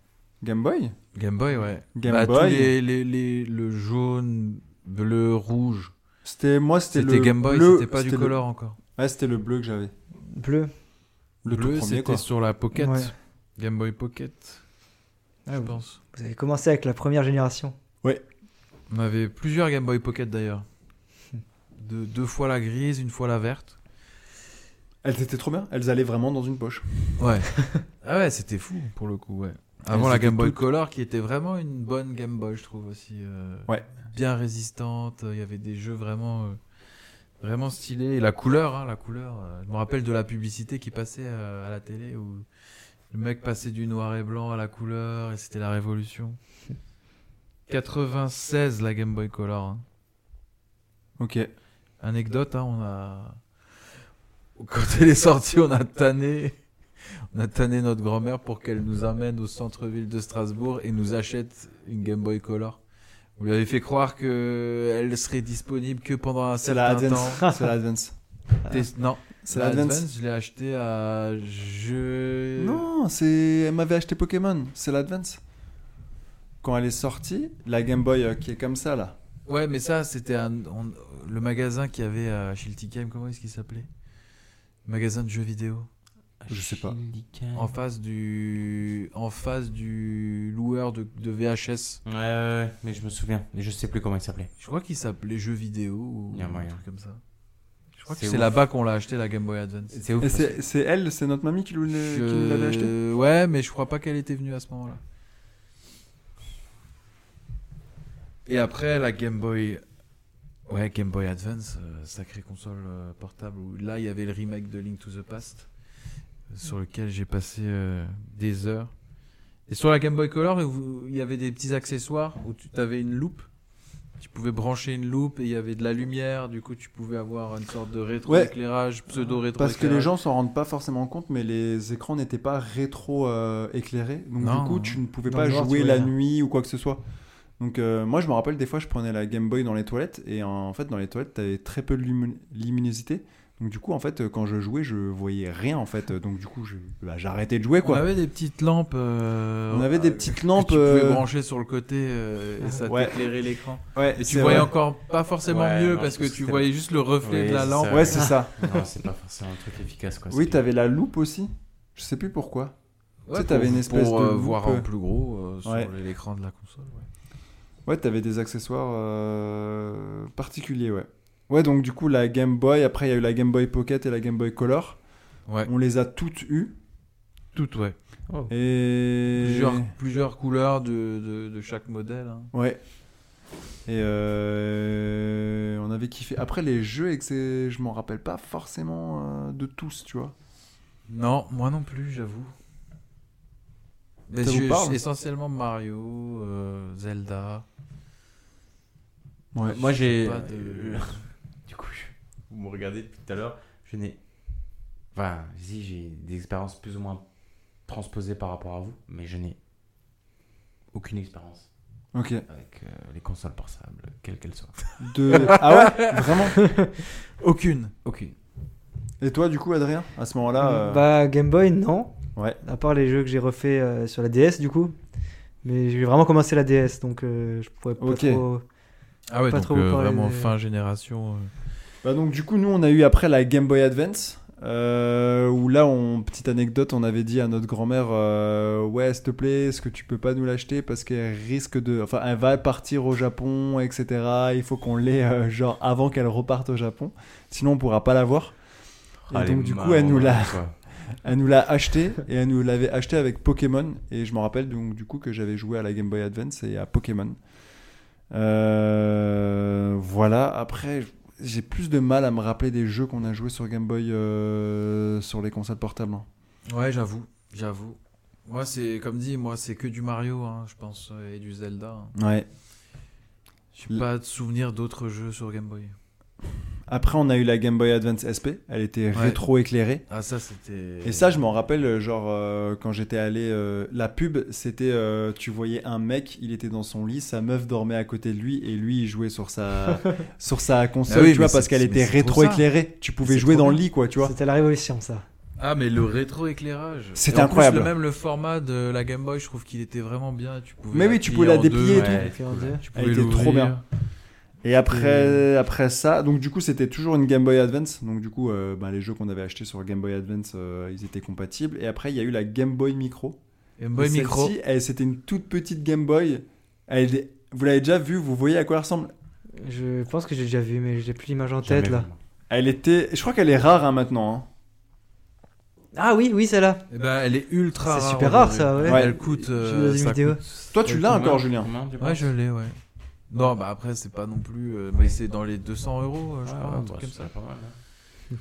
Speaker 6: Game Boy
Speaker 2: Game Boy, ouais.
Speaker 6: Game
Speaker 2: Bah,
Speaker 6: Boy.
Speaker 2: Tous les, les, les- le jaune, bleu, rouge.
Speaker 6: C'était moi, c'était le
Speaker 2: C'était Game Boy,
Speaker 6: bleu-
Speaker 2: c'était pas du
Speaker 6: le-
Speaker 2: color encore.
Speaker 6: Ouais, c'était le bleu que j'avais.
Speaker 4: Bleu.
Speaker 2: bleu,
Speaker 6: Le tout premier quoi.
Speaker 2: c'était sur la Pocket.
Speaker 4: Ouais.
Speaker 2: Game Boy Pocket, je
Speaker 4: Ah, vous,
Speaker 2: pense.
Speaker 4: vous avez commencé avec la première génération.
Speaker 2: On avait plusieurs Game Boy Pocket d'ailleurs. De, deux fois la grise, une fois la verte.
Speaker 6: Elles étaient trop bien. Elles allaient vraiment dans une poche.
Speaker 2: Ouais. ah ouais, c'était fou pour le coup, ouais. Avant
Speaker 6: Elles
Speaker 2: la
Speaker 6: étaient
Speaker 2: Game Boy
Speaker 6: toutes-
Speaker 2: Color qui était vraiment une bonne Game Boy, je trouve aussi. euh,
Speaker 6: Ouais.
Speaker 2: Bien résistante, il y avait des jeux vraiment euh, vraiment stylés et la couleur hein, la couleur, euh, je me rappelle de la publicité qui passait euh, à la télé où le mec passait du noir et blanc à la couleur et c'était la révolution. 96, la Game Boy Color. hein.
Speaker 1: Ok.
Speaker 2: Anecdote, hein, on a. Quand elle est sortie, on a tanné. On a tanné notre grand-mère pour qu'elle nous amène au centre-ville de Strasbourg et nous achète une Game Boy Color. On lui avait fait croire que elle serait disponible que pendant un
Speaker 1: C'est la
Speaker 2: certain temps.
Speaker 1: Advance. C'est la Advance.
Speaker 2: T'es- Non,
Speaker 1: C'est
Speaker 2: la
Speaker 1: la Advance.
Speaker 2: Advance, je l'ai acheté à je
Speaker 1: Non, c'est elle m'avait acheté Pokémon, c'est l'Advance. Quand elle est sortie, la Game Boy euh, qui est comme ça là.
Speaker 2: Ouais, mais ça, c'était un- on- le magasin qui avait à Shilty Game, comment est-ce qu'il s'appelait Le Magasin de jeux vidéo.
Speaker 1: Je sais pas.
Speaker 2: En face du, en face du loueur de, de VHS.
Speaker 3: Ouais, ouais, ouais, mais je me souviens. Mais je sais plus comment il s'appelait.
Speaker 2: Je crois qu'il s'appelait Jeux vidéo ou
Speaker 3: Y a
Speaker 2: un
Speaker 3: moyen.
Speaker 2: truc comme ça. Je crois que
Speaker 3: C'est
Speaker 2: c'est
Speaker 3: ouf.
Speaker 2: là-bas qu'on l'a acheté la Game Boy Advance.
Speaker 3: C'est ouf.
Speaker 1: Et c'est c'est elle, c'est notre mamie qui nous l'a- qui nous euh, l'avait acheté.
Speaker 2: Je- Ouais, mais je crois pas qu'elle était venue à ce moment-là. Et après, la Game Boy. Ouais, Game Boy Advance, euh, sacrée console euh, portable. Où là, il y avait le remake de Link to the Past, euh, sur lequel j'ai passé euh, des heures. Et sur la Game Boy Color, vous- il y avait des petits accessoires où tu avais une loupe. Tu pouvais brancher une loupe et il y avait de la lumière. Du coup, tu pouvais avoir une sorte de rétroéclairage, pseudo-rétroéclairage.
Speaker 1: Parce que les gens s'en rendent pas forcément compte, mais les écrans n'étaient pas rétro euh, éclairés, donc
Speaker 2: Non.
Speaker 1: du coup tu ne pouvais
Speaker 4: Dans
Speaker 1: pas
Speaker 4: le noir,
Speaker 1: jouer
Speaker 4: tu
Speaker 1: la
Speaker 4: voyais.
Speaker 1: nuit ou quoi que ce soit. Donc euh, moi je me rappelle des fois je prenais la Game Boy dans les toilettes et en fait dans les toilettes t'avais très peu de lumin- luminosité. Donc du coup en fait euh, quand je jouais je voyais rien en fait donc du coup je- bah, j'arrêtais de jouer
Speaker 2: On
Speaker 1: quoi.
Speaker 2: avait des petites lampes. euh,
Speaker 1: On avait des
Speaker 2: euh,
Speaker 1: petites
Speaker 2: que
Speaker 1: lampes
Speaker 2: Tu pouvais
Speaker 1: euh,
Speaker 2: brancher sur le côté euh, et ça
Speaker 1: Ouais.
Speaker 2: t'éclairait l'écran.
Speaker 1: ouais,
Speaker 2: Et tu
Speaker 1: c'est
Speaker 2: voyais
Speaker 1: vrai.
Speaker 2: encore pas forcément
Speaker 3: Ouais,
Speaker 2: mieux
Speaker 3: non,
Speaker 2: parce
Speaker 3: je
Speaker 2: que
Speaker 3: pense que
Speaker 2: tu
Speaker 3: c'était-
Speaker 2: voyais juste le reflet
Speaker 3: Oui,
Speaker 2: de la
Speaker 3: c'est
Speaker 2: lampe.
Speaker 3: ça.
Speaker 1: Ouais, c'est ça.
Speaker 3: Non, c'est pas forcément un truc efficace quoi.
Speaker 1: Oui,
Speaker 3: C'est-
Speaker 1: t'avais la loupe aussi. Je sais plus pourquoi. Tu sais, t'avais
Speaker 2: pour-
Speaker 1: une espèce
Speaker 2: pour,
Speaker 1: de
Speaker 2: euh,
Speaker 1: loupe,
Speaker 2: voir
Speaker 1: euh.
Speaker 2: en plus gros euh, sur
Speaker 1: Ouais.
Speaker 2: l'écran de la console. ouais.
Speaker 1: Ouais, t'avais des accessoires euh, particuliers, ouais. Ouais, donc du coup, la Game Boy, après il y a eu la Game Boy Pocket et la Game Boy Color.
Speaker 2: Ouais.
Speaker 1: On les a toutes eues.
Speaker 2: Toutes, ouais.
Speaker 1: Et.
Speaker 2: Plusieurs, plusieurs couleurs de, de, de chaque modèle. hein.
Speaker 1: Ouais. Et euh, on avait kiffé. Après, les jeux, et que c'est- je m'en rappelle pas forcément euh, de tous, tu vois.
Speaker 2: Non, moi non plus, j'avoue. Mais
Speaker 1: Ça vous
Speaker 2: je-
Speaker 1: parle
Speaker 2: essentiellement Mario, euh, Zelda.
Speaker 1: Ouais.
Speaker 3: Moi j'ai.
Speaker 2: pas de-
Speaker 3: Du coup, je- vous me regardez depuis tout à l'heure, je n'ai. Enfin, si, j'ai des expériences plus ou moins transposées par rapport à vous, mais je n'ai aucune expérience
Speaker 1: Ok.
Speaker 3: avec euh, les consoles portables, quelles qu'elles soient.
Speaker 1: De... ah ouais Vraiment
Speaker 2: Aucune.
Speaker 3: Aucune.
Speaker 1: Et toi, du coup, Adrien À ce moment-là. euh,
Speaker 4: Bah, Game Boy, non.
Speaker 1: Ouais.
Speaker 4: À part les jeux que j'ai refait euh, sur la DS, du coup. Mais j'ai vraiment commencé la DS, donc euh, je pourrais pas
Speaker 1: Ok.
Speaker 4: trop.
Speaker 2: Ah ouais,
Speaker 4: Pas
Speaker 2: donc
Speaker 4: trop vous
Speaker 2: euh,
Speaker 4: parler
Speaker 2: vraiment
Speaker 4: des-
Speaker 2: fin génération. euh.
Speaker 1: Bah donc du coup nous on a eu après la Game Boy Advance euh, où là on petite anecdote on avait dit à notre grand-mère euh, ouais s'il te plaît est-ce que tu peux pas nous l'acheter parce qu'elle risque de enfin elle va partir au Japon etc il faut qu'on l'ait euh, genre avant qu'elle reparte au Japon sinon on pourra pas l'avoir et
Speaker 3: Ah, les
Speaker 1: donc du coup
Speaker 3: marrons,
Speaker 1: elle nous l'a
Speaker 3: quoi.
Speaker 1: elle nous l'a acheté et elle nous l'avait acheté avec Pokémon. Et je me rappelle donc du coup que j'avais joué à la Game Boy Advance et à Pokémon. Euh, voilà. Après, j- j'ai plus de mal à me rappeler des jeux qu'on a joué sur Game Boy euh, sur les consoles portables. hein.
Speaker 2: Ouais, j'avoue, j'avoue. Moi, c'est comme dit, moi, c'est que du Mario, hein, je pense, euh, et du Zelda. hein.
Speaker 1: Ouais.
Speaker 2: J'ai
Speaker 1: Le-
Speaker 2: pas de souvenir d'autres jeux sur Game Boy.
Speaker 1: Après, on a eu la Game Boy Advance SP. Elle était
Speaker 2: Ouais.
Speaker 1: rétro éclairée.
Speaker 2: Ah, ça, c'était.
Speaker 1: Et ça, je m'en rappelle, euh, genre, euh, quand j'étais allé, euh, la pub, c'était, euh, tu voyais un mec, il était dans son lit, sa meuf dormait à côté de lui, et lui, il jouait sur sa, sur sa console,
Speaker 2: Ah oui,
Speaker 1: tu vois,
Speaker 2: mais
Speaker 1: parce
Speaker 2: c'est-
Speaker 1: qu'elle
Speaker 2: mais
Speaker 1: était
Speaker 2: c'est trop ça.
Speaker 1: rétro-éclairée. Tu pouvais
Speaker 4: Ah. C'est
Speaker 1: jouer
Speaker 4: trop
Speaker 1: dans le
Speaker 4: bien.
Speaker 1: lit, quoi, tu vois.
Speaker 4: C'était la révolution, ça.
Speaker 2: Ah, mais le rétro-éclairage.
Speaker 1: C'est
Speaker 2: Et en plus,
Speaker 1: incroyable.
Speaker 2: le même le format de la Game Boy, je trouve qu'il était vraiment bien. Tu pouvais
Speaker 1: Mais oui, tu pouvais la
Speaker 2: plier en
Speaker 1: déplier et tout.
Speaker 3: Ouais,
Speaker 4: Fait en deux.
Speaker 2: tu
Speaker 1: Elle
Speaker 2: pouvais
Speaker 1: était trop
Speaker 2: l'ouvrir.
Speaker 1: bien. Et après, après ça, donc du coup, c'était toujours une Game Boy Advance. Donc du coup, euh, ben, les jeux qu'on avait achetés sur Game Boy Advance, euh, ils étaient compatibles. Et après, il y a eu la Game Boy Micro.
Speaker 2: Game Boy
Speaker 1: Et celle-ci,
Speaker 2: Micro.
Speaker 1: elle, C'était une toute petite Game Boy. Elle, est- vous l'avez déjà vue, vous voyez à quoi elle ressemble
Speaker 4: Je pense que j'ai déjà vu, mais j'ai plus l'image en
Speaker 3: Jamais
Speaker 4: tête là.
Speaker 3: vraiment.
Speaker 1: Elle était, je crois qu'elle est rare hein, maintenant. hein.
Speaker 4: Ah oui, oui, celle-là.
Speaker 2: Eh ben, elle est ultra rare.
Speaker 4: C'est super rare,
Speaker 2: aujourd'hui.
Speaker 4: ça, ouais.
Speaker 1: Ouais.
Speaker 2: Elle coûte.
Speaker 4: J'ai vu
Speaker 2: euh,
Speaker 4: dans une
Speaker 2: ça
Speaker 4: vidéo.
Speaker 2: coûte-
Speaker 1: Toi, tu l'as encore, Julien.
Speaker 3: Comment, tu
Speaker 2: Ouais,
Speaker 3: penses
Speaker 2: je l'ai, ouais. Non, bah après, c'est pas non plus. euh, mais c'est dans les 200 euros, euh, je
Speaker 3: Ah,
Speaker 2: crois, un
Speaker 3: ouais,
Speaker 2: truc
Speaker 3: bah,
Speaker 2: comme
Speaker 3: c'est
Speaker 2: ça.
Speaker 3: pas mal, hein.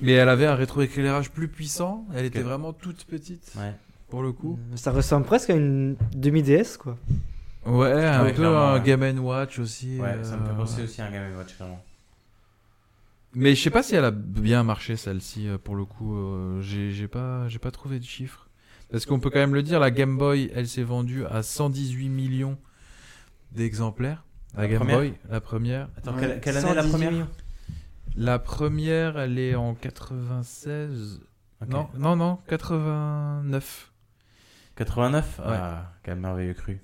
Speaker 2: Mais elle avait un rétroéclairage plus puissant. Elle était
Speaker 3: Ok.
Speaker 2: vraiment toute petite,
Speaker 3: Ouais.
Speaker 4: Euh,
Speaker 2: pour le coup.
Speaker 4: Ça ressemble presque à une demi-DS, quoi.
Speaker 2: Ouais, un
Speaker 3: Ouais,
Speaker 2: peu
Speaker 3: clairement,
Speaker 2: un
Speaker 3: ouais.
Speaker 2: Game and Watch aussi.
Speaker 3: Ouais, ça me fait
Speaker 2: euh,
Speaker 3: penser aussi à un Game Watch, clairement.
Speaker 2: Mais je sais pas si elle a bien marché celle-ci euh, pour le coup. euh, j'ai j'ai pas, j'ai pas trouvé de chiffres. Parce qu'on peut quand même le dire, la Game Boy, elle s'est vendue à 118 millions d'exemplaires. La,
Speaker 3: La
Speaker 2: Game
Speaker 3: première
Speaker 2: Boy, la première.
Speaker 3: Attends,
Speaker 4: Ouais.
Speaker 3: quelle, quelle année la
Speaker 4: 118
Speaker 3: première
Speaker 4: millions.
Speaker 2: La première, elle est en 96.
Speaker 3: Ok.
Speaker 2: Non, non, non, 89.
Speaker 3: 89
Speaker 2: Ouais.
Speaker 3: Ah, quel merveilleux cru.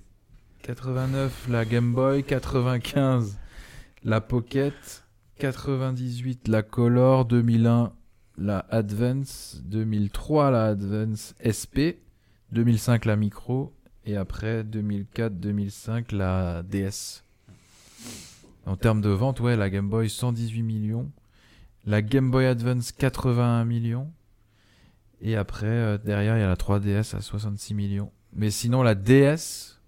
Speaker 2: 89, la Game Boy. 95, la Pocket. 98, la Color. 2001, la Advance. 2003, la Advance SP. 2005, la Micro. Et après, 2004-2005, la DS. En termes de vente, ouais, la Game Boy 118 millions. La Game Boy Advance 81 millions. Et après, euh, derrière, il y a la 3DS à 66 millions. Mais sinon, la DS,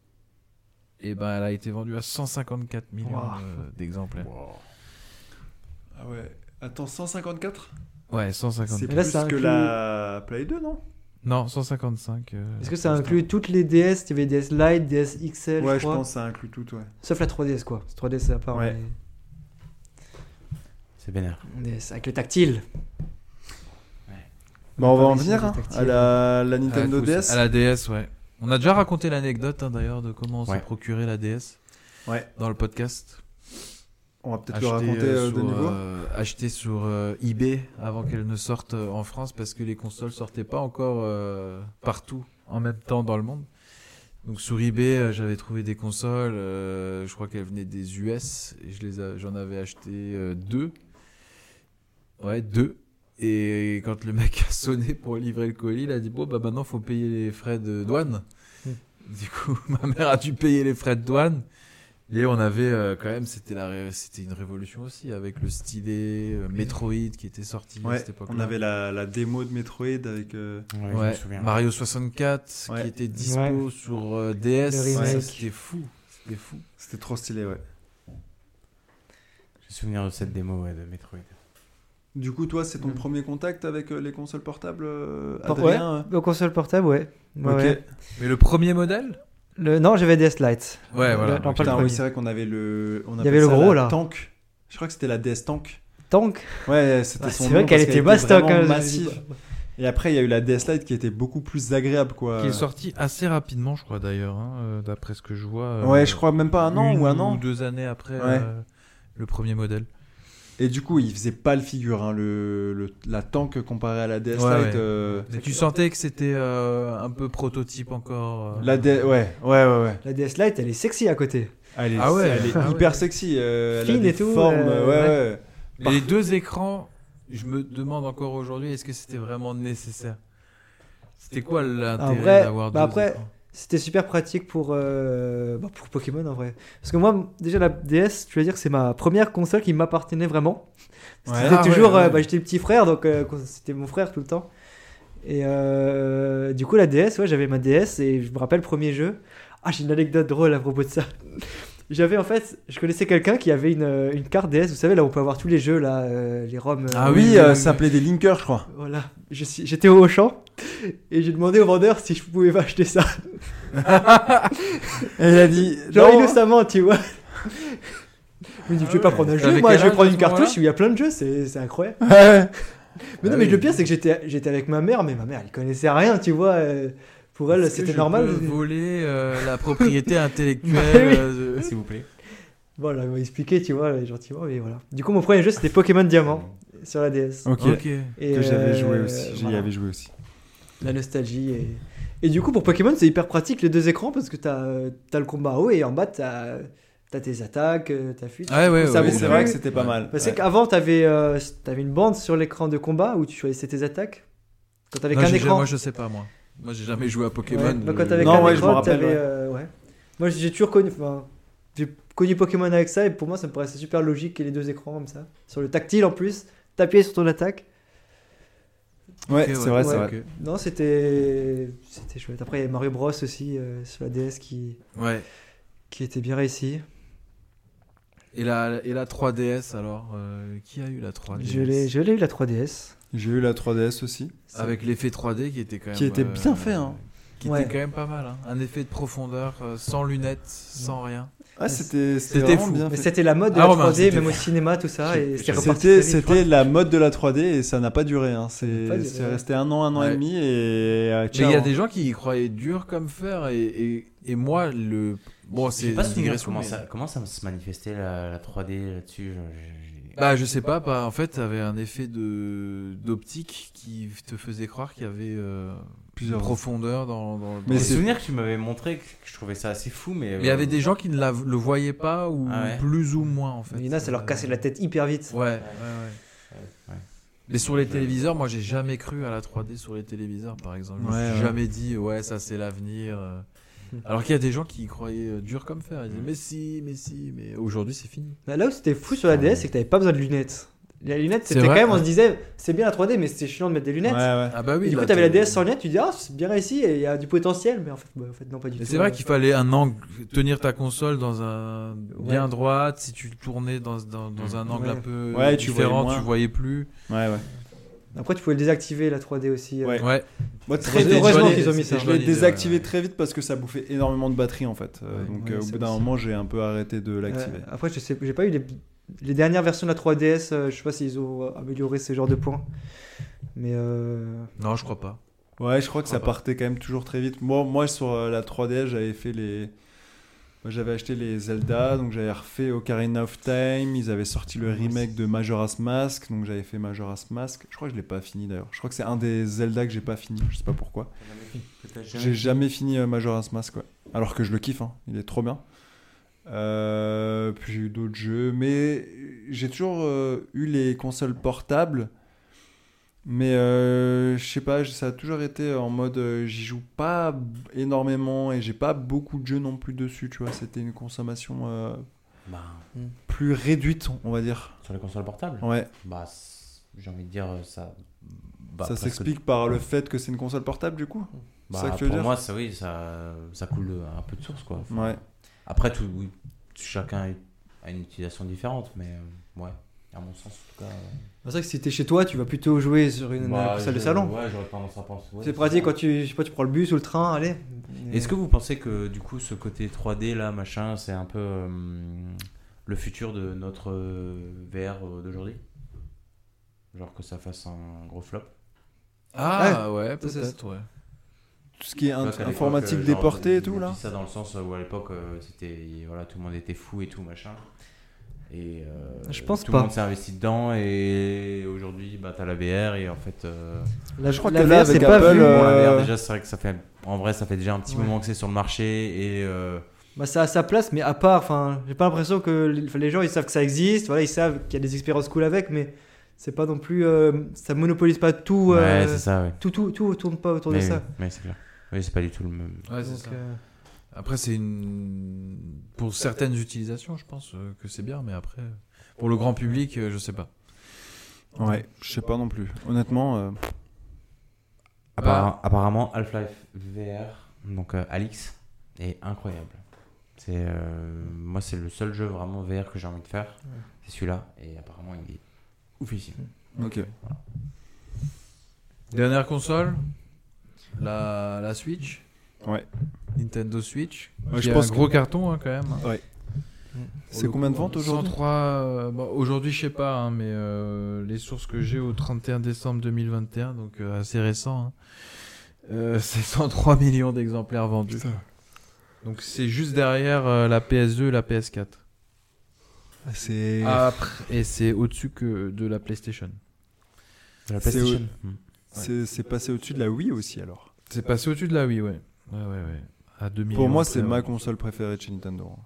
Speaker 2: eh ben, elle a été vendue à 154 millions
Speaker 4: Wow.
Speaker 2: euh, d'exemplaires.
Speaker 6: Ah ouais. Attends, 154
Speaker 2: Ouais, 150.
Speaker 6: C'est
Speaker 4: Mais là,
Speaker 6: plus
Speaker 4: ça
Speaker 6: que
Speaker 4: inclut-
Speaker 6: la Play 2, non
Speaker 2: Non, 155. euh,
Speaker 4: Est-ce que ça inclut toutes les DS Il y avait DS Lite, DS XL,
Speaker 6: Ouais,
Speaker 4: je
Speaker 6: je
Speaker 4: crois.
Speaker 6: pense que ça inclut tout, ouais.
Speaker 4: Sauf la 3DS, quoi. 3DS, c'est à part.
Speaker 6: Ouais.
Speaker 4: mais-
Speaker 3: C'est bénère.
Speaker 4: DS avec le tactile.
Speaker 6: Bah, on va en
Speaker 4: Paris,
Speaker 6: venir
Speaker 4: c'est
Speaker 6: hein,
Speaker 4: tactile.
Speaker 6: à la, la
Speaker 2: Ouais,
Speaker 6: Nintendo
Speaker 2: faut-
Speaker 6: DS.
Speaker 2: À la DS, ouais. On a déjà raconté l'anecdote hein, d'ailleurs de comment on
Speaker 3: Ouais.
Speaker 2: s'est procuré la DS
Speaker 6: Ouais.
Speaker 2: dans le podcast.
Speaker 4: Ah.
Speaker 6: On va peut-être le
Speaker 2: Acheté,
Speaker 6: raconter
Speaker 2: euh,
Speaker 6: euh, de
Speaker 2: sur,
Speaker 6: nouveau.
Speaker 2: euh, acheté sur euh, eBay avant qu'elle ne sorte euh, en France parce que les consoles sortaient pas encore euh, partout en même temps dans le monde. Donc sur eBay, euh, j'avais trouvé des consoles, euh, je crois qu'elles venaient des US et je les a- j'en avais acheté euh, deux. Ouais, deux. Et quand le mec a sonné pour livrer le colis, il a dit bon bah maintenant faut payer les frais de douane.
Speaker 6: Hmm.
Speaker 4: Mm.
Speaker 2: Du coup, ma mère a dû payer les frais de douane. Et on avait euh, quand même, c'était la, ré- c'était une révolution aussi avec le stylet euh, Metroid qui était sorti à
Speaker 6: Ouais,
Speaker 2: cette époque-là.
Speaker 6: on avait la, la démo de Metroid avec. euh,
Speaker 3: Ouais,
Speaker 2: Ouais,
Speaker 3: je me souviens.
Speaker 2: Mario 64
Speaker 6: Ouais.
Speaker 2: qui était dispo
Speaker 4: Ouais.
Speaker 2: sur euh, DS.
Speaker 4: Le remake.
Speaker 2: Ça, C'était fou, c'était fou.
Speaker 6: C'était trop stylé, ouais.
Speaker 3: J'ai souvenir de cette démo ouais, de Metroid.
Speaker 6: Du coup, toi, c'est ton
Speaker 4: Mm.
Speaker 6: premier contact avec euh, les consoles portables, euh,
Speaker 4: Por-
Speaker 6: Adrien
Speaker 4: Au console portable, ouais. Ouais,
Speaker 6: euh, Ok.
Speaker 4: ouais.
Speaker 2: Mais le premier modèle
Speaker 4: Le... Non, j'avais DS Lite.
Speaker 2: Ouais,
Speaker 4: Le-
Speaker 2: voilà.
Speaker 4: non, pas le
Speaker 6: Putain, oui,
Speaker 4: premier.
Speaker 6: c'est vrai qu'on avait le. On
Speaker 4: Il y avait
Speaker 6: appelle
Speaker 4: le
Speaker 6: ça
Speaker 4: gros,
Speaker 6: la
Speaker 4: là.
Speaker 6: Tank. Je crois que c'était la DS Tank.
Speaker 4: Tank.
Speaker 6: Ouais, c'était
Speaker 4: Ah,
Speaker 6: son
Speaker 4: c'est
Speaker 6: nom
Speaker 4: vrai qu'elle
Speaker 6: parce
Speaker 4: était mastoc.
Speaker 6: vraiment
Speaker 4: hein, je-
Speaker 6: massive. Et après, il y a eu la DS Lite qui était beaucoup plus agréable, quoi.
Speaker 2: Qui est sorti assez rapidement, je crois d'ailleurs, hein, euh, d'après ce que je vois. euh,
Speaker 6: Ouais, je crois même pas un an
Speaker 2: une
Speaker 6: ou un an.
Speaker 2: deux années après
Speaker 6: Ouais.
Speaker 2: euh, le premier modèle.
Speaker 6: Et du coup, il faisait pas le figure, hein, le, le- la tank comparée à la DS
Speaker 2: Ouais,
Speaker 6: Lite.
Speaker 2: ouais.
Speaker 6: euh,
Speaker 2: Mais tu sentais que c'était euh, un peu prototype encore. euh.
Speaker 6: la D- ouais, ouais, ouais, ouais.
Speaker 4: La DS Lite, elle est sexy à côté.
Speaker 6: Elle est,
Speaker 2: Ah ouais.
Speaker 6: elle est
Speaker 2: Ah ouais.
Speaker 6: hyper sexy. euh, elle a
Speaker 4: Fine
Speaker 6: des
Speaker 4: et tout,
Speaker 6: formes,
Speaker 4: euh,
Speaker 6: ouais, ouais.
Speaker 2: Mais Les deux écrans, je me demande encore aujourd'hui, est-ce que c'était vraiment nécessaire C'était quoi
Speaker 4: En
Speaker 2: l'intérêt
Speaker 4: vrai,
Speaker 2: d'avoir
Speaker 4: bah
Speaker 2: deux
Speaker 4: après,
Speaker 2: écrans
Speaker 4: C'était super pratique pour, euh, bah, pour Pokémon en vrai. Parce que moi, déjà la DS, je veux dire, c'est ma première console qui m'appartenait vraiment.
Speaker 6: Ouais.
Speaker 4: C'était
Speaker 2: Ah, ouais,
Speaker 4: toujours, euh,
Speaker 2: ouais.
Speaker 4: bah, j'étais petit frère, donc euh, quand- c'était mon frère tout le temps. Et euh, du coup, la DS, ouais, j'avais ma DS et je me rappelle premier jeu. Ah, j'ai une anecdote drôle à propos de ça. J'avais en fait, je connaissais quelqu'un qui avait une, euh, une carte DS, vous savez, là où on peut avoir tous les jeux, là, euh, les ROM. euh,
Speaker 2: Ah
Speaker 6: Ah
Speaker 2: oui,
Speaker 6: oui,
Speaker 2: oui,
Speaker 6: euh,
Speaker 2: oui,
Speaker 6: ça
Speaker 2: oui.
Speaker 6: s'appelait des linkers, je crois.
Speaker 4: Voilà, Je suis- j'étais au Auchan et j'ai demandé au vendeur si je pouvais pas acheter ça.
Speaker 6: Et il a dit.
Speaker 4: Genre
Speaker 6: non,
Speaker 4: innocemment, tu vois. Je me dis, je vais pas
Speaker 6: Ah
Speaker 4: prendre un jeu,
Speaker 2: T'avais
Speaker 4: moi
Speaker 2: quel
Speaker 4: je vais
Speaker 2: âge
Speaker 4: prendre
Speaker 2: à ce
Speaker 4: une
Speaker 2: moment-là
Speaker 4: cartouche où il y a plein de jeux, c'est c'est incroyable.
Speaker 6: Ouais.
Speaker 4: Mais non,
Speaker 6: Ah
Speaker 4: mais
Speaker 6: oui.
Speaker 4: le pire, c'est que j'étais j'étais avec ma mère, mais ma mère elle connaissait rien, tu vois. euh, Pour elle,
Speaker 2: Est-ce que
Speaker 4: c'était
Speaker 2: je
Speaker 4: normal.
Speaker 2: peux voler euh, la propriété intellectuelle.
Speaker 4: Mais
Speaker 6: Bah
Speaker 4: oui.
Speaker 2: euh, de-
Speaker 3: S'il vous plaît.
Speaker 4: Voilà, elle m'a expliqué, tu vois, euh, gentiment, mais voilà. Du coup, mon premier jeu c'était Pokémon Diamant sur la DS.
Speaker 6: Ok.
Speaker 2: Ok.
Speaker 4: Et,
Speaker 6: Que j'avais
Speaker 4: euh,
Speaker 6: joué aussi. J'y
Speaker 4: voilà.
Speaker 6: avais joué aussi.
Speaker 4: La nostalgie. Et... et du coup, pour Pokémon, c'est hyper pratique les deux écrans parce que t'as euh, t'as le combat haut et en bas t'as as tes attaques, euh, ta fuite.
Speaker 2: Ah ouais, ouais,
Speaker 4: Ça vaut
Speaker 6: Oui,
Speaker 2: ouais.
Speaker 6: c'est
Speaker 4: plus.
Speaker 6: vrai que c'était pas mal.
Speaker 4: Parce
Speaker 6: Ouais.
Speaker 4: qu'avant, t'avais euh, t'avais une bande sur l'écran de combat où tu choisissais tes attaques. Quand t'avais
Speaker 2: Non,
Speaker 4: qu'un
Speaker 2: j'ai-
Speaker 4: écran.
Speaker 2: Moi, je sais pas, moi. Moi, j'ai jamais joué à Pokémon. euh,
Speaker 4: Ouais, bah, quand t'avais
Speaker 6: Non,
Speaker 4: qu'un
Speaker 6: ouais, je me
Speaker 4: écran,
Speaker 6: rappelle,
Speaker 4: t'avais.
Speaker 6: ouais.
Speaker 4: euh, ouais. Moi, j'ai toujours connu. enfin, J'ai connu Pokémon avec ça et pour moi, ça me paraissait super logique qu'il y ait les deux écrans comme ça. Sur le tactile en plus, t'appuyais sur ton attaque.
Speaker 6: Ouais,
Speaker 2: Ok,
Speaker 6: c'est
Speaker 2: ouais.
Speaker 6: vrai, c'est
Speaker 4: Ouais.
Speaker 6: vrai.
Speaker 4: Non, c'était. C'était chouette. Après, il y avait Mario Bros aussi euh, sur la DS qui,
Speaker 2: Ouais.
Speaker 4: qui était bien réussi.
Speaker 2: Et la, et la 3DS, alors euh, Qui a eu la 3DS
Speaker 4: Je l'ai je l'ai eu la 3DS.
Speaker 6: J'ai eu la 3DS aussi.
Speaker 2: Avec l'effet 3D qui était quand même. euh,
Speaker 6: Qui était bien fait, hein.
Speaker 2: qui
Speaker 4: Ouais.
Speaker 2: était quand même pas mal. hein. Un effet de profondeur, euh, sans lunettes, sans rien.
Speaker 6: Ah, c'était c'était
Speaker 2: C'était
Speaker 6: vraiment
Speaker 2: fou.
Speaker 6: bien
Speaker 4: Mais
Speaker 6: fait.
Speaker 4: c'était la mode de
Speaker 2: Ah,
Speaker 4: la
Speaker 2: Romain,
Speaker 4: 3D,
Speaker 2: c'était-
Speaker 4: même au cinéma, tout ça. Et c'était reparti
Speaker 6: C'était
Speaker 4: très vite,
Speaker 6: c'était la mode de la 3D et ça n'a pas duré. Hein.
Speaker 4: n'a pas
Speaker 6: C'est
Speaker 4: duré,
Speaker 6: c'est
Speaker 4: ouais.
Speaker 6: resté un an, un an
Speaker 2: Ouais.
Speaker 6: et demi et euh,
Speaker 2: Mais il y a
Speaker 6: ciao,
Speaker 2: des
Speaker 6: hein.
Speaker 2: gens qui y croyaient dur comme fer et, et, et moi, le. Bon,
Speaker 3: Je sais
Speaker 2: c'est
Speaker 3: pas
Speaker 2: une
Speaker 3: souvenir
Speaker 2: digression,
Speaker 3: comment,
Speaker 2: mais-
Speaker 3: ça, comment ça se manifestait la, la 3D là-dessus. je- je- je-
Speaker 2: Bah, je sais pas, bah, en fait, avait un effet de d'optique qui te faisait croire qu'il y avait euh,
Speaker 6: Plusieurs-
Speaker 2: une profondeur dans, dans, dans
Speaker 6: Mais
Speaker 3: Mais
Speaker 2: les-
Speaker 6: c'est-
Speaker 3: c'est souvenir que tu m'avais montré que je trouvais ça assez fou, mais. euh,
Speaker 2: Mais il y avait des gens qui ne la- le voyaient pas ou
Speaker 3: Ah ouais.
Speaker 2: plus ou moins en fait.
Speaker 4: Il y en a, ça
Speaker 6: euh,
Speaker 4: leur cassait la tête hyper vite.
Speaker 2: Ouais, ouais, ouais.
Speaker 3: Ouais.
Speaker 2: Mais sur les téléviseurs, moi j'ai jamais cru à la 3D sur les téléviseurs par exemple. Je me
Speaker 6: Ouais,
Speaker 2: suis
Speaker 6: ouais.
Speaker 2: jamais dit ouais ça c'est l'avenir. euh. Alors qu'il y a des gens qui y croyaient euh, dur comme fer. Ils disaient mais si, mais si, mais aujourd'hui c'est fini.
Speaker 4: Bah, Là où c'était fou sur la DS, c'est que t'avais pas besoin de lunettes. La lunette,
Speaker 2: C'est
Speaker 4: c'était quand
Speaker 2: vrai,
Speaker 4: même, on
Speaker 2: ouais.
Speaker 4: se disait, c'est bien la 3D, mais c'est chiant de mettre des lunettes.
Speaker 6: Ouais, ouais.
Speaker 2: Ah bah
Speaker 4: Et
Speaker 2: oui.
Speaker 4: du
Speaker 2: là,
Speaker 4: coup, t'avais la
Speaker 2: t'es-
Speaker 4: DS sans lunettes, tu dis, ah, c'est bien réussi, et il y a du potentiel, mais en fait, bah, en fait non, pas du
Speaker 2: Mais
Speaker 4: tout.
Speaker 2: c'est vrai qu'il fallait un angle, tenir ta console dans un bien droite. Si tu tournais dans, dans, dans un angle
Speaker 4: Ouais.
Speaker 2: un peu
Speaker 6: Ouais, tu voyais
Speaker 2: différent,
Speaker 6: moins.
Speaker 2: tu voyais plus.
Speaker 6: ouais, ouais.
Speaker 4: Après, tu pouvais le désactiver, la 3D aussi. euh,
Speaker 6: Ouais.
Speaker 2: Ouais.
Speaker 6: Moi, très vite,
Speaker 4: heureusement
Speaker 6: je l'ai-
Speaker 4: qu'ils ont mis ça.
Speaker 6: Je
Speaker 2: Ouais.
Speaker 6: l'ai désactivé très vite parce que ça bouffait énormément de batterie en fait. Euh,
Speaker 2: Ouais,
Speaker 6: donc
Speaker 4: ouais,
Speaker 6: euh, au
Speaker 4: c'est
Speaker 6: bout d'un
Speaker 4: possible.
Speaker 6: moment, j'ai un peu arrêté de l'activer.
Speaker 4: Ouais, euh, après, je sais, j'ai pas eu les, les dernières versions de la 3DS. euh, je sais pas s'ils ont amélioré ce genre de points. Mais euh,
Speaker 2: Non, je crois pas.
Speaker 6: Ouais, je crois que ça
Speaker 2: Ah bah.
Speaker 6: partait quand même toujours très vite. Moi, moi sur euh, la 3DS, j'avais fait les. moi, J'avais acheté les Zelda, donc j'avais refait Ocarina of Time. Ils avaient sorti le remake de Majora's Mask, donc j'avais fait Majora's Mask. Je crois que je l'ai pas fini d'ailleurs. Je crois que c'est un des Zelda que j'ai pas fini. Je sais pas pourquoi. J'ai jamais fini euh, Majora's Mask, ouais. Alors que je le kiffe, hein. il est trop bien. Euh, puis j'ai eu d'autres jeux, mais j'ai toujours euh, eu les consoles portables. Mais euh, je sais pas, ça a toujours été en mode euh, j'y joue pas énormément et j'ai pas beaucoup de jeux non plus dessus, tu vois. C'était une consommation euh,
Speaker 3: Bah,
Speaker 6: plus réduite, on va dire.
Speaker 3: sur les consoles portables
Speaker 6: Ouais,
Speaker 3: Bah, c'est- j'ai envie de dire, euh, ça. bah,
Speaker 6: ça
Speaker 3: presque-
Speaker 6: s'explique par le fait que c'est une console portable du coup.
Speaker 3: Bah,
Speaker 6: ça que tu veux
Speaker 3: pour
Speaker 6: dire
Speaker 3: moi, ça, oui, ça, ça coule de- un peu de source, quoi. Enfin,
Speaker 6: Ouais.
Speaker 3: Après, tout, oui, chacun a une utilisation différente, mais euh, ouais, à mon sens, en tout cas. euh,
Speaker 4: c'est vrai que si t'es chez toi, tu vas plutôt jouer sur une
Speaker 3: bah,
Speaker 4: euh, salle de
Speaker 3: je-
Speaker 4: salon.
Speaker 3: Ouais, j'aurais tendance à penser. ouais,
Speaker 4: c'est pratique quand tu, je sais pas, tu prends le bus ou le train, allez.
Speaker 3: Est-ce que vous pensez que du coup ce côté 3D là machin c'est un peu euh, le futur de notre euh, VR euh, d'aujourd'hui Genre que ça fasse un gros flop
Speaker 2: Ah ouais,
Speaker 4: Ça, ça,
Speaker 2: peut-être ouais.
Speaker 6: Tout ce qui est in-
Speaker 3: Tu vois qu'à l'époque,
Speaker 6: informatique
Speaker 3: euh, genre,
Speaker 6: déportée et
Speaker 3: je- je
Speaker 6: tout là.
Speaker 3: dis ça dans le sens où à l'époque euh, c'était voilà tout le monde était fou et tout machin. Et euh,
Speaker 4: Je pense
Speaker 3: tout
Speaker 4: pas.
Speaker 3: le monde s'est investi dedans et aujourd'hui bah t'as la VR et en fait euh,
Speaker 4: Là, je
Speaker 6: crois
Speaker 4: crois
Speaker 6: que
Speaker 4: que
Speaker 6: là,
Speaker 4: c'est
Speaker 6: avec
Speaker 4: pas
Speaker 6: Apple,
Speaker 4: vu.
Speaker 6: euh,
Speaker 3: bon, la VR déjà c'est vrai que ça fait en vrai ça fait déjà un petit
Speaker 4: Ouais.
Speaker 3: moment que c'est sur le marché et euh,
Speaker 4: Bah, ça a sa place, mais à part, enfin, j'ai pas l'impression que les, enfin, les gens ils savent que ça existe. Voilà, ils savent qu'il y a des expériences cool avec, mais c'est pas non plus, euh, ça monopolise pas tout. euh,
Speaker 3: ouais c'est ça ouais.
Speaker 4: tout, tout, tout tourne pas autour
Speaker 3: Mais
Speaker 4: de ça.
Speaker 3: oui, mais c'est clair. Oui, c'est pas du tout le même.
Speaker 2: Ouais, c'est
Speaker 4: Donc,
Speaker 2: ça.
Speaker 4: euh,
Speaker 2: Après, c'est une. Pour certaines utilisations, je pense euh, que c'est bien, mais après, euh, pour le grand public, euh, je sais pas.
Speaker 6: Ouais, je sais pas non plus. Honnêtement, euh,
Speaker 3: Appara- Apparemment, Half-Life VR, donc euh, Alix, est incroyable. C'est euh, moi, c'est le seul jeu vraiment VR que j'ai envie de faire. C'est celui-là, et apparemment, il est oufissime.
Speaker 6: ok.
Speaker 2: Dernière console La, la Switch
Speaker 6: Ouais.
Speaker 2: Nintendo Switch.
Speaker 6: Ouais,
Speaker 2: qui
Speaker 6: je
Speaker 2: a
Speaker 6: pense
Speaker 2: un gros carton hein, quand même.
Speaker 6: C'est combien de ventes aujourd'hui
Speaker 2: 103. euh, bon, aujourd'hui, je sais pas, hein, mais euh, les sources que j'ai au 31 décembre 2021, donc euh, assez récent, hein, euh, c'est 103 millions d'exemplaires vendus. Donc c'est juste derrière euh, la PS2 et la PS4.
Speaker 6: C'est
Speaker 2: Après, et c'est au-dessus que de la PlayStation.
Speaker 3: De la
Speaker 6: C'est
Speaker 3: PlayStation. Hmm.
Speaker 6: c'est- c'est passé au-dessus de la Wii aussi alors.
Speaker 2: C'est passé au-dessus de la Wii, ouais. Ouais, ouais, ouais. À 2000.
Speaker 6: Pour moi, c'est ma console préférée de chez Nintendo. hein.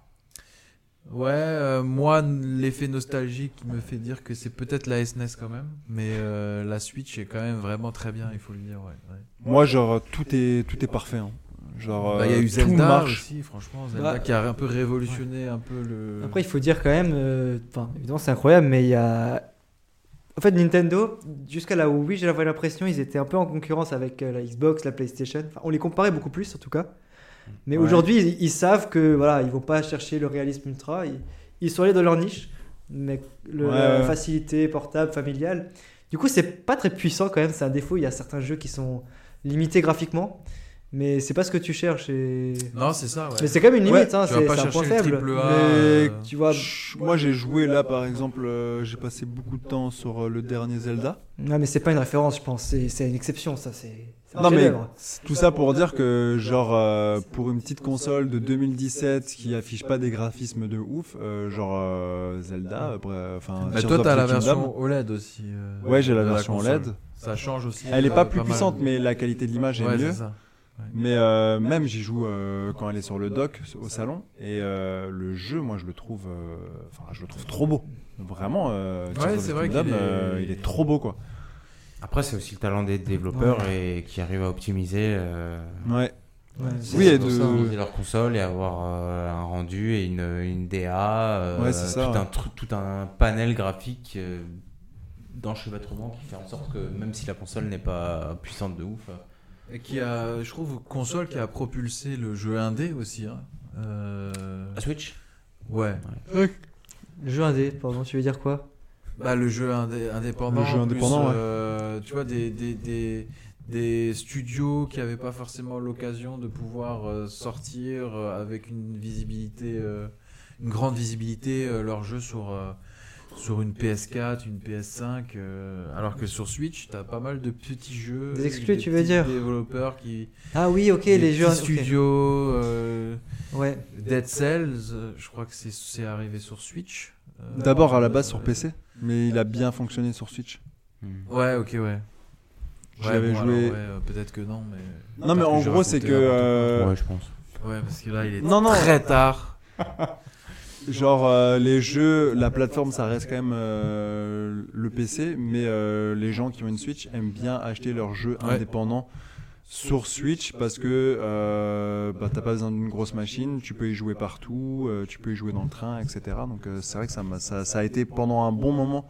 Speaker 2: Ouais, euh, moi, n- l'effet nostalgique me fait dire que c'est peut-être la SNES quand même, mais euh, la Switch est quand même vraiment très bien, il faut le dire, ouais. ouais.
Speaker 6: Moi, genre tout est tout est parfait. hein. Genre
Speaker 2: Bah, il y a
Speaker 6: euh,
Speaker 2: eu
Speaker 6: tout
Speaker 2: Zelda
Speaker 6: marche.
Speaker 2: aussi, franchement, Zelda
Speaker 4: Bah,
Speaker 2: qui a un peu révolutionné un peu le.
Speaker 4: Après, il faut dire quand même, euh, enfin, évidemment, c'est incroyable, mais il y a. En fait, Nintendo, jusqu'à la Wii, j'avais l'impression, ils étaient un peu en concurrence avec euh, la Xbox, la PlayStation. Enfin, on les comparait beaucoup plus, en tout cas. Mais
Speaker 6: Ouais.
Speaker 4: aujourd'hui, ils, ils savent que voilà, ils vont pas chercher le réalisme ultra. Ils, ils sont allés dans leur niche, mais le-
Speaker 6: Ouais,
Speaker 4: la
Speaker 6: ouais.
Speaker 4: facilité portable, familiale. Du coup, c'est pas très puissant quand même. C'est un défaut. Il y a certains jeux qui sont limités graphiquement, mais c'est pas ce que tu cherches. Et...
Speaker 2: Non, c'est ça, ouais.
Speaker 4: Mais c'est comme une limite, hein,
Speaker 2: tu vas
Speaker 4: c'est
Speaker 2: pas
Speaker 4: c'est un
Speaker 2: chercher le
Speaker 4: point faible.
Speaker 2: triple A.
Speaker 6: Mais
Speaker 2: euh,
Speaker 4: Tu vois,
Speaker 6: Ch- Moi j'ai joué là par exemple, euh, j'ai passé beaucoup de temps sur euh, le dernier Zelda.
Speaker 4: non, mais c'est pas une référence, je pense. C'est, c'est une exception, ça. C'est, c'est un
Speaker 6: Non mais
Speaker 4: chef-d'œuvre.
Speaker 6: c'est tout ça pour dire que genre euh, pour une petite console de 2017 qui affiche pas des graphismes de ouf, euh, genre euh, Zelda, euh, bref, enfin.
Speaker 2: Bah,
Speaker 6: Tears
Speaker 2: toi,
Speaker 6: of
Speaker 2: t'as
Speaker 6: the
Speaker 2: la
Speaker 6: Kingdom.
Speaker 2: version OLED aussi. euh,
Speaker 6: Ouais, j'ai la
Speaker 2: de
Speaker 6: version E
Speaker 2: console.
Speaker 6: OLED.
Speaker 2: Ça change aussi. euh,
Speaker 6: Elle est pas plus
Speaker 2: mal.
Speaker 6: puissante, mais la qualité de l'image est
Speaker 2: Ouais,
Speaker 6: mieux.
Speaker 2: c'est ça.
Speaker 6: Mais euh, même j'y joue euh, quand elle est sur le dock au salon et euh, le jeu moi je le trouve euh, enfin je le trouve trop beau. Vraiment euh, Tears
Speaker 2: Ouais,
Speaker 6: of the
Speaker 2: c'est vrai
Speaker 6: Kingdom,
Speaker 2: qu'il est-
Speaker 6: euh, il est trop beau quoi.
Speaker 3: Après, c'est aussi le talent des développeurs et qui arrivent à optimiser, euh,
Speaker 6: Ouais.
Speaker 4: Ouais,
Speaker 6: Oui, et de-
Speaker 2: hein.
Speaker 3: optimiser leur console et avoir euh, un rendu et une, une DA, euh,
Speaker 6: Ouais, c'est ça,
Speaker 3: tout,
Speaker 6: ouais.
Speaker 3: un, tru- tout un panel graphique euh, d'enchevêtrement qui fait en sorte que même si la console n'est pas puissante de ouf, euh,
Speaker 2: Et qui a, je trouve, console qui a propulsé le jeu indé aussi. hein. Euh,
Speaker 3: la Switch,
Speaker 2: Ouais.
Speaker 4: Le jeu indé, pardon, tu veux dire quoi
Speaker 2: Bah, le jeu indé- indépendant.
Speaker 6: Le jeu
Speaker 2: plus,
Speaker 6: indépendant, ouais.
Speaker 2: euh, Tu vois, des, des, des, des studios qui n'avaient pas forcément l'occasion de pouvoir euh, sortir euh, avec une visibilité, euh, une grande visibilité, euh, leur jeu sur, euh, sur une PS4, une PS5. euh, alors que sur Switch, tu as pas mal de petits jeux.
Speaker 4: Des exclus, tu veux
Speaker 2: petits
Speaker 4: dire
Speaker 2: développeurs qui.
Speaker 4: Ah oui, ok, les
Speaker 2: des
Speaker 4: jeux
Speaker 2: petits
Speaker 4: indés. ok.
Speaker 2: studios. euh,
Speaker 4: Ouais.
Speaker 2: Dead Cells, euh, je crois que c'est- c'est arrivé sur Switch. euh,
Speaker 6: D'abord à la base
Speaker 2: euh,
Speaker 6: sur PC, mais il a bien fonctionné sur Switch.
Speaker 2: Ouais, ok, ouais.
Speaker 6: J'y avais
Speaker 2: bon,
Speaker 6: joué-
Speaker 2: alors, ouais, euh, Peut-être que non, mais.
Speaker 6: Non mais
Speaker 2: Peut-être
Speaker 6: en
Speaker 2: que j'ai
Speaker 6: gros c'est que
Speaker 2: raconté n'importe
Speaker 6: euh,
Speaker 3: ouais, je pense.
Speaker 2: quoi. Ouais, parce que là, il est
Speaker 6: Non, non.
Speaker 2: très tard.
Speaker 6: genre euh, les jeux, la plateforme ça reste quand même euh, le PC, mais euh, les gens qui ont une Switch aiment bien acheter leurs jeux
Speaker 2: Ouais.
Speaker 6: indépendants sur Switch parce que euh, bah, t'as pas besoin d'une grosse machine, tu peux y jouer partout, euh, tu peux y jouer dans le train, etc. Donc euh, c'est vrai que ça, m'a- ça, ça a été pendant un bon moment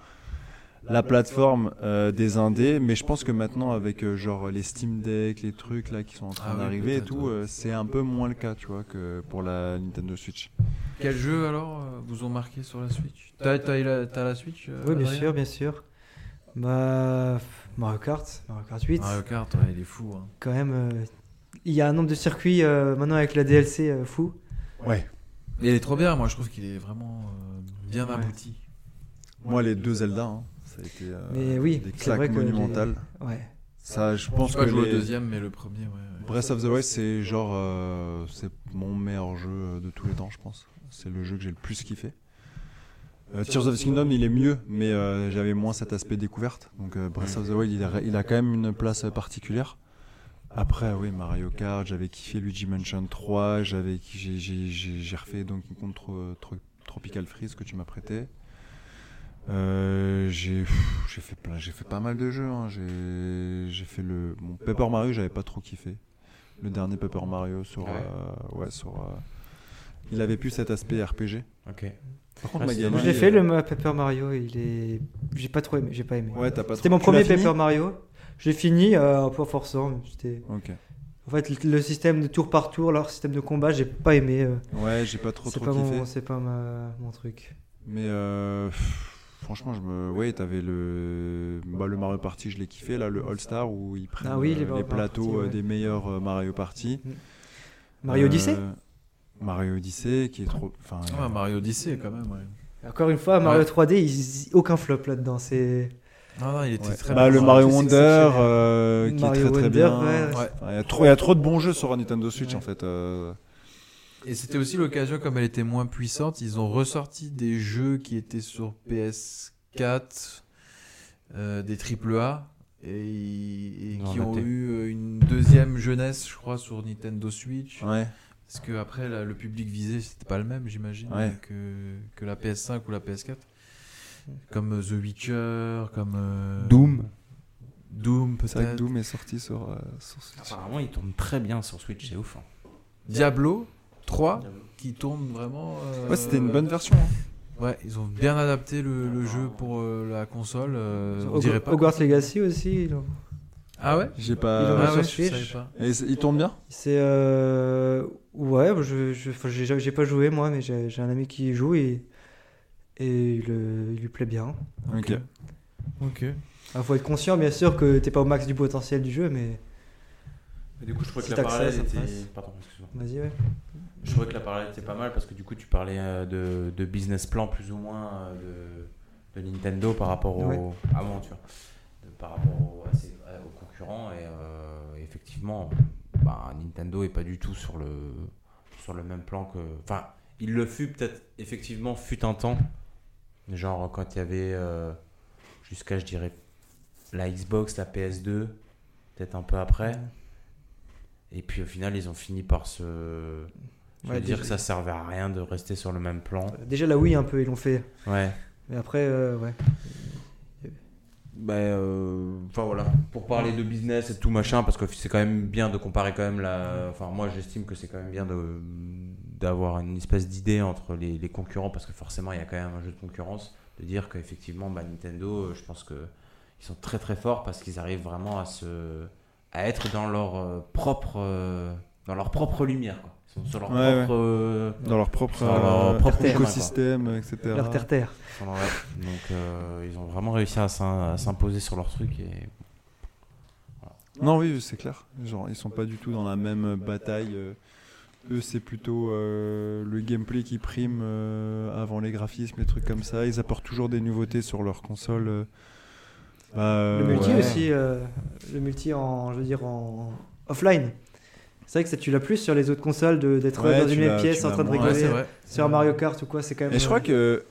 Speaker 6: la plateforme euh, des indés, mais je pense que maintenant avec euh, genre les Steam Deck, les trucs là qui sont en train
Speaker 2: Ah oui,
Speaker 6: d'arriver et
Speaker 2: peut-être,
Speaker 6: tout,
Speaker 2: ouais.
Speaker 6: euh, c'est un peu moins le cas, tu vois, que pour la Nintendo Switch.
Speaker 2: Quel jeu alors euh, vous ont marqué sur la Switch T'as t'as la, t'as la Switch euh,
Speaker 4: Oui, bien
Speaker 2: Adrien
Speaker 4: sûr, bien sûr. Bah, Mario Kart, Mario Kart 8,
Speaker 2: Mario Kart, ouais, il est fou. hein.
Speaker 4: quand même. euh, Il y a un nombre de circuits euh, maintenant avec la DLC euh, fou.
Speaker 2: Mais Il est trop bien, moi je trouve qu'il est vraiment euh, bien
Speaker 4: Ouais.
Speaker 2: abouti.
Speaker 6: Moi, les deux Zelda, hein, ça a été euh,
Speaker 4: Mais oui,
Speaker 6: des
Speaker 4: c'est
Speaker 6: claques
Speaker 4: vrai que
Speaker 6: monumentales.
Speaker 4: Ouais.
Speaker 6: Ça, je
Speaker 2: Je
Speaker 6: pense
Speaker 2: sais
Speaker 6: que
Speaker 2: pas jouer
Speaker 6: les-
Speaker 2: au deuxième, mais le premier, ouais. ouais.
Speaker 6: Breath of the Wild, c'est genre, euh, c'est mon meilleur jeu de tous les temps, je pense. C'est le jeu que j'ai le plus kiffé. Euh, Tears of the Kingdom, il est mieux, mais euh, j'avais moins cet aspect découverte. Donc euh, Breath of the Wild, il a, il a quand même une place euh, particulière. Après, oui, Mario Kart, j'avais kiffé Luigi Mansion 3, j'avais, j'ai, j'ai, j'ai j'ai refait Donkey Kong Tro- Tro- Tropical Freeze que tu m'as prêté. Euh, j'ai, pff, j'ai fait plein, j'ai fait pas mal de jeux. hein. J'ai, j'ai fait le, bon, Paper Mario, j'avais pas trop kiffé. Le dernier Paper Mario sur,
Speaker 3: Ah Ouais.
Speaker 6: euh, ouais, sur, euh, il avait plus cet aspect RPG.
Speaker 3: Ok.
Speaker 6: Par contre,
Speaker 3: Ah, c'est
Speaker 6: Magali,
Speaker 4: Moi,
Speaker 3: dommage.
Speaker 4: je l'ai fait le ma- Paper Mario, il est. J'ai pas trop aimé, j'ai pas aimé.
Speaker 6: Ouais, t'as pas
Speaker 4: C'était
Speaker 6: trop-
Speaker 4: mon
Speaker 6: tu
Speaker 4: premier
Speaker 6: l'as fini
Speaker 4: Paper Mario. J'ai fini euh, un peu en forçant. mais c'était-
Speaker 6: Ok.
Speaker 4: En fait, le- le système de tour par tour, leur système de combat, j'ai pas aimé. euh,
Speaker 6: Ouais, j'ai pas trop
Speaker 4: C'est
Speaker 6: trop
Speaker 4: pas,
Speaker 6: kiffé.
Speaker 4: mon, c'est pas ma- mon truc.
Speaker 6: Mais euh, pff, franchement, je me. Ouais, t'avais le. Bah, le Mario Party, je l'ai kiffé. Là, le All Star où ils prennent
Speaker 4: Ah oui,
Speaker 6: euh,
Speaker 4: les
Speaker 6: les,
Speaker 4: Mario Party,
Speaker 6: plateaux euh,
Speaker 4: ouais.
Speaker 6: des meilleurs euh, Mario Party.
Speaker 4: Mario
Speaker 6: Euh,
Speaker 4: Odyssey
Speaker 6: Mario Odyssey qui est trop. Enfin,
Speaker 2: Ouais, Ah, Mario Odyssey quand même, ouais.
Speaker 4: Encore une fois, Mario
Speaker 2: Ouais.
Speaker 4: 3D, ils- aucun flop là-dedans. C'est.
Speaker 2: Non, non, il était
Speaker 6: ouais.
Speaker 2: très
Speaker 6: Bah,
Speaker 2: bien.
Speaker 6: le Mario
Speaker 4: C'est
Speaker 6: Wonder
Speaker 4: exceptionnel.
Speaker 6: euh, qui
Speaker 4: Mario
Speaker 6: est très très
Speaker 4: Wonder,
Speaker 6: bien.
Speaker 4: ouais, ouais.
Speaker 2: Ouais.
Speaker 6: Enfin, Il y, a trop- il y a trop de bons jeux sur Nintendo Switch
Speaker 4: Ouais.
Speaker 6: en fait. euh.
Speaker 2: Et c'était aussi l'occasion, comme elle était moins puissante, ils ont ressorti des jeux qui étaient sur PS4, euh, des AAA, et, et
Speaker 3: Non,
Speaker 2: qui ont
Speaker 3: raté.
Speaker 2: eu euh, une deuxième jeunesse, je crois, sur Nintendo Switch.
Speaker 6: Ouais.
Speaker 2: Parce que après, là, le public visé, c'était pas le même, j'imagine,
Speaker 6: Ouais.
Speaker 2: que, que la PS5 ou la PS4. Comme euh, The Witcher, comme... euh,
Speaker 3: Doom.
Speaker 2: Doom,
Speaker 6: C'est vrai que
Speaker 2: peut-être.
Speaker 6: Doom est sorti sur, euh, sur Switch.
Speaker 3: Apparemment, il tourne très bien sur Switch, c'est ouf. hein.
Speaker 2: Diablo 3, qui tourne vraiment... euh,
Speaker 6: Ouais, c'était une bonne version. hein.
Speaker 2: Ouais, ils ont bien adapté le, le jeu pour euh, la console. euh, on
Speaker 4: Hog-
Speaker 2: dirait pas.
Speaker 4: Hogwarts Legacy aussi. ils l'ont-
Speaker 2: Ah ouais
Speaker 6: J'ai
Speaker 4: Ils l'ont
Speaker 6: pas.
Speaker 4: mis
Speaker 2: Ah
Speaker 4: Euh, sur
Speaker 2: ouais, je
Speaker 4: Switch.
Speaker 2: savais pas.
Speaker 6: Et c'est- il tourne bien
Speaker 4: C'est euh... ouais, je je- enfin, j'ai j'ai pas joué moi, mais j'ai j'ai un ami qui y joue et et il, euh, il lui plaît bien.
Speaker 6: Ok.
Speaker 2: Ok.
Speaker 4: Il faut être conscient bien sûr que t'es pas au max du potentiel du jeu, mais
Speaker 3: Mais du coup, je trouvais
Speaker 4: Si
Speaker 3: que la parallèle
Speaker 4: t'accèdes, ça
Speaker 3: était.
Speaker 4: te passe.
Speaker 3: Pardon, excuse-moi.
Speaker 4: Vas-y, ouais.
Speaker 3: Je trouvais que la parallèle était pas mal parce que du coup, tu parlais euh, de, de business plan plus ou moins euh, de, de Nintendo par rapport au.
Speaker 4: Ouais.
Speaker 3: Ah bon, tu vois. De- par rapport au- à ses- à- aux concurrents. Et euh, effectivement, bah, Nintendo est pas du tout sur le, sur le même plan que. Enfin, il le fut peut-être, effectivement, fut un temps. Genre quand il y avait euh, jusqu'à, je dirais, la Xbox, la PS2, peut-être un peu après. Et puis au final, ils ont fini par se. Je
Speaker 4: Ouais,
Speaker 3: veux dire
Speaker 4: déjà-
Speaker 3: que ça servait à rien de rester sur le même plan.
Speaker 4: Déjà la Wii un peu, ils l'ont fait.
Speaker 3: Ouais.
Speaker 4: Mais après, euh, ouais.
Speaker 3: Bah, euh, enfin voilà. Pour parler de business et tout machin, parce que c'est quand même bien de comparer quand même la. Enfin, moi j'estime que c'est quand même bien de d'avoir une espèce d'idée entre les, les concurrents, parce que forcément il y a quand même un jeu de concurrence. De dire qu'effectivement, bah, Nintendo, euh, je pense que ils sont très très forts parce qu'ils arrivent vraiment à se à être dans leur euh, propre euh, dans leur propre lumière. Quoi. Ils sont sur leur
Speaker 6: Ouais,
Speaker 3: propre. euh,
Speaker 6: Dans leur propre,
Speaker 3: Dans leur
Speaker 6: euh,
Speaker 3: propre
Speaker 4: terre,
Speaker 6: écosystème, etc.
Speaker 4: Leur terre-terre.
Speaker 3: Enfin, ouais. Donc euh, ils ont vraiment réussi à s'im- à s'imposer sur leur truc et
Speaker 6: Non, oui, c'est clair. Genre, ils sont pas du tout dans la même bataille. euh, Eux, c'est plutôt euh, le gameplay qui prime euh, avant les graphismes, les trucs comme ça. Ils apportent toujours des nouveautés sur leur console. euh. Bah, euh,
Speaker 4: le multi
Speaker 6: ouais.
Speaker 4: aussi, euh, le multi en, je veux dire, en offline. C'est vrai que ça tu l'as plus sur les autres consoles de- d'être
Speaker 6: Ouais,
Speaker 4: dans
Speaker 6: tu
Speaker 4: une même
Speaker 6: l'as-
Speaker 4: pièce
Speaker 6: tu
Speaker 4: en
Speaker 6: l'as
Speaker 4: train de
Speaker 6: moins.
Speaker 2: Ouais,
Speaker 4: rigoler.
Speaker 2: c'est vrai.
Speaker 4: sur Mario Kart ou quoi, c'est quand même.
Speaker 6: Et je crois
Speaker 4: euh,
Speaker 6: que.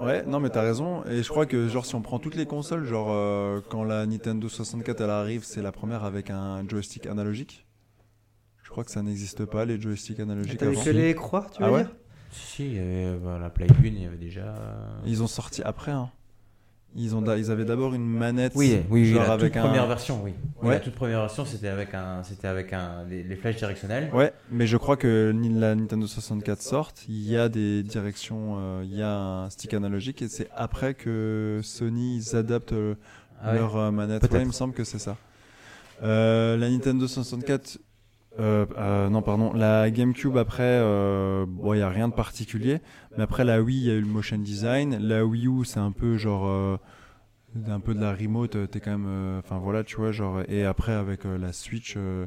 Speaker 6: Ouais, non, mais t'as raison. Et je crois que, genre, si on prend toutes les consoles, genre, euh, quand la Nintendo 64 elle arrive, c'est la première avec un joystick analogique. Je crois que ça n'existe pas, les joysticks analogiques
Speaker 4: T'avais
Speaker 6: avant.
Speaker 4: que les croix, tu veux
Speaker 6: Ah ouais
Speaker 4: dire
Speaker 3: Si, si, il y avait euh, bah, la Play 1, il y avait déjà. euh,
Speaker 6: Ils ont sorti après, hein. Ils, ont, da- ils avaient d'abord une manette.
Speaker 3: Oui, oui,
Speaker 6: genre
Speaker 3: la
Speaker 6: avec
Speaker 3: toute
Speaker 6: un.
Speaker 3: première version, oui. Oui,
Speaker 6: Ouais.
Speaker 3: La toute première version, c'était avec un, c'était avec un, les, les flèches directionnelles.
Speaker 6: Ouais, mais je crois que ni la Nintendo 64 sorte, il y a des directions, euh, il y a un stick analogique et c'est après que Sony ils adaptent euh,
Speaker 3: Ah ouais.
Speaker 6: leur euh, manette.
Speaker 3: Peut-être.
Speaker 6: Ouais, il me semble que c'est ça. Euh, la Nintendo 64, euh, euh, non pardon, la GameCube après, euh, bon il y a rien de particulier, mais après la Wii il y a eu le motion design, la Wii U c'est un peu genre euh, un peu de la remote, euh, t'es quand même, euh, enfin voilà tu vois genre et après avec euh, la Switch. euh,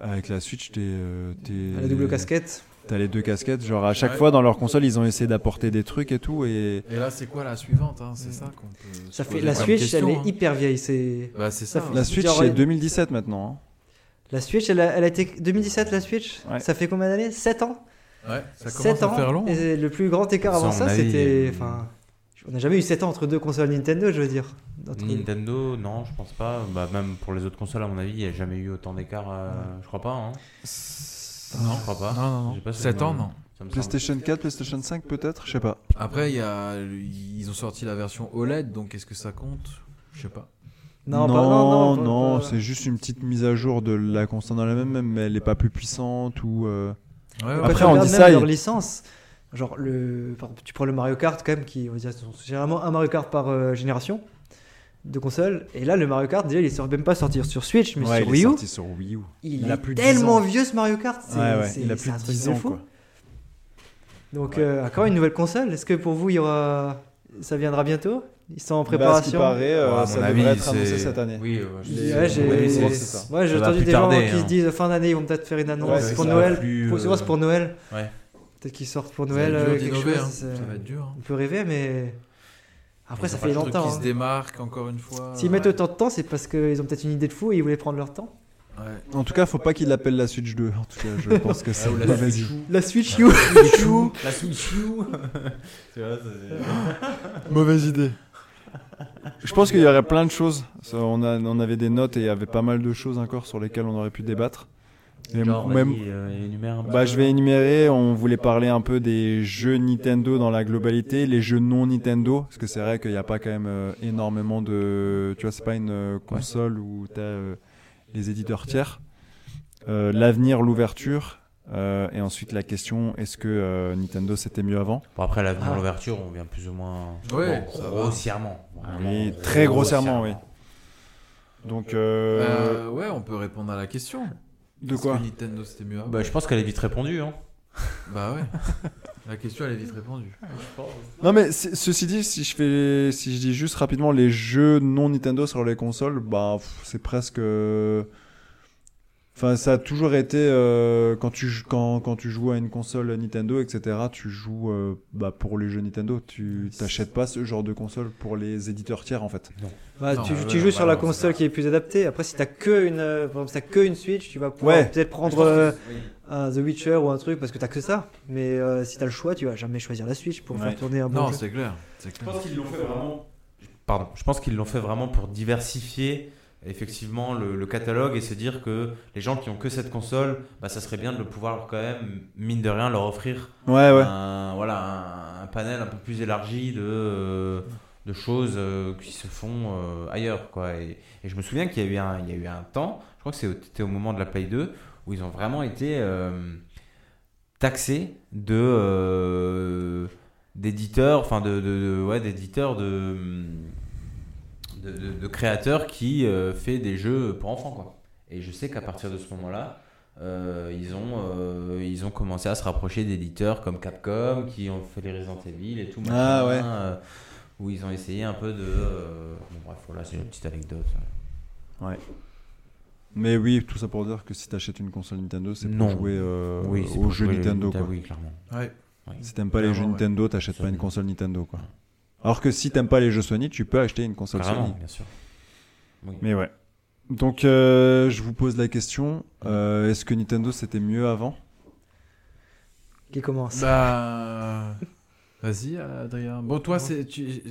Speaker 6: avec la Switch, t'es, euh, t'es-
Speaker 4: La double casquette.
Speaker 6: T'as les deux casquettes. Genre, à chaque
Speaker 2: Ouais.
Speaker 6: fois dans leur console, ils ont essayé d'apporter des trucs et tout. Et
Speaker 2: Et là, c'est quoi la suivante hein C'est ça qu'on peut.
Speaker 4: Mm. Ça
Speaker 2: se
Speaker 4: fait,
Speaker 2: poser
Speaker 4: la
Speaker 2: comme
Speaker 4: Switch,
Speaker 2: question,
Speaker 4: elle
Speaker 2: hein.
Speaker 4: est hyper vieille. C'est
Speaker 2: Bah, c'est ça.
Speaker 4: Ça fait-
Speaker 6: la
Speaker 2: hein.
Speaker 6: Switch,
Speaker 4: Genre,
Speaker 6: c'est
Speaker 4: ouais.
Speaker 6: 2017 maintenant. hein.
Speaker 4: la Switch, elle a, elle a été 2017 la Switch.
Speaker 6: Ouais.
Speaker 4: Ça fait combien d'années 7 ans.
Speaker 2: Ouais, ça
Speaker 4: 7
Speaker 2: commence
Speaker 4: ans.
Speaker 2: à faire long. hein.
Speaker 4: Et le plus grand écart
Speaker 3: Ça,
Speaker 4: avant
Speaker 3: à
Speaker 4: ça,
Speaker 3: mon avis,
Speaker 4: c'était,
Speaker 3: euh,
Speaker 4: enfin, on n'a jamais eu 7 ans entre deux consoles Nintendo, je veux dire. Entre-
Speaker 3: Nintendo, non, je pense pas. Bah, même pour les autres consoles, à mon avis, il n'y a jamais eu autant d'écart. euh, Je crois pas. Hein.
Speaker 2: Non,
Speaker 3: je crois pas.
Speaker 2: Non, non,
Speaker 3: J'ai
Speaker 2: non.
Speaker 3: pas ce
Speaker 2: 7 ans,
Speaker 3: souvenir.
Speaker 2: non.
Speaker 3: Ça me semble.
Speaker 6: PlayStation 4, PlayStation 5, peut-être Je sais pas.
Speaker 2: Après, il y a... ils ont sorti la version OLED, donc est-ce que ça compte Je sais pas.
Speaker 4: Non, pas-
Speaker 6: non,
Speaker 4: pas-
Speaker 6: non,
Speaker 4: pas-
Speaker 6: c'est juste une petite mise à jour de la console dans la même, même, mais elle est pas plus puissante ou. euh,
Speaker 2: Ouais,
Speaker 4: Quand
Speaker 2: ouais.
Speaker 6: Après,
Speaker 4: tu
Speaker 6: on
Speaker 4: regardes
Speaker 6: dit
Speaker 4: même
Speaker 6: ça,
Speaker 4: Leur
Speaker 6: il-
Speaker 4: licence. Genre, le... par exemple, tu prends le Mario Kart, quand même, qui, on va dire, c'est généralement un Mario Kart par euh, génération de console. Et là, le Mario Kart, déjà, il est sort- même pas sortir sur Switch, mais
Speaker 6: ouais,
Speaker 4: sur
Speaker 6: il
Speaker 4: Wii
Speaker 6: est
Speaker 4: U.
Speaker 6: sorti sur Wii U.
Speaker 4: Il,
Speaker 6: il
Speaker 4: est
Speaker 6: a plus de 10
Speaker 4: tellement
Speaker 6: ans.
Speaker 4: vieux ce Mario Kart. C'est,
Speaker 6: Ouais, ouais,
Speaker 4: c'est-
Speaker 6: il a
Speaker 4: c'est
Speaker 6: plus
Speaker 4: un
Speaker 6: de
Speaker 4: truc
Speaker 6: 10
Speaker 4: de
Speaker 6: ans,
Speaker 4: fou.
Speaker 6: quoi.
Speaker 4: Donc, euh, encore une nouvelle console. Est-ce que pour vous, il y aura. Ça viendra bientôt Ils sont en
Speaker 6: Bah, à ce qui
Speaker 4: préparation
Speaker 6: paraît, euh,
Speaker 3: Ouais, à mon
Speaker 6: ça
Speaker 3: avis,
Speaker 6: devrait être
Speaker 3: c'est-
Speaker 6: annoncé cette année.
Speaker 3: Oui, euh, je
Speaker 6: Les-
Speaker 3: sais.
Speaker 4: Ouais, j'ai-
Speaker 3: Oui,
Speaker 6: les-
Speaker 3: c'est-
Speaker 6: c'est ça.
Speaker 4: Moi, j'ai
Speaker 3: Ça va
Speaker 4: entendu
Speaker 3: plus
Speaker 4: des gens
Speaker 3: tarder,
Speaker 4: qui
Speaker 3: hein.
Speaker 4: se disent fin d'année, ils vont peut-être faire une annonce
Speaker 6: c'est
Speaker 4: pour
Speaker 6: ça.
Speaker 4: Noël.
Speaker 3: Plus,
Speaker 4: Faut
Speaker 3: euh,
Speaker 4: souvent, c'est pour Noël.
Speaker 3: ouais.
Speaker 4: Peut-être qu'ils sortent pour
Speaker 2: Ça va être
Speaker 4: Noël.
Speaker 2: dur
Speaker 4: euh, quelque
Speaker 2: d'innover,
Speaker 4: chose,
Speaker 2: hein.
Speaker 4: c'est-
Speaker 2: Ça va être dur. hein.
Speaker 4: On peut rêver, mais. Après,
Speaker 3: Ils
Speaker 4: ça
Speaker 3: ont
Speaker 4: fait
Speaker 3: pas le truc
Speaker 2: Qui
Speaker 4: longtemps.
Speaker 2: se
Speaker 4: hein.
Speaker 2: démarque encore une fois.
Speaker 4: S'ils mettent autant de temps, c'est parce qu'ils ont peut-être une idée de fou et ils voulaient prendre leur temps.
Speaker 2: Ouais.
Speaker 6: En tout cas, faut pas qu'il l'appelle la Switch 2. En tout cas, je pense que c'est
Speaker 3: ou la
Speaker 6: une mauvaise idée.
Speaker 4: Ah, La Switch U
Speaker 3: La Switch U. Tu vois, ça, c'est-
Speaker 6: Mauvaise idée. Je pense qu'il y aurait plein de choses. Ça, on, a- on avait des notes et il y avait pas mal de choses encore sur lesquelles on aurait pu débattre. Et
Speaker 3: Genre,
Speaker 6: même,
Speaker 3: vas-y, euh, énumère un petit
Speaker 6: Bah,
Speaker 3: peu.
Speaker 6: je vais énumérer. On voulait parler un peu des jeux Nintendo dans la globalité, les jeux non Nintendo, parce que c'est vrai qu'il n'y a pas quand même euh, énormément de. Tu vois, c'est pas une euh, console où t'as euh, les éditeurs tiers. Euh, L'avenir, l'ouverture, euh, et ensuite la question est-ce que euh, Nintendo c'était mieux avant
Speaker 3: Bon, après, la
Speaker 4: Ah.
Speaker 3: l'ouverture, on vient plus ou moins
Speaker 2: Ouais,
Speaker 3: bon,
Speaker 2: ça va.
Speaker 3: grossièrement. Vraiment,
Speaker 6: Oui, très grossièrement, oui. Donc, euh,
Speaker 2: Euh, ouais, on peut répondre à la question.
Speaker 6: de
Speaker 2: Est-ce
Speaker 6: quoi
Speaker 2: que Nintendo c'était mieux avant
Speaker 3: Bah, je pense qu'elle est vite répondue. Hein.
Speaker 2: Bah ouais. La question elle est vite répondue.
Speaker 6: Ah, Non mais c- ceci dit, si je fais, si je dis juste rapidement les jeux non Nintendo sur les consoles, bah pff, c'est presque, euh, Enfin, ça a toujours été euh, quand tu jou- quand quand tu joues à une console Nintendo, etc. Tu joues euh, bah, pour les jeux Nintendo. Tu t'achètes pas ce genre de console pour les éditeurs tiers en fait.
Speaker 4: Bah,
Speaker 2: Non,
Speaker 4: tu,
Speaker 2: ouais,
Speaker 4: tu joues
Speaker 3: ouais,
Speaker 4: sur la
Speaker 3: ouais,
Speaker 4: console qui est plus adaptée. Après, si t'as que une, euh, par exemple, si t'as que une Switch, tu vas pouvoir
Speaker 6: Ouais.
Speaker 4: peut-être prendre euh, un The Witcher ou un truc parce que t'as que ça. Mais euh, si t'as le choix, tu vas jamais choisir la Switch pour
Speaker 6: Ouais.
Speaker 4: faire tourner un bon
Speaker 2: Non,
Speaker 4: jeu.
Speaker 2: c'est clair. c'est clair.
Speaker 3: qu'ils l'ont fait vraiment. Pardon, je pense qu'ils l'ont fait vraiment pour diversifier effectivement le, le catalogue et se dire que les gens qui ont que cette console, bah, ça serait bien de pouvoir quand même, mine de rien, leur offrir
Speaker 1: Ah
Speaker 6: Ouais, ouais.
Speaker 3: un, voilà, un, un panel un peu plus élargi de, euh, de choses euh, qui se font euh, ailleurs. Quoi. Et, et je me souviens qu'il y, a eu un- il y a eu un temps, je crois que c'est- c'était au moment de la Play 2, où ils ont vraiment été euh, taxés de euh, d'éditeurs, enfin de, de, de- ouais, d'éditeurs de, hum, de, de- de créateurs qui euh, fait des jeux pour enfants quoi. Et je sais qu'à partir de ce moment-là, euh, ils ont euh, ils ont commencé à se rapprocher d'éditeurs comme Capcom qui ont fait les Resident Evil et tout machin,
Speaker 6: Ah ouais.
Speaker 3: euh, où ils ont essayé un peu de euh, bon bref voilà c'est une petite anecdote.
Speaker 6: Mais oui, tout ça pour dire que si t'achètes une console Nintendo, c'est pour
Speaker 3: Non.
Speaker 6: jouer euh,
Speaker 3: oui, c'est
Speaker 6: aux
Speaker 3: pour
Speaker 6: jeux
Speaker 3: jouer les
Speaker 6: Nintendo.
Speaker 3: Nintendo,
Speaker 6: Quoi.
Speaker 3: oui, clairement.
Speaker 2: Ouais.
Speaker 6: Si t'aimes pas les jeux
Speaker 2: Clairement, ouais.
Speaker 6: Nintendo, t'achètes pas
Speaker 3: Sony.
Speaker 6: une console Nintendo quoi. Alors que si t'aimes pas les jeux Sony, tu peux acheter une console
Speaker 3: Carrément,
Speaker 6: Sony.
Speaker 3: bien sûr. Oui.
Speaker 6: Mais ouais. Donc euh, je vous pose la question euh, est-ce que Nintendo c'était mieux avant
Speaker 4: Qui commence.
Speaker 2: Bah. Vas-y, Adrien. Bon, toi, c'est. Tu...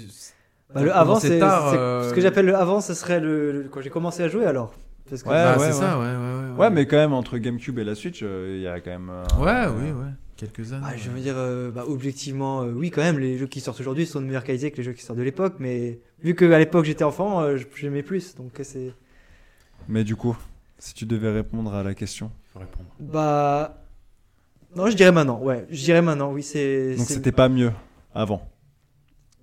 Speaker 4: Bah, le
Speaker 2: t'as
Speaker 4: avant,
Speaker 2: commencé
Speaker 4: c'est
Speaker 2: tard,
Speaker 4: c'est-
Speaker 2: euh,
Speaker 4: ce que j'appelle le avant, ce serait le, le- quand j'ai commencé à jouer alors. Parce que
Speaker 6: Ouais,
Speaker 2: Bah,
Speaker 6: ouais,
Speaker 2: c'est
Speaker 6: ouais.
Speaker 2: ça, ouais, ouais, ouais.
Speaker 6: Ouais, mais quand même entre GameCube et la Switch, euh, il y a quand même. euh,
Speaker 2: Ouais,
Speaker 6: euh,
Speaker 2: oui, ouais. Quelques années.
Speaker 4: Ah, je
Speaker 2: ouais.
Speaker 4: veux dire, euh, bah, objectivement, euh, oui, quand même, les jeux qui sortent aujourd'hui sont de meilleure qualité que les jeux qui sortent de l'époque, mais vu que à l'époque j'étais enfant, euh, j'aimais plus, donc euh, c'est.
Speaker 6: Mais du coup, si tu devais répondre à la question,
Speaker 3: Faut répondre.
Speaker 4: Bah. Non, je dirais maintenant, ouais, je dirais maintenant, oui, c'est.
Speaker 6: donc
Speaker 4: c'est-
Speaker 6: c'était pas mieux avant.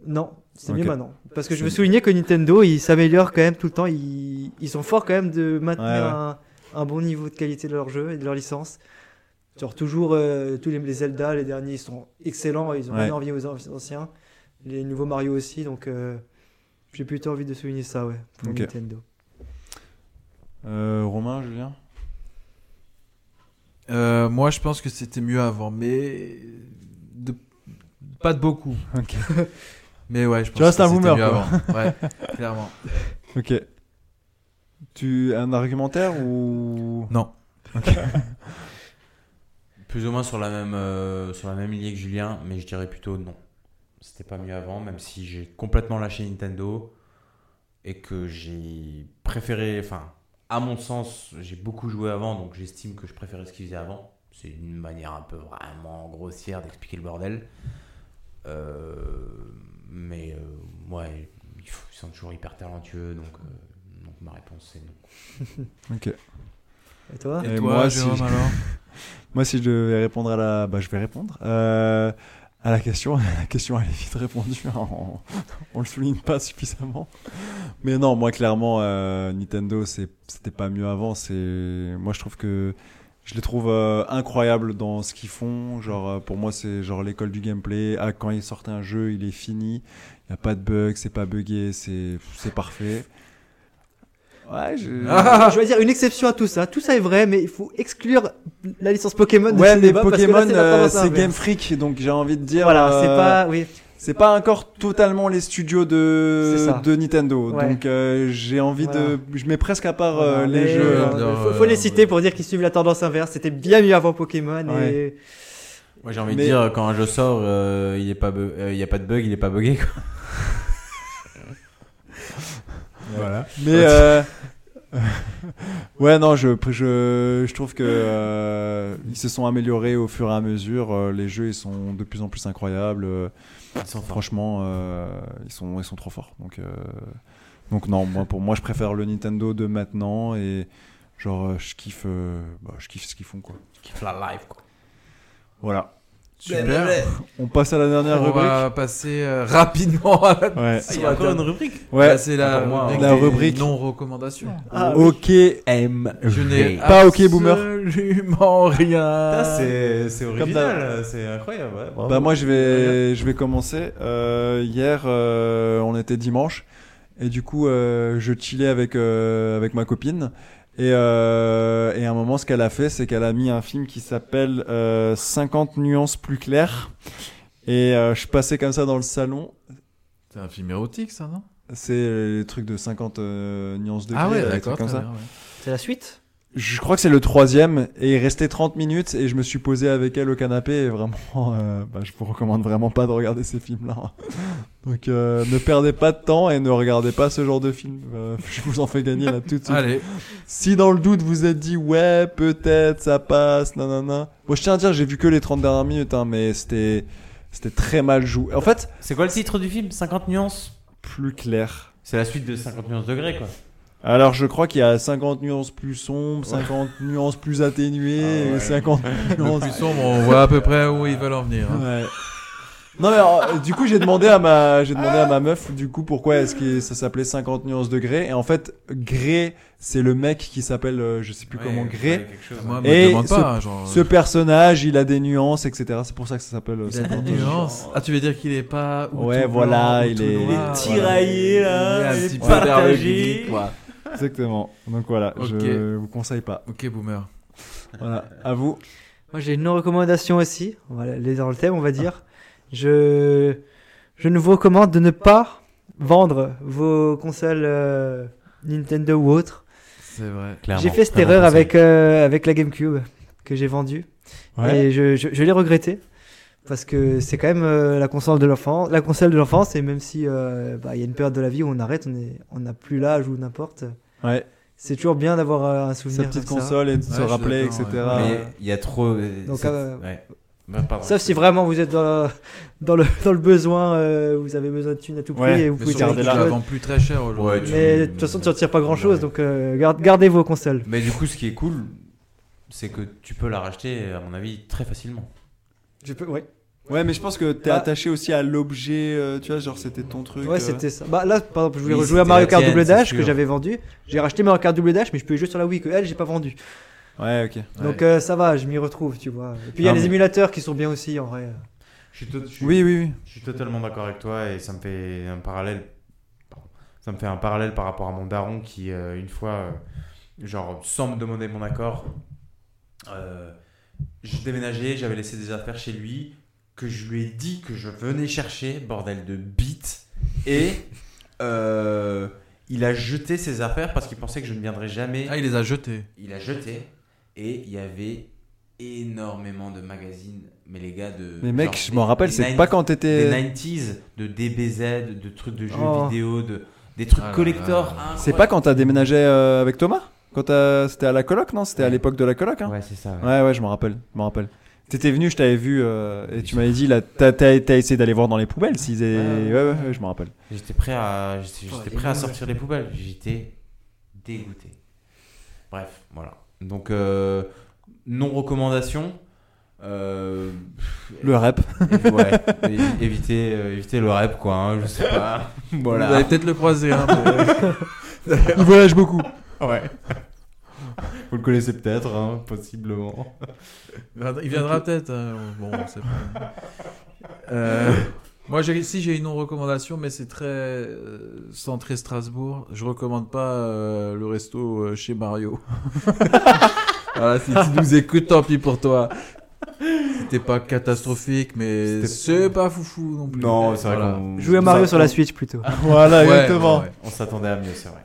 Speaker 4: Non, c'est
Speaker 6: Ok.
Speaker 4: mieux maintenant. Parce que je
Speaker 6: C'est
Speaker 4: veux
Speaker 6: mieux.
Speaker 4: souligner que Nintendo, ils s'améliorent quand même tout le temps, ils, ils sont forts quand même de maintenir
Speaker 6: Ouais, ouais.
Speaker 4: Un, un bon niveau de qualité de leur jeu et de leur licence. Genre toujours, euh, tous les, les Zelda, les derniers, ils sont excellents, ils ont
Speaker 6: Ouais.
Speaker 4: rien envie aux an- anciens. Les nouveaux Mario aussi, donc euh, j'ai plutôt envie de souligner ça, ouais, pour
Speaker 6: Ok.
Speaker 4: Nintendo.
Speaker 6: Euh, Romain, Julien
Speaker 2: Euh, moi, je pense que c'était mieux avant, mais. De... Pas de beaucoup.
Speaker 6: Ok.
Speaker 2: Mais ouais, je pense
Speaker 6: restes
Speaker 2: que
Speaker 6: un
Speaker 2: c'était
Speaker 6: boomer,
Speaker 2: mieux
Speaker 6: quoi.
Speaker 2: avant. Ouais, clairement.
Speaker 6: Ok. Tu un argumentaire ou
Speaker 2: Non.
Speaker 3: Plus ou moins sur la même euh, sur la même lignée que Julien, mais je dirais plutôt non. C'était pas mieux avant, même si j'ai complètement lâché Nintendo et que j'ai préféré, enfin, à mon sens, j'ai beaucoup joué avant, donc j'estime que je préférais ce qu'ils faisaient avant. C'est une manière un peu vraiment grossière d'expliquer le bordel. Euh, mais euh, ouais, ils f- ils sont toujours hyper talentueux, donc, euh, donc ma réponse c'est non.
Speaker 6: Ok.
Speaker 4: Et toi
Speaker 2: Et,
Speaker 6: Et
Speaker 2: toi,
Speaker 6: moi,
Speaker 2: Jérôme,
Speaker 6: si-
Speaker 2: alors
Speaker 6: Moi, si je devais répondre à la, bah, je vais répondre euh, à la question. La question, elle est vite répondue. hein, On, on le souligne pas suffisamment. Mais non, moi, clairement, euh, Nintendo, c'est- c'était pas mieux avant. C'est, moi, je trouve que je les trouve euh, incroyables dans ce qu'ils font. Genre, euh, pour moi, c'est genre l'école du gameplay. Ah, quand ils sortent un jeu, il est fini. Il y a pas de bug, c'est pas buggé, c'est, c'est parfait. Ouais, je...
Speaker 4: Je vais dire une exception à tout ça. Tout ça est vrai, mais il faut exclure la licence Pokémon de
Speaker 6: Ouais,
Speaker 4: ce
Speaker 6: mais
Speaker 4: débat, parce que là,
Speaker 6: Pokémon,
Speaker 4: c'est la tendance
Speaker 6: euh, c'est
Speaker 4: inverse.
Speaker 6: Game Freak, donc j'ai envie de dire.
Speaker 4: Voilà, c'est
Speaker 6: euh,
Speaker 4: pas. Oui,
Speaker 6: C'est pas encore totalement les studios
Speaker 4: C'est
Speaker 6: de,
Speaker 4: ça.
Speaker 6: de Nintendo.
Speaker 4: Ouais.
Speaker 6: Donc euh, j'ai envie
Speaker 4: Voilà.
Speaker 6: de. Je mets presque à part euh,
Speaker 4: Voilà,
Speaker 6: les
Speaker 4: mais,
Speaker 6: jeux.
Speaker 4: euh,
Speaker 2: Non,
Speaker 4: faut,
Speaker 2: euh,
Speaker 4: faut les citer
Speaker 2: ouais.
Speaker 4: pour dire qu'ils suivent la tendance inverse. C'était bien mieux avant Pokémon.
Speaker 6: Ouais.
Speaker 3: Moi j'ai envie
Speaker 6: Mais-
Speaker 3: de dire quand un jeu sort, euh, il est pas bu- euh, il y a pas de bug, il est pas bugué. Quoi.
Speaker 6: Voilà. Mais. euh, ouais, non, je, je, je trouve que. euh, ils se sont améliorés au fur et à mesure. Euh, Les jeux, ils sont de plus en plus incroyables. Euh,
Speaker 3: Ils sont forts.
Speaker 6: Franchement, euh, ils, sont, ils sont trop forts. Donc, euh, donc non, moi, pour moi, je préfère le Nintendo de maintenant. Et genre, euh, je kiffe, euh, bah, je kiffe ce qu'ils font, quoi.
Speaker 3: Ils kiffent la live quoi.
Speaker 6: Voilà.
Speaker 2: Super.
Speaker 6: On passe à la dernière
Speaker 2: On
Speaker 6: rubrique. Ah,
Speaker 2: va passer euh, rapidement à la.
Speaker 6: Ouais.
Speaker 3: il y a encore une rubrique.
Speaker 6: Ouais.
Speaker 2: Bah, c'est la,
Speaker 3: Pour moi,
Speaker 2: rubrique
Speaker 6: la
Speaker 2: des
Speaker 6: rubrique.
Speaker 2: non-recommandations.
Speaker 4: Ah,
Speaker 6: ok.
Speaker 3: M.
Speaker 2: Je n'ai
Speaker 6: Pas ok, boomer.
Speaker 2: absolument
Speaker 3: Euh,
Speaker 2: rien.
Speaker 3: C'est
Speaker 6: original,
Speaker 3: c'est incroyable.
Speaker 6: Bah moi je vais je vais commencer. Euh, hier euh, on était dimanche et du coup euh, je chillais avec euh, avec ma copine Et, euh, et à un moment, ce qu'elle a fait, c'est qu'elle a mis un film qui s'appelle euh, 50 nuances plus claires. Et euh, je passais comme ça dans le salon.
Speaker 2: C'est un film érotique, ça, non
Speaker 6: C'est les trucs de 50 euh, nuances de
Speaker 2: Ah
Speaker 6: gris,
Speaker 2: ouais,
Speaker 6: des
Speaker 2: d'accord.
Speaker 6: trucs comme
Speaker 2: très
Speaker 6: ça.
Speaker 2: bien, ouais.
Speaker 4: C'est la suite
Speaker 6: Je crois que c'est le troisième et il restait 30 minutes et je me suis posé avec elle au canapé et vraiment, euh, bah, je vous recommande vraiment pas de regarder ces films-là. Donc euh, ne perdez pas de temps et ne regardez pas ce genre de film. Euh, je vous en fais gagner là tout de suite.
Speaker 2: Allez,
Speaker 6: Si dans le doute vous êtes dit ouais peut-être ça passe, nanana. Bon je tiens à dire j'ai vu que les 30 dernières minutes hein, mais c'était c'était très mal joué. En fait
Speaker 3: C'est quoi le titre du film 50 nuances
Speaker 6: plus clair.
Speaker 3: C'est la suite de 50 nuances degrés, quoi.
Speaker 6: Alors je crois qu'il y a 50 nuances plus sombres, 50 nuances plus atténuées,
Speaker 3: Ah ouais.
Speaker 6: et 50 nuances
Speaker 2: plus sombre, on voit à peu près où ils veulent en venir. hein.
Speaker 6: Ouais. Non mais alors, euh, du coup j'ai demandé à ma j'ai demandé à ma meuf du coup pourquoi est-ce que ça s'appelait 50 nuances de Grey et en fait Grey c'est le mec qui s'appelle euh, je sais plus comment Grey
Speaker 2: Moi,
Speaker 6: Et
Speaker 2: me demande
Speaker 6: ce-
Speaker 2: pas, genre. euh,
Speaker 6: ce personnage il a des nuances etc c'est pour ça que ça s'appelle euh,
Speaker 4: Il a des
Speaker 6: 50 nuances
Speaker 2: nuance. Ah, tu veux dire qu'il est pas. ou
Speaker 6: Ouais,
Speaker 2: tout
Speaker 6: voilà,
Speaker 2: blanc, ou
Speaker 6: il
Speaker 2: tout
Speaker 4: Ah,
Speaker 6: est-
Speaker 2: noir,
Speaker 6: il est
Speaker 2: voilà.
Speaker 3: tiraillé, là,
Speaker 2: Il est un
Speaker 3: il est
Speaker 2: petit peu-
Speaker 3: pas-
Speaker 6: Exactement. Donc voilà, je
Speaker 2: Ok.
Speaker 6: vous conseille pas.
Speaker 2: Ok, boomer.
Speaker 6: Voilà, à vous.
Speaker 4: Moi, j'ai une recommandation aussi. On va aller dans le thème, on va dire. Je, je ne vous recommande de ne pas vendre vos consoles euh, Nintendo ou autres.
Speaker 2: C'est vrai.
Speaker 4: J'ai fait cette erreur avec, euh, avec la GameCube que j'ai vendue. Et je, je, je l'ai regretté. Parce que c'est quand même euh, la console de l'enfance, la console de l'enfance, et même si euh, bah, il y a une période de la vie où on arrête, on est, on n'a plus l'âge ou n'importe,
Speaker 6: Ouais,
Speaker 4: c'est toujours bien d'avoir euh, un
Speaker 6: sa
Speaker 4: souvenir.
Speaker 6: petite
Speaker 4: comme ça.
Speaker 6: console et de
Speaker 2: Ouais,
Speaker 6: se
Speaker 2: je suis
Speaker 6: rappeler,
Speaker 2: d'accord,
Speaker 6: etc.
Speaker 2: ouais.
Speaker 3: Mais il y a trop. euh,
Speaker 4: Donc,
Speaker 3: cette-
Speaker 4: euh,
Speaker 3: Ouais. Bah, pardon.
Speaker 4: Sauf si vraiment vous êtes dans, dans le, dans le besoin, euh, vous avez besoin de thunes à tout prix
Speaker 6: Ouais,
Speaker 4: et vous
Speaker 2: Mais
Speaker 4: pouvez
Speaker 2: surtout,
Speaker 4: garder
Speaker 6: garder
Speaker 2: tu
Speaker 6: la-
Speaker 2: la
Speaker 4: la
Speaker 2: vends plus très cher aujourd'hui.
Speaker 3: Ouais, tu-
Speaker 4: Mais de toute façon, tu ne tires pas grand chose, donc euh, gar- gardez vos consoles.
Speaker 3: Mais du coup, ce qui est cool, c'est que tu peux la racheter, à mon avis, très facilement.
Speaker 4: Je peux, ouais.
Speaker 6: Ouais, mais je pense que t'es
Speaker 4: Ah.
Speaker 6: attaché aussi à l'objet, euh, tu vois, genre c'était ton truc. euh.
Speaker 4: Ouais, c'était ça. Bah là, par exemple, je voulais
Speaker 3: Oui,
Speaker 4: rejouer à
Speaker 3: c'était
Speaker 4: Mario
Speaker 3: la
Speaker 4: Kart
Speaker 3: tienne,
Speaker 4: Double
Speaker 3: c'est
Speaker 4: Dash que
Speaker 3: sûr.
Speaker 4: j'avais vendu. J'ai racheté Mario Kart Double Dash, mais je peux y jouer sur la Wii que elle, j'ai pas vendu.
Speaker 6: Ouais, ok.
Speaker 2: Ouais.
Speaker 4: Donc euh, ça va, je m'y retrouve, tu vois. Et puis il y a
Speaker 6: Non,
Speaker 4: les
Speaker 6: mais-
Speaker 4: émulateurs qui sont bien aussi, en vrai.
Speaker 3: Je suis, to- je suis-
Speaker 6: Oui, oui, oui.
Speaker 3: je suis totalement d'accord avec toi et ça me fait un parallèle. pardon. Ça me fait un parallèle par rapport à mon daron qui, euh, une fois, euh, genre, sans me demander mon accord, euh, je déménageais, j'avais laissé des affaires chez lui, que je lui ai dit que je venais chercher, bordel de bite, et euh, il a jeté ses affaires parce qu'il pensait que je ne viendrais jamais.
Speaker 2: Ah, il les a jetés.
Speaker 3: il a jeté et il y avait énormément de magazines mais les gars de
Speaker 6: Mais mec,
Speaker 3: genre
Speaker 6: je
Speaker 3: des-
Speaker 6: m'en rappelle,
Speaker 3: des
Speaker 6: c'est
Speaker 3: 90s,
Speaker 6: pas quand
Speaker 3: des
Speaker 6: t'étais.
Speaker 3: 90s de DBZ de trucs de jeux
Speaker 4: Oh.
Speaker 3: vidéo de des trucs
Speaker 2: Ah là
Speaker 3: collector
Speaker 2: là.
Speaker 6: C'est pas quand t'as déménagé euh, avec Thomas Quand t'as- c'était à la coloc, non C'était à l'époque de la coloc, hein
Speaker 3: ouais c'est ça ouais.
Speaker 6: Ouais, ouais, je me rappelle, je me rappelle. T'étais venu, je t'avais vu euh, et tu m'avais dit là, t'as t'as- t'as essayé d'aller voir dans les poubelles s'ils avaient-
Speaker 3: Ouais.
Speaker 6: Ouais, ouais, ouais, je me rappelle.
Speaker 3: j'étais prêt à j'étais,
Speaker 4: Oh,
Speaker 3: j'étais
Speaker 4: les
Speaker 3: prêt à
Speaker 4: nuls.
Speaker 3: sortir les poubelles j'étais dégoûté bref voilà donc euh, non recommandation euh,
Speaker 6: Le rap.
Speaker 3: ouais, é- évitez, euh, évitez le rap quoi hein, je sais pas
Speaker 2: Vous
Speaker 3: voilà
Speaker 2: allez peut-être le croiser. Hein, mais-
Speaker 6: Il voyage beaucoup.
Speaker 3: Ouais. Vous le connaissez peut-être, hein, possiblement.
Speaker 2: Il viendra peut-être. hein. Bon, on sait pas. Euh, Moi, j'ai- si j'ai une non-recommandation, mais c'est très euh, centré Strasbourg. Je recommande pas euh, le resto euh, chez Mario. voilà, si tu nous écoutes, tant pis pour toi. C'était pas catastrophique, mais
Speaker 3: C'était-
Speaker 2: c'est pas foufou non plus.
Speaker 3: Non, c'est vrai
Speaker 2: Voilà.
Speaker 3: qu'on Ah
Speaker 4: Jouer à Mario sur la Switch plutôt.
Speaker 6: voilà,
Speaker 2: Ouais,
Speaker 6: exactement.
Speaker 2: ouais,
Speaker 3: on s'attendait à mieux, c'est vrai.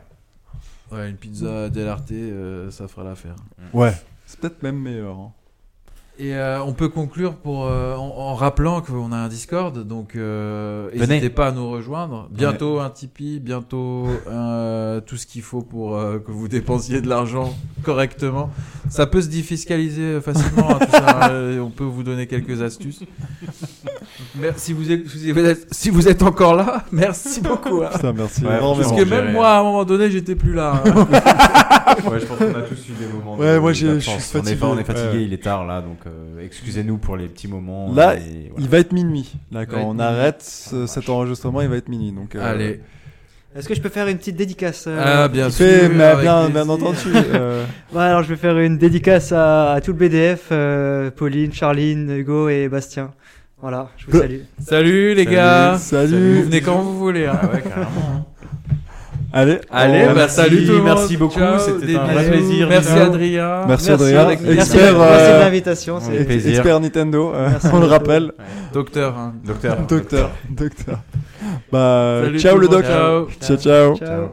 Speaker 2: ouais. Ouais, une pizza dell'arte, euh, ça fera l'affaire.
Speaker 6: Ouais. C'est peut-être même meilleur. hein.
Speaker 2: Et euh, on peut conclure pour, euh, en, en rappelant qu'on a un Discord, donc euh,
Speaker 3: Venez.
Speaker 2: n'hésitez pas à nous rejoindre. Bientôt un Tipeee, bientôt euh, tout ce qu'il faut pour euh, que vous dépensiez de l'argent correctement. Ça peut se défiscaliser facilement, hein, tout ça, euh, on peut vous donner quelques astuces. Mer- si, vous êtes, si vous êtes- si vous êtes encore là, merci beaucoup. hein.
Speaker 6: Putain, merci.
Speaker 3: Ouais,
Speaker 6: énormément.
Speaker 2: Parce que
Speaker 3: j'ai
Speaker 2: même
Speaker 3: rien.
Speaker 2: moi, à un moment donné, j'étais plus là. hein.
Speaker 3: Ouais, je pense qu'on a tous eu des moments.
Speaker 6: Ouais,
Speaker 3: de-
Speaker 6: moi, j'ai-
Speaker 3: d'absence.
Speaker 6: je suis
Speaker 3: On est, pas- on est
Speaker 6: fatigué,
Speaker 3: fatigué,
Speaker 6: ouais.
Speaker 3: il est tard là, donc euh, excusez-nous pour les petits moments. euh,
Speaker 6: Là,
Speaker 3: et voilà.
Speaker 6: Il va être minuit. Là, quand
Speaker 2: va être
Speaker 6: on
Speaker 2: minuit.
Speaker 6: arrête
Speaker 3: Ah,
Speaker 6: ce-
Speaker 3: vache.
Speaker 6: cet enregistrement, il va être minuit. Donc, euh,
Speaker 2: Allez,
Speaker 4: Est-ce que je peux faire une petite dédicace euh,
Speaker 2: ah, bien sûr.
Speaker 6: Fait, mais
Speaker 2: avec
Speaker 6: bien,
Speaker 2: plaisir.
Speaker 6: bien entendu. euh,
Speaker 4: Ouais, alors je vais faire une dédicace à, à tout le BDF, euh, Pauline, Charline, Hugo et Bastien. Voilà, je vous
Speaker 6: Le-
Speaker 4: salue.
Speaker 2: Ah, Salut les
Speaker 3: Salut.
Speaker 2: gars.
Speaker 6: salut.
Speaker 2: Vous venez quand vous voulez. hein.
Speaker 3: Ah ouais, carrément.
Speaker 6: Allez,
Speaker 3: Allez,
Speaker 6: on-
Speaker 3: bah, salut tout le monde.
Speaker 1: merci beaucoup,
Speaker 3: Ciao,
Speaker 1: c'était
Speaker 3: des
Speaker 1: un vrai
Speaker 3: bisous.
Speaker 1: plaisir.
Speaker 3: Merci
Speaker 1: Ciao.
Speaker 3: Adrien.
Speaker 6: merci,
Speaker 4: Adrien.
Speaker 6: Adrien,
Speaker 4: Merci,
Speaker 6: expert,
Speaker 4: merci de
Speaker 6: euh,
Speaker 4: l'invitation. c'est-
Speaker 3: Avec plaisir.
Speaker 6: expert Nintendo, euh,
Speaker 4: Merci
Speaker 6: on le
Speaker 4: beaucoup.
Speaker 6: rappelle.
Speaker 2: Docteur. hein.
Speaker 3: Docteur.
Speaker 6: Docteur, docteur. Bah,
Speaker 2: Salut
Speaker 6: ciao
Speaker 2: tout
Speaker 1: Euh,
Speaker 6: le
Speaker 2: monde.
Speaker 6: doc.
Speaker 2: Ciao.
Speaker 6: Ciao, ciao.
Speaker 4: Ciao.
Speaker 3: Ciao.